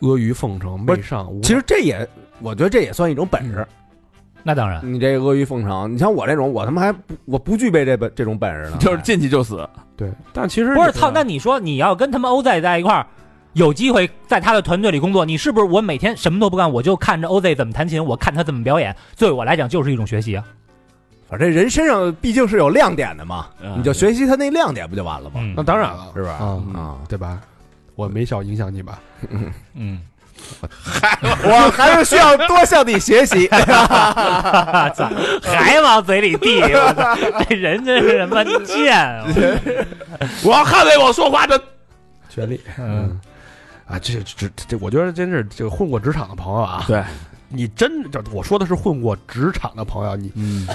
[SPEAKER 3] 阿谀奉承、
[SPEAKER 2] 不
[SPEAKER 3] 媚
[SPEAKER 2] 是
[SPEAKER 3] 上无脑。
[SPEAKER 2] 其实这也，我觉得这也算一种本事。
[SPEAKER 4] 那当
[SPEAKER 6] 嗯
[SPEAKER 4] 然。
[SPEAKER 2] 你这阿谀奉承，你像我这种，我他妈还不我不具备这本这种本事呢。
[SPEAKER 6] 就是进去就死，
[SPEAKER 3] 对，但其实
[SPEAKER 4] 不是
[SPEAKER 3] 你
[SPEAKER 4] 操，那你说你要跟他们欧仔在一块儿，有机会在他的团队里工作，你是不是我每天什么都不干，我就看着欧 Z 怎么弹琴，我看他怎么表演，对我来讲就是一种学习啊。
[SPEAKER 2] 反正人身上毕竟是有亮点的嘛，
[SPEAKER 6] 嗯
[SPEAKER 2] 你就学习他那亮点不就完 了吗？
[SPEAKER 4] 嗯
[SPEAKER 3] 那当然了，
[SPEAKER 2] 是吧？
[SPEAKER 3] 啊、
[SPEAKER 2] 啊，
[SPEAKER 3] 对吧？我没少影响你吧？
[SPEAKER 4] 嗯，
[SPEAKER 2] 我还是需要多向你学 习。
[SPEAKER 6] 哎
[SPEAKER 4] 操，还往嘴里 递，我操这人真是他妈贱啊！
[SPEAKER 6] 我要捍卫我说话的。
[SPEAKER 3] 权利，嗯，啊，这这这，我觉得真是这个混过职场的朋友啊，
[SPEAKER 6] 对，
[SPEAKER 3] 你真这我说的是混过职场的朋友，你
[SPEAKER 6] 嗯，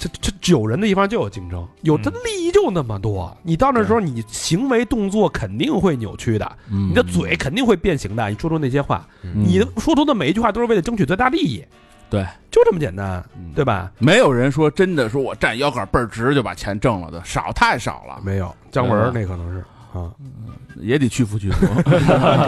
[SPEAKER 3] 这这有人的地方就有竞争，有这
[SPEAKER 4] 嗯
[SPEAKER 3] 利益就那么多，你到那时候你行为动作肯定会扭曲的，
[SPEAKER 6] 你
[SPEAKER 3] 你
[SPEAKER 5] 嗯
[SPEAKER 3] 的嘴肯定会变形的，你说出那些话，你
[SPEAKER 6] 你
[SPEAKER 3] 的说出的每一句话都是为了争取最大利益，
[SPEAKER 6] 对，
[SPEAKER 3] 就这么简单，对吧？
[SPEAKER 6] 没有人说真的说我站腰杆倍儿直就把钱挣了的，少太少了，
[SPEAKER 3] 没有姜文儿那可能是啊，
[SPEAKER 6] 也得屈服屈服。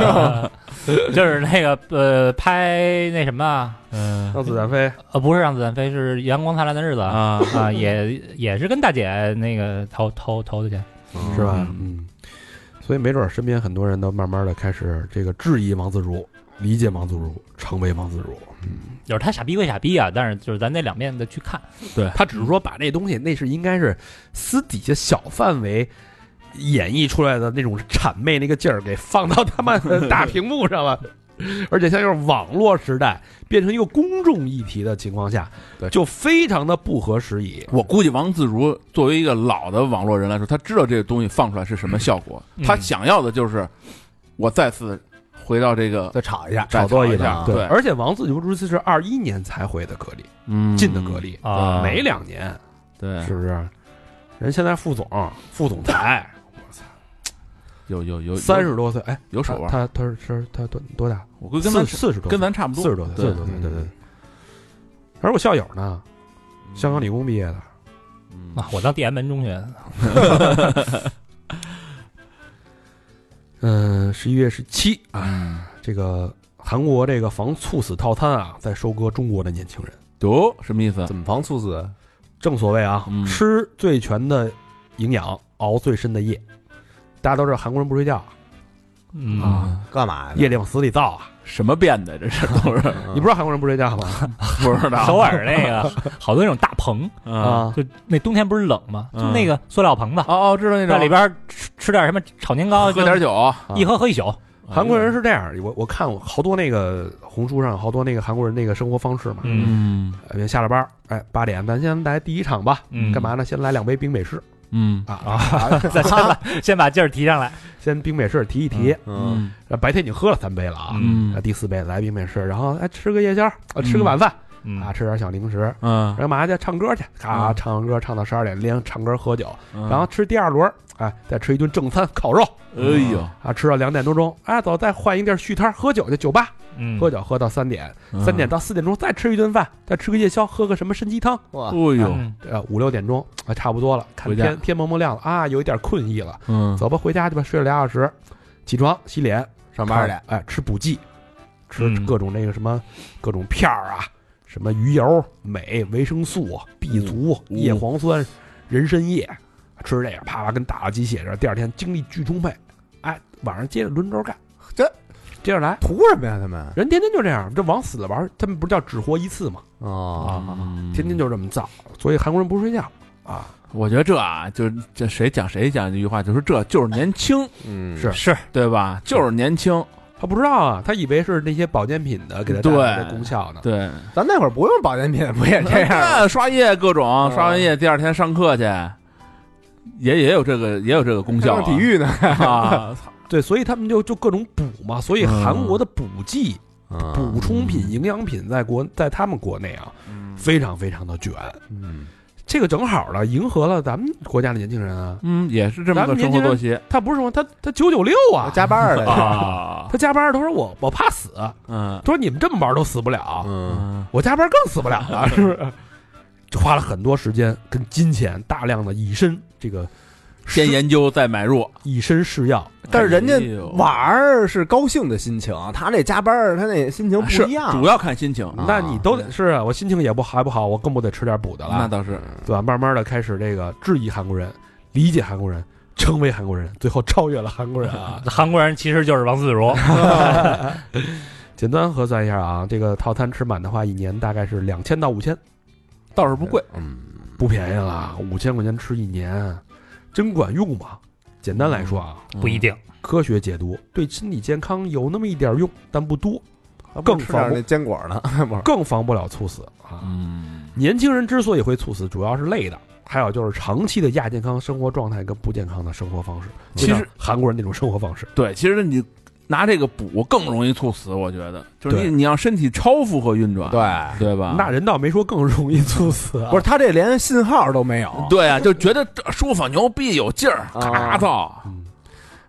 [SPEAKER 4] 就是那个呃，拍那什么啊，嗯、
[SPEAKER 3] 让子弹飞，
[SPEAKER 4] 呃，不是《让子弹飞》，是《阳光灿烂的日子》啊
[SPEAKER 6] 啊，
[SPEAKER 4] 啊，也也是跟大姐那个投投投的钱。
[SPEAKER 3] 是吧？嗯，所以没准儿身边很多人都慢慢的开始这个质疑王自如，理解王自如，成为王自如。
[SPEAKER 4] 就是他傻逼归傻逼啊，但是就是咱得两面的去看。
[SPEAKER 3] 他只是说把那东西，那是应该是私底下小范围演绎出来的那种谄媚那个劲儿，给放到他们的大屏幕上了。而且像就是网络时代变成一个公众议题的情况下，
[SPEAKER 6] 对
[SPEAKER 3] 就非常的不合时宜。
[SPEAKER 6] 我估计王自如作为一个老的网络人来说，他知道这个东西放出来是什么效果，
[SPEAKER 4] 嗯
[SPEAKER 6] 他想要的就是我再次回到这个
[SPEAKER 2] 再炒一下，啊
[SPEAKER 6] 再
[SPEAKER 3] 作
[SPEAKER 6] 一
[SPEAKER 3] 一
[SPEAKER 6] 下，
[SPEAKER 3] 下，
[SPEAKER 6] 对，
[SPEAKER 3] 啊而且王自如其是二一年才回的格力，
[SPEAKER 6] 嗯
[SPEAKER 3] 进的格，力
[SPEAKER 4] 啊
[SPEAKER 3] 没两年，
[SPEAKER 6] 对，
[SPEAKER 3] 是不是？人现在副总、副总裁，
[SPEAKER 6] 有有有
[SPEAKER 3] 三十多岁，哎，
[SPEAKER 6] 有手腕，
[SPEAKER 3] 他他是是他多多大？
[SPEAKER 6] 我估计跟
[SPEAKER 3] 四
[SPEAKER 6] 咱
[SPEAKER 3] 四十多岁，
[SPEAKER 6] 跟咱差不多，
[SPEAKER 3] 四十多岁，
[SPEAKER 6] 对
[SPEAKER 3] 四十多岁，对对对。而我校友呢，香港理工毕业的，
[SPEAKER 6] 嗯
[SPEAKER 4] 啊，我当地安门中学的，
[SPEAKER 3] 嗯，十一月十七啊，这个韩国这个防猝死套餐啊，在收割中国的年轻人。
[SPEAKER 6] 哟，什么意思？啊
[SPEAKER 2] 怎么防猝死？
[SPEAKER 3] 正所谓啊，
[SPEAKER 6] 嗯
[SPEAKER 3] 吃最全的营养，熬最深的夜。大家都知道韩国人不睡觉，啊
[SPEAKER 4] 嗯，
[SPEAKER 6] 啊
[SPEAKER 2] 干嘛呀？
[SPEAKER 3] 夜里往死里造啊！
[SPEAKER 6] 什么变的？这是都是
[SPEAKER 3] 你不知道韩国人不睡觉吗？
[SPEAKER 6] 不知道
[SPEAKER 4] 首 尔那 个好多那种大棚，
[SPEAKER 6] 啊？
[SPEAKER 3] 啊，
[SPEAKER 4] 就那冬天不是冷吗？就
[SPEAKER 6] 嗯
[SPEAKER 4] 那个塑料棚子，
[SPEAKER 6] 哦哦，知道那种
[SPEAKER 4] 在里边吃吃点什么炒年糕，
[SPEAKER 6] 喝点，酒，啊
[SPEAKER 4] 一喝喝一宿。
[SPEAKER 3] 啊韩国人是这样，我我看我好多那个红书上好多那个韩国人那个生活方式嘛，
[SPEAKER 4] 嗯
[SPEAKER 6] 嗯
[SPEAKER 3] 呃下了班儿，哎，八点咱先来第一场吧，
[SPEAKER 4] 嗯
[SPEAKER 3] 干嘛呢？先来两杯冰美式
[SPEAKER 6] 嗯
[SPEAKER 3] 啊
[SPEAKER 4] 啊， 再先把先把劲儿提上来。
[SPEAKER 3] 先冰美式提一提，
[SPEAKER 2] 嗯，
[SPEAKER 3] 呃白天已经喝了三杯了啊，
[SPEAKER 6] 嗯
[SPEAKER 3] 啊第四杯来冰美式，然后哎吃个夜宵，呃吃个晚饭
[SPEAKER 4] 嗯
[SPEAKER 3] 啊，吃点小零食，
[SPEAKER 6] 嗯
[SPEAKER 3] 然后干嘛去？唱歌去，啊，
[SPEAKER 6] 嗯
[SPEAKER 3] 唱完歌唱到十二点，连唱歌喝酒，
[SPEAKER 6] 嗯，
[SPEAKER 3] 然后吃第二轮，哎，再吃一顿正餐烤肉
[SPEAKER 6] 哎呦，
[SPEAKER 3] 啊，吃到两点多钟，哎，走，再换一地儿续摊儿喝酒去，酒吧
[SPEAKER 4] 嗯，
[SPEAKER 3] 喝酒喝到三点。三点
[SPEAKER 6] 到，
[SPEAKER 3] 到四点钟再吃一顿饭，再吃个夜宵，喝个什么参鸡汤，
[SPEAKER 2] 哇
[SPEAKER 6] 哎，呦，
[SPEAKER 4] 嗯
[SPEAKER 3] 呃，五六点钟啊，差不多了，看
[SPEAKER 6] 回家
[SPEAKER 3] 天天蒙蒙亮了啊，有一点困意了，
[SPEAKER 6] 嗯，
[SPEAKER 3] 走吧，回家去吧，睡了俩小时，起床洗脸，
[SPEAKER 2] 上班去
[SPEAKER 3] 看，哎，吃补剂，吃
[SPEAKER 4] 嗯
[SPEAKER 3] 各种那个什么各种片儿啊，什么鱼油、镁、维生素、B
[SPEAKER 2] 哦
[SPEAKER 3] 族、
[SPEAKER 6] 嗯
[SPEAKER 3] 叶黄酸、人参叶，吃这个啪啪跟打了鸡血似的，第二天精力巨充沛，哎，晚上接着轮轴干，
[SPEAKER 2] 这
[SPEAKER 3] 接着来。
[SPEAKER 2] 图什么呀？他们
[SPEAKER 3] 人天天就这样，这往死了玩儿，他们不是叫只活一次吗？
[SPEAKER 6] 哦
[SPEAKER 2] 啊，
[SPEAKER 3] 天天
[SPEAKER 6] 就，
[SPEAKER 3] 就这么造，所以韩国人不睡觉啊。
[SPEAKER 6] 我觉得这啊，就是这谁讲谁讲这句话，就是这就是年轻，
[SPEAKER 2] 嗯，
[SPEAKER 3] 是
[SPEAKER 4] 是
[SPEAKER 6] 对吧？就是年轻，
[SPEAKER 3] 他不知道啊，他以为是那些保健品的给他带来的
[SPEAKER 6] 对
[SPEAKER 3] 功效呢。
[SPEAKER 6] 对，
[SPEAKER 2] 咱那会儿不用保健品，不也这样 嗯吗？
[SPEAKER 6] 那刷夜各种，刷完夜第二天上课去，也也有这个也有这个功效
[SPEAKER 2] 上
[SPEAKER 6] 啊，
[SPEAKER 2] 体育呢？
[SPEAKER 6] 啊，操
[SPEAKER 3] 对，所以他们就就各种补嘛。所以
[SPEAKER 6] 嗯
[SPEAKER 3] 韩国的补剂、
[SPEAKER 6] 嗯
[SPEAKER 3] 补充品、营养品在国在他们国内啊，非常非常的卷。
[SPEAKER 2] 嗯，
[SPEAKER 3] 这个正好了，迎合了咱们国家的年轻人啊。
[SPEAKER 6] 嗯，也是这么
[SPEAKER 3] 咱们
[SPEAKER 6] 个
[SPEAKER 3] 年
[SPEAKER 6] 生
[SPEAKER 3] 轻人
[SPEAKER 6] 活作息
[SPEAKER 3] 他不是什么，他他九九六啊，
[SPEAKER 2] 加班儿了，
[SPEAKER 6] 啊，
[SPEAKER 3] 他加班儿。他说我我怕死，啊
[SPEAKER 6] 嗯
[SPEAKER 3] 他说你们这么玩儿都死不了，啊
[SPEAKER 2] 嗯，
[SPEAKER 6] 嗯
[SPEAKER 3] 我加班儿更死不了了，是不是？就花了很多时间跟金钱，大量的以身这个
[SPEAKER 5] 先研究再买入，
[SPEAKER 3] 以身试药，
[SPEAKER 2] 但是人家
[SPEAKER 6] 哎呦
[SPEAKER 2] 玩儿是高兴的心情，他那加班儿他那心情
[SPEAKER 5] 是
[SPEAKER 2] 不一样
[SPEAKER 5] 主。要看心情。
[SPEAKER 2] 啊
[SPEAKER 3] 那你都得是啊我心情也不好还不好，我更不得吃点补的了，
[SPEAKER 5] 那倒是，
[SPEAKER 3] 对吧？慢慢的开始这个质疑韩国人，理解韩国人，成为韩国人，最后超越了 韩国人啊！
[SPEAKER 4] 韩国人其实就是王自 如，
[SPEAKER 3] 简单核算一下啊，这个套餐吃满的话，一年大概是两千到五千，
[SPEAKER 5] 倒是不贵。
[SPEAKER 3] 不便宜了，五千块钱吃一年，真管用吗？简单来说
[SPEAKER 6] 嗯
[SPEAKER 3] 啊，
[SPEAKER 2] 嗯
[SPEAKER 4] 不一定。
[SPEAKER 3] 科学解读对身体健康有那么一点用，但不多，更
[SPEAKER 2] 吃
[SPEAKER 3] 防
[SPEAKER 2] 点
[SPEAKER 3] 不
[SPEAKER 2] 那坚果呢，不是
[SPEAKER 3] 更防不了猝死啊。
[SPEAKER 5] 嗯，
[SPEAKER 3] 年轻人之所以会猝死，主要是累的，还有就是长期的亚健康生活状态跟不健康的生活方式。
[SPEAKER 6] 其
[SPEAKER 3] 就
[SPEAKER 6] 实
[SPEAKER 3] 像韩国人那种生活方式，
[SPEAKER 6] 对，其实你拿这个补更容易猝死，我觉得就是
[SPEAKER 3] 对
[SPEAKER 6] 你你让身体超负荷运转，
[SPEAKER 2] 对，
[SPEAKER 6] 对吧？
[SPEAKER 3] 那人倒没说更容易猝死、啊，
[SPEAKER 2] 不是他这连信号都没有，
[SPEAKER 6] 对啊，就觉得这舒服、牛逼、有劲儿，
[SPEAKER 2] 啊
[SPEAKER 6] 咔造，
[SPEAKER 3] 嗯，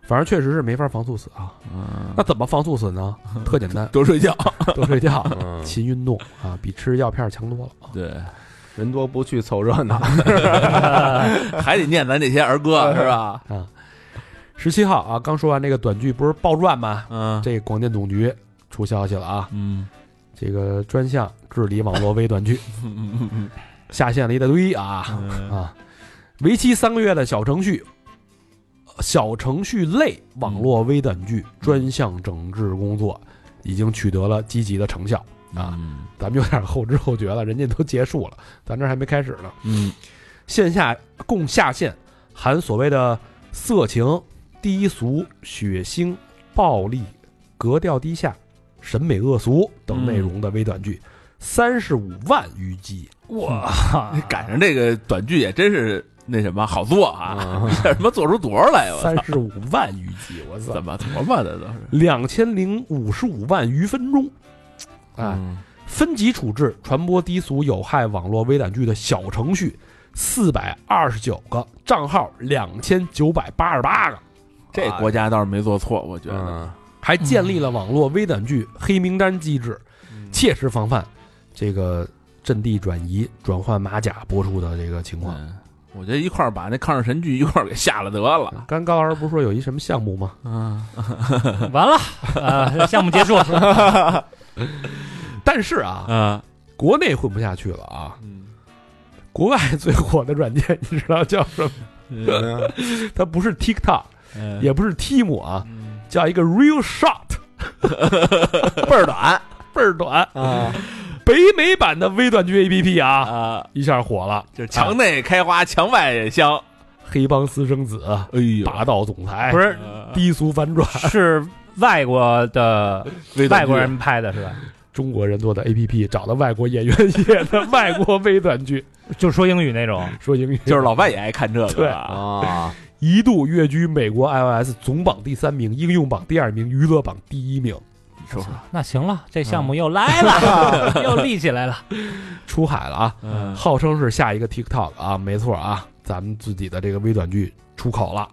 [SPEAKER 3] 反正确实是没法防猝死啊。
[SPEAKER 6] 嗯，
[SPEAKER 3] 那怎么防猝死呢？特简单
[SPEAKER 6] 多睡觉，
[SPEAKER 3] 多睡觉、
[SPEAKER 2] 嗯
[SPEAKER 3] 勤运动啊，比吃药片儿强多了。
[SPEAKER 6] 对，
[SPEAKER 2] 人多不去凑热 闹，
[SPEAKER 5] 还得念咱这些儿 歌是吧？
[SPEAKER 3] 十七号啊，刚说完这个短剧不是暴赚吗？
[SPEAKER 5] 嗯
[SPEAKER 3] 这广电总局出消息了啊，
[SPEAKER 5] 嗯
[SPEAKER 3] 这个专项治理网络微短剧，下线了一大堆啊啊，为期三个月的小程序。小程序类网络微短剧专项整治工作已经取得了积极的成效啊，
[SPEAKER 5] 嗯
[SPEAKER 3] 咱们有点后知后觉了，人家都结束了，咱这儿还没开始呢。
[SPEAKER 5] 嗯
[SPEAKER 3] 线下共下线含所谓的色情、低俗、血腥、暴力、格调低下、审美恶俗等内容的微短剧，三十五万余集。
[SPEAKER 4] 哇，
[SPEAKER 5] 赶上这个短剧也真是那什么好做啊， 这他妈做出多少来？ 我操
[SPEAKER 3] 三十五万余集，啊我操
[SPEAKER 5] 怎，么琢磨的都是
[SPEAKER 3] 两千零五十五万余分钟，啊，
[SPEAKER 5] 嗯哎
[SPEAKER 3] 分级处置传播低俗有害网络微短剧的小程序四百二十九个，账号两千九百八十八个，啊
[SPEAKER 5] 这国家倒是没做错，我觉得。
[SPEAKER 3] 嗯还建立了网络微短剧黑名单机制，切实防范这个阵地转移、转换马甲播出的这个情况。
[SPEAKER 5] 嗯，我觉得一块儿把那抗日神剧一块儿给下了得了。
[SPEAKER 3] 刚高老师不是说有一什么项目吗？
[SPEAKER 5] 嗯
[SPEAKER 4] 完了，呃，项目结束，
[SPEAKER 3] 但是啊，
[SPEAKER 5] 嗯
[SPEAKER 3] 国内混不下去了啊，
[SPEAKER 5] 嗯
[SPEAKER 3] 国外最火的软件你知道叫什么？它不是 TikTok，也不是 Tim 啊，叫一个 Real Shot，
[SPEAKER 2] 倍儿短
[SPEAKER 3] 倍儿短，
[SPEAKER 2] 啊，
[SPEAKER 3] 北美版的微短剧 APP 啊，
[SPEAKER 5] 啊，
[SPEAKER 3] 一下火了，
[SPEAKER 5] 就是墙内开花，墙外也香。
[SPEAKER 3] 黑帮私生子、
[SPEAKER 5] 哎呦，
[SPEAKER 3] 霸道总裁，
[SPEAKER 4] 不是
[SPEAKER 3] 低俗反转，
[SPEAKER 4] 是外国的
[SPEAKER 5] 微短
[SPEAKER 4] 外
[SPEAKER 5] 剧
[SPEAKER 4] 国人拍的是吧？
[SPEAKER 3] 中国人做的 APP 找的外国演员演的外国微短剧，
[SPEAKER 4] 就说英语那种，
[SPEAKER 3] 说英语
[SPEAKER 5] 就是老外也爱看这
[SPEAKER 3] 对
[SPEAKER 5] 个啊。
[SPEAKER 2] 啊，
[SPEAKER 3] 一度跃居美国 iOS 总榜第三名、应用榜第二名、娱乐榜第一名，
[SPEAKER 5] 说说，
[SPEAKER 4] 那行了，这项目又来 了，又立起来了。
[SPEAKER 3] 出海了啊！
[SPEAKER 5] 嗯
[SPEAKER 3] 号称是下一个 TikTok 啊，没错啊，咱们自己的这个微短剧出口了。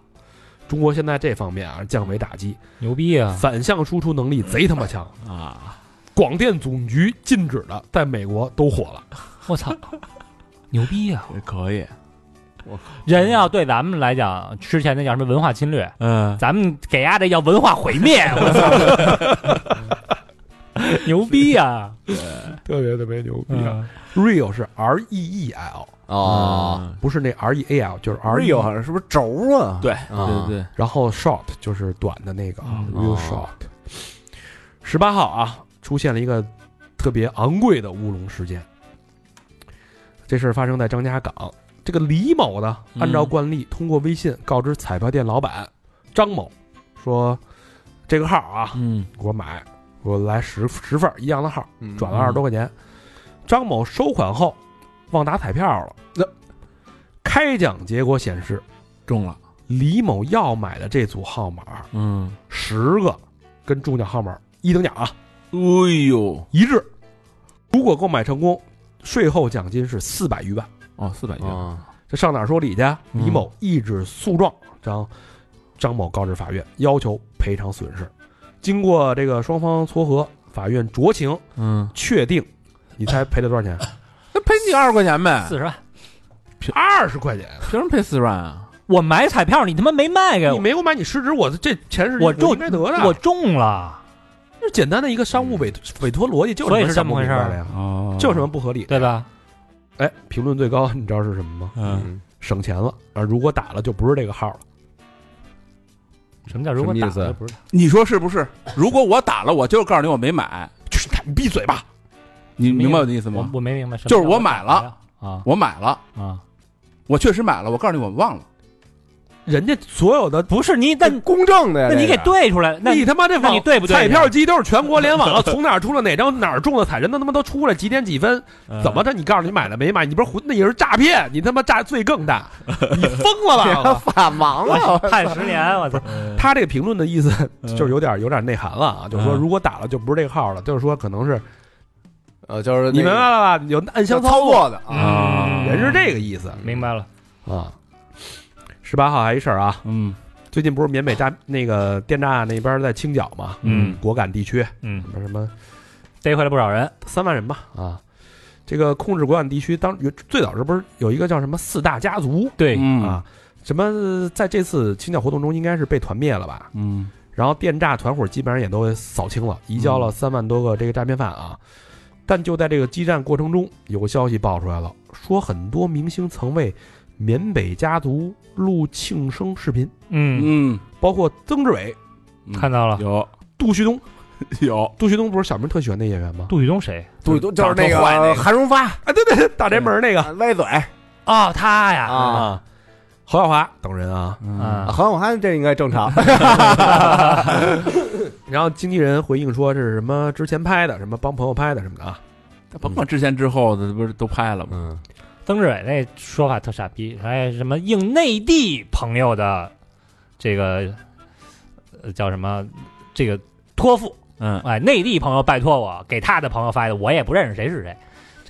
[SPEAKER 3] 中国现在这方面啊，降维打击，
[SPEAKER 4] 牛逼啊！
[SPEAKER 3] 反向输出能力贼他妈强。
[SPEAKER 5] 啊，
[SPEAKER 3] 广电总局禁止的，在美国都火了。
[SPEAKER 4] 我操， 牛逼啊！
[SPEAKER 5] 可以。
[SPEAKER 4] 人要对咱们来讲，之前那叫什么文化侵略，
[SPEAKER 5] 嗯，
[SPEAKER 4] 咱们给丫这叫文化毁灭，我 操，牛逼啊！
[SPEAKER 3] 特别特别牛逼啊、
[SPEAKER 4] 嗯
[SPEAKER 3] Real 是 R E E L，
[SPEAKER 2] 哦
[SPEAKER 6] 嗯
[SPEAKER 3] 不是那 R E A L，就是 R E
[SPEAKER 2] ，real 好像是不是轴啊？
[SPEAKER 5] 嗯对
[SPEAKER 2] 啊
[SPEAKER 5] 对对，
[SPEAKER 3] 然后 short 就是短的那个啊
[SPEAKER 4] 嗯
[SPEAKER 3] ，real
[SPEAKER 2] 哦
[SPEAKER 3] short。十八号啊，出现了一个特别昂贵的乌龙事件。这事儿发生在张家港。这个李某呢，
[SPEAKER 5] 嗯
[SPEAKER 3] 按照惯例通过微信告知彩票店老板张某说：“这个号啊，
[SPEAKER 5] 嗯
[SPEAKER 3] 给我买，我来十十份儿一样的号，
[SPEAKER 2] 嗯
[SPEAKER 3] 转了二十多块钱。”张某收款后忘打彩票了。那开奖结果显示，
[SPEAKER 5] 中了。
[SPEAKER 3] 李某要买的这组号码
[SPEAKER 5] 嗯，
[SPEAKER 3] 十个跟中奖号码一等奖啊
[SPEAKER 5] 哎呦，
[SPEAKER 3] 一致。如果购买成功，税后奖金是四百余万。
[SPEAKER 6] 哦，四百元，
[SPEAKER 3] 啊，这上哪儿说理去？啊
[SPEAKER 5] 嗯
[SPEAKER 3] 李某一纸诉状，张张某告知法院，要求赔偿损失。经过这个双方撮合，法院酌情
[SPEAKER 6] 嗯，
[SPEAKER 3] 确定，你猜赔了多少钱？
[SPEAKER 6] 那赔你二十块钱呗，
[SPEAKER 4] 四十万。
[SPEAKER 3] 二十块钱。
[SPEAKER 6] 凭什么赔四十万啊？
[SPEAKER 4] 我买彩票，你他妈没啊卖给
[SPEAKER 3] 你
[SPEAKER 4] 我，
[SPEAKER 3] 没给我买你失职，我这钱是
[SPEAKER 4] 我中
[SPEAKER 3] 就应该得的。
[SPEAKER 4] 我中了，
[SPEAKER 3] 就是简单的一个商务委委托逻辑，就是
[SPEAKER 4] 所以是这么回事儿
[SPEAKER 3] 了呀，
[SPEAKER 6] 哦
[SPEAKER 3] 就有什么不合理？
[SPEAKER 4] 对吧？
[SPEAKER 3] 哎，评论最高，你知道是什么吗？
[SPEAKER 6] 嗯，
[SPEAKER 3] 省钱了啊！如果打了，就不是这个号了。
[SPEAKER 4] 什么叫如果
[SPEAKER 2] 什么
[SPEAKER 4] 打
[SPEAKER 2] 意思啊
[SPEAKER 4] 了不是打？
[SPEAKER 5] 你说是不是？如果我打了，我就是告诉你我没买，
[SPEAKER 3] 就是你闭嘴吧！
[SPEAKER 5] 你
[SPEAKER 4] 没有
[SPEAKER 5] 明白我的意思
[SPEAKER 4] 我
[SPEAKER 5] 吗？
[SPEAKER 4] 我没明白什么
[SPEAKER 5] 就
[SPEAKER 4] 叫
[SPEAKER 5] 是我
[SPEAKER 4] 我
[SPEAKER 5] 买
[SPEAKER 4] 打
[SPEAKER 5] 了
[SPEAKER 4] 啊
[SPEAKER 5] 我买了，
[SPEAKER 4] 啊！
[SPEAKER 5] 我确实买了，我告诉你我忘了。
[SPEAKER 3] 人家所有的，
[SPEAKER 4] 不是你，但
[SPEAKER 2] 公正的呀，
[SPEAKER 4] 那你
[SPEAKER 2] 这
[SPEAKER 4] 给
[SPEAKER 2] 是
[SPEAKER 4] 对出来，那
[SPEAKER 3] 你他妈这
[SPEAKER 4] 那
[SPEAKER 3] 网
[SPEAKER 4] 你对不对
[SPEAKER 3] 彩票机都是全国联 网了，从哪儿出了哪张哪儿中的彩，人都他妈都出来几点几分？
[SPEAKER 4] 嗯
[SPEAKER 3] 怎么着？你告诉你买了没买？你不是混？那也是诈骗！你他妈诈罪更大！你疯了吧？
[SPEAKER 2] 法盲啊了，
[SPEAKER 4] 判十年，我操！
[SPEAKER 3] 他这个评论的意思
[SPEAKER 4] 嗯
[SPEAKER 3] 就是有点有点内涵了啊，就是说
[SPEAKER 6] 嗯
[SPEAKER 3] 如果打了就不是这个号了，就是说可能是
[SPEAKER 2] 呃，就是
[SPEAKER 3] 你
[SPEAKER 2] 那
[SPEAKER 3] 明
[SPEAKER 2] 个
[SPEAKER 3] 白了吧？有暗箱
[SPEAKER 2] 像
[SPEAKER 3] 操
[SPEAKER 2] 操
[SPEAKER 3] 作，
[SPEAKER 2] 作的啊，
[SPEAKER 4] 嗯
[SPEAKER 3] 人是这个意思
[SPEAKER 4] 明白了，
[SPEAKER 3] 啊。十八号还一事儿啊，
[SPEAKER 6] 嗯
[SPEAKER 3] 最近不是缅北大那个电诈那边在清剿嘛，
[SPEAKER 6] 嗯，
[SPEAKER 3] 果敢地区
[SPEAKER 4] 嗯，
[SPEAKER 3] 什么什么
[SPEAKER 4] 逮回来不少人，
[SPEAKER 3] 三万人吧啊，这个控制果敢地区当最早是不是有一个叫什么四大家族
[SPEAKER 4] 对
[SPEAKER 6] 嗯
[SPEAKER 3] 啊？什么在这次清剿活动中应该是被团灭了吧？
[SPEAKER 6] 嗯
[SPEAKER 3] 然后电诈团伙基本上也都扫清了，移交了三万多个这个诈骗犯啊。但就在这个激战过程中，有个消息爆出来了，说很多明星曾为缅北家族录庆生视频，
[SPEAKER 4] 嗯，
[SPEAKER 6] 嗯，
[SPEAKER 3] 包括曾志伟、
[SPEAKER 4] 看到了。
[SPEAKER 6] 有
[SPEAKER 3] 杜旭 东。
[SPEAKER 6] 有，
[SPEAKER 3] 杜旭东不是小明特喜欢那演员吗？
[SPEAKER 4] 杜宇东谁
[SPEAKER 2] 对，都就是那
[SPEAKER 5] 长得坏那
[SPEAKER 2] 个
[SPEAKER 5] 个
[SPEAKER 2] 呃韩荣发
[SPEAKER 3] 啊，对对，对，大宅门那个
[SPEAKER 2] 歪嘴
[SPEAKER 4] 哦，他呀，
[SPEAKER 2] 啊，
[SPEAKER 3] 侯耀华等人啊。
[SPEAKER 4] 嗯，
[SPEAKER 2] 韩永汉这应该正常，
[SPEAKER 3] 然后经纪人回应说是什么之前拍的，什么帮朋友拍的什么的啊。
[SPEAKER 6] 他甭管之前之后的，不是都拍了吗？
[SPEAKER 3] 嗯，
[SPEAKER 4] 曾志伟那说法特傻逼，还什么应内地朋友的这个呃叫什么这个托付，
[SPEAKER 6] 嗯，
[SPEAKER 4] 哎，内地朋友拜托我给他的朋友发的，我也不认识谁是谁，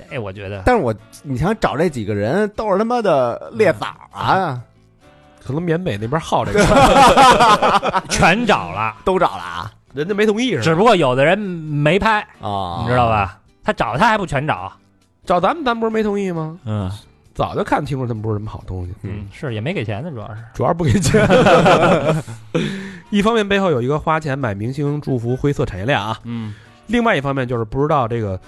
[SPEAKER 4] 这我觉得
[SPEAKER 2] 但是我你想找这几个人都是他妈的猎枣啊，
[SPEAKER 3] 可能缅北那边好这个，
[SPEAKER 4] 全找 了，
[SPEAKER 2] 都找了啊
[SPEAKER 3] 人家没同意是吧？
[SPEAKER 4] 只不过有的人没拍，
[SPEAKER 2] 啊，
[SPEAKER 4] 你知道吧？他找他还不全找，
[SPEAKER 3] 找咱们，咱们不是没同意吗？
[SPEAKER 6] 嗯，
[SPEAKER 3] 早就看清楚他们不是什么好东西。
[SPEAKER 4] 嗯，是也没给钱的，主要是，
[SPEAKER 3] 主要是不给钱。 一方面背后有一个花钱买明星祝福灰色产业链啊，
[SPEAKER 6] 嗯，
[SPEAKER 3] 另外一方面就是不知道这个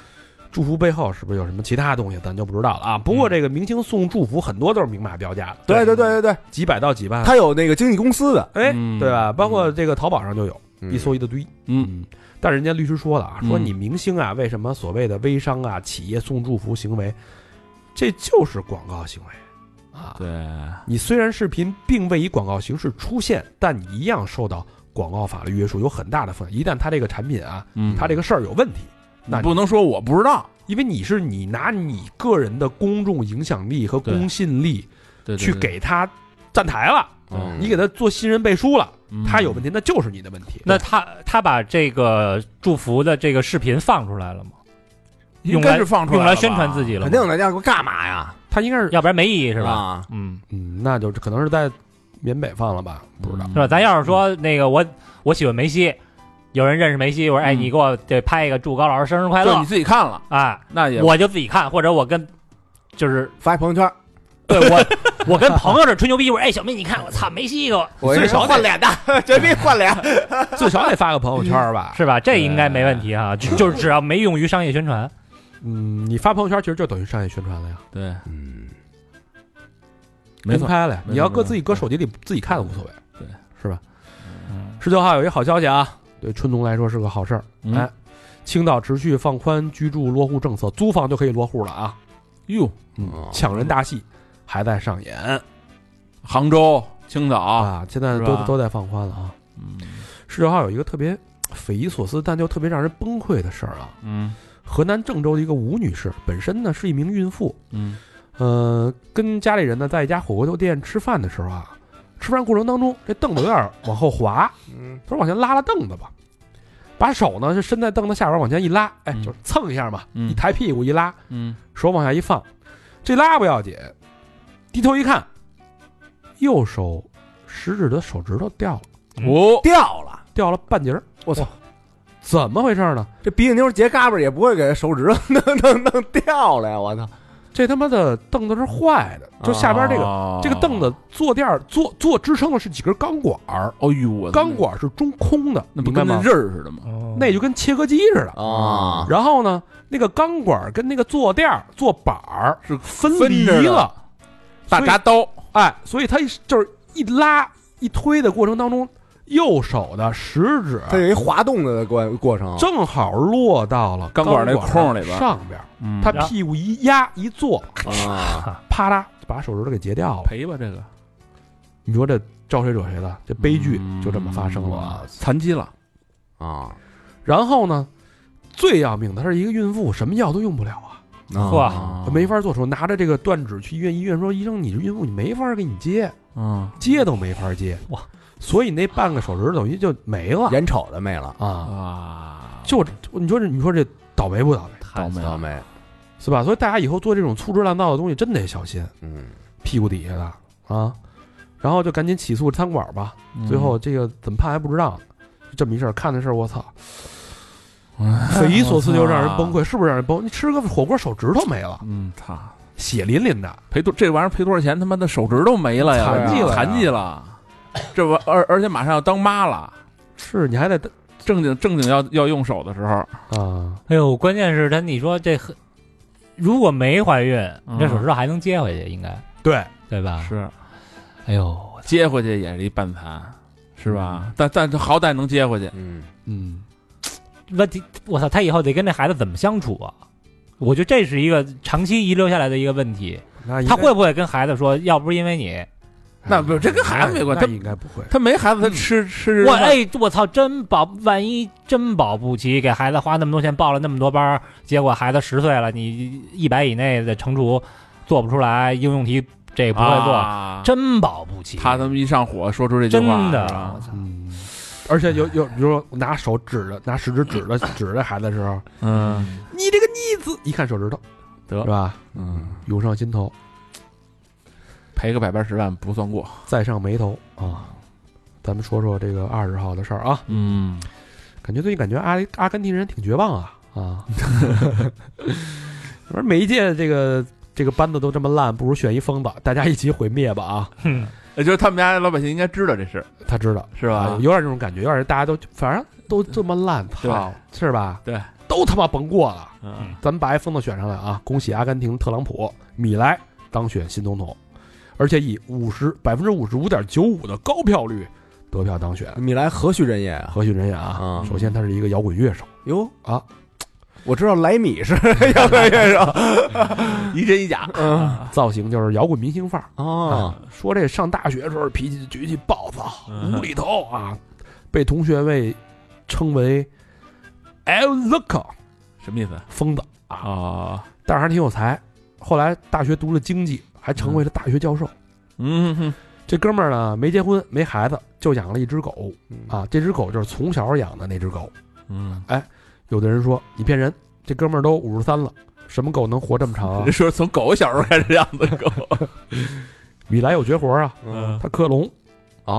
[SPEAKER 3] 祝福背后是不是有什么其他东西，咱就不知道了啊。不过这个明星送祝福很多都是明码标价的，
[SPEAKER 2] 对对对对对，
[SPEAKER 3] 几百到几万，
[SPEAKER 2] 他有那个经纪公司的，
[SPEAKER 3] 哎，
[SPEAKER 6] 嗯
[SPEAKER 3] 对吧？包括这个淘宝上就有，
[SPEAKER 2] 嗯
[SPEAKER 3] 一搜一大堆。
[SPEAKER 6] 嗯，
[SPEAKER 3] 但人家律师说了啊，说
[SPEAKER 6] 嗯
[SPEAKER 3] 你明星啊，为什么所谓的微商啊、企业送祝福行为，这就是广告行为啊。
[SPEAKER 6] 对，
[SPEAKER 3] 你虽然视频并未以广告形式出现，但你一样受到广告法律约束，有很大的风险。一旦他这个产品啊，
[SPEAKER 6] 嗯，
[SPEAKER 3] 他这个事儿有问题，那
[SPEAKER 6] 你
[SPEAKER 3] 你
[SPEAKER 6] 不能说我不知道，
[SPEAKER 3] 因为你是你拿你个人的公众影响力和
[SPEAKER 6] 对
[SPEAKER 3] 公信力
[SPEAKER 6] 对，对
[SPEAKER 3] 去，给他站台了，
[SPEAKER 6] 嗯
[SPEAKER 3] 你给他做新人背书了，
[SPEAKER 6] 对
[SPEAKER 3] 他有问，题，那就是你的问题。
[SPEAKER 4] 那他他把这个祝福的这个视频放出来了吗？
[SPEAKER 6] 嗯
[SPEAKER 4] 用
[SPEAKER 6] 应
[SPEAKER 4] 来
[SPEAKER 6] 该是放出来
[SPEAKER 4] 用
[SPEAKER 6] 了
[SPEAKER 4] 来
[SPEAKER 6] 吧
[SPEAKER 4] 宣传自己，了
[SPEAKER 2] 肯
[SPEAKER 4] 吗，
[SPEAKER 2] 定的，要不干嘛呀？
[SPEAKER 3] 他应该是，
[SPEAKER 4] 要不然没意嗯义是吧？
[SPEAKER 2] 啊？
[SPEAKER 4] 嗯，
[SPEAKER 3] 嗯，那就是可能是在缅北放了吧，不知 道。
[SPEAKER 4] 是吧？咱要是说
[SPEAKER 2] 嗯
[SPEAKER 4] 那个我我喜欢梅西，有人认识梅西，我说哎，
[SPEAKER 6] 嗯
[SPEAKER 4] 你给我得拍一个祝高老师生日快
[SPEAKER 6] 就
[SPEAKER 4] 乐
[SPEAKER 6] 你自己看了，
[SPEAKER 4] 啊，
[SPEAKER 6] 那也
[SPEAKER 4] 我就自己看，或者我跟就是
[SPEAKER 2] 发一朋友圈，
[SPEAKER 4] 对我我跟朋友这吹牛逼，我说哎小妹你看我操梅西给我
[SPEAKER 2] 我
[SPEAKER 3] 最少得
[SPEAKER 2] 换脸的， 绝逼换脸。
[SPEAKER 3] 最少得发个朋友圈吧？
[SPEAKER 4] 是吧？这应该没问题哈，就就是只要没用于商业宣传，
[SPEAKER 3] 嗯，你发朋友圈其实就等于商业宣传了呀，
[SPEAKER 6] 对，
[SPEAKER 2] 嗯，
[SPEAKER 6] 没
[SPEAKER 3] 公
[SPEAKER 6] 错，
[SPEAKER 3] 开了呀。
[SPEAKER 6] 没错
[SPEAKER 3] 你要搁自己搁手机里自己看无所谓，
[SPEAKER 6] 对，
[SPEAKER 3] 是吧？十九号有一好消息啊，嗯对春农来说是个好事儿。
[SPEAKER 6] 嗯
[SPEAKER 3] 哎，青岛持续放宽居住落户政策，租房就可以落户了啊！
[SPEAKER 6] 哟，
[SPEAKER 2] 哦
[SPEAKER 3] 抢人大戏还在上演
[SPEAKER 6] 杭州、青岛，
[SPEAKER 3] 啊，现在
[SPEAKER 6] 是
[SPEAKER 3] 都
[SPEAKER 6] 吧
[SPEAKER 3] 都在放宽了啊。
[SPEAKER 6] 嗯
[SPEAKER 3] 十九号有一个特别匪夷所思，但就特别让人崩溃的事儿啊。
[SPEAKER 6] 嗯
[SPEAKER 3] 河南郑州的一个吴女士，本身呢是一名孕妇，
[SPEAKER 6] 嗯
[SPEAKER 3] 呃，跟家里人呢在一家火锅店吃饭的时候啊，吃饭过程当中，这凳子有点往后滑，
[SPEAKER 2] 嗯，
[SPEAKER 3] 她说往前拉拉凳子吧，把手呢是伸在凳子下边往前一拉，哎，
[SPEAKER 6] 嗯
[SPEAKER 3] 就是蹭一下嘛，
[SPEAKER 6] 嗯
[SPEAKER 3] 一抬屁股一拉，
[SPEAKER 6] 嗯
[SPEAKER 3] 手往下一放，这拉布要紧，低头一看，右手食指的手指头掉了，
[SPEAKER 6] 哦，
[SPEAKER 2] 掉了。
[SPEAKER 3] 掉了半截儿。
[SPEAKER 2] 我操！
[SPEAKER 3] 怎么回事呢？
[SPEAKER 2] 这鼻涕妞结嘎巴儿也不会给手指 头弄弄弄掉了呀！我操，
[SPEAKER 3] 这他妈的凳子是坏的，就下边这个、
[SPEAKER 6] 个
[SPEAKER 3] 这个凳子坐垫儿坐坐支撑的是几根钢管儿，
[SPEAKER 6] 哦呦我
[SPEAKER 3] 钢管儿是中空的，
[SPEAKER 6] 那不
[SPEAKER 3] 你明
[SPEAKER 6] 跟
[SPEAKER 3] 白吗
[SPEAKER 6] 那刃儿似的吗？
[SPEAKER 2] 哦
[SPEAKER 3] 那就跟切割机似的
[SPEAKER 2] 啊
[SPEAKER 3] 然后呢，那个钢管儿跟那个坐垫儿、坐板儿
[SPEAKER 6] 是
[SPEAKER 3] 分
[SPEAKER 6] 分
[SPEAKER 3] 离
[SPEAKER 6] 着的
[SPEAKER 3] 了，
[SPEAKER 6] 大
[SPEAKER 3] 所以
[SPEAKER 6] 铡刀，
[SPEAKER 3] 哎，所以他一就是一拉一推的过程当中，右手的食指
[SPEAKER 2] 它有一滑动的过过程。
[SPEAKER 3] 正好落到了
[SPEAKER 6] 钢
[SPEAKER 3] 钢
[SPEAKER 6] 管儿那
[SPEAKER 3] 儿
[SPEAKER 6] 空里边儿
[SPEAKER 3] 上边儿，
[SPEAKER 6] 嗯
[SPEAKER 3] 他
[SPEAKER 4] 然后
[SPEAKER 3] 屁股一压一坐，
[SPEAKER 2] 啊，
[SPEAKER 3] 啪啦就把手指头给截掉了。
[SPEAKER 6] 赔吧这个
[SPEAKER 3] 你说这招谁惹谁了？这悲剧就这么发生了啊。
[SPEAKER 6] 嗯残疾了，
[SPEAKER 2] 啊
[SPEAKER 3] 然后呢，最要命的，她是一个孕妇，什么药都用不了啊。
[SPEAKER 4] 哇
[SPEAKER 6] 啊
[SPEAKER 3] 没法做手术，拿着这个断指去医院，医院说医生你是孕妇，你没法给你接，
[SPEAKER 6] 嗯
[SPEAKER 3] 接都没法接
[SPEAKER 4] 哇，
[SPEAKER 3] 所以那半个手指等于就没了
[SPEAKER 2] 眼瞅着没了，
[SPEAKER 3] 啊！
[SPEAKER 6] 啊，
[SPEAKER 3] 就这你说这你说这倒霉不倒霉
[SPEAKER 2] 倒霉倒霉，
[SPEAKER 3] 是吧？所以大家以后做这种粗制滥造的东西真得小心，
[SPEAKER 2] 嗯，
[SPEAKER 3] 屁股底下的啊，然后就赶紧起诉餐馆吧。最后这个怎么判还不知道，就这么一事儿，看的事儿我操，匪夷所思就让人崩溃，是不是让人崩？你吃个火锅手指头没了，
[SPEAKER 6] 嗯，操，
[SPEAKER 3] 血淋淋的，
[SPEAKER 6] 赔多这玩意儿赔多少钱？他妈的手指头没了呀，
[SPEAKER 3] 残疾了呀
[SPEAKER 6] 残疾了，这玩而而且马上要当妈了，
[SPEAKER 3] 是你还得
[SPEAKER 6] 正经正经要要用手的时候，
[SPEAKER 3] 啊，
[SPEAKER 4] 哎呦，关键是他，你说这很如果没怀孕，
[SPEAKER 2] 嗯
[SPEAKER 4] 你这手指头还能接回去，应该
[SPEAKER 3] 对，
[SPEAKER 4] 对吧？
[SPEAKER 6] 是
[SPEAKER 4] 哎呦，我
[SPEAKER 6] 接回去也是一半残，是吧？但但好歹能接回去，
[SPEAKER 2] 嗯，
[SPEAKER 3] 嗯。
[SPEAKER 4] 问题，我操，他以后得跟这孩子怎么相处啊？我觉得这是一个长期遗留下来的一个问题。
[SPEAKER 3] 那应该
[SPEAKER 4] 他会不会跟孩子说，要不是因为你，
[SPEAKER 6] 那不是这跟孩子没关系
[SPEAKER 3] 哎那
[SPEAKER 6] 他
[SPEAKER 3] 应该不会。
[SPEAKER 6] 他没孩子，他吃吃
[SPEAKER 4] 我哎，我操，真保，万一真保不齐，给孩子花那么多钱报了那么多班儿，结果孩子十岁了，你一百以内的乘除做不出来，应用题这个不会做，
[SPEAKER 6] 啊
[SPEAKER 4] 真保不齐。
[SPEAKER 6] 他他妈一上火，说出这句
[SPEAKER 4] 真
[SPEAKER 6] 话，
[SPEAKER 4] 的啊
[SPEAKER 6] 是吧，
[SPEAKER 3] 嗯，而且有有，比如说拿手指着，拿食指指着指着孩子的时候，
[SPEAKER 6] 嗯
[SPEAKER 3] 你这个逆子，一看手指头，
[SPEAKER 6] 得
[SPEAKER 3] 是吧？
[SPEAKER 6] 嗯，
[SPEAKER 3] 涌上心头，
[SPEAKER 6] 赔个百八十万不算过，
[SPEAKER 3] 再上眉头啊。咱们说说这个二十号的事儿啊，
[SPEAKER 6] 嗯，
[SPEAKER 3] 感觉最近感觉阿阿根廷人挺绝望啊啊！ 我说每一届这个这个班子都这么烂，不如选一疯子，大家一起毁灭吧啊！
[SPEAKER 4] 哼
[SPEAKER 6] 也呃就是他们家老百姓应该知道这事，
[SPEAKER 3] 他知道
[SPEAKER 6] 是
[SPEAKER 3] 啊，
[SPEAKER 6] 吧？
[SPEAKER 3] 有点这种感觉，有点大家都反正都这么烂，
[SPEAKER 6] 对
[SPEAKER 3] 操，是吧？
[SPEAKER 6] 对，
[SPEAKER 3] 都他妈甭过了。
[SPEAKER 6] 嗯
[SPEAKER 3] 咱们把埃疯子选上来啊！恭喜阿根廷特朗普米莱当选新总统，而且以五十百分之五十五点九五的高票率得票当选，
[SPEAKER 2] 米莱何许人也啊？
[SPEAKER 3] 何许人也啊？
[SPEAKER 6] 嗯
[SPEAKER 2] 啊
[SPEAKER 3] 首先，他是一个摇滚乐手，
[SPEAKER 2] 哟
[SPEAKER 3] 啊，
[SPEAKER 2] 我知道莱米是摇滚乐手
[SPEAKER 6] 一真一假，
[SPEAKER 3] 造型就是摇滚明星范儿
[SPEAKER 2] 啊，
[SPEAKER 6] 嗯
[SPEAKER 3] 啊。说这上大学的时候脾气脾气暴躁，无厘头啊，被同学们称为 “L Loco”
[SPEAKER 6] 什么意思？
[SPEAKER 3] 疯子，
[SPEAKER 6] 啊，
[SPEAKER 3] 但是还挺有才。后来大学读了经济，还成为了大学教授。
[SPEAKER 6] 嗯哼，
[SPEAKER 3] 这哥们儿呢，没结婚，没孩子，就养了一只狗
[SPEAKER 2] 嗯
[SPEAKER 3] 啊。这只狗就是从小养的那只狗。
[SPEAKER 6] 嗯，
[SPEAKER 3] 有的人说你骗人，这哥们儿都五十三了，什么狗能活这 么长、啊
[SPEAKER 6] 这？说从狗小时候开始养的狗，
[SPEAKER 3] 米莱有绝活啊，
[SPEAKER 6] 嗯
[SPEAKER 3] 他克隆，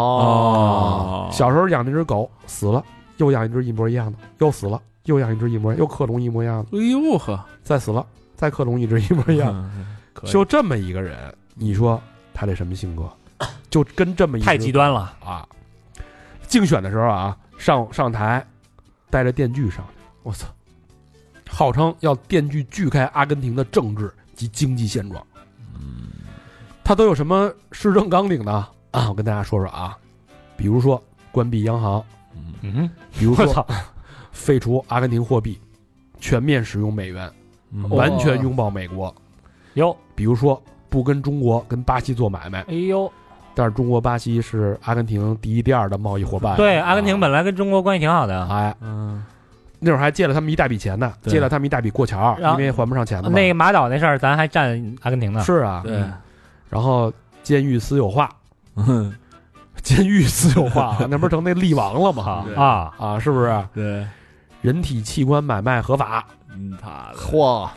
[SPEAKER 4] 啊
[SPEAKER 6] 哦
[SPEAKER 3] 小时候养那只狗死了，又养一只一模一样的，又死了，又养一只一模，又克隆一模一样的，
[SPEAKER 6] 哎呦呵，嗯
[SPEAKER 3] 再死了，再克隆一只一模一样的。
[SPEAKER 4] 嗯
[SPEAKER 6] 可 以
[SPEAKER 3] 就这么一个人，你说他这什么性格？就跟这么一
[SPEAKER 4] 太
[SPEAKER 3] 只
[SPEAKER 4] 极端了。
[SPEAKER 3] 啊！竞选的时候啊，上上台带着电锯上去，
[SPEAKER 2] 我操，
[SPEAKER 3] 号称要电锯锯开阿根廷的政治及经济现状。
[SPEAKER 5] 嗯
[SPEAKER 3] 他都有什么市政纲领呢？啊，我跟大家说说啊，比如说关闭央行，
[SPEAKER 4] 嗯，
[SPEAKER 3] 比如
[SPEAKER 4] 我
[SPEAKER 3] 说
[SPEAKER 4] 操，
[SPEAKER 3] 废除阿根廷货币，全面使用美元，
[SPEAKER 6] 嗯
[SPEAKER 3] 完全拥抱美国，
[SPEAKER 4] 哟，
[SPEAKER 3] 比如说不跟中国跟巴西做买卖，
[SPEAKER 4] 哎呦，
[SPEAKER 3] 但是中国巴西是阿根廷第一、第二的贸易伙伴。
[SPEAKER 4] 对，阿根廷本来跟中国关系挺好的，
[SPEAKER 3] 哎，
[SPEAKER 6] 嗯，
[SPEAKER 3] 那会儿还借了他们一大笔钱呢，
[SPEAKER 6] 对
[SPEAKER 3] 借了他们一大笔过桥，
[SPEAKER 4] 然
[SPEAKER 3] 因
[SPEAKER 4] 后
[SPEAKER 3] 为还不上钱了嘛。
[SPEAKER 4] 那个马岛那事儿咱还占阿根廷呢。
[SPEAKER 3] 是啊，
[SPEAKER 6] 对，
[SPEAKER 5] 嗯
[SPEAKER 3] 然后监狱私有化，
[SPEAKER 6] 嗯
[SPEAKER 3] 监狱私有化，啊那不是成那力王了吗？
[SPEAKER 6] 对
[SPEAKER 4] 啊，
[SPEAKER 3] 啊，是不是？
[SPEAKER 6] 对，
[SPEAKER 3] 人体器官买卖合法，
[SPEAKER 6] 嗯，他的
[SPEAKER 2] 嚯，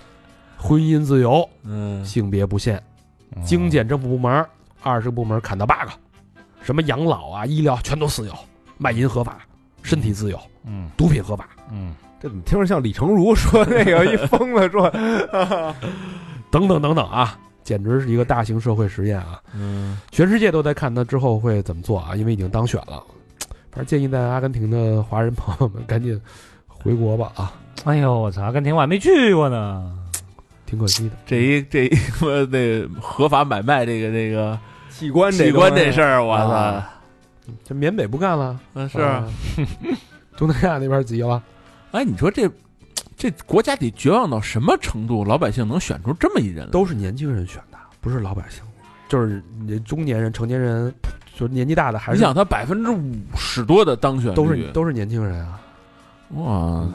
[SPEAKER 3] 婚姻自由，
[SPEAKER 5] 嗯
[SPEAKER 3] 性别不限，
[SPEAKER 6] 哦
[SPEAKER 3] 经检政府部门二十个部门砍到八个，什么养老啊、医疗全都私有，卖淫合法，身体自由，
[SPEAKER 1] 嗯
[SPEAKER 3] 毒品合法，
[SPEAKER 1] 嗯，
[SPEAKER 2] 这怎么听着像李成儒说那个一疯子说，
[SPEAKER 3] 等等等等啊，简直是一个大型社会实验啊！
[SPEAKER 5] 嗯
[SPEAKER 3] 全世界都在看他之后会怎么做啊，因为已经当选了。反正建议在阿根廷的华人朋友们赶紧回国吧啊，
[SPEAKER 4] 哎呦，我操，阿根廷我还没去过呢。
[SPEAKER 3] 挺可惜的。
[SPEAKER 5] 这一这一说那合法买卖这个这个
[SPEAKER 2] 器官这
[SPEAKER 5] 器官这事
[SPEAKER 2] 儿，
[SPEAKER 5] 儿，我操
[SPEAKER 3] 啊，这缅北不干了，
[SPEAKER 5] 嗯是
[SPEAKER 3] 啊，东南亚那边急了。
[SPEAKER 5] 哎，你说这这国家得绝望到什么程度，老百姓能选出这么一人来？
[SPEAKER 3] 都是年轻人选的，不是老百姓，就是你中年人、成年人，就是年纪大的还
[SPEAKER 5] 你
[SPEAKER 3] 是
[SPEAKER 5] 想他百分之五十多的当选率，
[SPEAKER 3] 都是都是年轻人啊，
[SPEAKER 5] 哇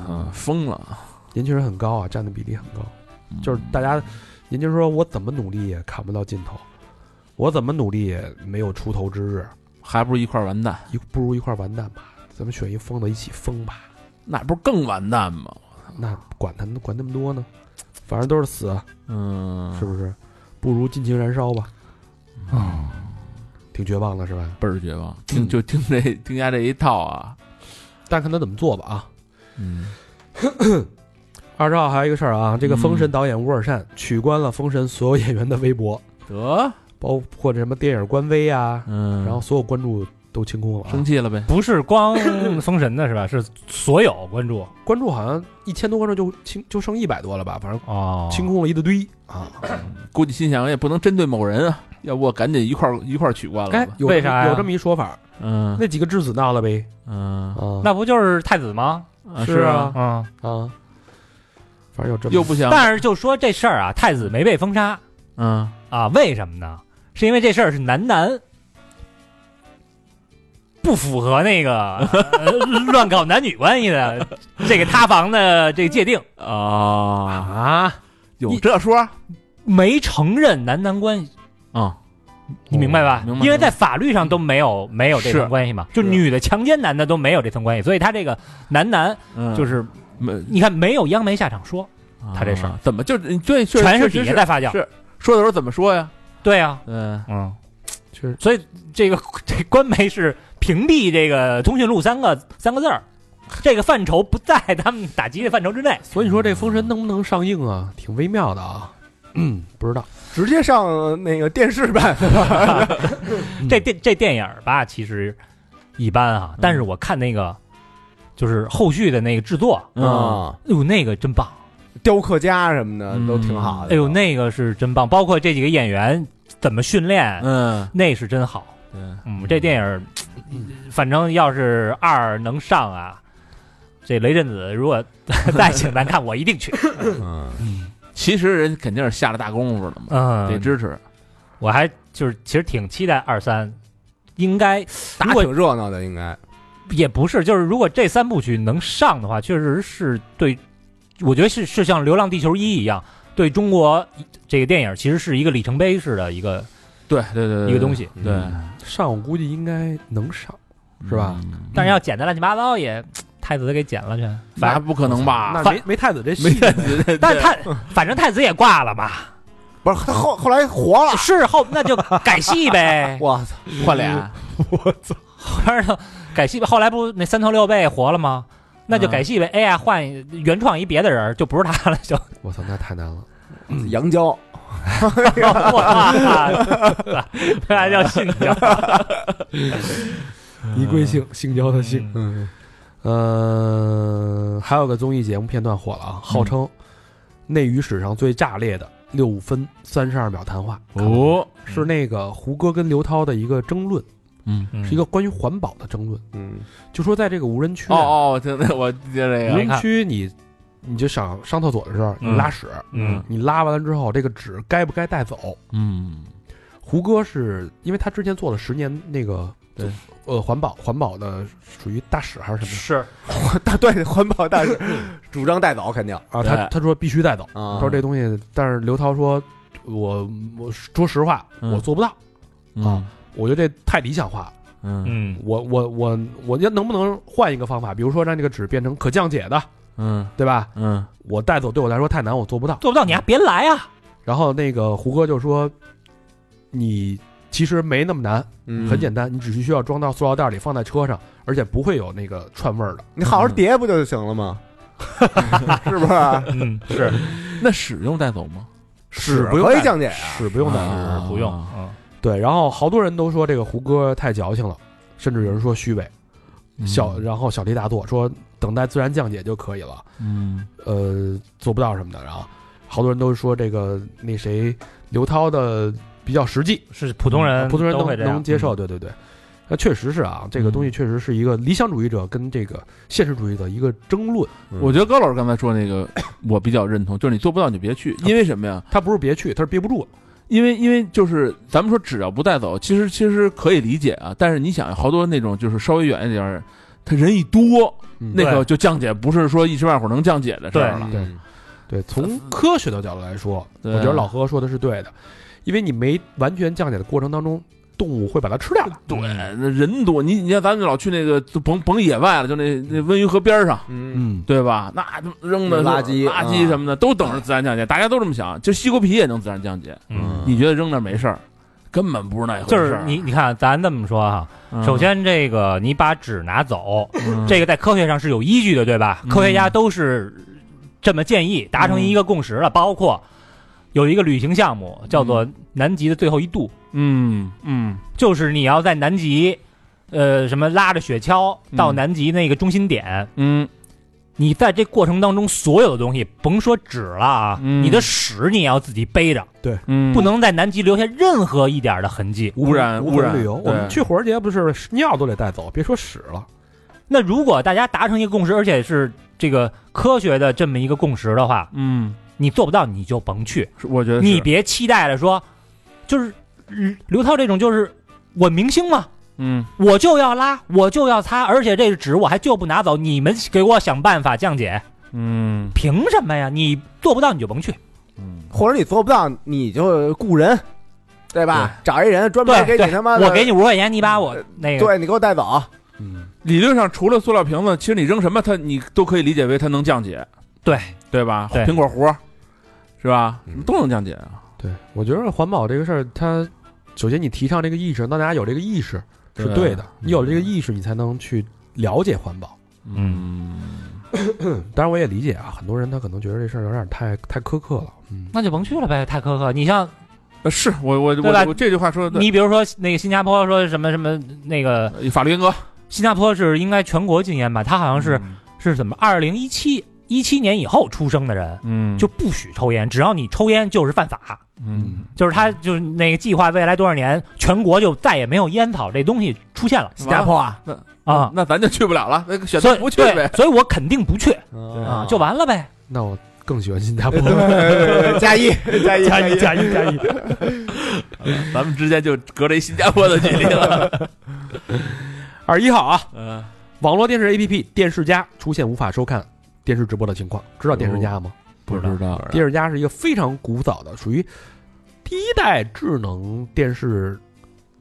[SPEAKER 5] 操疯了，嗯
[SPEAKER 3] 年轻人很高啊，占的比例很高，嗯就是大家年轻人说我怎么努力也看不到尽头，我怎么努力也没有出头之日，
[SPEAKER 5] 还不如一块儿完蛋，
[SPEAKER 3] 一不如一块儿完蛋吧，咱们选一疯子一起疯吧，
[SPEAKER 5] 那不是更完蛋吗？
[SPEAKER 4] 啊
[SPEAKER 3] 那管他管那么多呢，反正都是死，啊
[SPEAKER 5] 嗯，
[SPEAKER 4] 啊
[SPEAKER 3] 是不是？不如尽情燃烧吧，
[SPEAKER 4] 嗯
[SPEAKER 1] 啊，
[SPEAKER 3] 挺绝望的是吧？
[SPEAKER 5] 倍儿绝望，听就听这 听家这一套啊，
[SPEAKER 3] 但看他怎么做吧啊。
[SPEAKER 5] 嗯，
[SPEAKER 3] 二十号还有一个事儿啊，这个《封神
[SPEAKER 5] 嗯》
[SPEAKER 3] 导演吴尔善取关了《封神》所有演员的微博，
[SPEAKER 5] 得，
[SPEAKER 3] 包括这什么电影官微啊，
[SPEAKER 5] 嗯，
[SPEAKER 3] 然后所有关注都清空了、啊
[SPEAKER 5] 生。气了呗，
[SPEAKER 4] 不是光封神的是吧？是所有关注
[SPEAKER 3] 关注好像一千多关注就清就剩一百多了吧，反正
[SPEAKER 4] 哦
[SPEAKER 3] 清空了一大堆啊。
[SPEAKER 5] 估计心想也不能针对某人啊，要不我赶紧一块儿一块儿取关了
[SPEAKER 3] 哎
[SPEAKER 5] 吧，，
[SPEAKER 3] 有
[SPEAKER 4] 为啥呀
[SPEAKER 3] 有这么一说法，
[SPEAKER 5] 嗯
[SPEAKER 3] 那几个质子闹了呗
[SPEAKER 5] 嗯
[SPEAKER 3] 啊，
[SPEAKER 4] 那不就是太子吗？
[SPEAKER 5] 啊
[SPEAKER 3] 是啊
[SPEAKER 4] 嗯，
[SPEAKER 3] 啊，反正有这么
[SPEAKER 5] 又不想，
[SPEAKER 4] 但是就说这事儿啊，太子没被封杀
[SPEAKER 5] 嗯，
[SPEAKER 4] 啊，为什么呢？是因为这事儿是男男。不符合那个、呃乱搞男女关系的这个塌房的这个界定，
[SPEAKER 5] 啊，
[SPEAKER 3] 啊，
[SPEAKER 5] 有这说
[SPEAKER 4] 没承认男男关系，
[SPEAKER 5] 啊，
[SPEAKER 4] 你明白吧？
[SPEAKER 5] 哦明白嗯
[SPEAKER 4] 因为在法律上都没有没有这
[SPEAKER 5] 是
[SPEAKER 4] 层关系嘛，就女的强奸男的都没有这层关系，所以他这个男男
[SPEAKER 5] 嗯
[SPEAKER 4] 就是
[SPEAKER 5] 没
[SPEAKER 4] 你看没有央媒下场说，他这事儿
[SPEAKER 5] 啊怎么就对，确实
[SPEAKER 4] 全是
[SPEAKER 5] 确
[SPEAKER 4] 底
[SPEAKER 5] 实
[SPEAKER 4] 下在发酵
[SPEAKER 5] 是。说的时候怎么说呀？
[SPEAKER 4] 对啊，
[SPEAKER 5] 嗯，
[SPEAKER 4] 嗯，
[SPEAKER 3] 确实
[SPEAKER 4] 所以这个 这官媒是屏蔽这个通讯录三个三个字儿，这个范畴不在他们打击的范畴 之内。
[SPEAKER 3] 所以说这《封神》能不能上映啊，挺微妙的啊，嗯， 不知道。
[SPEAKER 2] 直接上那个电视版，
[SPEAKER 3] 嗯
[SPEAKER 4] 这电这电影儿吧，其实一般啊，但是我看那个就是后续的那个制作，
[SPEAKER 2] 啊，
[SPEAKER 4] 哎呦，那个真棒，
[SPEAKER 2] 雕刻家什么的
[SPEAKER 5] 嗯
[SPEAKER 2] 都挺好的。
[SPEAKER 4] 哎呦，那个是真棒，包括这几个演员怎么训练，
[SPEAKER 5] 嗯，
[SPEAKER 4] 那是真好。
[SPEAKER 5] 对，嗯
[SPEAKER 4] 嗯，这电影儿，反正要是二能上啊，这雷震子如果再请咱看，我一 定去。
[SPEAKER 2] 嗯
[SPEAKER 5] 其实人肯定是下了大功夫的嘛，
[SPEAKER 4] 嗯，
[SPEAKER 5] 得支持。
[SPEAKER 4] 我还就是其实挺期待二三，应该
[SPEAKER 2] 打
[SPEAKER 4] 如果
[SPEAKER 2] 挺热闹的，应该
[SPEAKER 4] 也不是，就是如果这三部曲能上的话，确实是对，我觉得是是像《流浪地球一》一样，对中国这个电影其实是一个里程碑式的一个
[SPEAKER 5] 对对对对，
[SPEAKER 4] 一个东西，
[SPEAKER 5] 对，
[SPEAKER 3] 上我估计应该能上，
[SPEAKER 5] 对
[SPEAKER 3] 是吧？
[SPEAKER 5] 嗯
[SPEAKER 4] 但是要剪的乱七八糟也，太子给剪了去，反
[SPEAKER 5] 那不可能吧？
[SPEAKER 3] 那啊没没太子这戏，
[SPEAKER 4] 但是太反正太子也挂了吧。
[SPEAKER 2] 不是他后后来活了，
[SPEAKER 4] 是后那就改戏呗，
[SPEAKER 2] 啊 我操，
[SPEAKER 5] 换脸，
[SPEAKER 4] 后边就改戏呗。后来不那三头六臂活了吗？那就改戏呗。哎呀，换一原创一别的人儿，就不是他了，就
[SPEAKER 3] 我操，那太难了。
[SPEAKER 2] 杨娇
[SPEAKER 4] 哇， 那叫信教。
[SPEAKER 3] 一贵姓，姓焦的姓。
[SPEAKER 2] 嗯，
[SPEAKER 3] 嗯，还有个综艺节目片段火了啊，号称内娱史上最炸裂的六五分三十二秒谈话，
[SPEAKER 5] 哦，
[SPEAKER 3] 是那个胡歌跟刘涛的一个争论，
[SPEAKER 5] 嗯，
[SPEAKER 3] 是一个关于环保的争论。
[SPEAKER 2] 嗯，
[SPEAKER 3] 就说在这个无人区
[SPEAKER 5] 哦
[SPEAKER 3] 啊，
[SPEAKER 5] 哦，我听我听这
[SPEAKER 6] 哎
[SPEAKER 3] 无
[SPEAKER 5] 个，
[SPEAKER 3] 人区你你就上上厕所的时候，你
[SPEAKER 4] 嗯
[SPEAKER 3] 拉屎，
[SPEAKER 4] 嗯
[SPEAKER 3] 你拉完了之后，这个纸该不该带走？
[SPEAKER 5] 嗯
[SPEAKER 3] 胡歌是因为他之前做了十年那个
[SPEAKER 5] 对
[SPEAKER 3] 呃环保环保的属于大使还是什么
[SPEAKER 4] 是
[SPEAKER 2] 大对环保大使嗯主张带走肯定
[SPEAKER 3] 啊？他
[SPEAKER 5] 对
[SPEAKER 3] 他说必须带走，他
[SPEAKER 2] 啊
[SPEAKER 3] 说这东西，但是刘涛说，我我说实话，
[SPEAKER 5] 嗯
[SPEAKER 3] 我做不到，
[SPEAKER 5] 嗯
[SPEAKER 3] 我觉得这太理想化了。
[SPEAKER 5] 嗯
[SPEAKER 4] 嗯
[SPEAKER 3] 我我我我要能不能换一个方法，比如说让这个纸变成可降解的，
[SPEAKER 6] 嗯
[SPEAKER 3] 对吧？
[SPEAKER 6] 嗯
[SPEAKER 3] 我带走对我来说太难，我做不到。
[SPEAKER 4] 做不到你还别来啊！
[SPEAKER 3] 然后那个胡歌就说：“你其实没那么难，
[SPEAKER 2] 嗯
[SPEAKER 3] 很简单，你只需要装到塑料袋里，放在车上，而且不会有那个串味儿的。
[SPEAKER 2] 你好好叠不就行了 吗？是啊不是？
[SPEAKER 4] 嗯，
[SPEAKER 6] 那屎用带走吗？
[SPEAKER 3] 屎不用
[SPEAKER 2] 可以
[SPEAKER 3] 带，
[SPEAKER 2] 降解啊，
[SPEAKER 3] 屎不用带。
[SPEAKER 6] 啊
[SPEAKER 4] 不用，嗯，
[SPEAKER 3] 对，然后好多人都说这个胡歌太矫情了，甚至有人说虚伪，
[SPEAKER 2] 嗯
[SPEAKER 3] 嗯
[SPEAKER 6] 嗯
[SPEAKER 3] 小然后小题大做，说等待自然降解就可以了，
[SPEAKER 6] 嗯
[SPEAKER 3] 呃，做不到什么的。然后好多人都说这个那谁刘涛的比较实际，
[SPEAKER 4] 是普通人，
[SPEAKER 3] 嗯普通人
[SPEAKER 4] 呃都会这
[SPEAKER 3] 能能
[SPEAKER 4] 样。
[SPEAKER 3] 接受，对对对。那确实是啊，这个东西确实是一个理想主义者跟这个现实主义的一个争论。
[SPEAKER 2] 嗯
[SPEAKER 6] 我觉得高老师刚才说那个，我比较认同，就是你做不到你就别去，因为什么呀？
[SPEAKER 3] 他不是憋屈，他是憋不住。
[SPEAKER 6] 因为因为就是咱们说只要不带走，其实其实可以理解啊。但是你想，好多那种就是稍微远一点儿，他人一多，
[SPEAKER 3] 嗯
[SPEAKER 6] 那个就降解不是说一时半会儿能降解的事儿
[SPEAKER 2] 嗯
[SPEAKER 6] 了。
[SPEAKER 3] 对对，从科学的角度来说，
[SPEAKER 6] 对
[SPEAKER 3] 我觉得老何说的是对的，因为你没完全降解的过程当中，动物会把它吃掉的。
[SPEAKER 6] 对，那人多，你你看咱们老去那个就甭甭野外了，就那那温榆河边儿上，
[SPEAKER 2] 嗯，
[SPEAKER 3] 嗯，
[SPEAKER 6] 对吧？那扔的
[SPEAKER 2] 垃圾
[SPEAKER 6] 垃圾什么的都等着自然降解，大家都这么想，就西瓜皮也能自然降解。
[SPEAKER 4] 嗯，
[SPEAKER 6] 你觉得扔那儿没事儿，根本不是那回事
[SPEAKER 4] 就
[SPEAKER 6] 儿。啊
[SPEAKER 4] 是你，你看，咱这么说哈，
[SPEAKER 6] 嗯
[SPEAKER 4] 首先这个你把纸拿走，
[SPEAKER 6] 嗯
[SPEAKER 4] 这个在科学上是有依据的，对吧？
[SPEAKER 6] 嗯
[SPEAKER 4] 科学家都是这么建议，达成一个共识
[SPEAKER 6] 嗯
[SPEAKER 4] 了。包括有一个旅行项目叫做南极的最后一度，
[SPEAKER 6] 嗯嗯
[SPEAKER 4] 就是你要在南极，呃，什么拉着雪橇到
[SPEAKER 6] 嗯
[SPEAKER 4] 南极那个中心点，
[SPEAKER 6] 嗯
[SPEAKER 4] 你在这过程当中所有的东西，甭说纸了啊，
[SPEAKER 6] 嗯
[SPEAKER 4] 你的屎你也要自己背着，
[SPEAKER 6] 嗯，
[SPEAKER 4] 不能在南极留下任何一点的痕迹。
[SPEAKER 3] 无
[SPEAKER 6] 污染
[SPEAKER 3] 无
[SPEAKER 6] 污染
[SPEAKER 3] 旅游，
[SPEAKER 6] 对
[SPEAKER 3] 我们去火锅节不是尿都得带走，别说屎了。
[SPEAKER 4] 那如果大家达成一个共识，而且是这个科学的这么一个共识的话，
[SPEAKER 6] 嗯，
[SPEAKER 4] 你做不到你就甭去，
[SPEAKER 6] 是我觉得是
[SPEAKER 4] 你别期待了说，就是嗯刘涛这种就是我明星嘛，
[SPEAKER 6] 嗯
[SPEAKER 4] 我就要拉，我就要擦，而且这个纸我还就不拿走，你们给我想办法降解，
[SPEAKER 6] 嗯
[SPEAKER 4] 凭什么呀？你做不到你就甭去，
[SPEAKER 6] 嗯
[SPEAKER 2] 或者你做不到，你就雇人，对吧？找一人专门给
[SPEAKER 4] 对
[SPEAKER 2] 你他妈的，
[SPEAKER 4] 我给你五十块钱，你把我那个
[SPEAKER 2] 对你给我带走，
[SPEAKER 3] 嗯，
[SPEAKER 6] 理论上除了塑料瓶子，其实你扔什么它你都可以理解为它能降解，
[SPEAKER 4] 对
[SPEAKER 6] 对吧？
[SPEAKER 4] 对
[SPEAKER 6] 苹果核是吧？
[SPEAKER 2] 嗯
[SPEAKER 6] 什么都能降解啊。
[SPEAKER 3] 对，我觉得环保这个事儿，它首先你提倡这个意识，让大家有这个意识是
[SPEAKER 6] 对
[SPEAKER 3] 对的。你有了这个意识，你才能去了解环保。
[SPEAKER 6] 嗯，
[SPEAKER 3] 当然，我也理解啊，很多人他可能觉得这事儿有点太太苛刻了。嗯，
[SPEAKER 4] 那就甭去了呗，太苛刻。你像
[SPEAKER 6] 呃是我我
[SPEAKER 4] 对吧
[SPEAKER 6] 我我这句话说的对，
[SPEAKER 4] 你比如说那个新加坡说什么什么那个
[SPEAKER 6] 呃法律严格
[SPEAKER 4] 新加坡是应该全国禁烟吧？他好像
[SPEAKER 2] 嗯
[SPEAKER 4] 是、是怎么二零一七一七年以后出生的人
[SPEAKER 6] 嗯
[SPEAKER 4] 就不许抽烟，只要你抽烟就是犯法。
[SPEAKER 6] 嗯
[SPEAKER 4] 就是他就是那个计划，未来多少年全国就再也没有烟草这东西出现了
[SPEAKER 2] 新加坡啊，
[SPEAKER 4] 啊！
[SPEAKER 6] 那咱就去不了了，那个选
[SPEAKER 4] 所
[SPEAKER 6] 择
[SPEAKER 4] 以
[SPEAKER 6] 不去
[SPEAKER 4] 对
[SPEAKER 6] 呗，。
[SPEAKER 4] 所以我肯定不去
[SPEAKER 2] 嗯
[SPEAKER 4] 啊，就完了呗。
[SPEAKER 3] 那我更喜欢新 加坡。
[SPEAKER 2] 加一加一
[SPEAKER 4] 加一加一加一，
[SPEAKER 6] 咱们之间就隔着一新加坡的距离 了。
[SPEAKER 3] 二十一号啊，
[SPEAKER 6] 嗯，
[SPEAKER 3] 网络电视 APP 电视家出现无法收看电视直播的情况，知道电视家吗？
[SPEAKER 6] 不嗯知道
[SPEAKER 3] 电视家是一个非常古早的，属于第一代智能电视、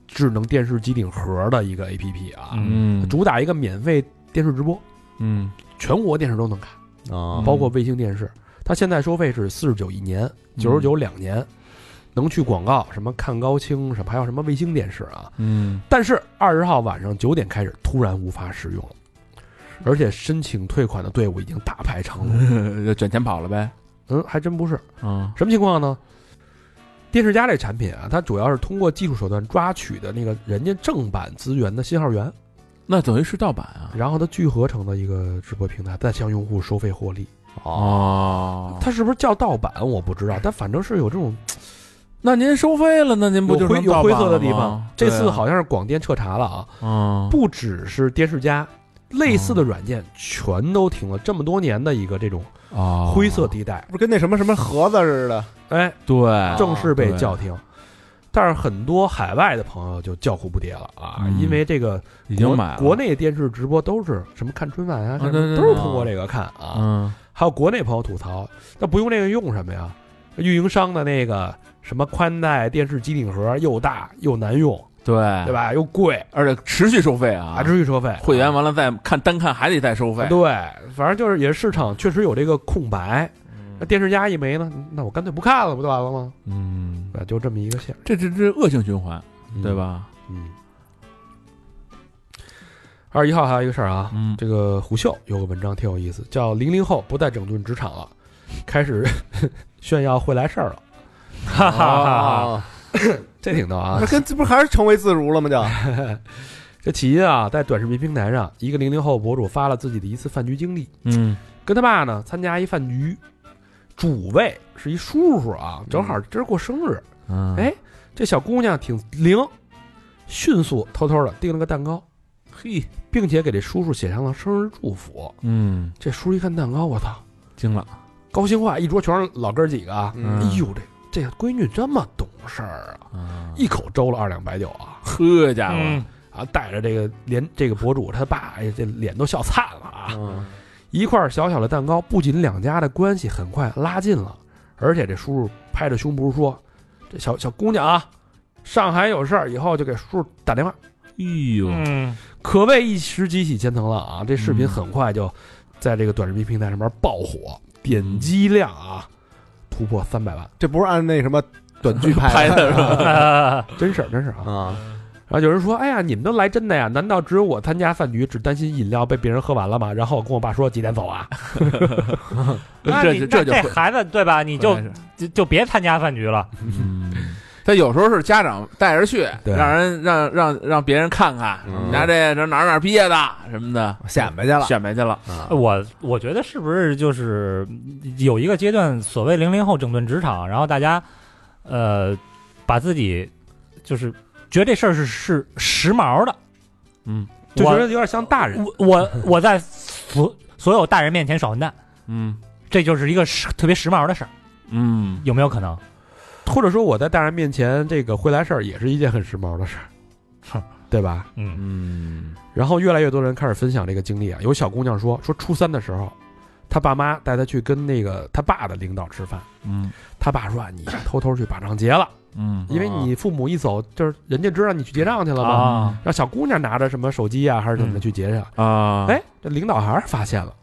[SPEAKER 3] 智能电视机顶盒的一个 APP 啊，
[SPEAKER 6] 嗯
[SPEAKER 3] 主打一个免费电视直播，
[SPEAKER 6] 嗯
[SPEAKER 3] 全国电视都能看，
[SPEAKER 2] 啊
[SPEAKER 3] 包括卫星电视。它现在收费是四十九一年，九十九两年，能去广告，什么看高清，什么还有什么卫星电视啊。
[SPEAKER 6] 嗯
[SPEAKER 3] 但是二十号晚上九点开始突然无法使用了，而且申请退款的队伍已经大排长龙。
[SPEAKER 6] 嗯，就卷钱跑了呗。
[SPEAKER 3] 嗯，还真不是，
[SPEAKER 6] 嗯
[SPEAKER 3] 什么情况呢？电视家这产品啊，它主要是通过技术手段抓取的那个人家正版资源的信号源，
[SPEAKER 6] 那等于是盗版啊。
[SPEAKER 3] 然后它聚合成的一个直播平台，再向用户收费获利。
[SPEAKER 6] 哦，
[SPEAKER 3] 它是不是叫盗版我不知道，但反正是有这种
[SPEAKER 6] 那您收费了，那您不
[SPEAKER 3] 有
[SPEAKER 6] 就
[SPEAKER 3] 灰
[SPEAKER 6] 成
[SPEAKER 3] 有
[SPEAKER 6] 盗
[SPEAKER 3] 灰
[SPEAKER 6] 版
[SPEAKER 3] 色
[SPEAKER 6] 了
[SPEAKER 3] 的地方
[SPEAKER 6] 吗。
[SPEAKER 3] 这次，好像是广电彻查了啊，
[SPEAKER 6] 对啊嗯，
[SPEAKER 3] 不只是电视家，类
[SPEAKER 6] 嗯
[SPEAKER 3] 似的软件全都停了这么多年的一个这种
[SPEAKER 6] 啊，
[SPEAKER 3] 灰色地带，
[SPEAKER 2] 不是跟那什么什么盒子似的，
[SPEAKER 3] 哎，
[SPEAKER 6] 对，
[SPEAKER 3] 正式被
[SPEAKER 6] 哦对
[SPEAKER 3] 叫停。但是很多海外的朋友就叫苦不迭了啊，
[SPEAKER 6] 嗯
[SPEAKER 3] 因为这个
[SPEAKER 6] 已经买了，
[SPEAKER 3] 国内电视直播都是什么看春晚啊，
[SPEAKER 6] 啊
[SPEAKER 3] 什么
[SPEAKER 6] 对对
[SPEAKER 3] 都是
[SPEAKER 6] 对
[SPEAKER 3] 通过这个看啊。
[SPEAKER 6] 嗯
[SPEAKER 3] 还有国内朋友吐槽，那不用这个用什么呀？运营商的那个什么宽带电视机顶盒又大又难用，
[SPEAKER 6] 对
[SPEAKER 3] 对吧？又贵，
[SPEAKER 6] 而且持续收费啊
[SPEAKER 3] 还，至于收费？啊
[SPEAKER 6] 会员完了再看单看还得再收费，
[SPEAKER 3] 对，反正就是也是市场确实有这个空白。那电视家一没呢，那我干脆不看了，不就完了吗？
[SPEAKER 6] 嗯，
[SPEAKER 3] 对，就这么一个现
[SPEAKER 6] 这这这恶性循环，
[SPEAKER 3] 实，
[SPEAKER 6] 对？吧？
[SPEAKER 3] 嗯。二十一号还有一个事儿啊，
[SPEAKER 6] 嗯，
[SPEAKER 3] 这个虎嗅有个文章挺有意思，叫《零零后不再整顿职场了》，开始 炫耀会来事儿了，哦
[SPEAKER 4] 哈哈哈哈。
[SPEAKER 2] 啊，
[SPEAKER 3] 这挺逗啊
[SPEAKER 2] 那。跟这不还是成为自如了吗？就
[SPEAKER 3] 这起因啊，在短视频平台上，一个零零后博主发了自己的一次饭局经历，
[SPEAKER 6] 嗯
[SPEAKER 3] 跟他爸呢参加一饭局，主位是一叔叔啊，正好今儿过生日，
[SPEAKER 6] 嗯
[SPEAKER 3] 哎，这小姑娘挺灵，迅速偷偷的订了个蛋糕，
[SPEAKER 6] 嘿，
[SPEAKER 3] 并且给这叔叔写上了生日祝福。
[SPEAKER 6] 嗯，
[SPEAKER 3] 这叔一看蛋糕，我操，
[SPEAKER 6] 惊了，
[SPEAKER 3] 高兴坏！一桌全是老哥儿几个啊，
[SPEAKER 2] 嗯
[SPEAKER 3] 哎呦，这这闺女这么懂事儿啊，
[SPEAKER 6] 嗯
[SPEAKER 3] 一口粥了二两白酒啊
[SPEAKER 6] 呵家伙，
[SPEAKER 4] 嗯，
[SPEAKER 3] 啊，带着这个连这个博主他爸，哎呀，这脸都笑惨了啊！
[SPEAKER 6] 嗯
[SPEAKER 3] 一块小小的蛋糕，不仅两家的关系很快拉近了，而且这叔叔拍着胸脯说：“这小小姑娘啊，上海有事儿以后就给叔叔打电话。”
[SPEAKER 6] 哎呦，
[SPEAKER 4] 嗯，
[SPEAKER 3] 可谓一石激起千层浪啊！这视频
[SPEAKER 6] 嗯
[SPEAKER 3] 很快就在这个短视频平台上面爆火，点击量啊突破三百万，
[SPEAKER 2] 这不是按那什么短 剧
[SPEAKER 6] 拍
[SPEAKER 2] 拍
[SPEAKER 6] 的是吧？
[SPEAKER 4] 呃
[SPEAKER 3] 真事儿真事儿啊！
[SPEAKER 2] 啊？
[SPEAKER 3] 然后有人说：“哎呀，你们都来真的呀？难道只有我参加饭局，只担心饮料被别人喝完了吗？”然后我跟我爸说：“几点走啊
[SPEAKER 4] 那
[SPEAKER 6] 这
[SPEAKER 4] 你
[SPEAKER 6] 就
[SPEAKER 4] 那
[SPEAKER 6] 这就
[SPEAKER 4] 这
[SPEAKER 6] 会，
[SPEAKER 4] 孩子对吧？你就
[SPEAKER 6] 回来是
[SPEAKER 4] 就就别参加饭局了，
[SPEAKER 6] 嗯，
[SPEAKER 5] 他有时候是家长带着去，
[SPEAKER 3] 对
[SPEAKER 5] 让人让让让别人看看，
[SPEAKER 2] 嗯
[SPEAKER 5] 你家这这哪儿哪儿毕业的什么的，
[SPEAKER 2] 显摆去了
[SPEAKER 5] 选没去了，
[SPEAKER 2] 啊！
[SPEAKER 4] 我我觉得是不是就是有一个阶段，所谓零零后整顿职场，然后大家呃把自己就是觉得这事儿是是时髦的，
[SPEAKER 6] 嗯，？”
[SPEAKER 3] 就觉
[SPEAKER 4] 我
[SPEAKER 3] 得有点像大人，
[SPEAKER 4] 我我我在所所有大人面前耍混蛋，
[SPEAKER 6] 嗯
[SPEAKER 4] 这就是一个时特别时髦的事儿，
[SPEAKER 6] 嗯，
[SPEAKER 4] 有没有可能？
[SPEAKER 3] 或者说我在大人面前这个会来事儿，也是一件很时髦的事儿
[SPEAKER 4] 哼，
[SPEAKER 3] 对吧？
[SPEAKER 4] 嗯
[SPEAKER 6] 嗯
[SPEAKER 3] 然后越来越多人开始分享这个经历啊。有小姑娘说，说初三的时候，她爸妈带她去跟那个她爸的领导吃饭，
[SPEAKER 6] 嗯
[SPEAKER 3] 她爸说啊， 你偷偷去把账结了，
[SPEAKER 6] 嗯
[SPEAKER 3] 因为你父母一走，就是人家知道你去结账去了嘛。
[SPEAKER 4] 啊，
[SPEAKER 3] 让小姑娘拿着什么手机啊，还是怎么的
[SPEAKER 4] 嗯
[SPEAKER 3] 去结账？
[SPEAKER 6] 啊，
[SPEAKER 3] 哎，这领导还是发现了，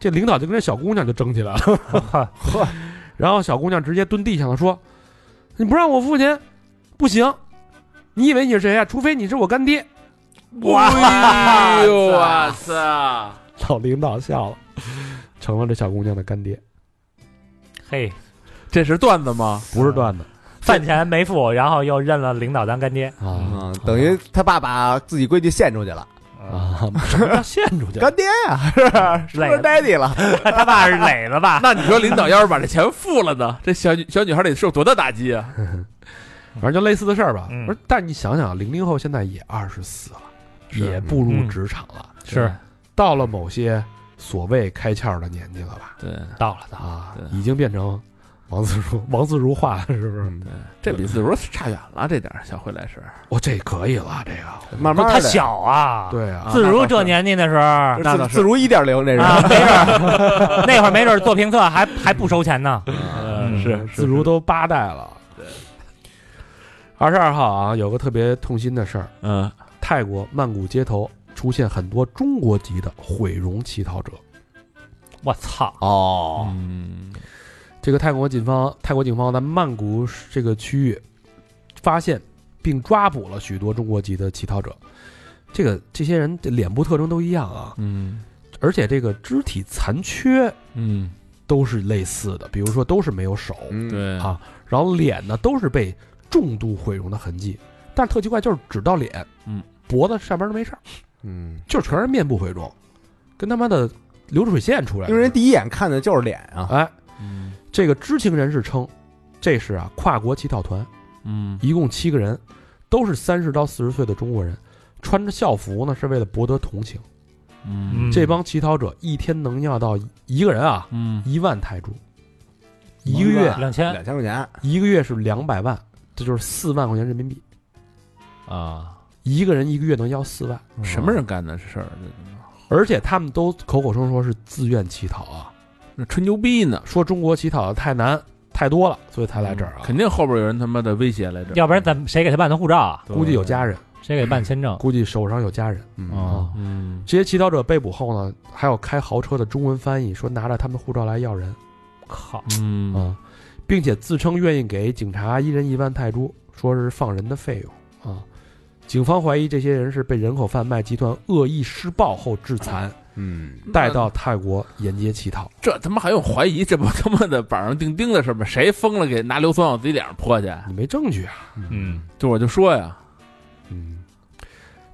[SPEAKER 3] 这领导就跟这小姑娘就争起来了。 然后小姑娘直接蹲地上了，说：“你不让我付钱，不行！你以为你是谁呀、除非你是我干爹。”
[SPEAKER 5] 哇，我操！
[SPEAKER 3] 老领导笑了，成了这小姑娘的干爹，
[SPEAKER 4] 嘿，
[SPEAKER 6] 这是段子吗？
[SPEAKER 3] 不是段子
[SPEAKER 4] 饭钱没付，然后又认了领导当干爹，
[SPEAKER 3] 啊
[SPEAKER 2] 啊，等于他爸把自己闺女献出去了，
[SPEAKER 3] 啊！什么叫献出去？
[SPEAKER 2] 干爹呀，是吧是不
[SPEAKER 4] 累
[SPEAKER 2] 是
[SPEAKER 4] 了
[SPEAKER 2] daddy 了？
[SPEAKER 4] 他爸是磊子吧？
[SPEAKER 6] 那你说领导要是把这钱付了呢？这小女小女孩得受多大打击啊？
[SPEAKER 3] 反正就类似的事儿吧。
[SPEAKER 4] 嗯
[SPEAKER 3] 不是，但你想想，零零后现在也二十四了，
[SPEAKER 6] 是嗯
[SPEAKER 3] 也步入职场了，
[SPEAKER 4] 是
[SPEAKER 3] 到了某些所谓开窍的年纪了吧？
[SPEAKER 6] 对，
[SPEAKER 4] 到了到了，
[SPEAKER 3] 啊
[SPEAKER 6] 对，
[SPEAKER 3] 已经变成王自如王自如化了，是不是？
[SPEAKER 6] 这比自如差远了，这点儿小会来事儿。
[SPEAKER 3] 哦，这可以了，这个
[SPEAKER 2] 慢慢
[SPEAKER 4] 他
[SPEAKER 2] 的，
[SPEAKER 4] 小啊，
[SPEAKER 3] 对啊，
[SPEAKER 4] 自如这年纪的时候。
[SPEAKER 2] 自自如一点零，这
[SPEAKER 4] 啊，
[SPEAKER 2] 是
[SPEAKER 4] 没准儿那会儿没准儿做评测还还不收钱呢。嗯
[SPEAKER 6] 是
[SPEAKER 3] 自如都八代了。二十二号啊，有个特别痛心的事儿，
[SPEAKER 6] 嗯
[SPEAKER 3] 泰国曼谷街头出现很多中国籍的毁容乞讨者。
[SPEAKER 4] 我操！
[SPEAKER 2] 哦，
[SPEAKER 6] 嗯
[SPEAKER 3] 这个泰国警方，泰国警方在曼谷这个区域发现并抓捕了许多中国籍的乞讨者。这个这些人的脸部特征都一样啊，
[SPEAKER 6] 嗯
[SPEAKER 3] 而且这个肢体残缺
[SPEAKER 6] 嗯，
[SPEAKER 3] 都是类似的，比如说都是没有手，
[SPEAKER 2] 嗯，
[SPEAKER 6] 对
[SPEAKER 3] 啊然后脸呢都是被重度毁容的痕迹，但是特奇怪就是只到脸，
[SPEAKER 6] 嗯，
[SPEAKER 3] 脖子上边都没事儿，
[SPEAKER 2] 嗯，
[SPEAKER 3] 就是全是面部毁容，跟他妈的流水线出来的
[SPEAKER 2] 因为人第一眼看的就是脸啊，
[SPEAKER 3] 哎，
[SPEAKER 6] 嗯
[SPEAKER 3] 这个知情人士称，这是啊跨国乞讨团，
[SPEAKER 6] 嗯
[SPEAKER 3] 一共七个人，都是三十到四十岁的中国人，穿着校服呢是为了博得同情。
[SPEAKER 6] 嗯
[SPEAKER 3] 这帮乞讨者一天能要到一个人啊
[SPEAKER 6] 嗯
[SPEAKER 3] 一万泰铢，一个月
[SPEAKER 4] 两千
[SPEAKER 2] 两千块钱，
[SPEAKER 3] 一个月是两百万，这就是四万块钱人民币，
[SPEAKER 6] 啊，
[SPEAKER 3] 一个人一个月能要四万，
[SPEAKER 6] 嗯什么人干的事儿？
[SPEAKER 3] 而且他们都口口声声说是自愿乞讨啊，
[SPEAKER 6] 那吹牛逼呢？
[SPEAKER 3] 说中国乞讨的太难太
[SPEAKER 6] 嗯
[SPEAKER 3] 多了，所以才来这儿啊，
[SPEAKER 6] 肯定后边有人他妈的威胁来着，
[SPEAKER 4] 要不然咱们谁给他办的护照啊？
[SPEAKER 3] 估计有家人
[SPEAKER 4] 谁给办签证？
[SPEAKER 3] 估计手上有家人。啊
[SPEAKER 6] 啊
[SPEAKER 4] 哦，
[SPEAKER 5] 嗯，
[SPEAKER 3] 这些乞讨者被捕后呢，还有开豪车的中文翻译说拿着他们护照来要人
[SPEAKER 4] 靠，
[SPEAKER 5] 嗯
[SPEAKER 3] 啊、并且自称愿意给警察一人一万泰铢，说是放人的费用啊。警方怀疑这些人是被人口贩卖集团恶意施暴后致残，
[SPEAKER 2] 嗯，
[SPEAKER 3] 带到泰国沿街乞讨。
[SPEAKER 6] 这他妈还用怀疑？这不他妈的板上钉钉的事吗？谁疯了给拿硫酸往自己脸上泼去？
[SPEAKER 3] 你没证据啊？
[SPEAKER 4] 嗯，
[SPEAKER 6] 就我就说呀，
[SPEAKER 3] 嗯，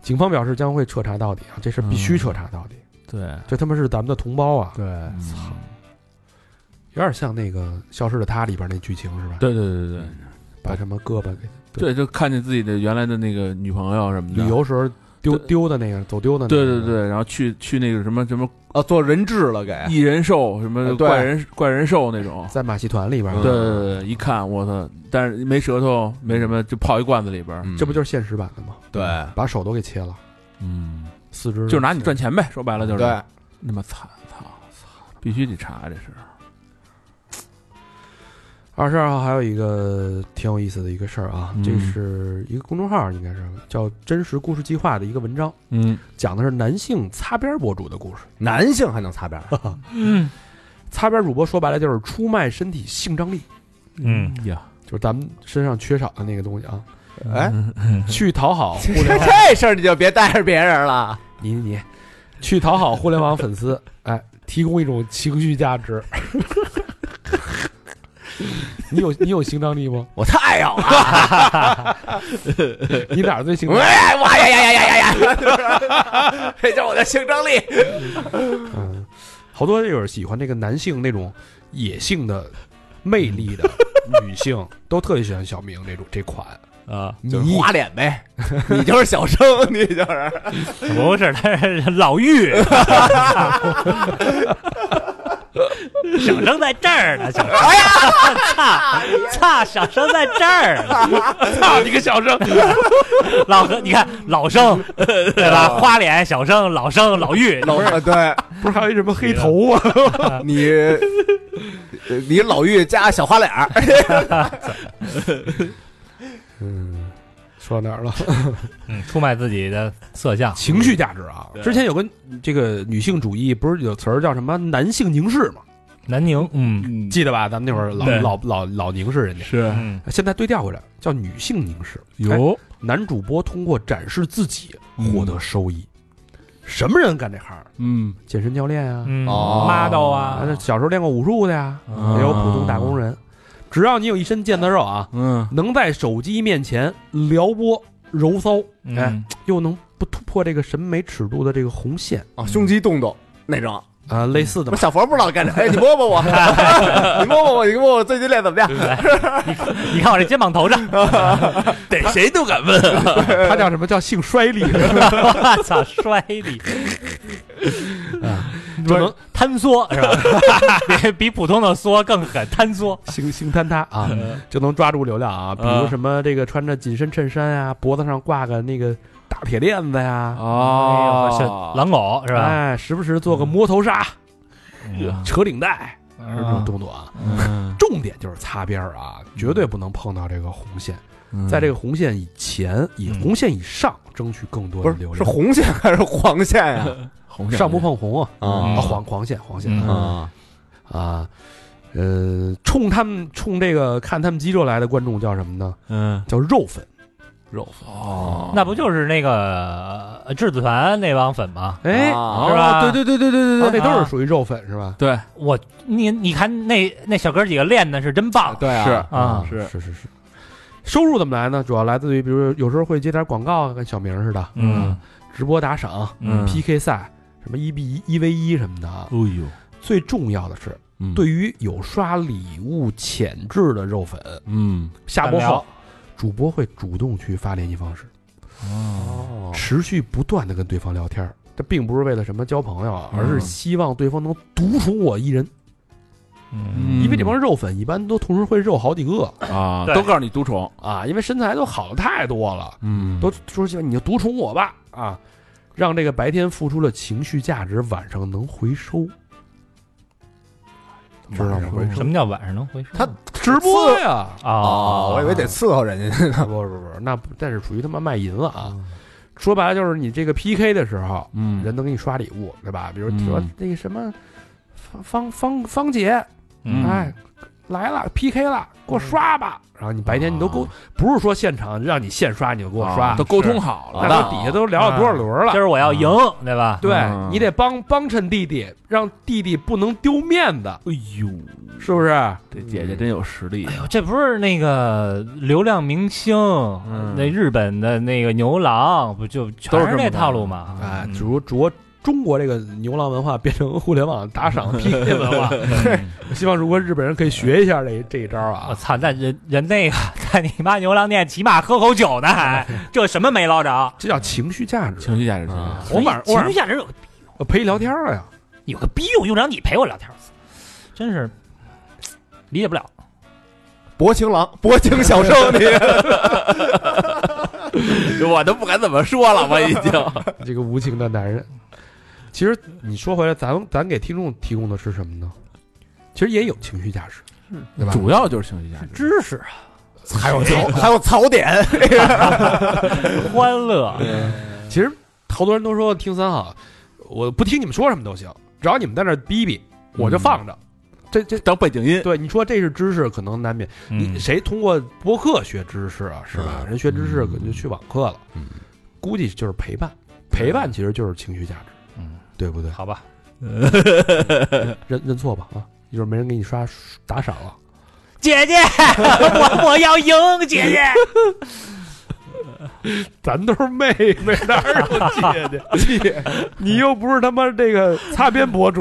[SPEAKER 3] 警方表示将会彻查到底啊，这事儿必须彻查到底。
[SPEAKER 6] 对
[SPEAKER 3] 这他妈是咱们的同胞啊！
[SPEAKER 2] 对，
[SPEAKER 6] 操，
[SPEAKER 3] 有点像那个《消失的她》里边那剧情是吧？，
[SPEAKER 6] 对对对对
[SPEAKER 3] 把什么胳膊给
[SPEAKER 6] 对，就看见自己的原来的那个女朋友什么的，
[SPEAKER 3] 旅游时候丢
[SPEAKER 6] 嗯对
[SPEAKER 3] 丢的那个，走丢的那
[SPEAKER 6] 对
[SPEAKER 3] 个。
[SPEAKER 6] 对对，然后去去那个什么什么
[SPEAKER 2] 哦，做人质了给，
[SPEAKER 6] 异人兽，什么
[SPEAKER 2] 哎对
[SPEAKER 6] 怪人怪人兽那种。
[SPEAKER 3] 在马戏团里边
[SPEAKER 6] 对嗯
[SPEAKER 3] 儿，
[SPEAKER 6] 对对，一看我操，但是没舌头，没什么，就泡一罐子里边儿，
[SPEAKER 3] 这不就是是现实版的吗？
[SPEAKER 2] 对
[SPEAKER 3] 把手都给切了，
[SPEAKER 6] 嗯，
[SPEAKER 3] 四肢
[SPEAKER 6] 就是拿你赚钱呗，说白了就是。
[SPEAKER 2] 对，
[SPEAKER 6] 那么惨，操操，必须得查啊这事儿。
[SPEAKER 3] 二十二号还有一个挺有意思的一个事儿啊，
[SPEAKER 6] 嗯
[SPEAKER 3] 这是一个公众号，应该是啊叫“真实故事计划”的一个文章，
[SPEAKER 6] 嗯，
[SPEAKER 3] 讲的是男性擦边博主的故事。
[SPEAKER 2] 男性还能擦边儿，
[SPEAKER 3] 擦边主播说白了就是出卖身体性张力，
[SPEAKER 4] 嗯
[SPEAKER 6] 呀，
[SPEAKER 3] 就是咱们身上缺少的那个东西啊，
[SPEAKER 2] 哎，
[SPEAKER 6] 嗯
[SPEAKER 3] 去讨 好互联网，
[SPEAKER 2] 这事儿你就别带着别人了，
[SPEAKER 3] 你你你，去讨好互联网粉丝，哎，提供一种情绪价值。 你有你有性张力吗？
[SPEAKER 2] 我太有了，
[SPEAKER 3] 你哪儿最性张力？
[SPEAKER 2] 哎，哇呀呀呀呀呀呀，这就是我的性张力，
[SPEAKER 3] 嗯，好多就是喜欢这个男性那种野性的、魅力的女性，都特别喜欢小明这种这款。
[SPEAKER 4] 啊，
[SPEAKER 2] 就是花脸呗，你就是小生，你就是，
[SPEAKER 4] 不是，他是老妪，小生在这儿呢，小生，哎呀，操，操，小生在这儿呢，
[SPEAKER 6] 操你个小生！
[SPEAKER 4] 老何，你看老生对吧？花脸小生，老生老妪，
[SPEAKER 2] 老对，
[SPEAKER 3] 不是还有一什么黑
[SPEAKER 6] 啊
[SPEAKER 3] 头吗？
[SPEAKER 2] 你呃你老玉加小花脸儿，
[SPEAKER 3] 嗯，说到哪儿了？
[SPEAKER 4] 嗯出卖自己的色相，
[SPEAKER 3] 情绪价值啊！之前有个这个女性主义，不是有词儿叫什么“男性凝视”嘛？
[SPEAKER 4] 南宁，嗯
[SPEAKER 6] 嗯，
[SPEAKER 3] 记得吧？咱们那会儿老
[SPEAKER 4] 对
[SPEAKER 3] 老老老凝视人家，
[SPEAKER 6] 是
[SPEAKER 4] 嗯，
[SPEAKER 3] 现在对调回来叫女性凝视。哎
[SPEAKER 6] 有
[SPEAKER 3] 男主播通过展示自己获得收益，什么人干这行？
[SPEAKER 6] 嗯
[SPEAKER 3] 健身教练啊，
[SPEAKER 4] 嗯
[SPEAKER 2] 哦
[SPEAKER 4] ，model
[SPEAKER 3] 啊，
[SPEAKER 4] 啊，
[SPEAKER 3] 这小时候练过武术的呀，
[SPEAKER 4] 啊
[SPEAKER 3] 也有普通打工人。只要你有一身腱子肉啊，
[SPEAKER 6] 嗯
[SPEAKER 3] 能在手机面前撩拨揉骚，哎
[SPEAKER 4] 嗯，
[SPEAKER 3] 又能不突破这个审美尺度的这个红线
[SPEAKER 2] 啊，胸肌动动那种。
[SPEAKER 3] 啊，类似的
[SPEAKER 2] 我
[SPEAKER 3] 嘛。
[SPEAKER 2] 小佛不知道干啥，哎，你摸摸我， 你摸摸我，你摸我最近练怎么样？
[SPEAKER 4] 你看我这肩膀头上，
[SPEAKER 5] 逮谁都敢问，
[SPEAKER 3] 它叫什么叫性衰力？
[SPEAKER 4] 我操，摔你，啊
[SPEAKER 3] 就能
[SPEAKER 4] 坍缩是吧？比比普通的缩更狠，坍缩，
[SPEAKER 3] 性 性坍塌啊，就能抓住流量啊。比如什么这个穿着紧身衬衫呀，脖子上挂个那个大铁链子呀，
[SPEAKER 6] 啊
[SPEAKER 4] 哎呦是
[SPEAKER 6] 哦，
[SPEAKER 4] 狼狗是吧？
[SPEAKER 3] 哎，时不时做个摸头杀、
[SPEAKER 4] 嗯
[SPEAKER 3] 扯领带这种
[SPEAKER 4] 啊
[SPEAKER 3] 动作啊。
[SPEAKER 6] 嗯，
[SPEAKER 3] 重点就是擦边儿啊，绝对不能碰到这个红线。在这
[SPEAKER 6] 个
[SPEAKER 3] 个红线以前，以
[SPEAKER 4] 嗯
[SPEAKER 3] 红线以上争取更多
[SPEAKER 2] 不
[SPEAKER 3] 的
[SPEAKER 2] 是
[SPEAKER 3] 流，
[SPEAKER 2] 是
[SPEAKER 3] 量。
[SPEAKER 2] 红线 还是黄线呀？
[SPEAKER 6] 红
[SPEAKER 3] 上不碰红啊，
[SPEAKER 2] 啊
[SPEAKER 3] 啊黄黄线黄线
[SPEAKER 4] 嗯
[SPEAKER 2] 啊，
[SPEAKER 3] 啊，呃，冲他们冲这个看他们肌肉来的观众叫什么呢？
[SPEAKER 6] 嗯
[SPEAKER 3] 叫肉粉。
[SPEAKER 6] 肉哦
[SPEAKER 4] 那不就是那个呃质子团那帮粉吗？
[SPEAKER 3] 哎，啊，
[SPEAKER 2] 啊
[SPEAKER 4] 是吧
[SPEAKER 6] 对对对对对
[SPEAKER 3] 那
[SPEAKER 6] 对对，
[SPEAKER 3] 都是属于肉粉是吧？
[SPEAKER 6] 对，
[SPEAKER 4] 我你你看那那小哥几个练的是真棒
[SPEAKER 2] 对啊，
[SPEAKER 6] 是
[SPEAKER 4] 啊！
[SPEAKER 6] 是
[SPEAKER 3] 是是是。收入怎么来呢？主要来自于，比如有时候会接点广告啊，跟小明似的，
[SPEAKER 4] 嗯
[SPEAKER 3] 直播打赏、
[SPEAKER 4] 嗯
[SPEAKER 3] PK 赛，什么一比一、一 v 一什么的啊
[SPEAKER 6] 哎。呦，
[SPEAKER 3] 最重要的是，
[SPEAKER 6] 嗯
[SPEAKER 3] 对于有刷礼物潜质的肉粉，
[SPEAKER 6] 嗯
[SPEAKER 3] 下播
[SPEAKER 4] 单聊
[SPEAKER 3] 后，主播会主动去发联系方式，
[SPEAKER 2] 哦
[SPEAKER 3] 持续不断的跟对方聊天儿。这并不是为了什么交朋友啊，
[SPEAKER 6] 嗯
[SPEAKER 3] 而是希望对方能独处我一人，
[SPEAKER 4] 嗯
[SPEAKER 3] 因为这帮肉粉一般都同时会肉好几个
[SPEAKER 6] 啊
[SPEAKER 4] 对
[SPEAKER 6] 都告诉你毒虫，
[SPEAKER 3] 啊，因为身材都好的太多了，
[SPEAKER 6] 嗯
[SPEAKER 3] 都说起来你就独宠我吧啊，让这个白天付出了情绪价值，晚上能回收。知道不
[SPEAKER 4] 什么叫晚上能回收？
[SPEAKER 2] 他
[SPEAKER 3] 直播呀？
[SPEAKER 4] 啊，
[SPEAKER 2] 哦我以为得伺候人家。
[SPEAKER 3] 不不不，那不但是属于他妈卖淫了啊！说白了就是你这个 PK 的时候，
[SPEAKER 6] 嗯
[SPEAKER 3] 人能给你刷礼物，对吧？比如
[SPEAKER 6] 嗯
[SPEAKER 3] 说那个什么方方方方姐，
[SPEAKER 4] 嗯
[SPEAKER 3] 哎，来了 PK 了，给我刷吧。嗯然后你白天你都沟，不是说现场让你现刷你就给我刷，
[SPEAKER 6] 啊都沟通好
[SPEAKER 3] 那
[SPEAKER 6] 了
[SPEAKER 3] 都底下都聊了多少轮了
[SPEAKER 4] 今？儿我要赢，对吧？
[SPEAKER 3] 对
[SPEAKER 6] 嗯
[SPEAKER 3] 你得帮帮衬弟弟，让弟弟不能丢面子，
[SPEAKER 6] 哎呦，嗯
[SPEAKER 3] 是不是？
[SPEAKER 6] 这姐姐真有实力啊，
[SPEAKER 4] 这不是那个流量明星，
[SPEAKER 3] 嗯
[SPEAKER 4] 那日本的那个牛郎，不就全是
[SPEAKER 6] 都是这么
[SPEAKER 4] 那
[SPEAKER 6] 干
[SPEAKER 4] 套路吗？
[SPEAKER 3] 哎，
[SPEAKER 4] 嗯
[SPEAKER 3] 只不过中国这个牛郎文化变成互联网打 赏 PK 文化，
[SPEAKER 6] 嗯
[SPEAKER 3] 希望如果日本人可以学一下这这一招
[SPEAKER 4] 我
[SPEAKER 3] 啊。
[SPEAKER 4] 操，那人人那个在你妈牛郎店起码喝口酒呢，
[SPEAKER 3] 哎
[SPEAKER 4] 还 这什么没捞着？
[SPEAKER 3] 这叫情绪价值。
[SPEAKER 6] 情绪价值，
[SPEAKER 3] 啊
[SPEAKER 6] 情
[SPEAKER 3] 我晚我
[SPEAKER 4] 情
[SPEAKER 3] 晚
[SPEAKER 4] 绪
[SPEAKER 3] 上
[SPEAKER 4] 价值有个
[SPEAKER 3] 我陪你聊天了呀，
[SPEAKER 4] 有个逼用，用不着你陪我聊天，真是理解不了。
[SPEAKER 2] 薄情郎， 薄情小生，你
[SPEAKER 6] 绪我都不敢怎么说了，我已 经
[SPEAKER 3] 这个无情的男人。其实你说回来，咱们咱给听众提供的是什么呢？其实也有情绪价值，对吧？
[SPEAKER 6] 主要就是情绪价值，
[SPEAKER 4] 知识、
[SPEAKER 2] 还有槽，还有槽 点，
[SPEAKER 4] 欢乐，
[SPEAKER 3] 其实好多人都说听三好，我不听你们说什么都行，只要你们在那儿逼逼，我就放着。这这
[SPEAKER 6] 当背景音，
[SPEAKER 3] 对你说这是知识，可能难免。你
[SPEAKER 4] 嗯
[SPEAKER 3] 谁通过播客学知识啊？嗯是吧？人学知识可能就去网课了，估计就是陪伴，陪伴其实就是情绪价值，
[SPEAKER 4] 嗯，
[SPEAKER 3] 对不对？
[SPEAKER 4] 好吧，
[SPEAKER 3] 认认错吧啊！一会儿没人给你刷打赏了。
[SPEAKER 4] 姐 姐，我我要赢，姐姐。
[SPEAKER 3] 嗯咱都是妹妹，哪有姐姐？姐， 你又不是他妈这个擦边博 主。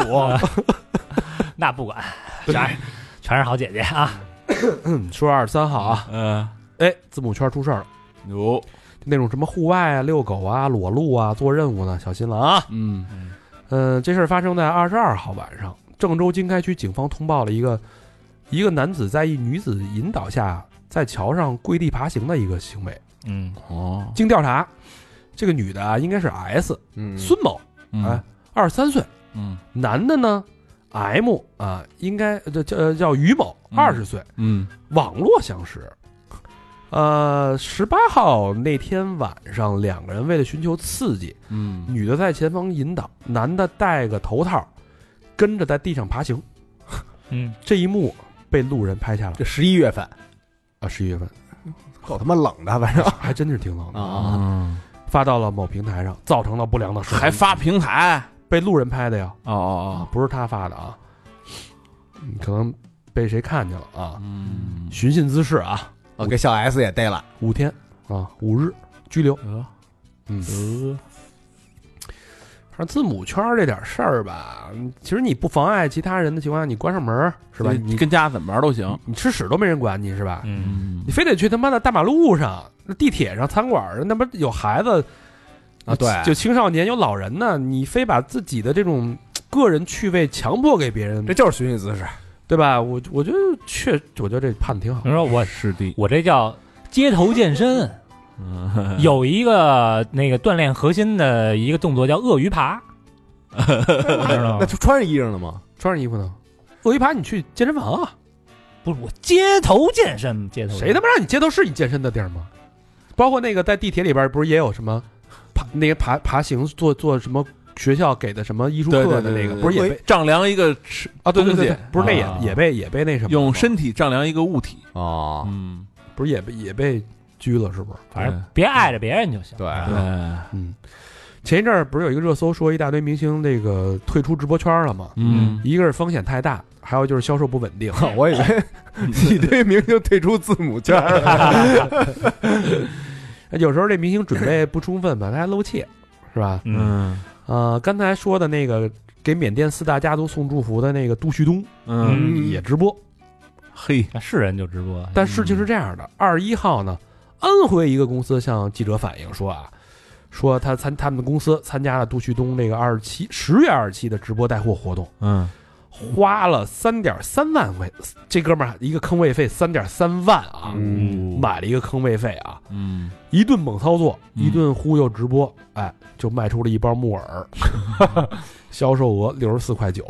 [SPEAKER 4] 那不管，全是全是好姐姐啊！
[SPEAKER 3] 说二十三号啊，
[SPEAKER 6] 嗯，
[SPEAKER 3] 哎，字母圈出事儿了，
[SPEAKER 6] 有，
[SPEAKER 3] 那种什么户外啊、遛狗啊、裸露啊、做任务呢，小心了啊！
[SPEAKER 6] 嗯
[SPEAKER 3] 嗯，这事儿发生在二十二号晚上，郑州经开区警方通报了一个一个男子在一女子引导下在桥上跪地爬行的一个行为。
[SPEAKER 4] 嗯，
[SPEAKER 6] 哦，
[SPEAKER 3] 经调查，这个女的啊应该是 S
[SPEAKER 2] 嗯
[SPEAKER 3] 孙某，哎
[SPEAKER 6] 嗯，
[SPEAKER 3] 二十三岁，
[SPEAKER 6] 嗯
[SPEAKER 3] 男的呢 M 啊、应该呃这叫叫于某，
[SPEAKER 6] 嗯
[SPEAKER 3] 二十岁，
[SPEAKER 6] 嗯
[SPEAKER 3] 网络相识。呃，十八号那天晚上，两个人为了寻求刺激，
[SPEAKER 6] 嗯，
[SPEAKER 3] 女的在前方引导，男的戴个头套，跟着在地上爬行。
[SPEAKER 4] 嗯，
[SPEAKER 3] 这一幕被路人拍下了
[SPEAKER 2] 这十一月份
[SPEAKER 3] 啊！十一月份
[SPEAKER 2] 够他妈冷的，反正
[SPEAKER 3] 还真是挺冷的，
[SPEAKER 2] 啊，
[SPEAKER 3] 发到了某平台上，造成了不良的手
[SPEAKER 6] 还发平台，
[SPEAKER 3] 被路人拍的呀啊
[SPEAKER 6] 哦哦，
[SPEAKER 3] 不是他发的啊，嗯可能被谁看见了
[SPEAKER 6] 哦，
[SPEAKER 3] 啊？
[SPEAKER 6] 嗯，
[SPEAKER 3] 寻衅滋事啊，
[SPEAKER 2] 我给小 S 也逮了，
[SPEAKER 3] 五天啊，五日拘留。嗯，
[SPEAKER 6] 呃，
[SPEAKER 3] 反正字母圈这点事儿吧，其实你不妨碍其他人的情况下，你关上门儿是吧？
[SPEAKER 6] 你
[SPEAKER 3] 你
[SPEAKER 6] 跟家怎么玩都行，
[SPEAKER 3] 你吃屎都没人管你是吧？
[SPEAKER 4] 嗯，
[SPEAKER 3] 你非得去他妈的大马路上、那地铁上、餐馆儿，那不有孩子
[SPEAKER 2] 啊对
[SPEAKER 3] 就青少年有老人呢，你非把自己的这种个人趣味强迫给别人
[SPEAKER 2] 这，就是寻衅 滋事。
[SPEAKER 3] 对吧？我我觉得确，我觉得这判的挺好
[SPEAKER 6] 嗯
[SPEAKER 4] 你。说我
[SPEAKER 6] 是的，
[SPEAKER 4] 我这叫街头健身，
[SPEAKER 3] 嗯
[SPEAKER 4] 有一个那个锻炼核心的一个动作叫鳄鱼爬，你知道
[SPEAKER 2] 那
[SPEAKER 4] 吗？
[SPEAKER 2] 就穿上衣裳了吗？
[SPEAKER 3] 穿上衣服呢，我一爬你去健身房啊？
[SPEAKER 4] 不是我街头健身，街头
[SPEAKER 3] 谁他妈让你街头是你健身的地儿吗？包括那个在地铁里边儿不是也有什么爬那个爬爬行做做什么学校给的什么艺术
[SPEAKER 6] 对
[SPEAKER 3] 课
[SPEAKER 6] 对
[SPEAKER 3] 的那
[SPEAKER 6] 对
[SPEAKER 3] 个，
[SPEAKER 6] 对
[SPEAKER 3] 不是也被
[SPEAKER 6] 丈量一个尺，
[SPEAKER 3] 啊？对对对
[SPEAKER 6] 东
[SPEAKER 3] 对
[SPEAKER 6] 西，
[SPEAKER 3] 不是那也
[SPEAKER 4] 啊
[SPEAKER 3] 也被也被那什么
[SPEAKER 6] 用
[SPEAKER 3] 了吗
[SPEAKER 6] 身体丈量一个物体，
[SPEAKER 2] 哦，
[SPEAKER 6] 嗯，
[SPEAKER 3] 不是也被也被拘了是不是？
[SPEAKER 4] 反正别碍着别人就行。
[SPEAKER 2] 对
[SPEAKER 4] 啊
[SPEAKER 6] 对，
[SPEAKER 3] 嗯，前一阵儿不是有一个热搜说一大堆明星那个退出直播圈了吗？
[SPEAKER 6] 嗯，
[SPEAKER 3] 一个是风险太大，还有就是销售不稳定。
[SPEAKER 2] 我以 为一堆明星退出字母圈儿了，
[SPEAKER 3] 哎有时候这明星准备不充分吧，他还露怯，是吧？
[SPEAKER 4] 嗯，
[SPEAKER 3] 呃，刚才说的那个给缅甸四大家族送祝福的那个杜旭东，
[SPEAKER 6] 嗯，
[SPEAKER 4] 嗯
[SPEAKER 3] 也直播，
[SPEAKER 6] 嘿，
[SPEAKER 4] 那是人就直播，
[SPEAKER 3] 但事情是这样
[SPEAKER 6] 嗯
[SPEAKER 3] 的：二十一号呢，安徽一个公司向记者反映说啊，说他参他们的公司参加了杜旭东那个二十七十月二十七的直播带货活动，
[SPEAKER 6] 嗯，
[SPEAKER 3] 花了三点三万块，这哥们儿一个坑位费三点三万啊，
[SPEAKER 2] 嗯
[SPEAKER 3] 买了一个坑位费啊，
[SPEAKER 6] 嗯，
[SPEAKER 3] 一顿猛操作，
[SPEAKER 6] 嗯
[SPEAKER 3] 一顿忽悠直播，哎，就卖 出了一包木耳，销售额六十四块九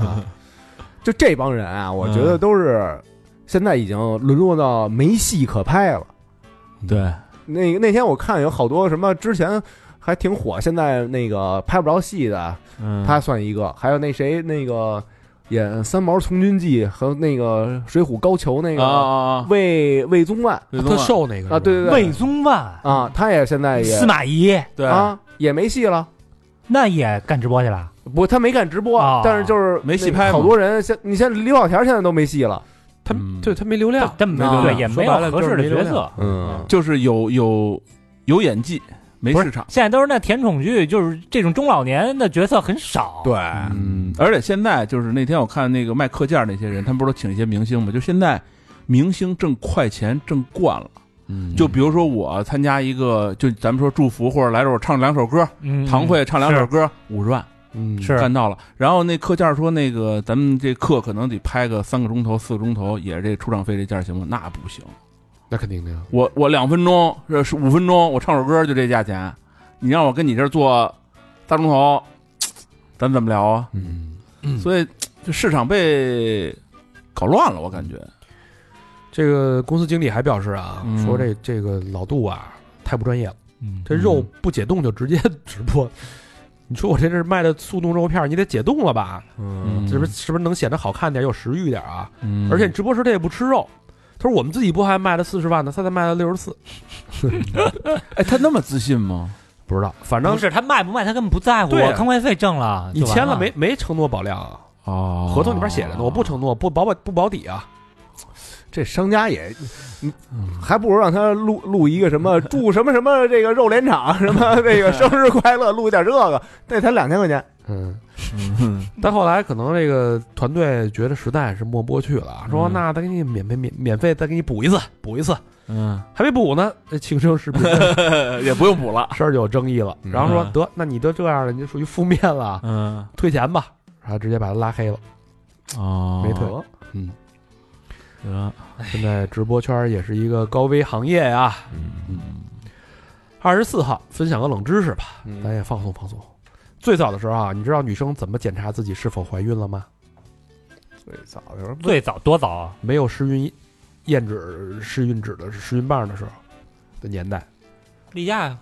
[SPEAKER 3] 啊。
[SPEAKER 2] 就这帮人啊，我觉得都是现在已经沦落到没戏可拍了。
[SPEAKER 5] 对，
[SPEAKER 2] 那那天我看有好多什么之前还挺火，现在那个拍不着戏的，
[SPEAKER 5] 嗯
[SPEAKER 2] 他算一个，还有那谁那个演《三毛从军记》和那个《水浒高俅》那
[SPEAKER 6] 啊
[SPEAKER 2] 个
[SPEAKER 6] 啊啊！
[SPEAKER 2] 魏魏宗万
[SPEAKER 6] 魏宗
[SPEAKER 3] 特
[SPEAKER 6] 万
[SPEAKER 3] 瘦那个
[SPEAKER 2] 啊，对对对，
[SPEAKER 4] 魏宗万、
[SPEAKER 2] 啊，他也现
[SPEAKER 3] 哎
[SPEAKER 2] 在也
[SPEAKER 4] 司马懿，
[SPEAKER 6] 对，
[SPEAKER 2] 啊也没戏了。
[SPEAKER 4] 那也干直播去了。
[SPEAKER 2] 不，他没干直播，
[SPEAKER 4] 啊
[SPEAKER 2] 但是就是
[SPEAKER 6] 没戏拍嘛
[SPEAKER 2] 好多人现你像李保田现在都没戏了，
[SPEAKER 3] 他
[SPEAKER 6] 嗯
[SPEAKER 3] 对他没流量，
[SPEAKER 4] 真没
[SPEAKER 6] 没流
[SPEAKER 4] 对，
[SPEAKER 6] 量
[SPEAKER 4] 也没
[SPEAKER 3] 啊说白
[SPEAKER 4] 有
[SPEAKER 3] 了
[SPEAKER 4] 合
[SPEAKER 3] 就是
[SPEAKER 4] 适的
[SPEAKER 3] 没流
[SPEAKER 4] 角
[SPEAKER 3] 量
[SPEAKER 4] 色。
[SPEAKER 2] 嗯，
[SPEAKER 6] 就是有有有演技，没市场。
[SPEAKER 4] 现在都是那甜宠剧，就是这种中老年的角色很少。，
[SPEAKER 2] 对，
[SPEAKER 6] 嗯，而且现在就是那天我看那个卖课件那些人，他们不是都请一些明星吗？就现在明星挣快钱挣惯了。
[SPEAKER 5] 嗯
[SPEAKER 6] 就比如说我参加一个，就咱们说祝福或者来这儿我唱两首歌，
[SPEAKER 4] 嗯，
[SPEAKER 6] 堂会唱两首歌五十万
[SPEAKER 2] 嗯
[SPEAKER 4] 是
[SPEAKER 6] 干到了。然后那课件说那个咱们这课可能得拍个三个钟头四个钟头，也是这出场费这价行吗？那不行，
[SPEAKER 3] 那肯定的呀。
[SPEAKER 6] 我我两分钟呃是五分钟，我唱首歌就这价钱，你让我跟你这儿做仨钟头，咱怎么聊啊？
[SPEAKER 5] 嗯，
[SPEAKER 6] 所以就市场被搞乱了，我感觉。
[SPEAKER 3] 这个公司经理还表示啊，
[SPEAKER 6] 嗯
[SPEAKER 3] 说这这个老杜啊太不专业了，
[SPEAKER 4] 嗯，
[SPEAKER 3] 这肉不解冻就直接直播。 你说我这是卖的速冻肉片儿，你得解冻了吧？
[SPEAKER 2] 嗯
[SPEAKER 3] 这不是是不是能显得好看点，有食欲点啊？
[SPEAKER 6] 嗯
[SPEAKER 3] 而且直播时他也不吃肉，他说我们自己播还卖了四十万呢，他才卖了六十四，
[SPEAKER 6] 哎，他那么自信吗？
[SPEAKER 3] 不知道，反正
[SPEAKER 4] 不是他卖不卖，他根本不在乎。
[SPEAKER 3] 对
[SPEAKER 4] 我坑位费挣了，
[SPEAKER 3] 你签
[SPEAKER 4] 了
[SPEAKER 3] 了没？没承诺保量啊？
[SPEAKER 6] 哦
[SPEAKER 3] 合同里边写着呢，我不承诺，不保不保底啊。
[SPEAKER 2] 这商家也，你还不如让他录录一个什么祝什么什么这个肉联厂什么这个生日快乐，录一点这个，那才两千块钱，
[SPEAKER 3] 嗯，但后来可能这个团队觉得实在是摸不过去了啊，说
[SPEAKER 6] 嗯
[SPEAKER 3] 那再给你免费免免费再给你补一次，补一次，
[SPEAKER 6] 嗯，
[SPEAKER 3] 还没补呢，这庆生视频
[SPEAKER 6] 也不用补了。
[SPEAKER 3] 事儿就有争议了。然后说
[SPEAKER 6] 嗯
[SPEAKER 3] 得，那你都这样了，你就属于负面了，
[SPEAKER 6] 嗯，
[SPEAKER 3] 退钱吧，然后直接把他拉黑了，
[SPEAKER 6] 哦，
[SPEAKER 3] 没退。现在直播圈也是一个高危行业呀。二十四号分享个冷知识吧，
[SPEAKER 2] 嗯哎
[SPEAKER 3] 咱也放松放松。最早的时候啊，你知道女生怎么检查自己是否怀孕了吗？
[SPEAKER 2] 最早的时候
[SPEAKER 4] 最早多早啊？
[SPEAKER 3] 没有试孕验纸、试孕纸的试孕棒的时候的年代，
[SPEAKER 4] 例假呀，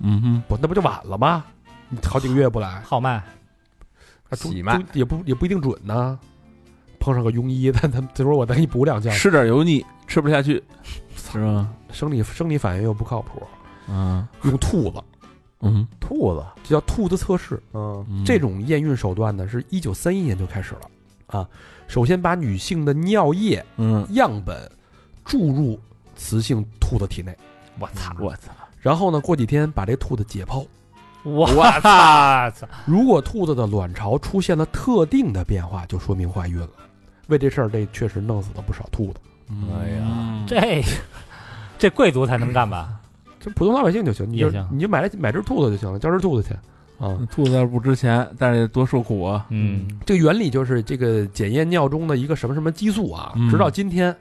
[SPEAKER 6] 嗯哼，
[SPEAKER 3] 不，那不就晚了吗？你好几个月不 来，啊
[SPEAKER 4] 号脉，
[SPEAKER 3] 中
[SPEAKER 2] 喜脉
[SPEAKER 3] 中也不也不一定准呢。碰上个庸医， 他他他说我再给你补两觉，
[SPEAKER 6] 吃点油腻，吃不下去，是吗？
[SPEAKER 3] 生理生理反应又不靠谱，
[SPEAKER 6] 嗯
[SPEAKER 3] 用兔子，
[SPEAKER 6] 嗯，
[SPEAKER 2] 兔子，
[SPEAKER 3] 这叫兔子测试。
[SPEAKER 2] 嗯
[SPEAKER 3] 这种验孕手段呢，是一九三一年就开始了啊。首先把女性的尿液
[SPEAKER 6] 嗯，
[SPEAKER 3] 样本注入雌性兔子体内，
[SPEAKER 4] 我操，
[SPEAKER 6] 我操，
[SPEAKER 3] 然后呢，过几天把这兔子解剖。
[SPEAKER 4] 我操，
[SPEAKER 3] 如果兔子的卵巢出现了特定的变化，就说明怀孕了。为这事儿，这确实弄死了不少兔子。
[SPEAKER 6] 哎呀，
[SPEAKER 4] 这这贵族才能干吧？
[SPEAKER 3] 这普通老百姓就行，你就
[SPEAKER 4] 也行
[SPEAKER 3] 你就买买只兔子就行了，交只兔子去啊。
[SPEAKER 6] 嗯兔子要是不值钱，但是多受苦啊。
[SPEAKER 4] 嗯，
[SPEAKER 3] 这个原理就是这个检验尿中的一个什么什么激素啊
[SPEAKER 6] 嗯。
[SPEAKER 3] 直到今天，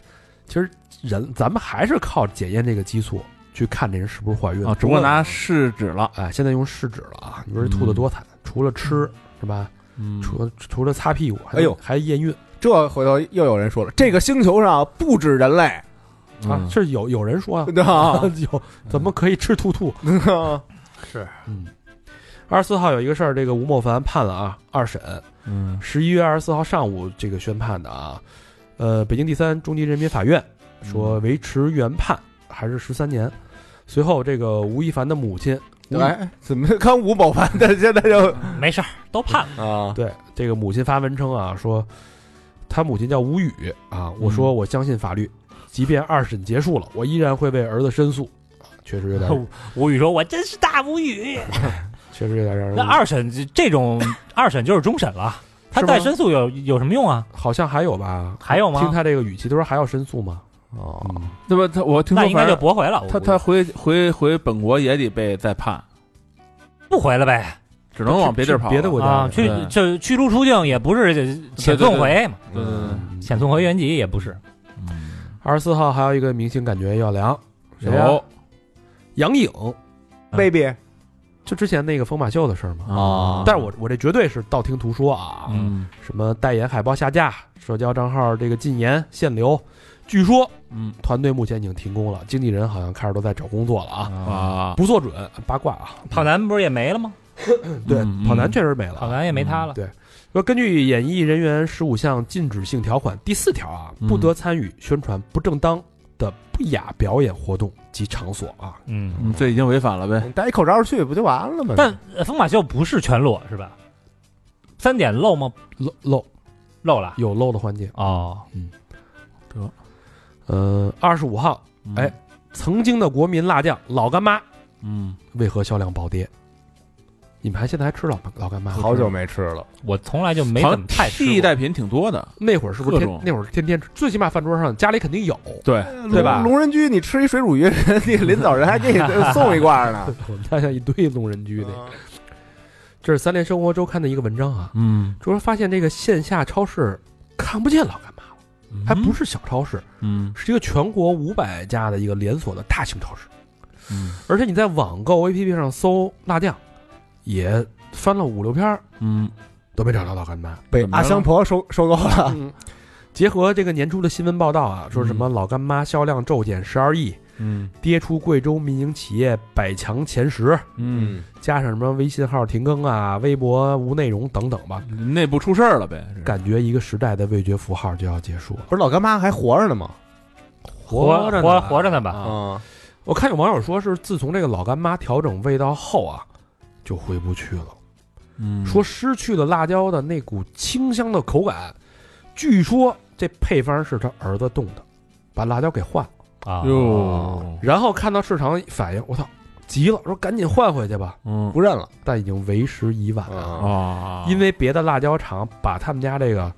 [SPEAKER 3] 其实人咱们还是靠检验这个激素去看这人是不是怀孕
[SPEAKER 6] 啊，只不过拿试纸了。
[SPEAKER 3] 哎，现在用试纸了啊。你说这兔子多惨，除了吃是吧？
[SPEAKER 6] 嗯
[SPEAKER 3] 除了除了擦屁股，还
[SPEAKER 2] 哎呦
[SPEAKER 3] 还验孕
[SPEAKER 2] 这回头又有人说了，这个星球上不止人类，
[SPEAKER 3] 啊。
[SPEAKER 6] 嗯
[SPEAKER 3] 是有有人说啊，
[SPEAKER 2] 对吧？
[SPEAKER 3] 有怎么可以吃兔兔？
[SPEAKER 6] 嗯
[SPEAKER 3] 二十四号有一个事儿，这个吴某凡判了啊，二审，
[SPEAKER 6] 嗯
[SPEAKER 3] 十一月二十四号上午这个宣判的啊，呃，北京第三中级人民法院说
[SPEAKER 4] 嗯
[SPEAKER 3] 维持原判，还是十三年。随后，这个吴亦凡的母亲，
[SPEAKER 4] 啊
[SPEAKER 3] 吴亦
[SPEAKER 2] 对，哎怎么看吴宝凡的现在就
[SPEAKER 4] 嗯没事儿，都判了。
[SPEAKER 2] 啊，
[SPEAKER 3] 对这个母亲发文称啊，说他母亲叫吴宇啊，我
[SPEAKER 4] 嗯
[SPEAKER 3] 说我相信法律，即便二审结束了，我依然会为儿子申诉。啊确实有
[SPEAKER 4] 哦
[SPEAKER 3] 点，
[SPEAKER 4] 吴宇说：“我真是大无语。
[SPEAKER 3] 确实有点让”
[SPEAKER 6] 嗯
[SPEAKER 3] 人。
[SPEAKER 4] 那二审这这种二审就是终审了，他
[SPEAKER 3] 是吗
[SPEAKER 4] 再申诉有有什么用啊？
[SPEAKER 3] 好像还有吧？
[SPEAKER 4] 还有吗嗯
[SPEAKER 3] 听他这个语气，他说还要申诉吗？
[SPEAKER 2] 哦，
[SPEAKER 6] 那么他我听
[SPEAKER 4] 那
[SPEAKER 6] 说
[SPEAKER 4] 应该
[SPEAKER 6] 反
[SPEAKER 4] 就
[SPEAKER 6] 正
[SPEAKER 4] 驳回了。
[SPEAKER 6] 他他回回回本国也得被再判，
[SPEAKER 4] 不回了呗
[SPEAKER 6] 只能往别地儿跑。
[SPEAKER 3] 别的国家
[SPEAKER 4] 啊，去
[SPEAKER 6] 对
[SPEAKER 4] 就驱逐出境也不是遣送回嘛，
[SPEAKER 6] 对对对，
[SPEAKER 4] 遣送回原籍也不是。
[SPEAKER 3] 二十四号还有一个明星感觉要凉，谁呀
[SPEAKER 6] 有
[SPEAKER 3] 杨颖，
[SPEAKER 2] baby，
[SPEAKER 3] 就之前那个疯马秀的事儿嘛。
[SPEAKER 5] 啊
[SPEAKER 4] 哦
[SPEAKER 3] 但是我我这绝对是道听途说啊，
[SPEAKER 5] 嗯
[SPEAKER 3] 什么代言海报下架、社交账号这个禁言、限流，据说
[SPEAKER 5] 嗯
[SPEAKER 3] 团队目前已经停工了，经纪人好像开始都在找工作了啊，
[SPEAKER 5] 啊，
[SPEAKER 3] 不做准八卦啊。
[SPEAKER 4] 跑男不是也没了吗？
[SPEAKER 3] 对
[SPEAKER 5] 嗯，
[SPEAKER 3] 跑男确实没了。
[SPEAKER 4] 跑男也没他了
[SPEAKER 3] 对说根据演艺人员十五项禁止性条款第四条啊，
[SPEAKER 5] 嗯
[SPEAKER 3] 不得参与宣传不正当的不雅表演活动及场所啊。
[SPEAKER 4] 嗯，
[SPEAKER 5] 嗯这已经违反了呗。
[SPEAKER 2] 你戴一口罩去不就完了吗？
[SPEAKER 4] 但呃疯马秀不是全裸是吧？三点露吗？
[SPEAKER 3] 漏漏
[SPEAKER 4] 露了
[SPEAKER 3] 有漏的环节。
[SPEAKER 4] 哦，
[SPEAKER 3] 呃，二十五号，
[SPEAKER 5] 嗯
[SPEAKER 3] 哎，曾经的国民辣酱老干妈
[SPEAKER 5] 嗯，
[SPEAKER 3] 为何销量暴跌？你们还现在还吃老干老干妈？
[SPEAKER 2] 好久没吃了，
[SPEAKER 4] 我从来就没
[SPEAKER 5] 好像
[SPEAKER 4] 怎么太吃过
[SPEAKER 5] 替代品挺多的，
[SPEAKER 3] 那会儿是不是
[SPEAKER 5] 各
[SPEAKER 3] 天
[SPEAKER 5] 种
[SPEAKER 3] 那会儿天天吃？最起码饭桌上家里肯定有。
[SPEAKER 5] 对，
[SPEAKER 3] 对吧
[SPEAKER 2] 龙人居，你吃一水煮鱼，人家临走人还给你送一罐呢。
[SPEAKER 3] 我们家像一堆龙人居的。嗯这是三联生活周刊的一个文章啊，
[SPEAKER 5] 嗯，
[SPEAKER 3] 就说发现这个线下超市看不见老干妈了，还不
[SPEAKER 5] 是，
[SPEAKER 3] 是小超市，
[SPEAKER 5] 嗯
[SPEAKER 3] 是一个全国五百家的一个连锁的大型超市。
[SPEAKER 5] 嗯
[SPEAKER 3] 而且你在网购 APP 上搜辣酱，也翻了五六篇儿
[SPEAKER 5] 嗯，
[SPEAKER 3] 都没找着老干 妈。
[SPEAKER 2] 被
[SPEAKER 5] 怎么
[SPEAKER 2] 阿
[SPEAKER 5] 了
[SPEAKER 2] 香婆收收购了，
[SPEAKER 3] 嗯，结合这个年初的新闻报道啊，说什么老干妈销量骤减十二亿，
[SPEAKER 5] 嗯
[SPEAKER 3] 跌出贵州民营企业百强前十，
[SPEAKER 5] 嗯，
[SPEAKER 3] 加上什么微信号停更啊、微博无内容等等
[SPEAKER 6] 嗯
[SPEAKER 3] 吧，
[SPEAKER 5] 内部出事儿了呗，这是
[SPEAKER 3] 感觉一个时代的味觉符号就要结束了。
[SPEAKER 2] 不是老干妈还活着呢吗？
[SPEAKER 4] 活
[SPEAKER 3] 着
[SPEAKER 4] 活
[SPEAKER 3] 呢，
[SPEAKER 4] 活着呢吧？
[SPEAKER 3] 啊！
[SPEAKER 2] 啊，
[SPEAKER 3] 我看有网友说是自从这个老干妈调整味道后啊，就回不去了。
[SPEAKER 5] 嗯
[SPEAKER 3] 说失去了辣椒的那股清香的口感。据说这配方是他儿子动的，把辣椒给换了，
[SPEAKER 4] 啊，
[SPEAKER 5] 哟，
[SPEAKER 3] 然后看到市场反应，我操，急了，说赶紧换回去吧，
[SPEAKER 5] 嗯
[SPEAKER 2] 不认了
[SPEAKER 3] 但已经为时已晚了，
[SPEAKER 2] 啊！
[SPEAKER 5] 啊，
[SPEAKER 3] 因为别的辣椒厂把他们家这个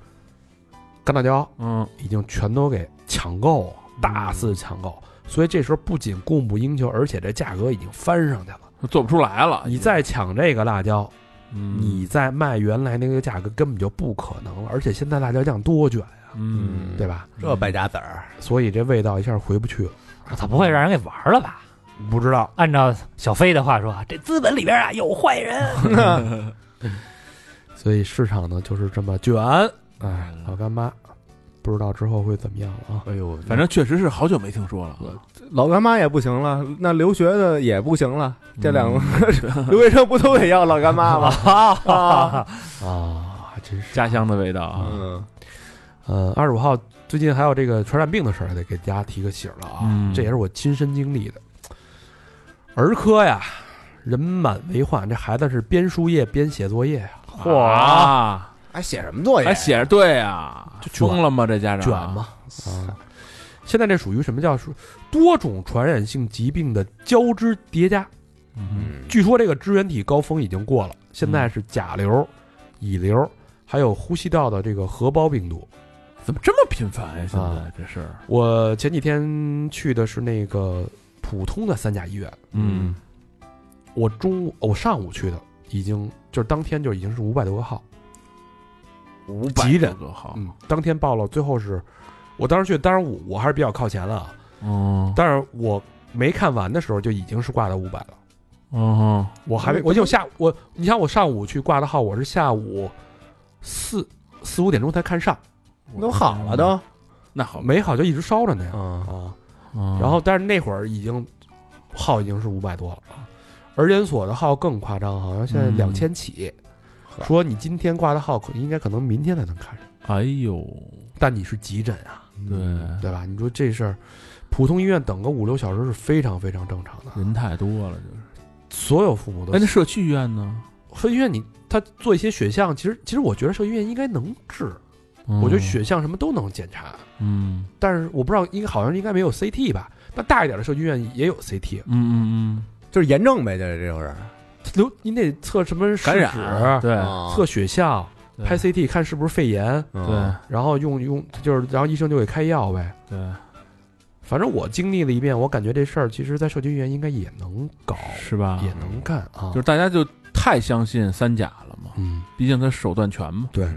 [SPEAKER 3] 干辣椒
[SPEAKER 5] 嗯
[SPEAKER 3] 已经全都给抢购了，大肆抢购。所以这时候不仅供不应求，而且这价格已经翻上去了。
[SPEAKER 5] 做不出来了，
[SPEAKER 3] 你再抢这个辣椒，
[SPEAKER 5] 嗯
[SPEAKER 3] 你再卖原来那个价格根本就不可能了。而且现在辣椒酱多卷，
[SPEAKER 5] 嗯
[SPEAKER 3] 对吧？
[SPEAKER 2] 这败家子 儿，
[SPEAKER 3] 所以这味道一下回啊不去了。
[SPEAKER 4] 他不会让人给玩了吧？
[SPEAKER 3] 不知道，
[SPEAKER 4] 按照小飞的话说，这资本里边啊有坏人。
[SPEAKER 3] 所以市场呢就是这么卷。哎，老干妈，不知道之后会怎么样了啊？
[SPEAKER 2] 哎呦，
[SPEAKER 5] 反正确实是好久没听说了，
[SPEAKER 2] 老干妈也不行了，那留学的也不行了，这两个 留学生不都得要老干 妈吗？啊，
[SPEAKER 3] 啊，还真是。
[SPEAKER 5] 家乡的味道啊，
[SPEAKER 2] 嗯，
[SPEAKER 3] 呃，二十五号最近还有这个传染病的事儿，还得给大家提个醒了啊。
[SPEAKER 5] 嗯
[SPEAKER 3] 这也是我亲身经历的。儿科呀，人满为患，这孩子是边输液边写作业呀，
[SPEAKER 4] 嚯，
[SPEAKER 5] 啊，
[SPEAKER 2] 还哎写什么作业？
[SPEAKER 5] 还写着对啊，
[SPEAKER 3] 就卷
[SPEAKER 5] 疯了吗？这家长
[SPEAKER 3] 卷嘛啊。现在这属于什么叫属多种传染性疾病的交织叠加，
[SPEAKER 5] 嗯
[SPEAKER 2] 嗯，
[SPEAKER 3] 据说这个支原体高峰已经过了，现在是甲流、乙流，还有呼吸道的这个合胞病毒。
[SPEAKER 5] 怎么这么频繁呀？现在
[SPEAKER 3] 啊
[SPEAKER 5] 这事儿，
[SPEAKER 3] 我前几天去的是那个普通的三甲医院，
[SPEAKER 5] 嗯
[SPEAKER 3] 我中午我上午去的，已经就是当天就已经是五百多个号，
[SPEAKER 5] 五
[SPEAKER 3] 百急诊
[SPEAKER 5] 个号，
[SPEAKER 3] 嗯，当天报了，最后是我当时去，当然我我还是比较靠前了，啊，
[SPEAKER 5] 嗯
[SPEAKER 3] 但是我没看完的时候就已经是挂到五百了。
[SPEAKER 5] 嗯
[SPEAKER 3] 我还没，我就下我，你像我上午去挂的号，我是下午四四五点钟才看上，
[SPEAKER 2] 都好了都，
[SPEAKER 5] 那好，
[SPEAKER 3] 没好就一直烧着呢呀
[SPEAKER 2] 嗯
[SPEAKER 3] 啊。
[SPEAKER 5] 嗯
[SPEAKER 3] 然后，但是那会儿已经号已经是五百多了啊，而诊所的号更夸张，好像现在
[SPEAKER 5] 嗯
[SPEAKER 3] 两千起。
[SPEAKER 2] 呵
[SPEAKER 3] 说你今天挂的号，可应该可能明天才能看上，
[SPEAKER 5] 哎呦，
[SPEAKER 3] 但你是急诊啊，
[SPEAKER 5] 嗯对，
[SPEAKER 3] 对吧？你说这事儿，普通医院等个五六小时是非常非常正常的。
[SPEAKER 5] 人太多了，就是。
[SPEAKER 3] 所有父母都
[SPEAKER 5] 哎，那社区医院呢？
[SPEAKER 3] 分医院你他做一些血项，其实其实我觉得社医院应该能治，
[SPEAKER 6] 嗯
[SPEAKER 3] 我觉得血项什么都能检查，
[SPEAKER 5] 嗯，
[SPEAKER 3] 但是我不知道应该好像应该没有 CT 吧？但大一点的社区医院也有 CT，
[SPEAKER 5] 嗯嗯
[SPEAKER 2] 就是炎症呗，这这就是啊
[SPEAKER 3] 留你得测什么
[SPEAKER 5] 感染嗯，
[SPEAKER 3] 染
[SPEAKER 5] 对，
[SPEAKER 3] 测血项，
[SPEAKER 5] 对
[SPEAKER 3] 拍 CT 看是不是肺炎，
[SPEAKER 5] 对
[SPEAKER 3] 然后用用就是然后医生就给开药呗。
[SPEAKER 5] 对，
[SPEAKER 3] 反正我经历了一遍，我感觉这事儿其实，在社区医院应该也能搞，
[SPEAKER 5] 是吧？
[SPEAKER 3] 也能干啊。
[SPEAKER 5] 就是大家就太相信三甲了嘛，
[SPEAKER 3] 嗯，
[SPEAKER 5] 毕竟他手段全嘛。
[SPEAKER 3] 对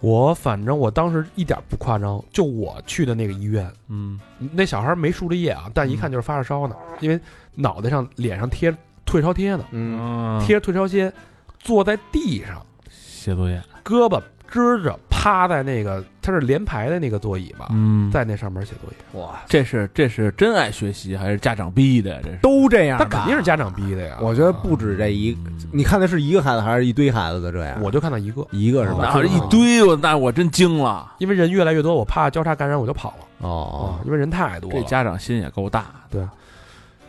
[SPEAKER 3] 我反正我当时一点不夸张，就我去的那个医院，
[SPEAKER 5] 嗯
[SPEAKER 3] 那小孩没输着液啊，但一看就是发着烧呢，因为脑袋上、脸上贴退烧贴呢，
[SPEAKER 2] 嗯，
[SPEAKER 3] 贴着退烧贴，坐在地上，
[SPEAKER 6] 啊写作业，
[SPEAKER 3] 胳膊支着，趴在那个它是连排的那个座椅吧，
[SPEAKER 6] 嗯
[SPEAKER 3] 在那上面写作业。
[SPEAKER 2] 哇，
[SPEAKER 6] 这是这是真爱学习还是家长逼的呀？这是
[SPEAKER 2] 都这样嗯
[SPEAKER 3] 他
[SPEAKER 2] 吧，
[SPEAKER 3] 肯定是家长逼的呀。
[SPEAKER 2] 我觉得不止这一，
[SPEAKER 6] 嗯
[SPEAKER 2] 你看的是一个孩子还是一堆孩子的这样？
[SPEAKER 3] 啊我就看到一个，
[SPEAKER 2] 一个是吧？
[SPEAKER 6] 哪一堆我那我真惊了，
[SPEAKER 3] 因为人越来越多，我怕交叉感染，我就跑了
[SPEAKER 2] 哦
[SPEAKER 3] 啊，，因为人太多
[SPEAKER 6] 这
[SPEAKER 3] 了。
[SPEAKER 6] 家长心也够大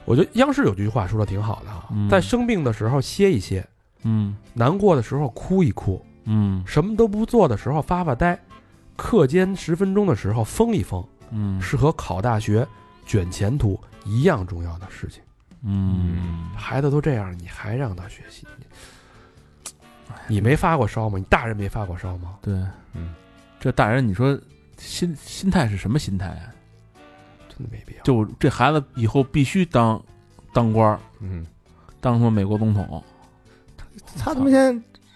[SPEAKER 3] 我觉得央视有句话说的挺好的啊
[SPEAKER 6] 嗯，
[SPEAKER 3] 在生病的时候歇一歇，
[SPEAKER 6] 嗯
[SPEAKER 3] 难过的时候哭一哭，
[SPEAKER 6] 嗯
[SPEAKER 3] 什么都不做的时候发发呆，课间十分钟的时候疯一疯，
[SPEAKER 6] 嗯
[SPEAKER 3] 是和考大学、卷前途一样重要的事情。
[SPEAKER 6] 嗯，
[SPEAKER 3] 孩子都这样了，你还让他学习？你
[SPEAKER 6] 哎
[SPEAKER 3] 你没发过烧吗？你大人没发过烧吗？
[SPEAKER 6] 对，嗯，这大人你说心心态是什么心态啊？
[SPEAKER 3] 真的没必要。
[SPEAKER 6] 就这孩子以后必须当当官儿，
[SPEAKER 2] 嗯，
[SPEAKER 6] 当什么美国总统，
[SPEAKER 2] 他他妈先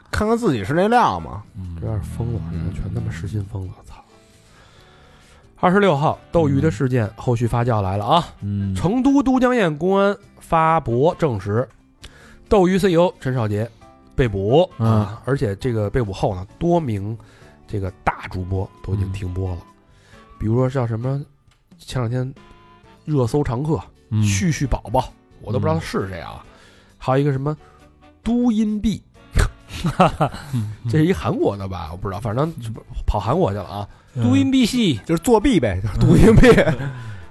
[SPEAKER 2] 看看自己是那料嘛。
[SPEAKER 3] 有点疯了，
[SPEAKER 2] 嗯
[SPEAKER 3] 我全他妈失心疯了，操！二十六号斗鱼的事件后续发酵来了啊！
[SPEAKER 6] 嗯，
[SPEAKER 3] 成都都江堰公安发博证实，斗鱼 CEO 陈少杰被捕
[SPEAKER 6] 嗯
[SPEAKER 3] 啊，而且这个被捕后呢，多名这个大主播都已
[SPEAKER 6] 嗯
[SPEAKER 3] 经停播了，比如说叫什么，前两天热搜常客
[SPEAKER 6] 嗯
[SPEAKER 3] 旭旭宝宝，我都不知道他是谁啊，还有一个什么都音币，
[SPEAKER 6] 嗯
[SPEAKER 3] 这是一韩国的吧？我不知道，反正跑韩国去了啊。
[SPEAKER 6] 嗯
[SPEAKER 4] 都音必系，
[SPEAKER 2] 就是作弊呗，就是赌硬币。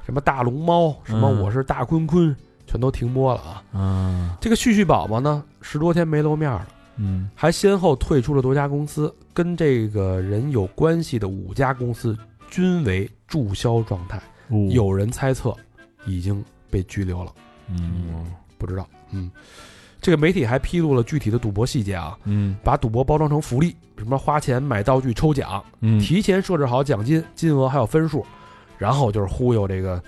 [SPEAKER 3] 什么大龙猫，什么
[SPEAKER 6] 嗯
[SPEAKER 3] 我是大坤坤，全都停播了啊。
[SPEAKER 6] 嗯
[SPEAKER 3] 这个旭旭宝宝呢，十多天没露面了，
[SPEAKER 6] 嗯
[SPEAKER 3] 还先后退出了多家公司，跟这个人有关系的五家公司均为注销状态。有人猜测已经被拘留了，
[SPEAKER 6] 嗯
[SPEAKER 3] 不知道。嗯，这个媒体还披露了具体的赌博细节啊，
[SPEAKER 6] 嗯
[SPEAKER 3] 把赌博包装成福利，什么花钱买道具抽奖，
[SPEAKER 6] 嗯
[SPEAKER 3] 提前设置好奖金、金额还有分数，然后就是忽悠这个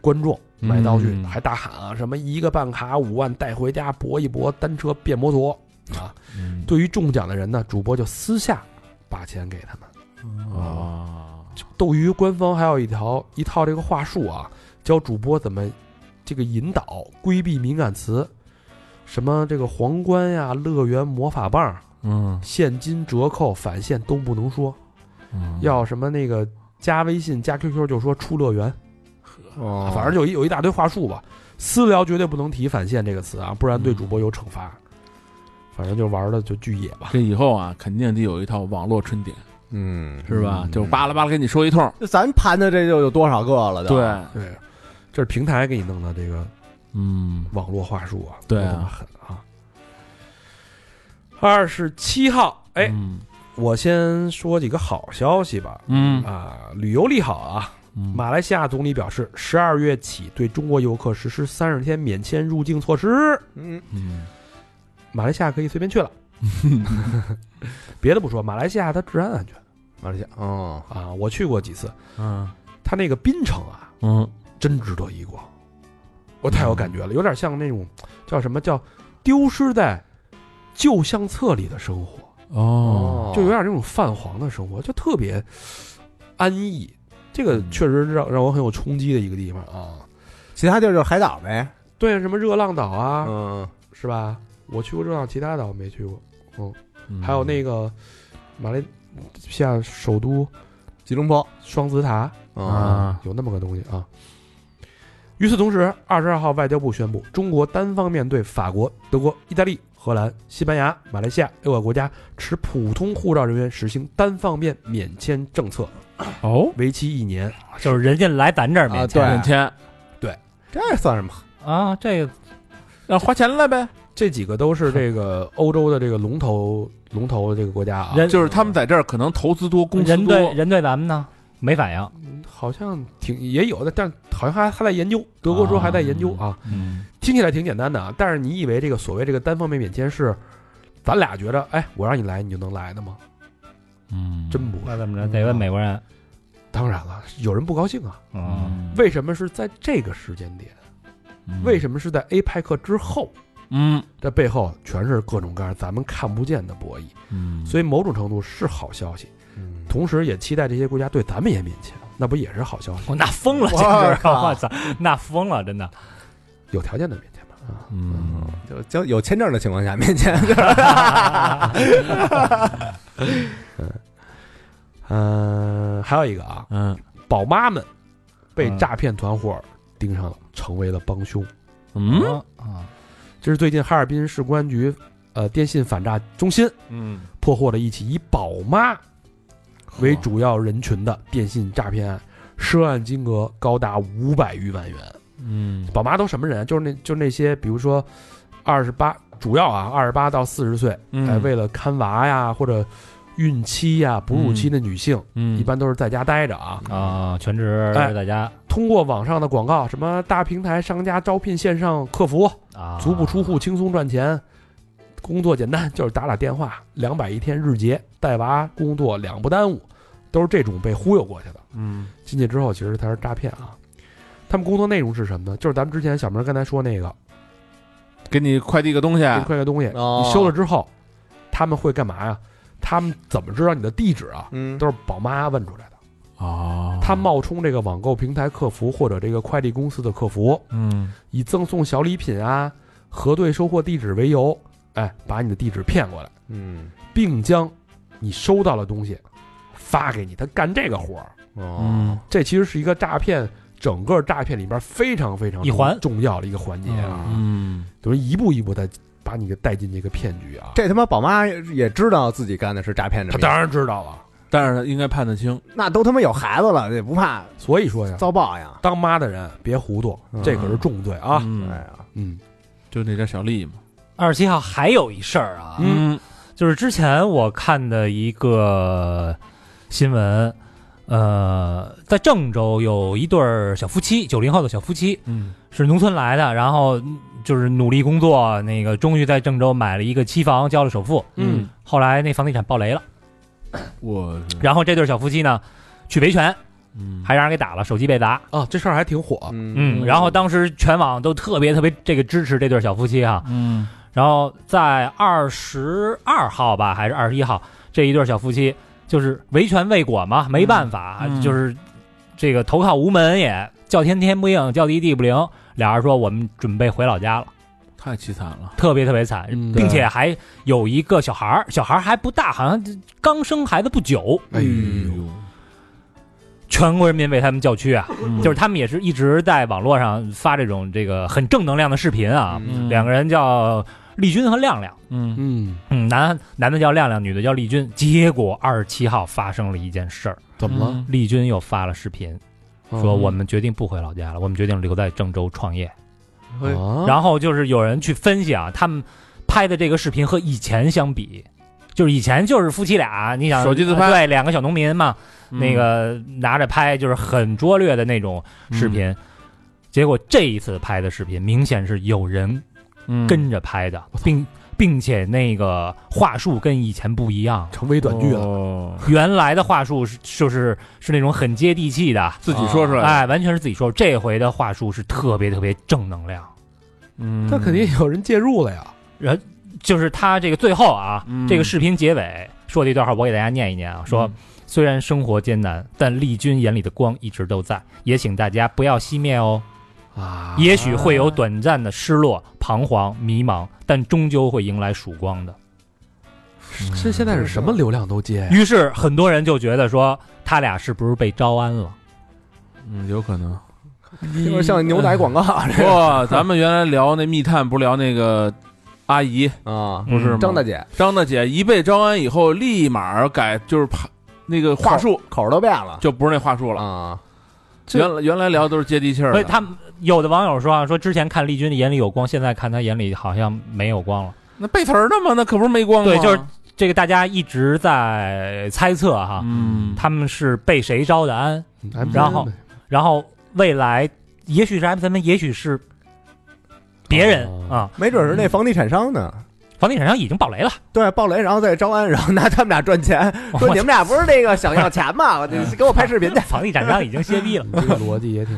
[SPEAKER 3] 观众买道具，
[SPEAKER 6] 嗯
[SPEAKER 3] 还大喊啊什么一个办卡五万带回家搏一搏，单车变摩托啊！
[SPEAKER 6] 嗯
[SPEAKER 3] 对于中奖的人呢，主播就私下把钱给他们。
[SPEAKER 6] 啊
[SPEAKER 3] 斗鱼官方还有一条一套这个话术啊，教主播怎么这个引导规避敏感词，什么这个皇冠呀、乐园魔法棒、
[SPEAKER 6] 嗯
[SPEAKER 3] 现金折扣返现都不能说。
[SPEAKER 6] 嗯
[SPEAKER 3] 要什么那个加微信加 QQ 就说出乐园，啊
[SPEAKER 2] 哦
[SPEAKER 3] 反正就有一有一大堆话术吧。私聊绝对不能提返现这个词啊，不然对主播有惩罚。反正就玩的就巨野吧。
[SPEAKER 6] 这以后啊，肯定得有一套网络春点，
[SPEAKER 2] 嗯，
[SPEAKER 6] 是吧？
[SPEAKER 2] 嗯
[SPEAKER 6] 就巴拉巴拉给你说一通，
[SPEAKER 2] 就咱盘的这就有多少个了？都，
[SPEAKER 3] 对，这是平台给你弄的这个
[SPEAKER 6] 嗯
[SPEAKER 3] 网络话术啊，
[SPEAKER 6] 对
[SPEAKER 3] 啊，
[SPEAKER 6] 啊
[SPEAKER 3] 狠啊。二十七号，哎，
[SPEAKER 6] 嗯
[SPEAKER 3] 我先说几个好消息吧。
[SPEAKER 6] 嗯
[SPEAKER 3] 啊，旅游利好啊！
[SPEAKER 6] 嗯
[SPEAKER 3] 马来西亚总理表示，十二月起对中国游客实施三十天免签入境措施。
[SPEAKER 2] 嗯，
[SPEAKER 6] 嗯
[SPEAKER 3] 马来西亚可以随便去 了。别的不说，马来西亚它治安安全
[SPEAKER 2] 而且，哦，
[SPEAKER 3] 啊，我去过几次，
[SPEAKER 6] 嗯
[SPEAKER 3] 它那个槟城啊，
[SPEAKER 6] 嗯
[SPEAKER 3] 真值得一逛，我太有感觉了，有点像那种叫什么叫丢失在旧相册里的生活，
[SPEAKER 6] 哦
[SPEAKER 3] 就有点那种泛黄的生活，就特别安逸。这个确实让让我很有冲击的一个地方啊。
[SPEAKER 2] 其他地儿就是海岛呗。
[SPEAKER 3] 对，什么热浪岛啊，
[SPEAKER 2] 嗯，
[SPEAKER 3] 是吧？我去过热浪，其他岛没去过。
[SPEAKER 6] 嗯
[SPEAKER 5] 嗯
[SPEAKER 3] 还有那个马来西亚首都
[SPEAKER 2] 吉隆坡
[SPEAKER 3] 双子塔，
[SPEAKER 2] 啊，
[SPEAKER 3] 啊，有那么个东西啊。与此同时，二十二号，外交部宣布，中国单方面对法国、德国、意大利、荷兰、西班牙、马来西亚六个国家持普通护照人员实行单方面免签政策，
[SPEAKER 6] 哦
[SPEAKER 3] 为期一年。
[SPEAKER 4] 就是人家来咱这儿
[SPEAKER 2] 啊
[SPEAKER 4] 免
[SPEAKER 2] 对
[SPEAKER 4] 签
[SPEAKER 6] 免签，
[SPEAKER 2] 这算什么？
[SPEAKER 4] 啊，这个
[SPEAKER 6] 让花钱来呗，
[SPEAKER 3] 这几个都是这个 欧洲的这个龙头龙头这个国家啊，
[SPEAKER 4] 人
[SPEAKER 6] 就是他们在这儿可能投资多，公司
[SPEAKER 4] 人对
[SPEAKER 6] 多，
[SPEAKER 4] 人对咱们呢没反应，
[SPEAKER 3] 好像挺也有的，但好像还还在研究。德国说还在研究啊，
[SPEAKER 6] 嗯
[SPEAKER 3] 听起来挺简单的啊，但是你以为这个所谓这个单方面免签是咱俩觉得，哎，我让你来你就能来的吗？
[SPEAKER 6] 嗯，
[SPEAKER 3] 真不是
[SPEAKER 4] 那怎么着得问美国人，
[SPEAKER 3] 当然了，有人不高兴啊。
[SPEAKER 4] 嗯，
[SPEAKER 3] 为什么是在这个时间点？为什么是在 A 派克之后？
[SPEAKER 6] 嗯
[SPEAKER 3] 这背后全是各种各样咱们看不见的博弈，
[SPEAKER 6] 嗯，
[SPEAKER 3] 所以某种程度是好消息，
[SPEAKER 2] 嗯
[SPEAKER 3] 同时也期待这些国家对咱们也免签，那不也是好消息？
[SPEAKER 4] 哦我那疯了，
[SPEAKER 2] 我
[SPEAKER 4] 简直，
[SPEAKER 2] 靠
[SPEAKER 4] 我操，那疯了，真的，
[SPEAKER 3] 有条件的免签吧？嗯，
[SPEAKER 2] 就就有签证的情况下面签。
[SPEAKER 3] 呃，还有一个啊，
[SPEAKER 5] 嗯
[SPEAKER 3] 宝妈们被
[SPEAKER 4] 嗯
[SPEAKER 3] 诈骗团伙盯上了，成为了帮凶。
[SPEAKER 5] 嗯
[SPEAKER 4] 啊，
[SPEAKER 3] 这是最近哈尔滨市公安局呃电信反诈中心
[SPEAKER 5] 嗯，
[SPEAKER 3] 破获了一起以宝妈为主要人群的电信诈骗案，涉案金额高达五百余万元。
[SPEAKER 5] 嗯
[SPEAKER 3] 宝妈都什么人？啊就是那就那些，比如说二十八，主要啊二十八到四十岁，
[SPEAKER 5] 嗯
[SPEAKER 3] 哎，为了看娃呀或者孕期呀、哺乳期的女性，
[SPEAKER 5] 嗯
[SPEAKER 3] 一般都是在家待着啊。
[SPEAKER 4] 啊，全职
[SPEAKER 3] 哎
[SPEAKER 4] 在家
[SPEAKER 3] 通过网上的广告，什么大平台商家招聘线上客服，
[SPEAKER 4] 啊，
[SPEAKER 3] 足不出户，轻松赚钱，工作简单，就是打打电话，两百一天日结，带娃工作两不耽误，都是这种被忽悠过去的。
[SPEAKER 5] 嗯
[SPEAKER 3] 进去之后，其实它是诈骗啊。他们工作内容是什么呢？就是咱们之前小明刚才说那个，
[SPEAKER 6] 给你快递个东西，啊
[SPEAKER 3] 给你快个东西，
[SPEAKER 2] 哦
[SPEAKER 3] 你修了之后，他们会干嘛呀？他们怎么知道你的地址啊？
[SPEAKER 2] 嗯
[SPEAKER 3] 都是宝妈问出来的。
[SPEAKER 5] 哦
[SPEAKER 3] 他冒充这个网购平台客服或者这个快递公司的客服，
[SPEAKER 5] 嗯
[SPEAKER 3] 以赠送小礼品啊、核对收货地址为由，哎，把你的地址骗过来，
[SPEAKER 2] 嗯
[SPEAKER 3] 并将你收到的东西发给你。他干这个活儿，
[SPEAKER 2] 哦
[SPEAKER 5] 嗯
[SPEAKER 3] 这其实是一个诈骗，整个诈骗里边非常非常
[SPEAKER 4] 一环
[SPEAKER 3] 重要的一个环节啊，
[SPEAKER 5] 嗯
[SPEAKER 3] 等于一步一步在把你给带进这个骗局啊。
[SPEAKER 2] 这他妈宝妈也知道自己干的是诈骗，
[SPEAKER 3] 他当然知道了，
[SPEAKER 6] 但是他应该判得轻。
[SPEAKER 2] 那都他妈有孩子了，也不怕
[SPEAKER 3] 所以说呀，
[SPEAKER 2] 遭报应。
[SPEAKER 3] 当妈的人别糊涂，这可是重罪啊。
[SPEAKER 6] 嗯
[SPEAKER 2] 哎，呀，
[SPEAKER 3] 嗯
[SPEAKER 6] 就那点小利嘛。
[SPEAKER 4] 二十七号还有一事儿啊，
[SPEAKER 3] 嗯
[SPEAKER 4] 就是之前我看的一个新闻，呃，在郑州有一对儿小夫妻，九零后的小夫妻
[SPEAKER 5] 嗯
[SPEAKER 4] 是农村来的，然后就是努力工作，那个终于在郑州买了一个期房，交了首付，
[SPEAKER 3] 嗯
[SPEAKER 4] 后来那房地产爆雷了，
[SPEAKER 5] 我是
[SPEAKER 4] 然后这对儿小夫妻呢去维权，
[SPEAKER 5] 嗯
[SPEAKER 4] 还让人给打了，手机被砸，
[SPEAKER 3] 啊，这事儿还挺火。
[SPEAKER 2] 嗯
[SPEAKER 4] 嗯，然后当时全网都特别特别这个支持这对儿小夫妻哈、
[SPEAKER 5] 嗯
[SPEAKER 4] 然后在二十二号吧，还是二十一号，这一对小夫妻就是维权未果嘛，没办法，啊
[SPEAKER 5] 嗯
[SPEAKER 4] 就是这个投靠无门也，叫天天不应，叫地地不灵。俩人说我们准备回老家了，
[SPEAKER 6] 太凄惨了，
[SPEAKER 4] 特别特别惨，
[SPEAKER 3] 嗯
[SPEAKER 4] 并且还有一个小孩儿，小孩儿还不大，好像刚生孩子不久，
[SPEAKER 3] 哎呦，
[SPEAKER 4] 全国人民为他们叫屈啊！
[SPEAKER 5] 嗯
[SPEAKER 4] 就是他们也是一直在网络上发这种这个很正能量的视频啊，
[SPEAKER 2] 嗯
[SPEAKER 4] 两个人叫丽君和亮亮。
[SPEAKER 5] 嗯
[SPEAKER 3] 嗯，
[SPEAKER 4] 嗯，男男的叫亮亮，女的叫丽君。结果二十七号发生了一件事儿，
[SPEAKER 3] 怎么了？
[SPEAKER 4] 丽君又发了视频，
[SPEAKER 6] 哦
[SPEAKER 4] 说我们决定不回老家了，我们决定留在郑州创业。
[SPEAKER 6] 哦
[SPEAKER 3] 啊，
[SPEAKER 4] 然后就是有人去分析啊，他们拍的这个视频和以前相比，就是以前就是夫妻俩，你想
[SPEAKER 6] 手机自拍嗯
[SPEAKER 4] 对，两个小农民嘛，那个拿着拍就是很拙劣的那种
[SPEAKER 6] 嗯
[SPEAKER 4] 视频。结果这一次拍的视频，明显是有人
[SPEAKER 5] 嗯
[SPEAKER 4] 跟着拍的，并并且那个话术跟以前不一样。
[SPEAKER 3] 成微短剧了。
[SPEAKER 5] 了
[SPEAKER 6] 哦
[SPEAKER 4] 原来的话术是就是是那种很接地气的，
[SPEAKER 6] 自己说出来，
[SPEAKER 4] 哎，完全是自己说。这回的话术是特别特别正能量，
[SPEAKER 5] 嗯
[SPEAKER 3] 那肯定有人介入了呀。
[SPEAKER 4] 就是他这个最后啊，
[SPEAKER 5] 嗯
[SPEAKER 4] 这个视频结尾说的一段话，我给大家念一念啊，说。虽然生活艰难，但丽君眼里的光一直都在，也请大家不要熄灭哦。
[SPEAKER 3] 啊，
[SPEAKER 4] 也许会有短暂的失落、彷徨、迷茫，但终究会迎来曙光的。
[SPEAKER 3] 这现在是什么流量都接呀？
[SPEAKER 4] 于是很多人就觉得说，他俩是不是被招安了？
[SPEAKER 6] 嗯，有可能。
[SPEAKER 2] 这会像牛奶广告这
[SPEAKER 6] 哇，咱们原来聊那密探，不聊那个阿姨
[SPEAKER 2] 啊，
[SPEAKER 4] 不是吗
[SPEAKER 2] 张大姐
[SPEAKER 6] 张大姐，一被招安以后，立马改就是啪那个话术
[SPEAKER 2] 口儿都变了
[SPEAKER 6] 就不是那话术了。
[SPEAKER 2] 啊，
[SPEAKER 3] 这
[SPEAKER 6] 原来原来聊都是接地气儿
[SPEAKER 4] 所以
[SPEAKER 6] 的，
[SPEAKER 4] 他们有的网友说啊，说之前看丽君的眼里有光，现在看她眼里好像没有光了。
[SPEAKER 6] 那背词儿的嘛，那可不是没光吗？
[SPEAKER 4] 对就是这个大家一直在猜测
[SPEAKER 6] 啊
[SPEAKER 4] 哈，
[SPEAKER 5] 嗯
[SPEAKER 4] 他们是被谁招的安，
[SPEAKER 3] MCN
[SPEAKER 4] 然后
[SPEAKER 3] 呗
[SPEAKER 4] 然后未来也许是 M 三 N，也许是别人
[SPEAKER 3] 哦
[SPEAKER 4] 啊、
[SPEAKER 2] 没准是那房地产商呢。
[SPEAKER 4] 房地产商已经爆雷了，
[SPEAKER 2] 对，暴雷，然后再招安，然后拿他们俩赚钱， 说你们俩不是那个想要钱吗？我得给我拍视频去。
[SPEAKER 4] 房地产商已经歇逼了，
[SPEAKER 3] 你这个逻辑也挺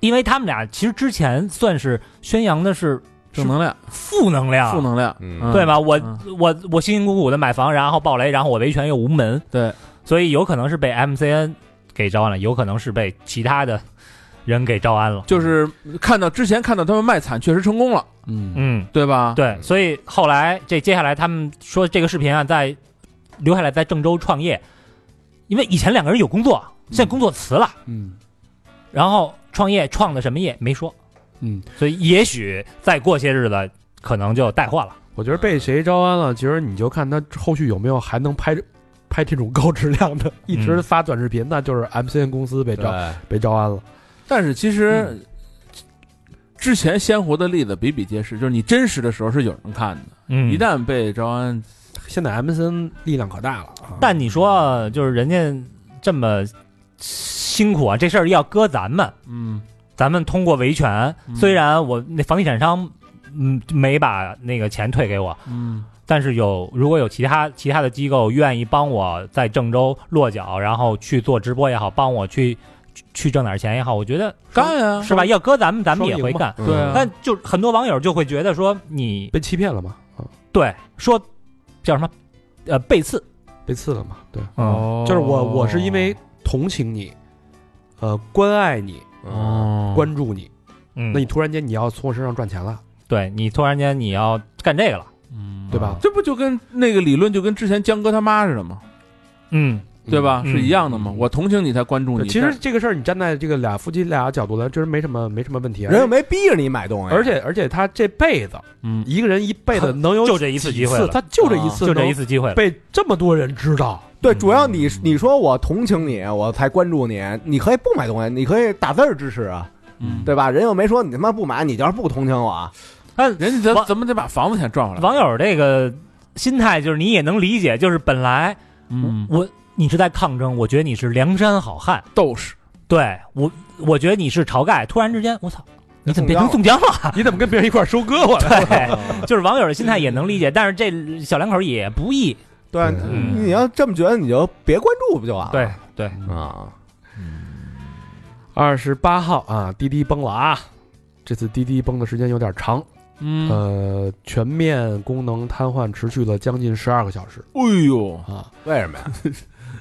[SPEAKER 4] 因为他们俩其实之前算是宣扬的是
[SPEAKER 6] 正能量，
[SPEAKER 4] 负能量，
[SPEAKER 6] 负能量，
[SPEAKER 2] 嗯
[SPEAKER 6] 嗯
[SPEAKER 4] 对吧？我、
[SPEAKER 6] 嗯
[SPEAKER 4] 我我辛辛苦苦的买房，然后暴雷，然后我维权又无门，
[SPEAKER 6] 对，
[SPEAKER 4] 所以有可能是被 MCN 给招安了，有可能是被其他的人给招安了。
[SPEAKER 6] 就是看到之前看到他们卖惨确实成功了，
[SPEAKER 5] 嗯，
[SPEAKER 4] 嗯，
[SPEAKER 6] 对吧？
[SPEAKER 4] 对，所以后来这接下来他们说这个视频啊，在留下来在郑州创业，因为以前两个人有工作，现在工作辞了，
[SPEAKER 5] 嗯，
[SPEAKER 4] 然后创业创的什么业没说，
[SPEAKER 5] 嗯，
[SPEAKER 4] 所以也许再过些日子可能就带货了。
[SPEAKER 3] 我觉得被谁招安了，其实你就看他后续有没有还能拍拍这种高质量的，一直发短视频，那就是 MCN 公司被
[SPEAKER 2] 对
[SPEAKER 3] 招被招安了。
[SPEAKER 6] 但是其实、之前鲜活的例子比比皆是，就是你真实的时候是有人看的，
[SPEAKER 4] 嗯
[SPEAKER 6] 一旦被招安，
[SPEAKER 3] 现在 MCN 力量可大了啊！
[SPEAKER 4] 但你说就是人家这么辛苦啊，这事儿要搁咱们，
[SPEAKER 6] 嗯，
[SPEAKER 4] 咱们通过维权，
[SPEAKER 6] 嗯
[SPEAKER 4] 虽然我那房地产商嗯没把那个钱退给我，
[SPEAKER 6] 嗯，
[SPEAKER 4] 但是有如果有其他其他的机构愿意帮我在郑州落脚，然后去做直播也好，帮我去去去挣点钱也好，我觉得
[SPEAKER 6] 干呀，
[SPEAKER 4] 是吧？要搁咱们，咱们也会干。
[SPEAKER 3] 嗯
[SPEAKER 6] 啊对啊
[SPEAKER 4] 但就很多网友就会觉得说你
[SPEAKER 3] 被欺骗了嘛，啊，
[SPEAKER 4] 对说叫什么呃背刺，
[SPEAKER 3] 被刺了嘛，对，
[SPEAKER 6] 哦
[SPEAKER 3] 就是我我是因为同情你，呃，关爱你，
[SPEAKER 6] 哦
[SPEAKER 3] 关注你，
[SPEAKER 4] 嗯，
[SPEAKER 3] 那你突然间你要从我身上赚钱了，
[SPEAKER 4] 对你突然间你要干这个了，
[SPEAKER 3] 对吧？
[SPEAKER 6] 这不就跟那个理论就跟之前江哥他妈似的吗？
[SPEAKER 4] 嗯
[SPEAKER 6] 对吧？
[SPEAKER 4] 嗯
[SPEAKER 6] 是一样的嘛。
[SPEAKER 3] 嗯
[SPEAKER 6] 我同情你才关注
[SPEAKER 3] 对
[SPEAKER 6] 你。
[SPEAKER 3] 其实
[SPEAKER 6] 但
[SPEAKER 3] 这个事儿，你站在这个俩夫妻俩角度来，真是没什么没什么问题啊。
[SPEAKER 2] 人又没逼着你买东西，
[SPEAKER 3] 而且而且他这辈子，
[SPEAKER 6] 嗯
[SPEAKER 3] 一个人一辈子能有
[SPEAKER 4] 就这一次
[SPEAKER 3] 几
[SPEAKER 4] 机会了哦
[SPEAKER 3] 他就这一次，
[SPEAKER 4] 就这一，次机会了，
[SPEAKER 3] 被这么多人 知道，
[SPEAKER 2] 对，主要你你说我同情你，我才关注你，你可以不买东西，你可以打字儿支持啊，
[SPEAKER 6] 嗯，
[SPEAKER 2] 对吧？人又没说你他妈不买，你就是不同情我啊，
[SPEAKER 4] 但
[SPEAKER 6] 哎人家咱
[SPEAKER 4] 网
[SPEAKER 6] 咱们得把房子钱赚回来。
[SPEAKER 4] 网友这个心态就是你也能理解，就是本来
[SPEAKER 6] 嗯，
[SPEAKER 4] 我你是在抗争，我觉得你是梁山好汉，
[SPEAKER 6] 斗士，
[SPEAKER 4] 对我我觉得你是晁盖，突然之间我操，你怎么变成
[SPEAKER 2] 宋
[SPEAKER 4] 宋江了？
[SPEAKER 3] 你怎么跟别人一块儿收割 我了？
[SPEAKER 4] 对，就是网友的心态也能理解，但是这小两口也不易，
[SPEAKER 2] 对，
[SPEAKER 4] 嗯
[SPEAKER 2] 你要这么觉得，你就别关注不就完了？
[SPEAKER 4] 对对，
[SPEAKER 2] 啊，
[SPEAKER 6] 嗯
[SPEAKER 3] 二十八号啊，滴滴崩了啊！这次滴滴崩的时间有点长，
[SPEAKER 6] 嗯，
[SPEAKER 3] 呃，全面功能瘫痪持续了将近十二个小时
[SPEAKER 6] 哎呦，
[SPEAKER 3] 啊，
[SPEAKER 2] 为什么呀？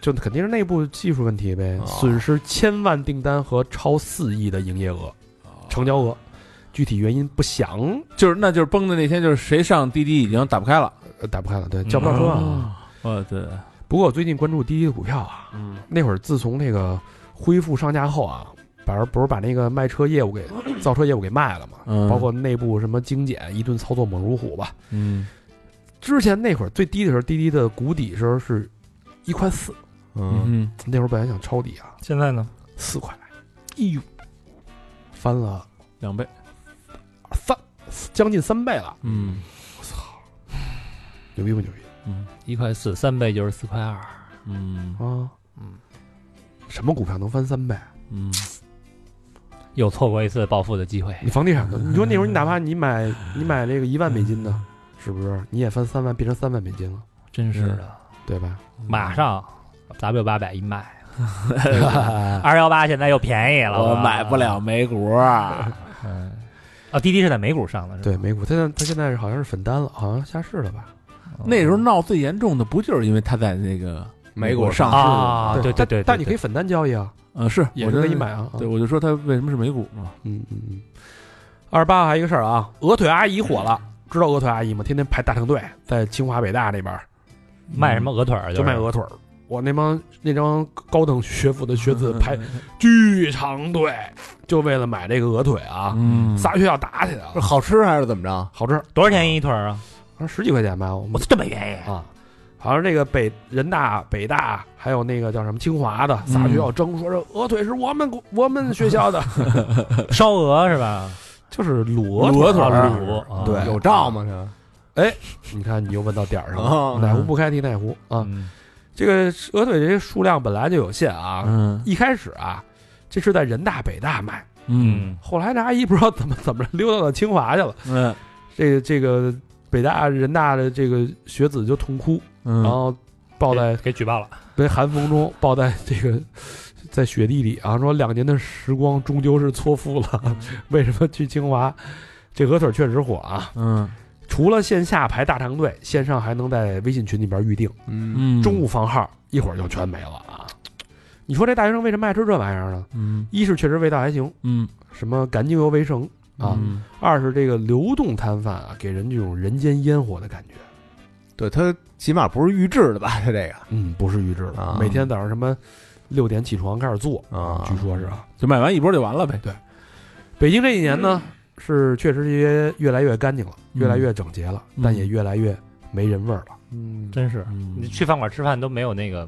[SPEAKER 3] 就肯定是内部技术问题呗，
[SPEAKER 2] 哦
[SPEAKER 3] 损失千万订单和超四亿的营业额、成交额，具体原因不详，
[SPEAKER 6] 就是那就是崩的那天，就是谁上滴滴已经打不开了。
[SPEAKER 3] 呃打不开了，对，叫不到车啊。
[SPEAKER 4] 嗯
[SPEAKER 6] 啊，我的，
[SPEAKER 3] 不过我最近关注滴滴的股票啊，
[SPEAKER 6] 嗯
[SPEAKER 3] 那会儿自从那个恢复上架后啊，把不是把那个卖车业务 给造车业务给卖了嘛，
[SPEAKER 6] 嗯
[SPEAKER 3] 包括内部什么精简，一顿操作猛如虎吧。
[SPEAKER 6] 嗯
[SPEAKER 3] 之前那会儿最低的时候，滴滴的谷底时候是一块四，
[SPEAKER 2] 嗯，
[SPEAKER 6] 嗯，
[SPEAKER 3] 那会儿本来想抄底啊，
[SPEAKER 4] 现在呢，
[SPEAKER 3] 四块，哎呦，翻了
[SPEAKER 6] 两倍，
[SPEAKER 3] 三将近三倍了，
[SPEAKER 6] 嗯
[SPEAKER 3] 牛逼不牛逼
[SPEAKER 4] 一块四三倍就是四块二，
[SPEAKER 6] 嗯
[SPEAKER 3] 啊？嗯，什么股票能翻三倍？
[SPEAKER 6] 嗯，
[SPEAKER 4] 又错过一次暴富的机会，
[SPEAKER 3] 你房地产的，你说那会儿你哪怕你
[SPEAKER 4] 哎
[SPEAKER 3] 买你买这个一万美金的，是不是你也翻三万变成三万美金了，
[SPEAKER 4] 真是的，
[SPEAKER 3] 对吧？
[SPEAKER 4] 马上 W 八百一卖。二幺八现在又便宜了，
[SPEAKER 5] 我买不了美股啊，
[SPEAKER 4] 嗯，啊，滴滴是在美股上的，是吧
[SPEAKER 3] 对，美股，它现它现在是好像是粉单了，好像下市了吧？
[SPEAKER 4] 哦
[SPEAKER 6] 那时候闹最严重的不就是因为他在那个
[SPEAKER 2] 美股上市
[SPEAKER 4] 啊，对对
[SPEAKER 3] 但
[SPEAKER 4] 对，
[SPEAKER 3] 但你可以
[SPEAKER 4] 以
[SPEAKER 3] 粉单交易啊，
[SPEAKER 6] 呃，是
[SPEAKER 3] 也
[SPEAKER 6] 我
[SPEAKER 3] 是
[SPEAKER 6] 就
[SPEAKER 3] 可以买啊。啊
[SPEAKER 6] 对，我就说他为什么是美股嘛？
[SPEAKER 3] 嗯嗯嗯。二十八号还有一个事儿啊，鹅腿阿姨火了，知道鹅腿阿姨吗？天天排大长队，在清华北大那边儿
[SPEAKER 4] 卖什么鹅腿儿，
[SPEAKER 3] 嗯就卖
[SPEAKER 4] 是
[SPEAKER 3] 鹅腿儿。我那帮那帮高等学府
[SPEAKER 6] 嗯
[SPEAKER 3] 的学子
[SPEAKER 4] 嗯
[SPEAKER 3] 排巨长队，就为了买这个鹅腿啊，
[SPEAKER 6] 嗯
[SPEAKER 3] 仨学校打起来
[SPEAKER 2] 是
[SPEAKER 3] 了，
[SPEAKER 2] 好吃还是怎么着？
[SPEAKER 3] 好吃，
[SPEAKER 4] 多少钱一腿儿啊？
[SPEAKER 3] 好像十几块钱吧，我
[SPEAKER 4] 我
[SPEAKER 3] 们
[SPEAKER 4] 操，这么便宜！
[SPEAKER 3] 啊，好像这个北人大、北大还有那个叫什么清华的仨学校争，说这鹅腿是我们我们学校的，
[SPEAKER 4] 烧鹅是吧？
[SPEAKER 3] 就是卤鹅腿
[SPEAKER 6] 鹅腿
[SPEAKER 3] 儿
[SPEAKER 6] 儿
[SPEAKER 3] 啊，
[SPEAKER 4] 卤啊
[SPEAKER 3] 对，
[SPEAKER 2] 有照吗？这
[SPEAKER 3] 你看你又问到点儿上了
[SPEAKER 2] 哦，
[SPEAKER 3] 哪壶不开提哪壶啊！
[SPEAKER 4] 嗯
[SPEAKER 3] 这个鹅腿这些数量本来就有限啊，
[SPEAKER 6] 嗯
[SPEAKER 3] 一开始啊，这是在人大、北大卖，
[SPEAKER 6] 嗯
[SPEAKER 4] 嗯
[SPEAKER 3] 后来这阿姨不知道怎么怎么着溜达到清华去了，
[SPEAKER 6] 嗯
[SPEAKER 3] 这个这个北大、人大的这个学子就痛哭，然
[SPEAKER 6] 嗯，
[SPEAKER 3] 后抱在
[SPEAKER 4] 给给举报了，
[SPEAKER 3] 被寒风中抱在这个 在雪地里啊，说两年的时光终究是错付了，为什么去清华？这鹅腿确实火啊！
[SPEAKER 6] 嗯
[SPEAKER 3] 除了线下排大长队，线上还能在微信群里边预定，
[SPEAKER 2] 嗯
[SPEAKER 6] 嗯，
[SPEAKER 3] 中午房号一会儿就全没了啊！你说这大学生为什么爱吃这玩意儿呢？
[SPEAKER 9] 嗯
[SPEAKER 3] 一是确实味道还行，
[SPEAKER 9] 嗯
[SPEAKER 3] 什么甘精油为绳啊；
[SPEAKER 9] 嗯
[SPEAKER 3] 二是这个流动摊贩啊，给人这种人间烟火的感觉。
[SPEAKER 2] 对，它起码不是预制的吧？它这个
[SPEAKER 3] 嗯，不是预制的，
[SPEAKER 2] 啊
[SPEAKER 3] 每天早上什么六点起床开始做
[SPEAKER 2] 啊
[SPEAKER 3] 据说是啊。
[SPEAKER 9] 就买完一波就完了呗。对，
[SPEAKER 3] 北京这几年呢，是确实是越越来越干净了，
[SPEAKER 9] 嗯
[SPEAKER 3] 越来越整洁了，
[SPEAKER 9] 嗯
[SPEAKER 3] 但也越来越没人味儿了，
[SPEAKER 2] 嗯，
[SPEAKER 4] 真是你去饭馆吃饭都没有那个。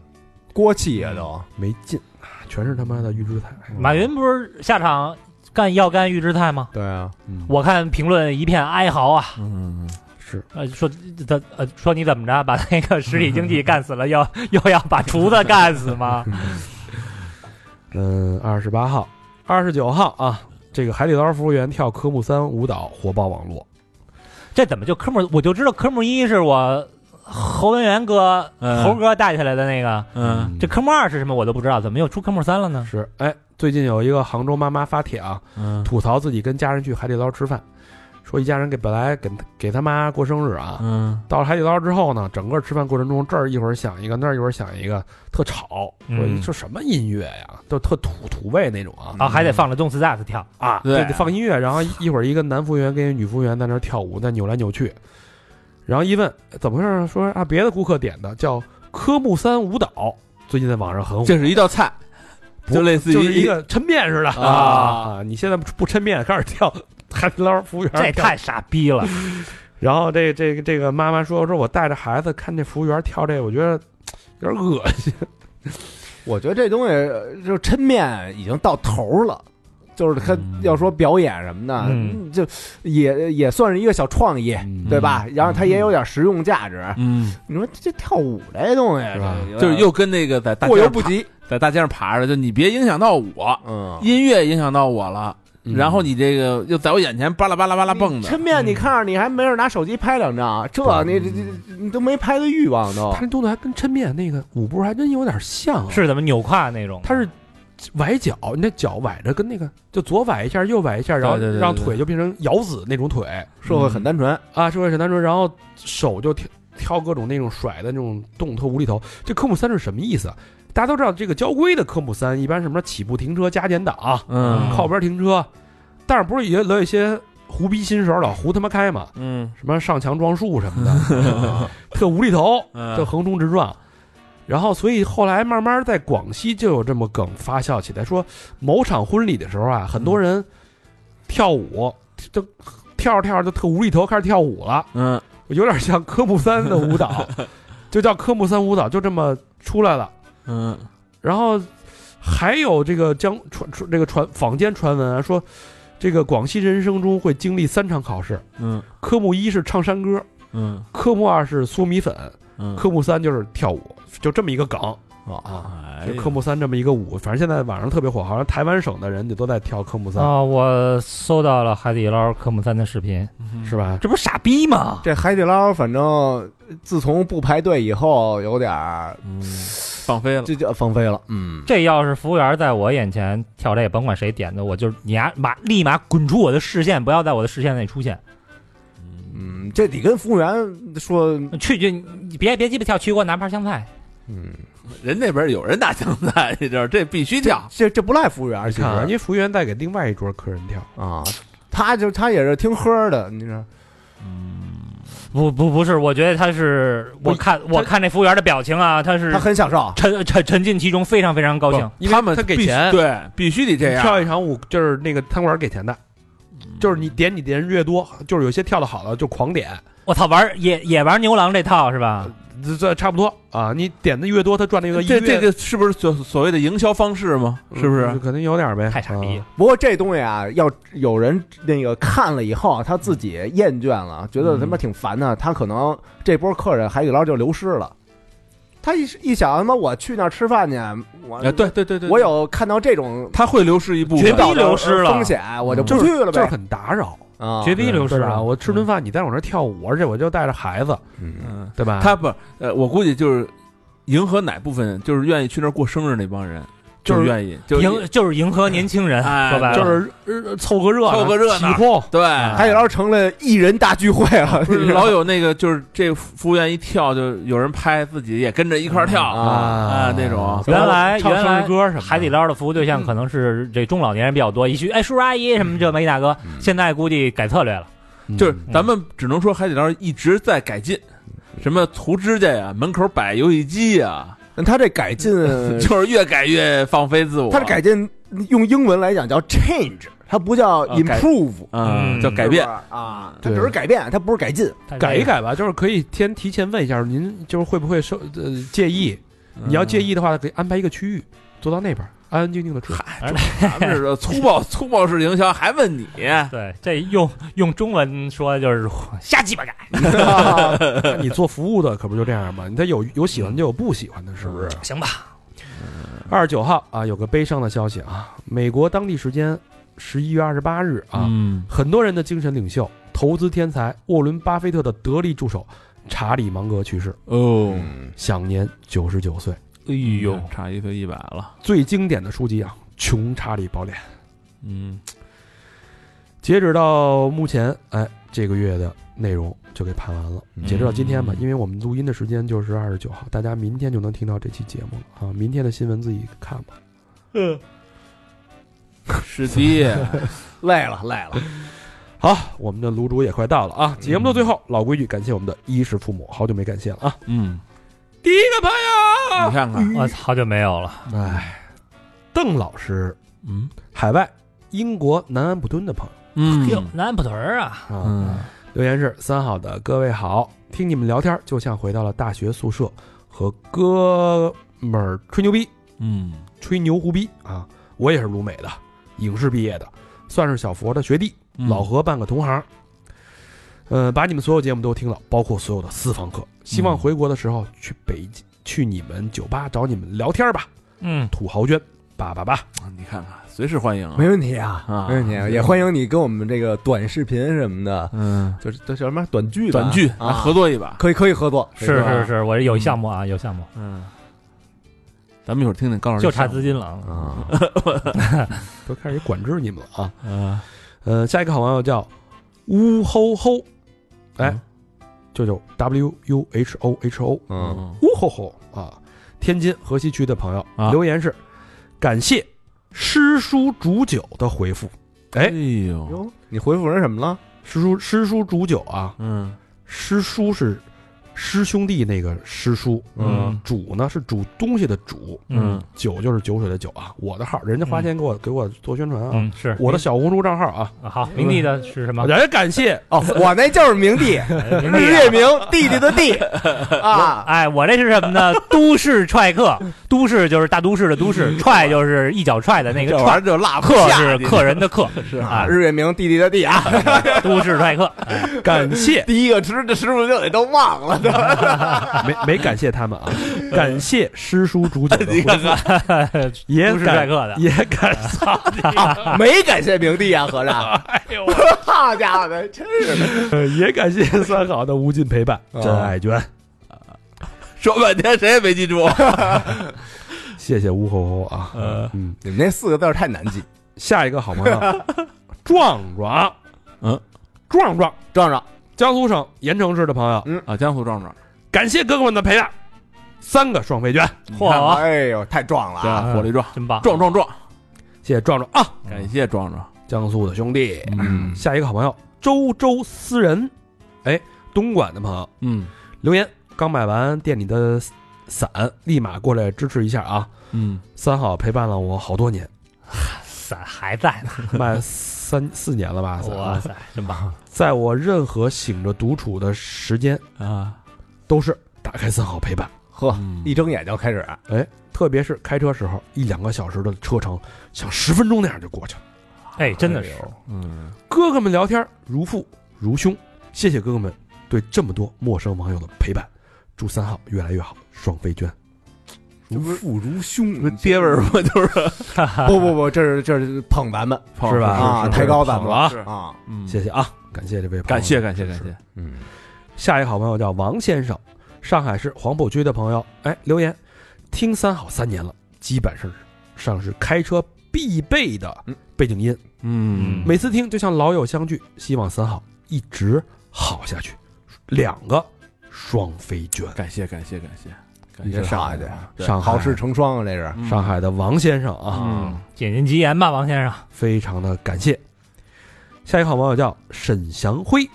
[SPEAKER 2] 锅气啊都，
[SPEAKER 3] 没劲，啊全是他妈的预制菜。
[SPEAKER 4] 马云不是下场干要干预制菜吗？
[SPEAKER 2] 对啊，
[SPEAKER 4] 我看评论一片哀嚎啊，
[SPEAKER 9] 嗯
[SPEAKER 3] 是
[SPEAKER 4] 呃，说他呃说你怎么着把那个实体经济干死了，要 又要把厨子干死吗？
[SPEAKER 3] 嗯，二十八号、二十九号啊，这个海底捞服务员跳科目三舞蹈火爆网络，
[SPEAKER 4] 这怎么就科目？我就知道科目一是我侯文元哥、
[SPEAKER 9] 嗯
[SPEAKER 4] 猴哥带起来的那个，
[SPEAKER 9] 嗯
[SPEAKER 4] 这科目二是什么我都不知道，怎么又出科目三了呢？
[SPEAKER 3] 是哎，最近有一个杭州妈妈发帖啊，
[SPEAKER 9] 嗯
[SPEAKER 3] 吐槽自己跟家人去海底捞吃饭，说一家人给本来给给他妈过生日啊，
[SPEAKER 9] 嗯
[SPEAKER 3] 到了海底捞之后呢，整个吃饭过程中，这儿一会儿响一个，那儿一会儿响一个，特吵。
[SPEAKER 4] 嗯
[SPEAKER 3] 说这什么音乐呀，都特土土味那种啊
[SPEAKER 4] 啊，还得放着 Don't Stop 跳，
[SPEAKER 3] 啊！
[SPEAKER 5] 对
[SPEAKER 3] 得放音乐，然后一一会儿一个男服务员跟一个女服务员在那儿跳舞，在扭来扭去。然后一问怎么回事儿，说啊别的顾客点的叫科目三舞蹈，最近在网上很火，
[SPEAKER 5] 这是一道菜，
[SPEAKER 3] 不
[SPEAKER 5] 就类似于
[SPEAKER 3] 就是一个抻面似的
[SPEAKER 5] 啊
[SPEAKER 3] 啊！你现在不抻面，开始跳海底捞服务员，
[SPEAKER 4] 这也太傻逼了。
[SPEAKER 3] 然后这这个这个妈妈说说，我带着孩子看这服务员跳这，我觉得有点恶心。
[SPEAKER 2] 我觉得这东西呃就抻面已经到头了。就是他
[SPEAKER 9] 嗯
[SPEAKER 2] 要说表演什么的，
[SPEAKER 4] 嗯
[SPEAKER 2] 就也也算是一个小创意，
[SPEAKER 5] 嗯
[SPEAKER 2] 对吧？然后它也有点实用价值。
[SPEAKER 9] 嗯
[SPEAKER 2] 你说这跳舞这东西
[SPEAKER 3] 是吧
[SPEAKER 2] 这有点
[SPEAKER 5] 就是又跟那个在大街
[SPEAKER 2] 啊过犹
[SPEAKER 5] 上
[SPEAKER 2] 不
[SPEAKER 5] 爬
[SPEAKER 2] 及，
[SPEAKER 5] 在大街上爬着，就你别影响到我，
[SPEAKER 2] 嗯，
[SPEAKER 5] 音乐影响到我了，
[SPEAKER 3] 嗯
[SPEAKER 5] 然后你这个又在我眼前巴拉巴拉巴拉蹦
[SPEAKER 2] 抻
[SPEAKER 5] 的，嗯
[SPEAKER 2] 面，你看着你还没事拿手机拍两张，这你这这你都没拍的欲望都
[SPEAKER 3] 他。那动作还跟抻面那个舞步还真有点像、啊，
[SPEAKER 4] 是怎么扭胯那种？
[SPEAKER 3] 他是崴脚，你那脚崴着跟那个就左崴一下，右崴一下，然后
[SPEAKER 5] 对对对对
[SPEAKER 3] 让腿就变成摇子那种腿
[SPEAKER 2] 社会很单
[SPEAKER 5] 嗯
[SPEAKER 2] 纯，
[SPEAKER 3] 啊，社会沈丹说，然后手就跳跳各种那种甩的那种动特无厘头。这科目三是什么意思啊？大家都知道，这个交规的科目三一般什么起步停车加减档，
[SPEAKER 5] 嗯
[SPEAKER 3] 靠边停车，但是不是也老有一些胡逼新手老胡他妈开嘛？
[SPEAKER 5] 嗯
[SPEAKER 3] 什么上墙撞树什么的，特无厘头，特
[SPEAKER 5] 嗯
[SPEAKER 3] 横冲直撞。然后，所以后来慢慢在广西就有这么梗发酵起来，说某场婚礼的时候啊，很多人跳舞就跳着跳着就特无厘头，开始跳舞了，
[SPEAKER 5] 嗯，
[SPEAKER 3] 有点像科目三的舞蹈，就叫科目三舞蹈，就这么出来了。
[SPEAKER 5] 嗯，
[SPEAKER 3] 然后还有这个江传传这个传坊间传闻啊，说这个广西人生中会经历三场考试，
[SPEAKER 5] 嗯，
[SPEAKER 3] 科目一是唱山歌，
[SPEAKER 5] 嗯，
[SPEAKER 3] 科目二是嗦米粉，
[SPEAKER 5] 嗯
[SPEAKER 3] 科目三就是跳舞，就这么一个梗啊。
[SPEAKER 5] 哎
[SPEAKER 3] 就
[SPEAKER 5] 呀
[SPEAKER 3] 科目三这么一个舞，反正现在网上特别火，好像台湾省的人就都在跳科目三，
[SPEAKER 4] 啊，我搜到了海底捞科目三的视频，
[SPEAKER 3] 是吧？
[SPEAKER 4] 这不是傻逼吗？
[SPEAKER 2] 这海底捞反正自从不排队以后，有点儿
[SPEAKER 6] 嗯
[SPEAKER 5] 放飞了，
[SPEAKER 2] 这就放飞了。嗯，
[SPEAKER 4] 这要是服务员在我眼前跳这，甭管谁点的，我就是你呀，马立马滚出我的视线，不要在我的视线内出现。
[SPEAKER 2] 嗯，这得跟服务员说，
[SPEAKER 4] 去就你别别鸡巴跳，去给我拿盘香菜。
[SPEAKER 2] 嗯，
[SPEAKER 5] 人那边有人打酱菜，你知道这必 须跳，
[SPEAKER 2] 这这不赖服务员，其
[SPEAKER 3] 看啊，因
[SPEAKER 2] 实
[SPEAKER 3] 为服务员在给另外一桌客人跳，
[SPEAKER 2] 啊，他就他也是听喝的，你知道，
[SPEAKER 4] 不不不是，我觉得他是，我看我看那服务员的表情啊，他是
[SPEAKER 2] 他很享受。
[SPEAKER 4] 沉沉沉浸其中，非常非常高兴。
[SPEAKER 3] 因为
[SPEAKER 5] 他们
[SPEAKER 3] 他给
[SPEAKER 5] 必须
[SPEAKER 3] 钱
[SPEAKER 5] 对，必须得这样，
[SPEAKER 3] 跳一场舞就是那个餐馆给钱的，就是你点你的人越多，就是有些跳的好的就狂点，
[SPEAKER 4] 我操，玩也也玩牛郎这套是吧？
[SPEAKER 3] 这这差不多啊，你点的越多，他赚的越多。
[SPEAKER 5] 这
[SPEAKER 3] 一
[SPEAKER 5] 这
[SPEAKER 3] 月
[SPEAKER 5] 个是不是所所谓的营销方式吗？是不是
[SPEAKER 3] 嗯？肯定有点呗？
[SPEAKER 4] 太傻逼了
[SPEAKER 3] 啊！
[SPEAKER 2] 不过这东西啊，要有人那个看了以后，啊他自己厌倦了，觉得他妈挺烦的，他可能这波客人海底捞就流失了。他一一想他妈我去那儿吃饭去，我
[SPEAKER 5] 哎，对对对对，
[SPEAKER 2] 我有看到这种
[SPEAKER 5] 他会流失一部
[SPEAKER 4] 绝
[SPEAKER 5] 分
[SPEAKER 4] 逼，流失了
[SPEAKER 2] 风险，我就
[SPEAKER 3] 就
[SPEAKER 2] 不
[SPEAKER 3] 是
[SPEAKER 2] 去了
[SPEAKER 3] 就是
[SPEAKER 2] 呗。
[SPEAKER 3] 很打扰，
[SPEAKER 2] 啊，
[SPEAKER 4] 绝逼流失
[SPEAKER 3] 对吧？
[SPEAKER 4] 了。
[SPEAKER 3] 我吃顿饭，你在我这儿跳舞，而且我就带着孩子，
[SPEAKER 2] 嗯
[SPEAKER 5] 嗯，
[SPEAKER 3] 对吧？
[SPEAKER 5] 他不呃，我估计就是迎合哪部分，就是愿意去那儿过生日那帮人，
[SPEAKER 6] 就
[SPEAKER 4] 就是是
[SPEAKER 6] 愿意，就
[SPEAKER 4] 迎就是迎合年轻人，
[SPEAKER 6] 哎
[SPEAKER 4] 说白了啊
[SPEAKER 3] 就是哎呃凑个热闹，
[SPEAKER 6] 凑个热闹
[SPEAKER 3] 起哄，
[SPEAKER 6] 对，
[SPEAKER 2] 海底捞成了艺人大聚会啊了，
[SPEAKER 6] 不是老有那个就是这服务员一跳就有人拍，自己也跟着一块儿跳啊那种。
[SPEAKER 4] 原来
[SPEAKER 3] 唱
[SPEAKER 4] 原
[SPEAKER 3] 生
[SPEAKER 4] 来
[SPEAKER 3] 日歌什么的嗯
[SPEAKER 4] 海底捞的服务对象可能是这中老年人比较多，一去哎叔叔阿姨什么这没大哥，
[SPEAKER 3] 嗯
[SPEAKER 4] 现在估计改策略了，
[SPEAKER 6] 就是咱们只能说海底捞一直在改进，什么涂指甲呀，门口摆游戏机呀，
[SPEAKER 2] 那他这改 进，
[SPEAKER 6] 就是越改越放飞自我。
[SPEAKER 2] 他这改进用英文来讲叫 change，它不叫
[SPEAKER 6] 啊改
[SPEAKER 2] improve，
[SPEAKER 6] 嗯
[SPEAKER 4] 嗯
[SPEAKER 6] 叫改变
[SPEAKER 2] 是，不是啊，它
[SPEAKER 3] 对
[SPEAKER 2] 只是改变，它不是改 进。
[SPEAKER 3] 改一改吧，就是可以先提前问一下您，就是会不会受呃介意？你要介意的话，给安排一个区域坐到那边，安安静静的吃。
[SPEAKER 6] 咱 们是粗暴粗暴式营销，还问你？
[SPEAKER 4] 对，这用用中文说就是瞎鸡巴改，
[SPEAKER 3] 你做服务的可不就这样吗？你得有有喜欢就有不喜欢的，是不是？
[SPEAKER 4] 行吧？
[SPEAKER 3] 二十九号啊，有个悲伤的消息啊，美国当地时间十一月二十八日啊，
[SPEAKER 6] 嗯，
[SPEAKER 3] 很多人的精神领袖、投资天才沃伦·巴菲特的得力助手查理·芒格去世，
[SPEAKER 6] 哦，
[SPEAKER 3] 享年九十九岁。
[SPEAKER 6] 哎呦，差一岁一百了。
[SPEAKER 3] 最经典的书籍啊，《穷查理宝典》。
[SPEAKER 6] 嗯，
[SPEAKER 3] 截止到目前，哎，这个月的内容就给盘完了。截止到今天吧，
[SPEAKER 6] 嗯
[SPEAKER 3] 因为我们录音的时间就是二十九号，大家明天就能听到这期节目了啊。明天的新闻自己看吧。
[SPEAKER 6] 师弟，
[SPEAKER 2] 累了，累了，
[SPEAKER 3] 好，我们的卤煮也快到了啊！节目的最后，老规矩，感谢我们的衣食父母，好久没感谢了啊！
[SPEAKER 6] 嗯，
[SPEAKER 3] 第一个朋
[SPEAKER 6] 你看看，
[SPEAKER 4] 我好久没有了，
[SPEAKER 3] 友，哎，邓老师，
[SPEAKER 6] 嗯
[SPEAKER 3] 海外英国南安普敦的朋
[SPEAKER 4] 哟
[SPEAKER 6] 嗯，
[SPEAKER 4] 南普屯儿啊，
[SPEAKER 3] 友啊，
[SPEAKER 6] 嗯，
[SPEAKER 3] 留言是三好的各位好，听你们聊天就像回到了大学宿舍，和哥们儿吹牛逼，
[SPEAKER 6] 嗯，
[SPEAKER 3] 吹牛胡逼啊！我也是鲁美的，影视毕业的，算是小佛的学弟，
[SPEAKER 6] 嗯
[SPEAKER 3] 老何半个同行。呃，把你们所有节目都听了，包括所有的私房课。希望回国的时候去北京，去你们酒吧找你们聊天吧。
[SPEAKER 4] 嗯，
[SPEAKER 3] 土豪捐，叭叭叭！
[SPEAKER 6] 你看看，随时欢迎啊
[SPEAKER 2] 没。问题啊
[SPEAKER 6] 啊，
[SPEAKER 2] 没问题啊，也欢迎你跟我们这个短视频什么的，
[SPEAKER 6] 嗯，
[SPEAKER 2] 就是这叫什么短剧吧，
[SPEAKER 6] 短剧来
[SPEAKER 2] 啊，
[SPEAKER 6] 合作一把。
[SPEAKER 2] 可以可以合作，
[SPEAKER 4] 是
[SPEAKER 2] 吧
[SPEAKER 4] 是是，我有项目啊，有项目，
[SPEAKER 6] 嗯，咱们一会儿听听高老师
[SPEAKER 4] 就
[SPEAKER 6] 的
[SPEAKER 4] 差
[SPEAKER 6] 项目，
[SPEAKER 4] 资金了啊。
[SPEAKER 2] 啊，
[SPEAKER 3] 都开始管制你们了啊！
[SPEAKER 6] 嗯，
[SPEAKER 3] 呃，下一个好朋友叫呜吼吼，哎，这就 W U H O H O，
[SPEAKER 2] 嗯，
[SPEAKER 6] 嗯，
[SPEAKER 3] 呜吼吼啊！天津河西区的朋友、
[SPEAKER 6] 啊
[SPEAKER 3] 留言是：感谢师叔煮酒的回复。哎
[SPEAKER 6] 哎，呦，
[SPEAKER 2] 哟，你回复人什么了？
[SPEAKER 3] 师叔师叔煮酒啊，
[SPEAKER 6] 嗯
[SPEAKER 3] 师叔是师兄弟那个师叔，
[SPEAKER 6] 嗯
[SPEAKER 3] 煮呢是煮东西的煮，
[SPEAKER 6] 嗯，
[SPEAKER 3] 酒就是酒水的酒啊。我的号，人家花钱给我、给我做宣传啊，
[SPEAKER 4] 嗯，是
[SPEAKER 3] 我的小红书账号啊，
[SPEAKER 4] 啊好，明帝的是什
[SPEAKER 6] 嗯
[SPEAKER 4] 么？
[SPEAKER 6] 哎
[SPEAKER 3] 也感谢
[SPEAKER 2] 哦，我那就是明帝，
[SPEAKER 4] 明 帝啊
[SPEAKER 2] 日月 明，弟弟的弟啊，
[SPEAKER 4] 哎，我这是什么呢？ 都市踹客，都市就是大都市的都市，踹就是一脚踹的那个
[SPEAKER 6] 这玩意
[SPEAKER 4] 踹
[SPEAKER 6] 儿，就辣不
[SPEAKER 4] 客
[SPEAKER 6] 下
[SPEAKER 4] 是
[SPEAKER 6] 你
[SPEAKER 4] 客人的客，是
[SPEAKER 2] 啊，
[SPEAKER 4] 啊，
[SPEAKER 2] 日月明，弟弟的弟啊，
[SPEAKER 4] 都市踹客。哎
[SPEAKER 3] 感谢，
[SPEAKER 2] 第一个吃的师傅就得都忘了都，
[SPEAKER 3] 没没感谢他们 啊，感谢师叔煮酒的回
[SPEAKER 6] 你
[SPEAKER 3] 复
[SPEAKER 6] 看，看，
[SPEAKER 3] 也
[SPEAKER 4] 都市
[SPEAKER 3] 感
[SPEAKER 4] 帅哥的
[SPEAKER 3] 也感
[SPEAKER 2] 没感谢明帝啊，合着，哎呦， 好家伙的，真是
[SPEAKER 3] 呃，也感谢三好的无尽陪伴，
[SPEAKER 2] 啊
[SPEAKER 3] 真爱娟，
[SPEAKER 6] 说半天谁也没记住。
[SPEAKER 3] 谢谢吴吼吼啊。
[SPEAKER 4] 呃，
[SPEAKER 3] 嗯，
[SPEAKER 2] 你们那四个字儿太难记，
[SPEAKER 3] 下一个好朋友壮壮，
[SPEAKER 6] 嗯，
[SPEAKER 3] 壮壮，
[SPEAKER 2] 壮壮，
[SPEAKER 3] 江苏省盐城市的朋友，
[SPEAKER 6] 啊，江苏壮壮，
[SPEAKER 3] 感谢哥哥们的陪伴，三个双飞娟，
[SPEAKER 4] 嚯啊，
[SPEAKER 2] 哎呦，太壮了
[SPEAKER 6] 对
[SPEAKER 2] 啊，
[SPEAKER 4] 嗯
[SPEAKER 6] 吧，火力壮，
[SPEAKER 4] 真棒！
[SPEAKER 6] 壮壮壮，
[SPEAKER 3] 谢谢壮壮啊，
[SPEAKER 6] 感谢壮壮。
[SPEAKER 3] 江苏的兄弟。
[SPEAKER 6] 嗯
[SPEAKER 3] 下一个好朋友周周思人，哎，东莞的朋友
[SPEAKER 6] 嗯
[SPEAKER 3] 留言，刚买完店里的伞，立马过来支持一下啊！
[SPEAKER 6] 嗯，
[SPEAKER 3] 三好陪伴了我好多年，
[SPEAKER 4] 伞还在呢，
[SPEAKER 3] 卖三四年了吧？伞啊
[SPEAKER 4] 哇塞，真棒！
[SPEAKER 3] 在我任何醒着独处的时间，
[SPEAKER 6] 啊，
[SPEAKER 3] 都是打开三好陪伴，
[SPEAKER 2] 呵，
[SPEAKER 6] 嗯
[SPEAKER 2] 一睁眼就开始，啊
[SPEAKER 3] 特别是开车时候，一两个小时的车程，像十分钟那样就过去了。
[SPEAKER 4] 哎，真的是
[SPEAKER 2] 哎，呦
[SPEAKER 6] 嗯，
[SPEAKER 3] 哥哥们聊天如父如兄，谢谢哥哥们对这么多陌生网友的陪伴，祝三好越来越好，双飞娟。
[SPEAKER 2] 如父如兄，
[SPEAKER 6] 爹味儿不就是
[SPEAKER 2] 不不不，这是这是捧咱们
[SPEAKER 3] 是吧
[SPEAKER 2] 啊，
[SPEAKER 3] 是
[SPEAKER 2] 抬高咱们
[SPEAKER 6] 捧了
[SPEAKER 2] 了啊，
[SPEAKER 6] 嗯，
[SPEAKER 3] 谢谢啊，感谢这位朋友，
[SPEAKER 6] 感谢感谢
[SPEAKER 3] 支
[SPEAKER 6] 感
[SPEAKER 3] 持
[SPEAKER 6] 谢。
[SPEAKER 2] 嗯，
[SPEAKER 3] 下一个好朋友叫王先生，上海市黄浦区的朋友，哎，留言，听三好三年了，基本是上是开车必备的背景音，
[SPEAKER 6] 嗯
[SPEAKER 3] 每次听就像老友相聚，希望三好一直好下去。两个双飞卷，
[SPEAKER 6] 感谢感谢感谢，感
[SPEAKER 2] 你
[SPEAKER 6] 谢嗯
[SPEAKER 2] 这上
[SPEAKER 6] 上海
[SPEAKER 2] 海去，
[SPEAKER 6] 对
[SPEAKER 3] 上海
[SPEAKER 2] 好事成双啊，这是。
[SPEAKER 3] 上海的王先生啊，
[SPEAKER 6] 嗯
[SPEAKER 4] 谨言吉言吧，王先生。
[SPEAKER 3] 非常的感谢。下一个好朋友叫沈祥辉，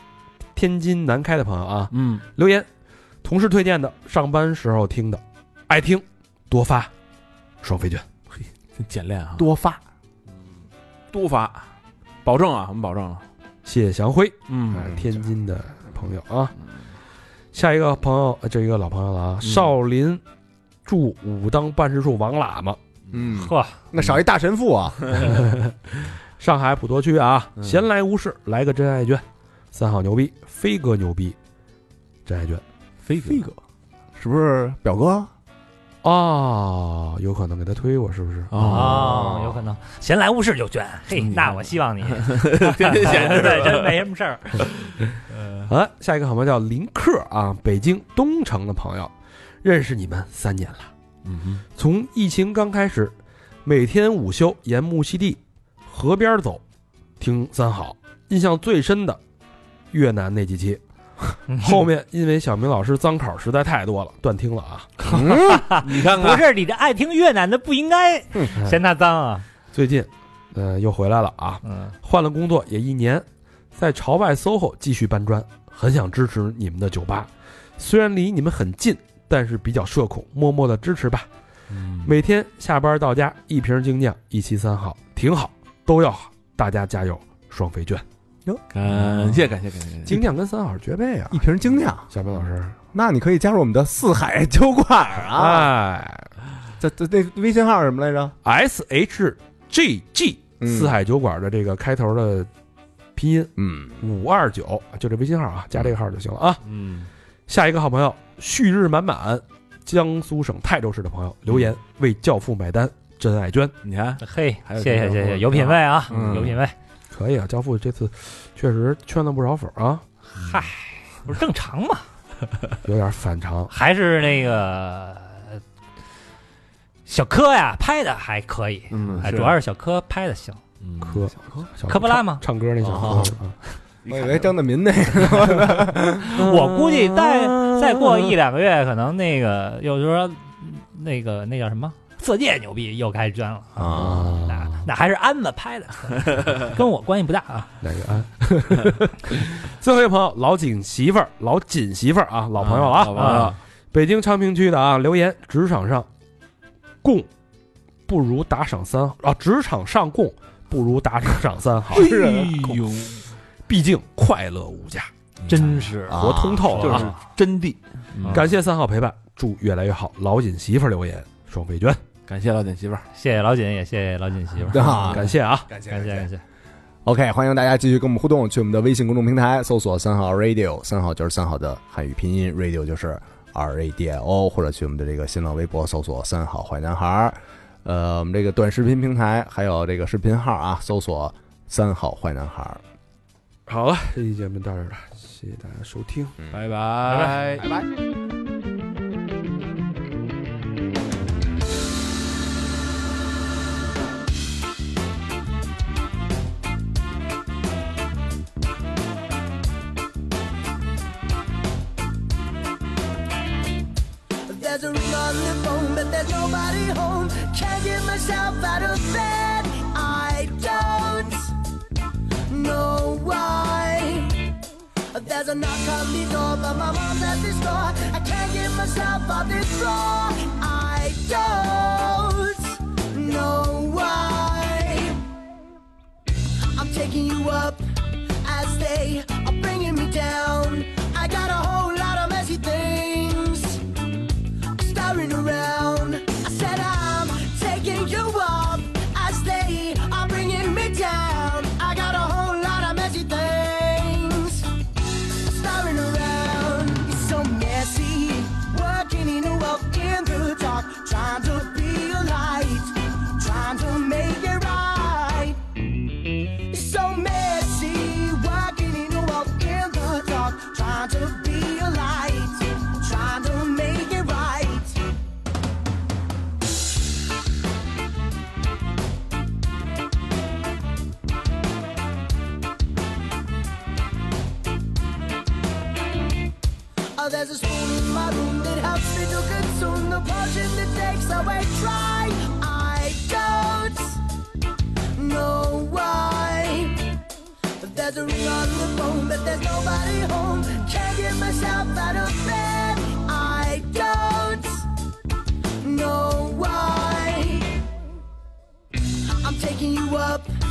[SPEAKER 3] 天津南开的朋友啊，
[SPEAKER 6] 嗯
[SPEAKER 3] 留言，同事推荐的，上班时候听的，爱听，多发，双飞卷。
[SPEAKER 6] 真简练啊，
[SPEAKER 2] 多发，
[SPEAKER 6] 多发，保证啊，我们保证了，
[SPEAKER 3] 谢谢祥辉，啊
[SPEAKER 2] 哎
[SPEAKER 6] 嗯，
[SPEAKER 3] 天津的朋友啊。下一个朋友，呃这一个老朋友了啊，
[SPEAKER 6] 嗯
[SPEAKER 3] 少林驻武当办事处王喇嘛，
[SPEAKER 2] 嗯，
[SPEAKER 4] 呵，
[SPEAKER 2] 那少一大神父啊，
[SPEAKER 3] 上海普陀区啊，
[SPEAKER 6] 嗯
[SPEAKER 3] 闲来无事来个真爱卷，三好牛逼，飞哥牛逼，真爱卷
[SPEAKER 6] 飞哥，
[SPEAKER 2] 是不是表哥？
[SPEAKER 3] 哦，有可能给他推我是不
[SPEAKER 6] 啊
[SPEAKER 3] 啊是？
[SPEAKER 4] 哦，有可能闲来无事就捐，嘿，那我希望 你天天闲 着，对，真没什么事儿。
[SPEAKER 3] 啊，下一个好朋友叫林克啊，北京东城的朋友，认识你们三年了。
[SPEAKER 6] 嗯
[SPEAKER 3] 从疫情刚开始，每天午休沿木樨地河边走，听三好。印象最深的越南那几期，
[SPEAKER 4] 嗯
[SPEAKER 3] 后面因为小明老师脏口实在太多了，断听了啊。
[SPEAKER 6] 你看
[SPEAKER 4] 不，是你这爱听越南的不应该嫌他脏啊。
[SPEAKER 3] 最近，呃，又回来了啊，
[SPEAKER 4] 嗯，
[SPEAKER 3] 换了工作也一年，在朝外 SOHO 继续搬砖，很想支持你们的酒吧，虽然离你们很近，但是比较社恐，默默的支持吧。每天下班到家，一瓶精酿，一期三好，挺好，都要好，大家加油，双飞卷，
[SPEAKER 6] 感谢感谢感谢感谢，
[SPEAKER 3] 精酿跟三好是绝配啊！
[SPEAKER 2] 一瓶精酿，
[SPEAKER 3] 嗯小明老师，
[SPEAKER 2] 那你可以加入我们的四海酒馆啊。
[SPEAKER 3] 哎
[SPEAKER 2] 这这那微信号是什么来着？
[SPEAKER 3] ，S H G G
[SPEAKER 2] 嗯
[SPEAKER 3] 四海酒馆的这个开头的拼音
[SPEAKER 2] 嗯，
[SPEAKER 3] 五二九，就这微信号啊，加这个号就行了啊。
[SPEAKER 6] 嗯，
[SPEAKER 3] 下一个好朋友，旭日满满，江苏省泰州市的朋友留言为教父买单，真爱捐，
[SPEAKER 6] 你看，
[SPEAKER 4] 嘿，
[SPEAKER 6] 还有
[SPEAKER 4] 谢
[SPEAKER 6] 这
[SPEAKER 4] 谢
[SPEAKER 6] 个
[SPEAKER 4] 谢
[SPEAKER 6] 活
[SPEAKER 4] 谢，有品位啊
[SPEAKER 6] 嗯，
[SPEAKER 4] 有品位，
[SPEAKER 3] 可以啊，教父这次确实圈了不少粉儿啊，
[SPEAKER 4] 不是正常嘛？
[SPEAKER 3] 有点反常。
[SPEAKER 4] 还是那个呃小柯呀拍的还可以，
[SPEAKER 6] 嗯
[SPEAKER 4] 哎，主要是小柯拍的行。
[SPEAKER 3] 科小
[SPEAKER 4] 科波拉吗
[SPEAKER 3] 唱唱歌那小
[SPEAKER 6] 哦
[SPEAKER 3] 科啊，
[SPEAKER 2] 我以为张大民那个
[SPEAKER 4] 我估计再再过一两个月，可能那个又就说那个那叫什么色戒牛逼又开始捐了。那
[SPEAKER 3] 啊，
[SPEAKER 4] 那还是安子拍的， 跟我关系不大啊。
[SPEAKER 3] 哪个 安？最后一个朋友老景媳妇儿，老锦媳妇儿啊，老朋友了
[SPEAKER 6] 老
[SPEAKER 3] 啊，
[SPEAKER 6] 朋友，
[SPEAKER 3] 北京昌平区的啊，留言职场上供不如打赏三好啊，职场上供不如打赏三好，
[SPEAKER 2] 是人
[SPEAKER 6] 哎呦，
[SPEAKER 3] 毕竟快乐无价，
[SPEAKER 4] 真是
[SPEAKER 2] 啊
[SPEAKER 3] 活通透了、
[SPEAKER 6] 就
[SPEAKER 3] 啊。
[SPEAKER 6] 是真谛，
[SPEAKER 3] 感谢三好陪伴，祝越来越好。老锦媳妇儿留言，双飞娟，
[SPEAKER 6] 感谢老点媳妇儿，
[SPEAKER 4] 谢谢老锦，也谢谢老锦媳妇儿，
[SPEAKER 2] 啊，
[SPEAKER 3] 感谢啊！
[SPEAKER 2] 感谢
[SPEAKER 4] 感谢感谢。
[SPEAKER 2] OK，欢迎大家继续跟我们互动，去我们的微信公众平台搜索“三号 radio”，三号就是三号的汉语拼音，radio 就是 R A D I O，或者去我们的这个新浪微博搜索“三好坏男孩儿”。呃，我们这个短视频平台还有这个视频号啊，搜索“三好坏男孩儿
[SPEAKER 3] 好了，这期节目到这儿了，谢谢大家收听。
[SPEAKER 6] 拜拜”。
[SPEAKER 2] 拜拜。
[SPEAKER 9] There's a ring on the phone, but there's nobody home. Can't get myself out of bed. I don't know why. There's a knock on the door, but my mom's at the store. I can't get myself off this floor. I don't know why. I'm taking you up as they are bringing me down. I got a whole lot of messy things staring around. I said I'm taking you up as they are bringing me down. I got a whole lot of messy things staring around. It's so messy, working in a walk in the dark, trying to be a light, trying to make it right. It's so messy, working in a walk Oh, there's a spoon in my room that helps me to consume the potion that takes away trying. I don't know why. But there's a ring on the phone, but there's nobody home. Can't get myself out of bed. I don't know why. I'm taking you up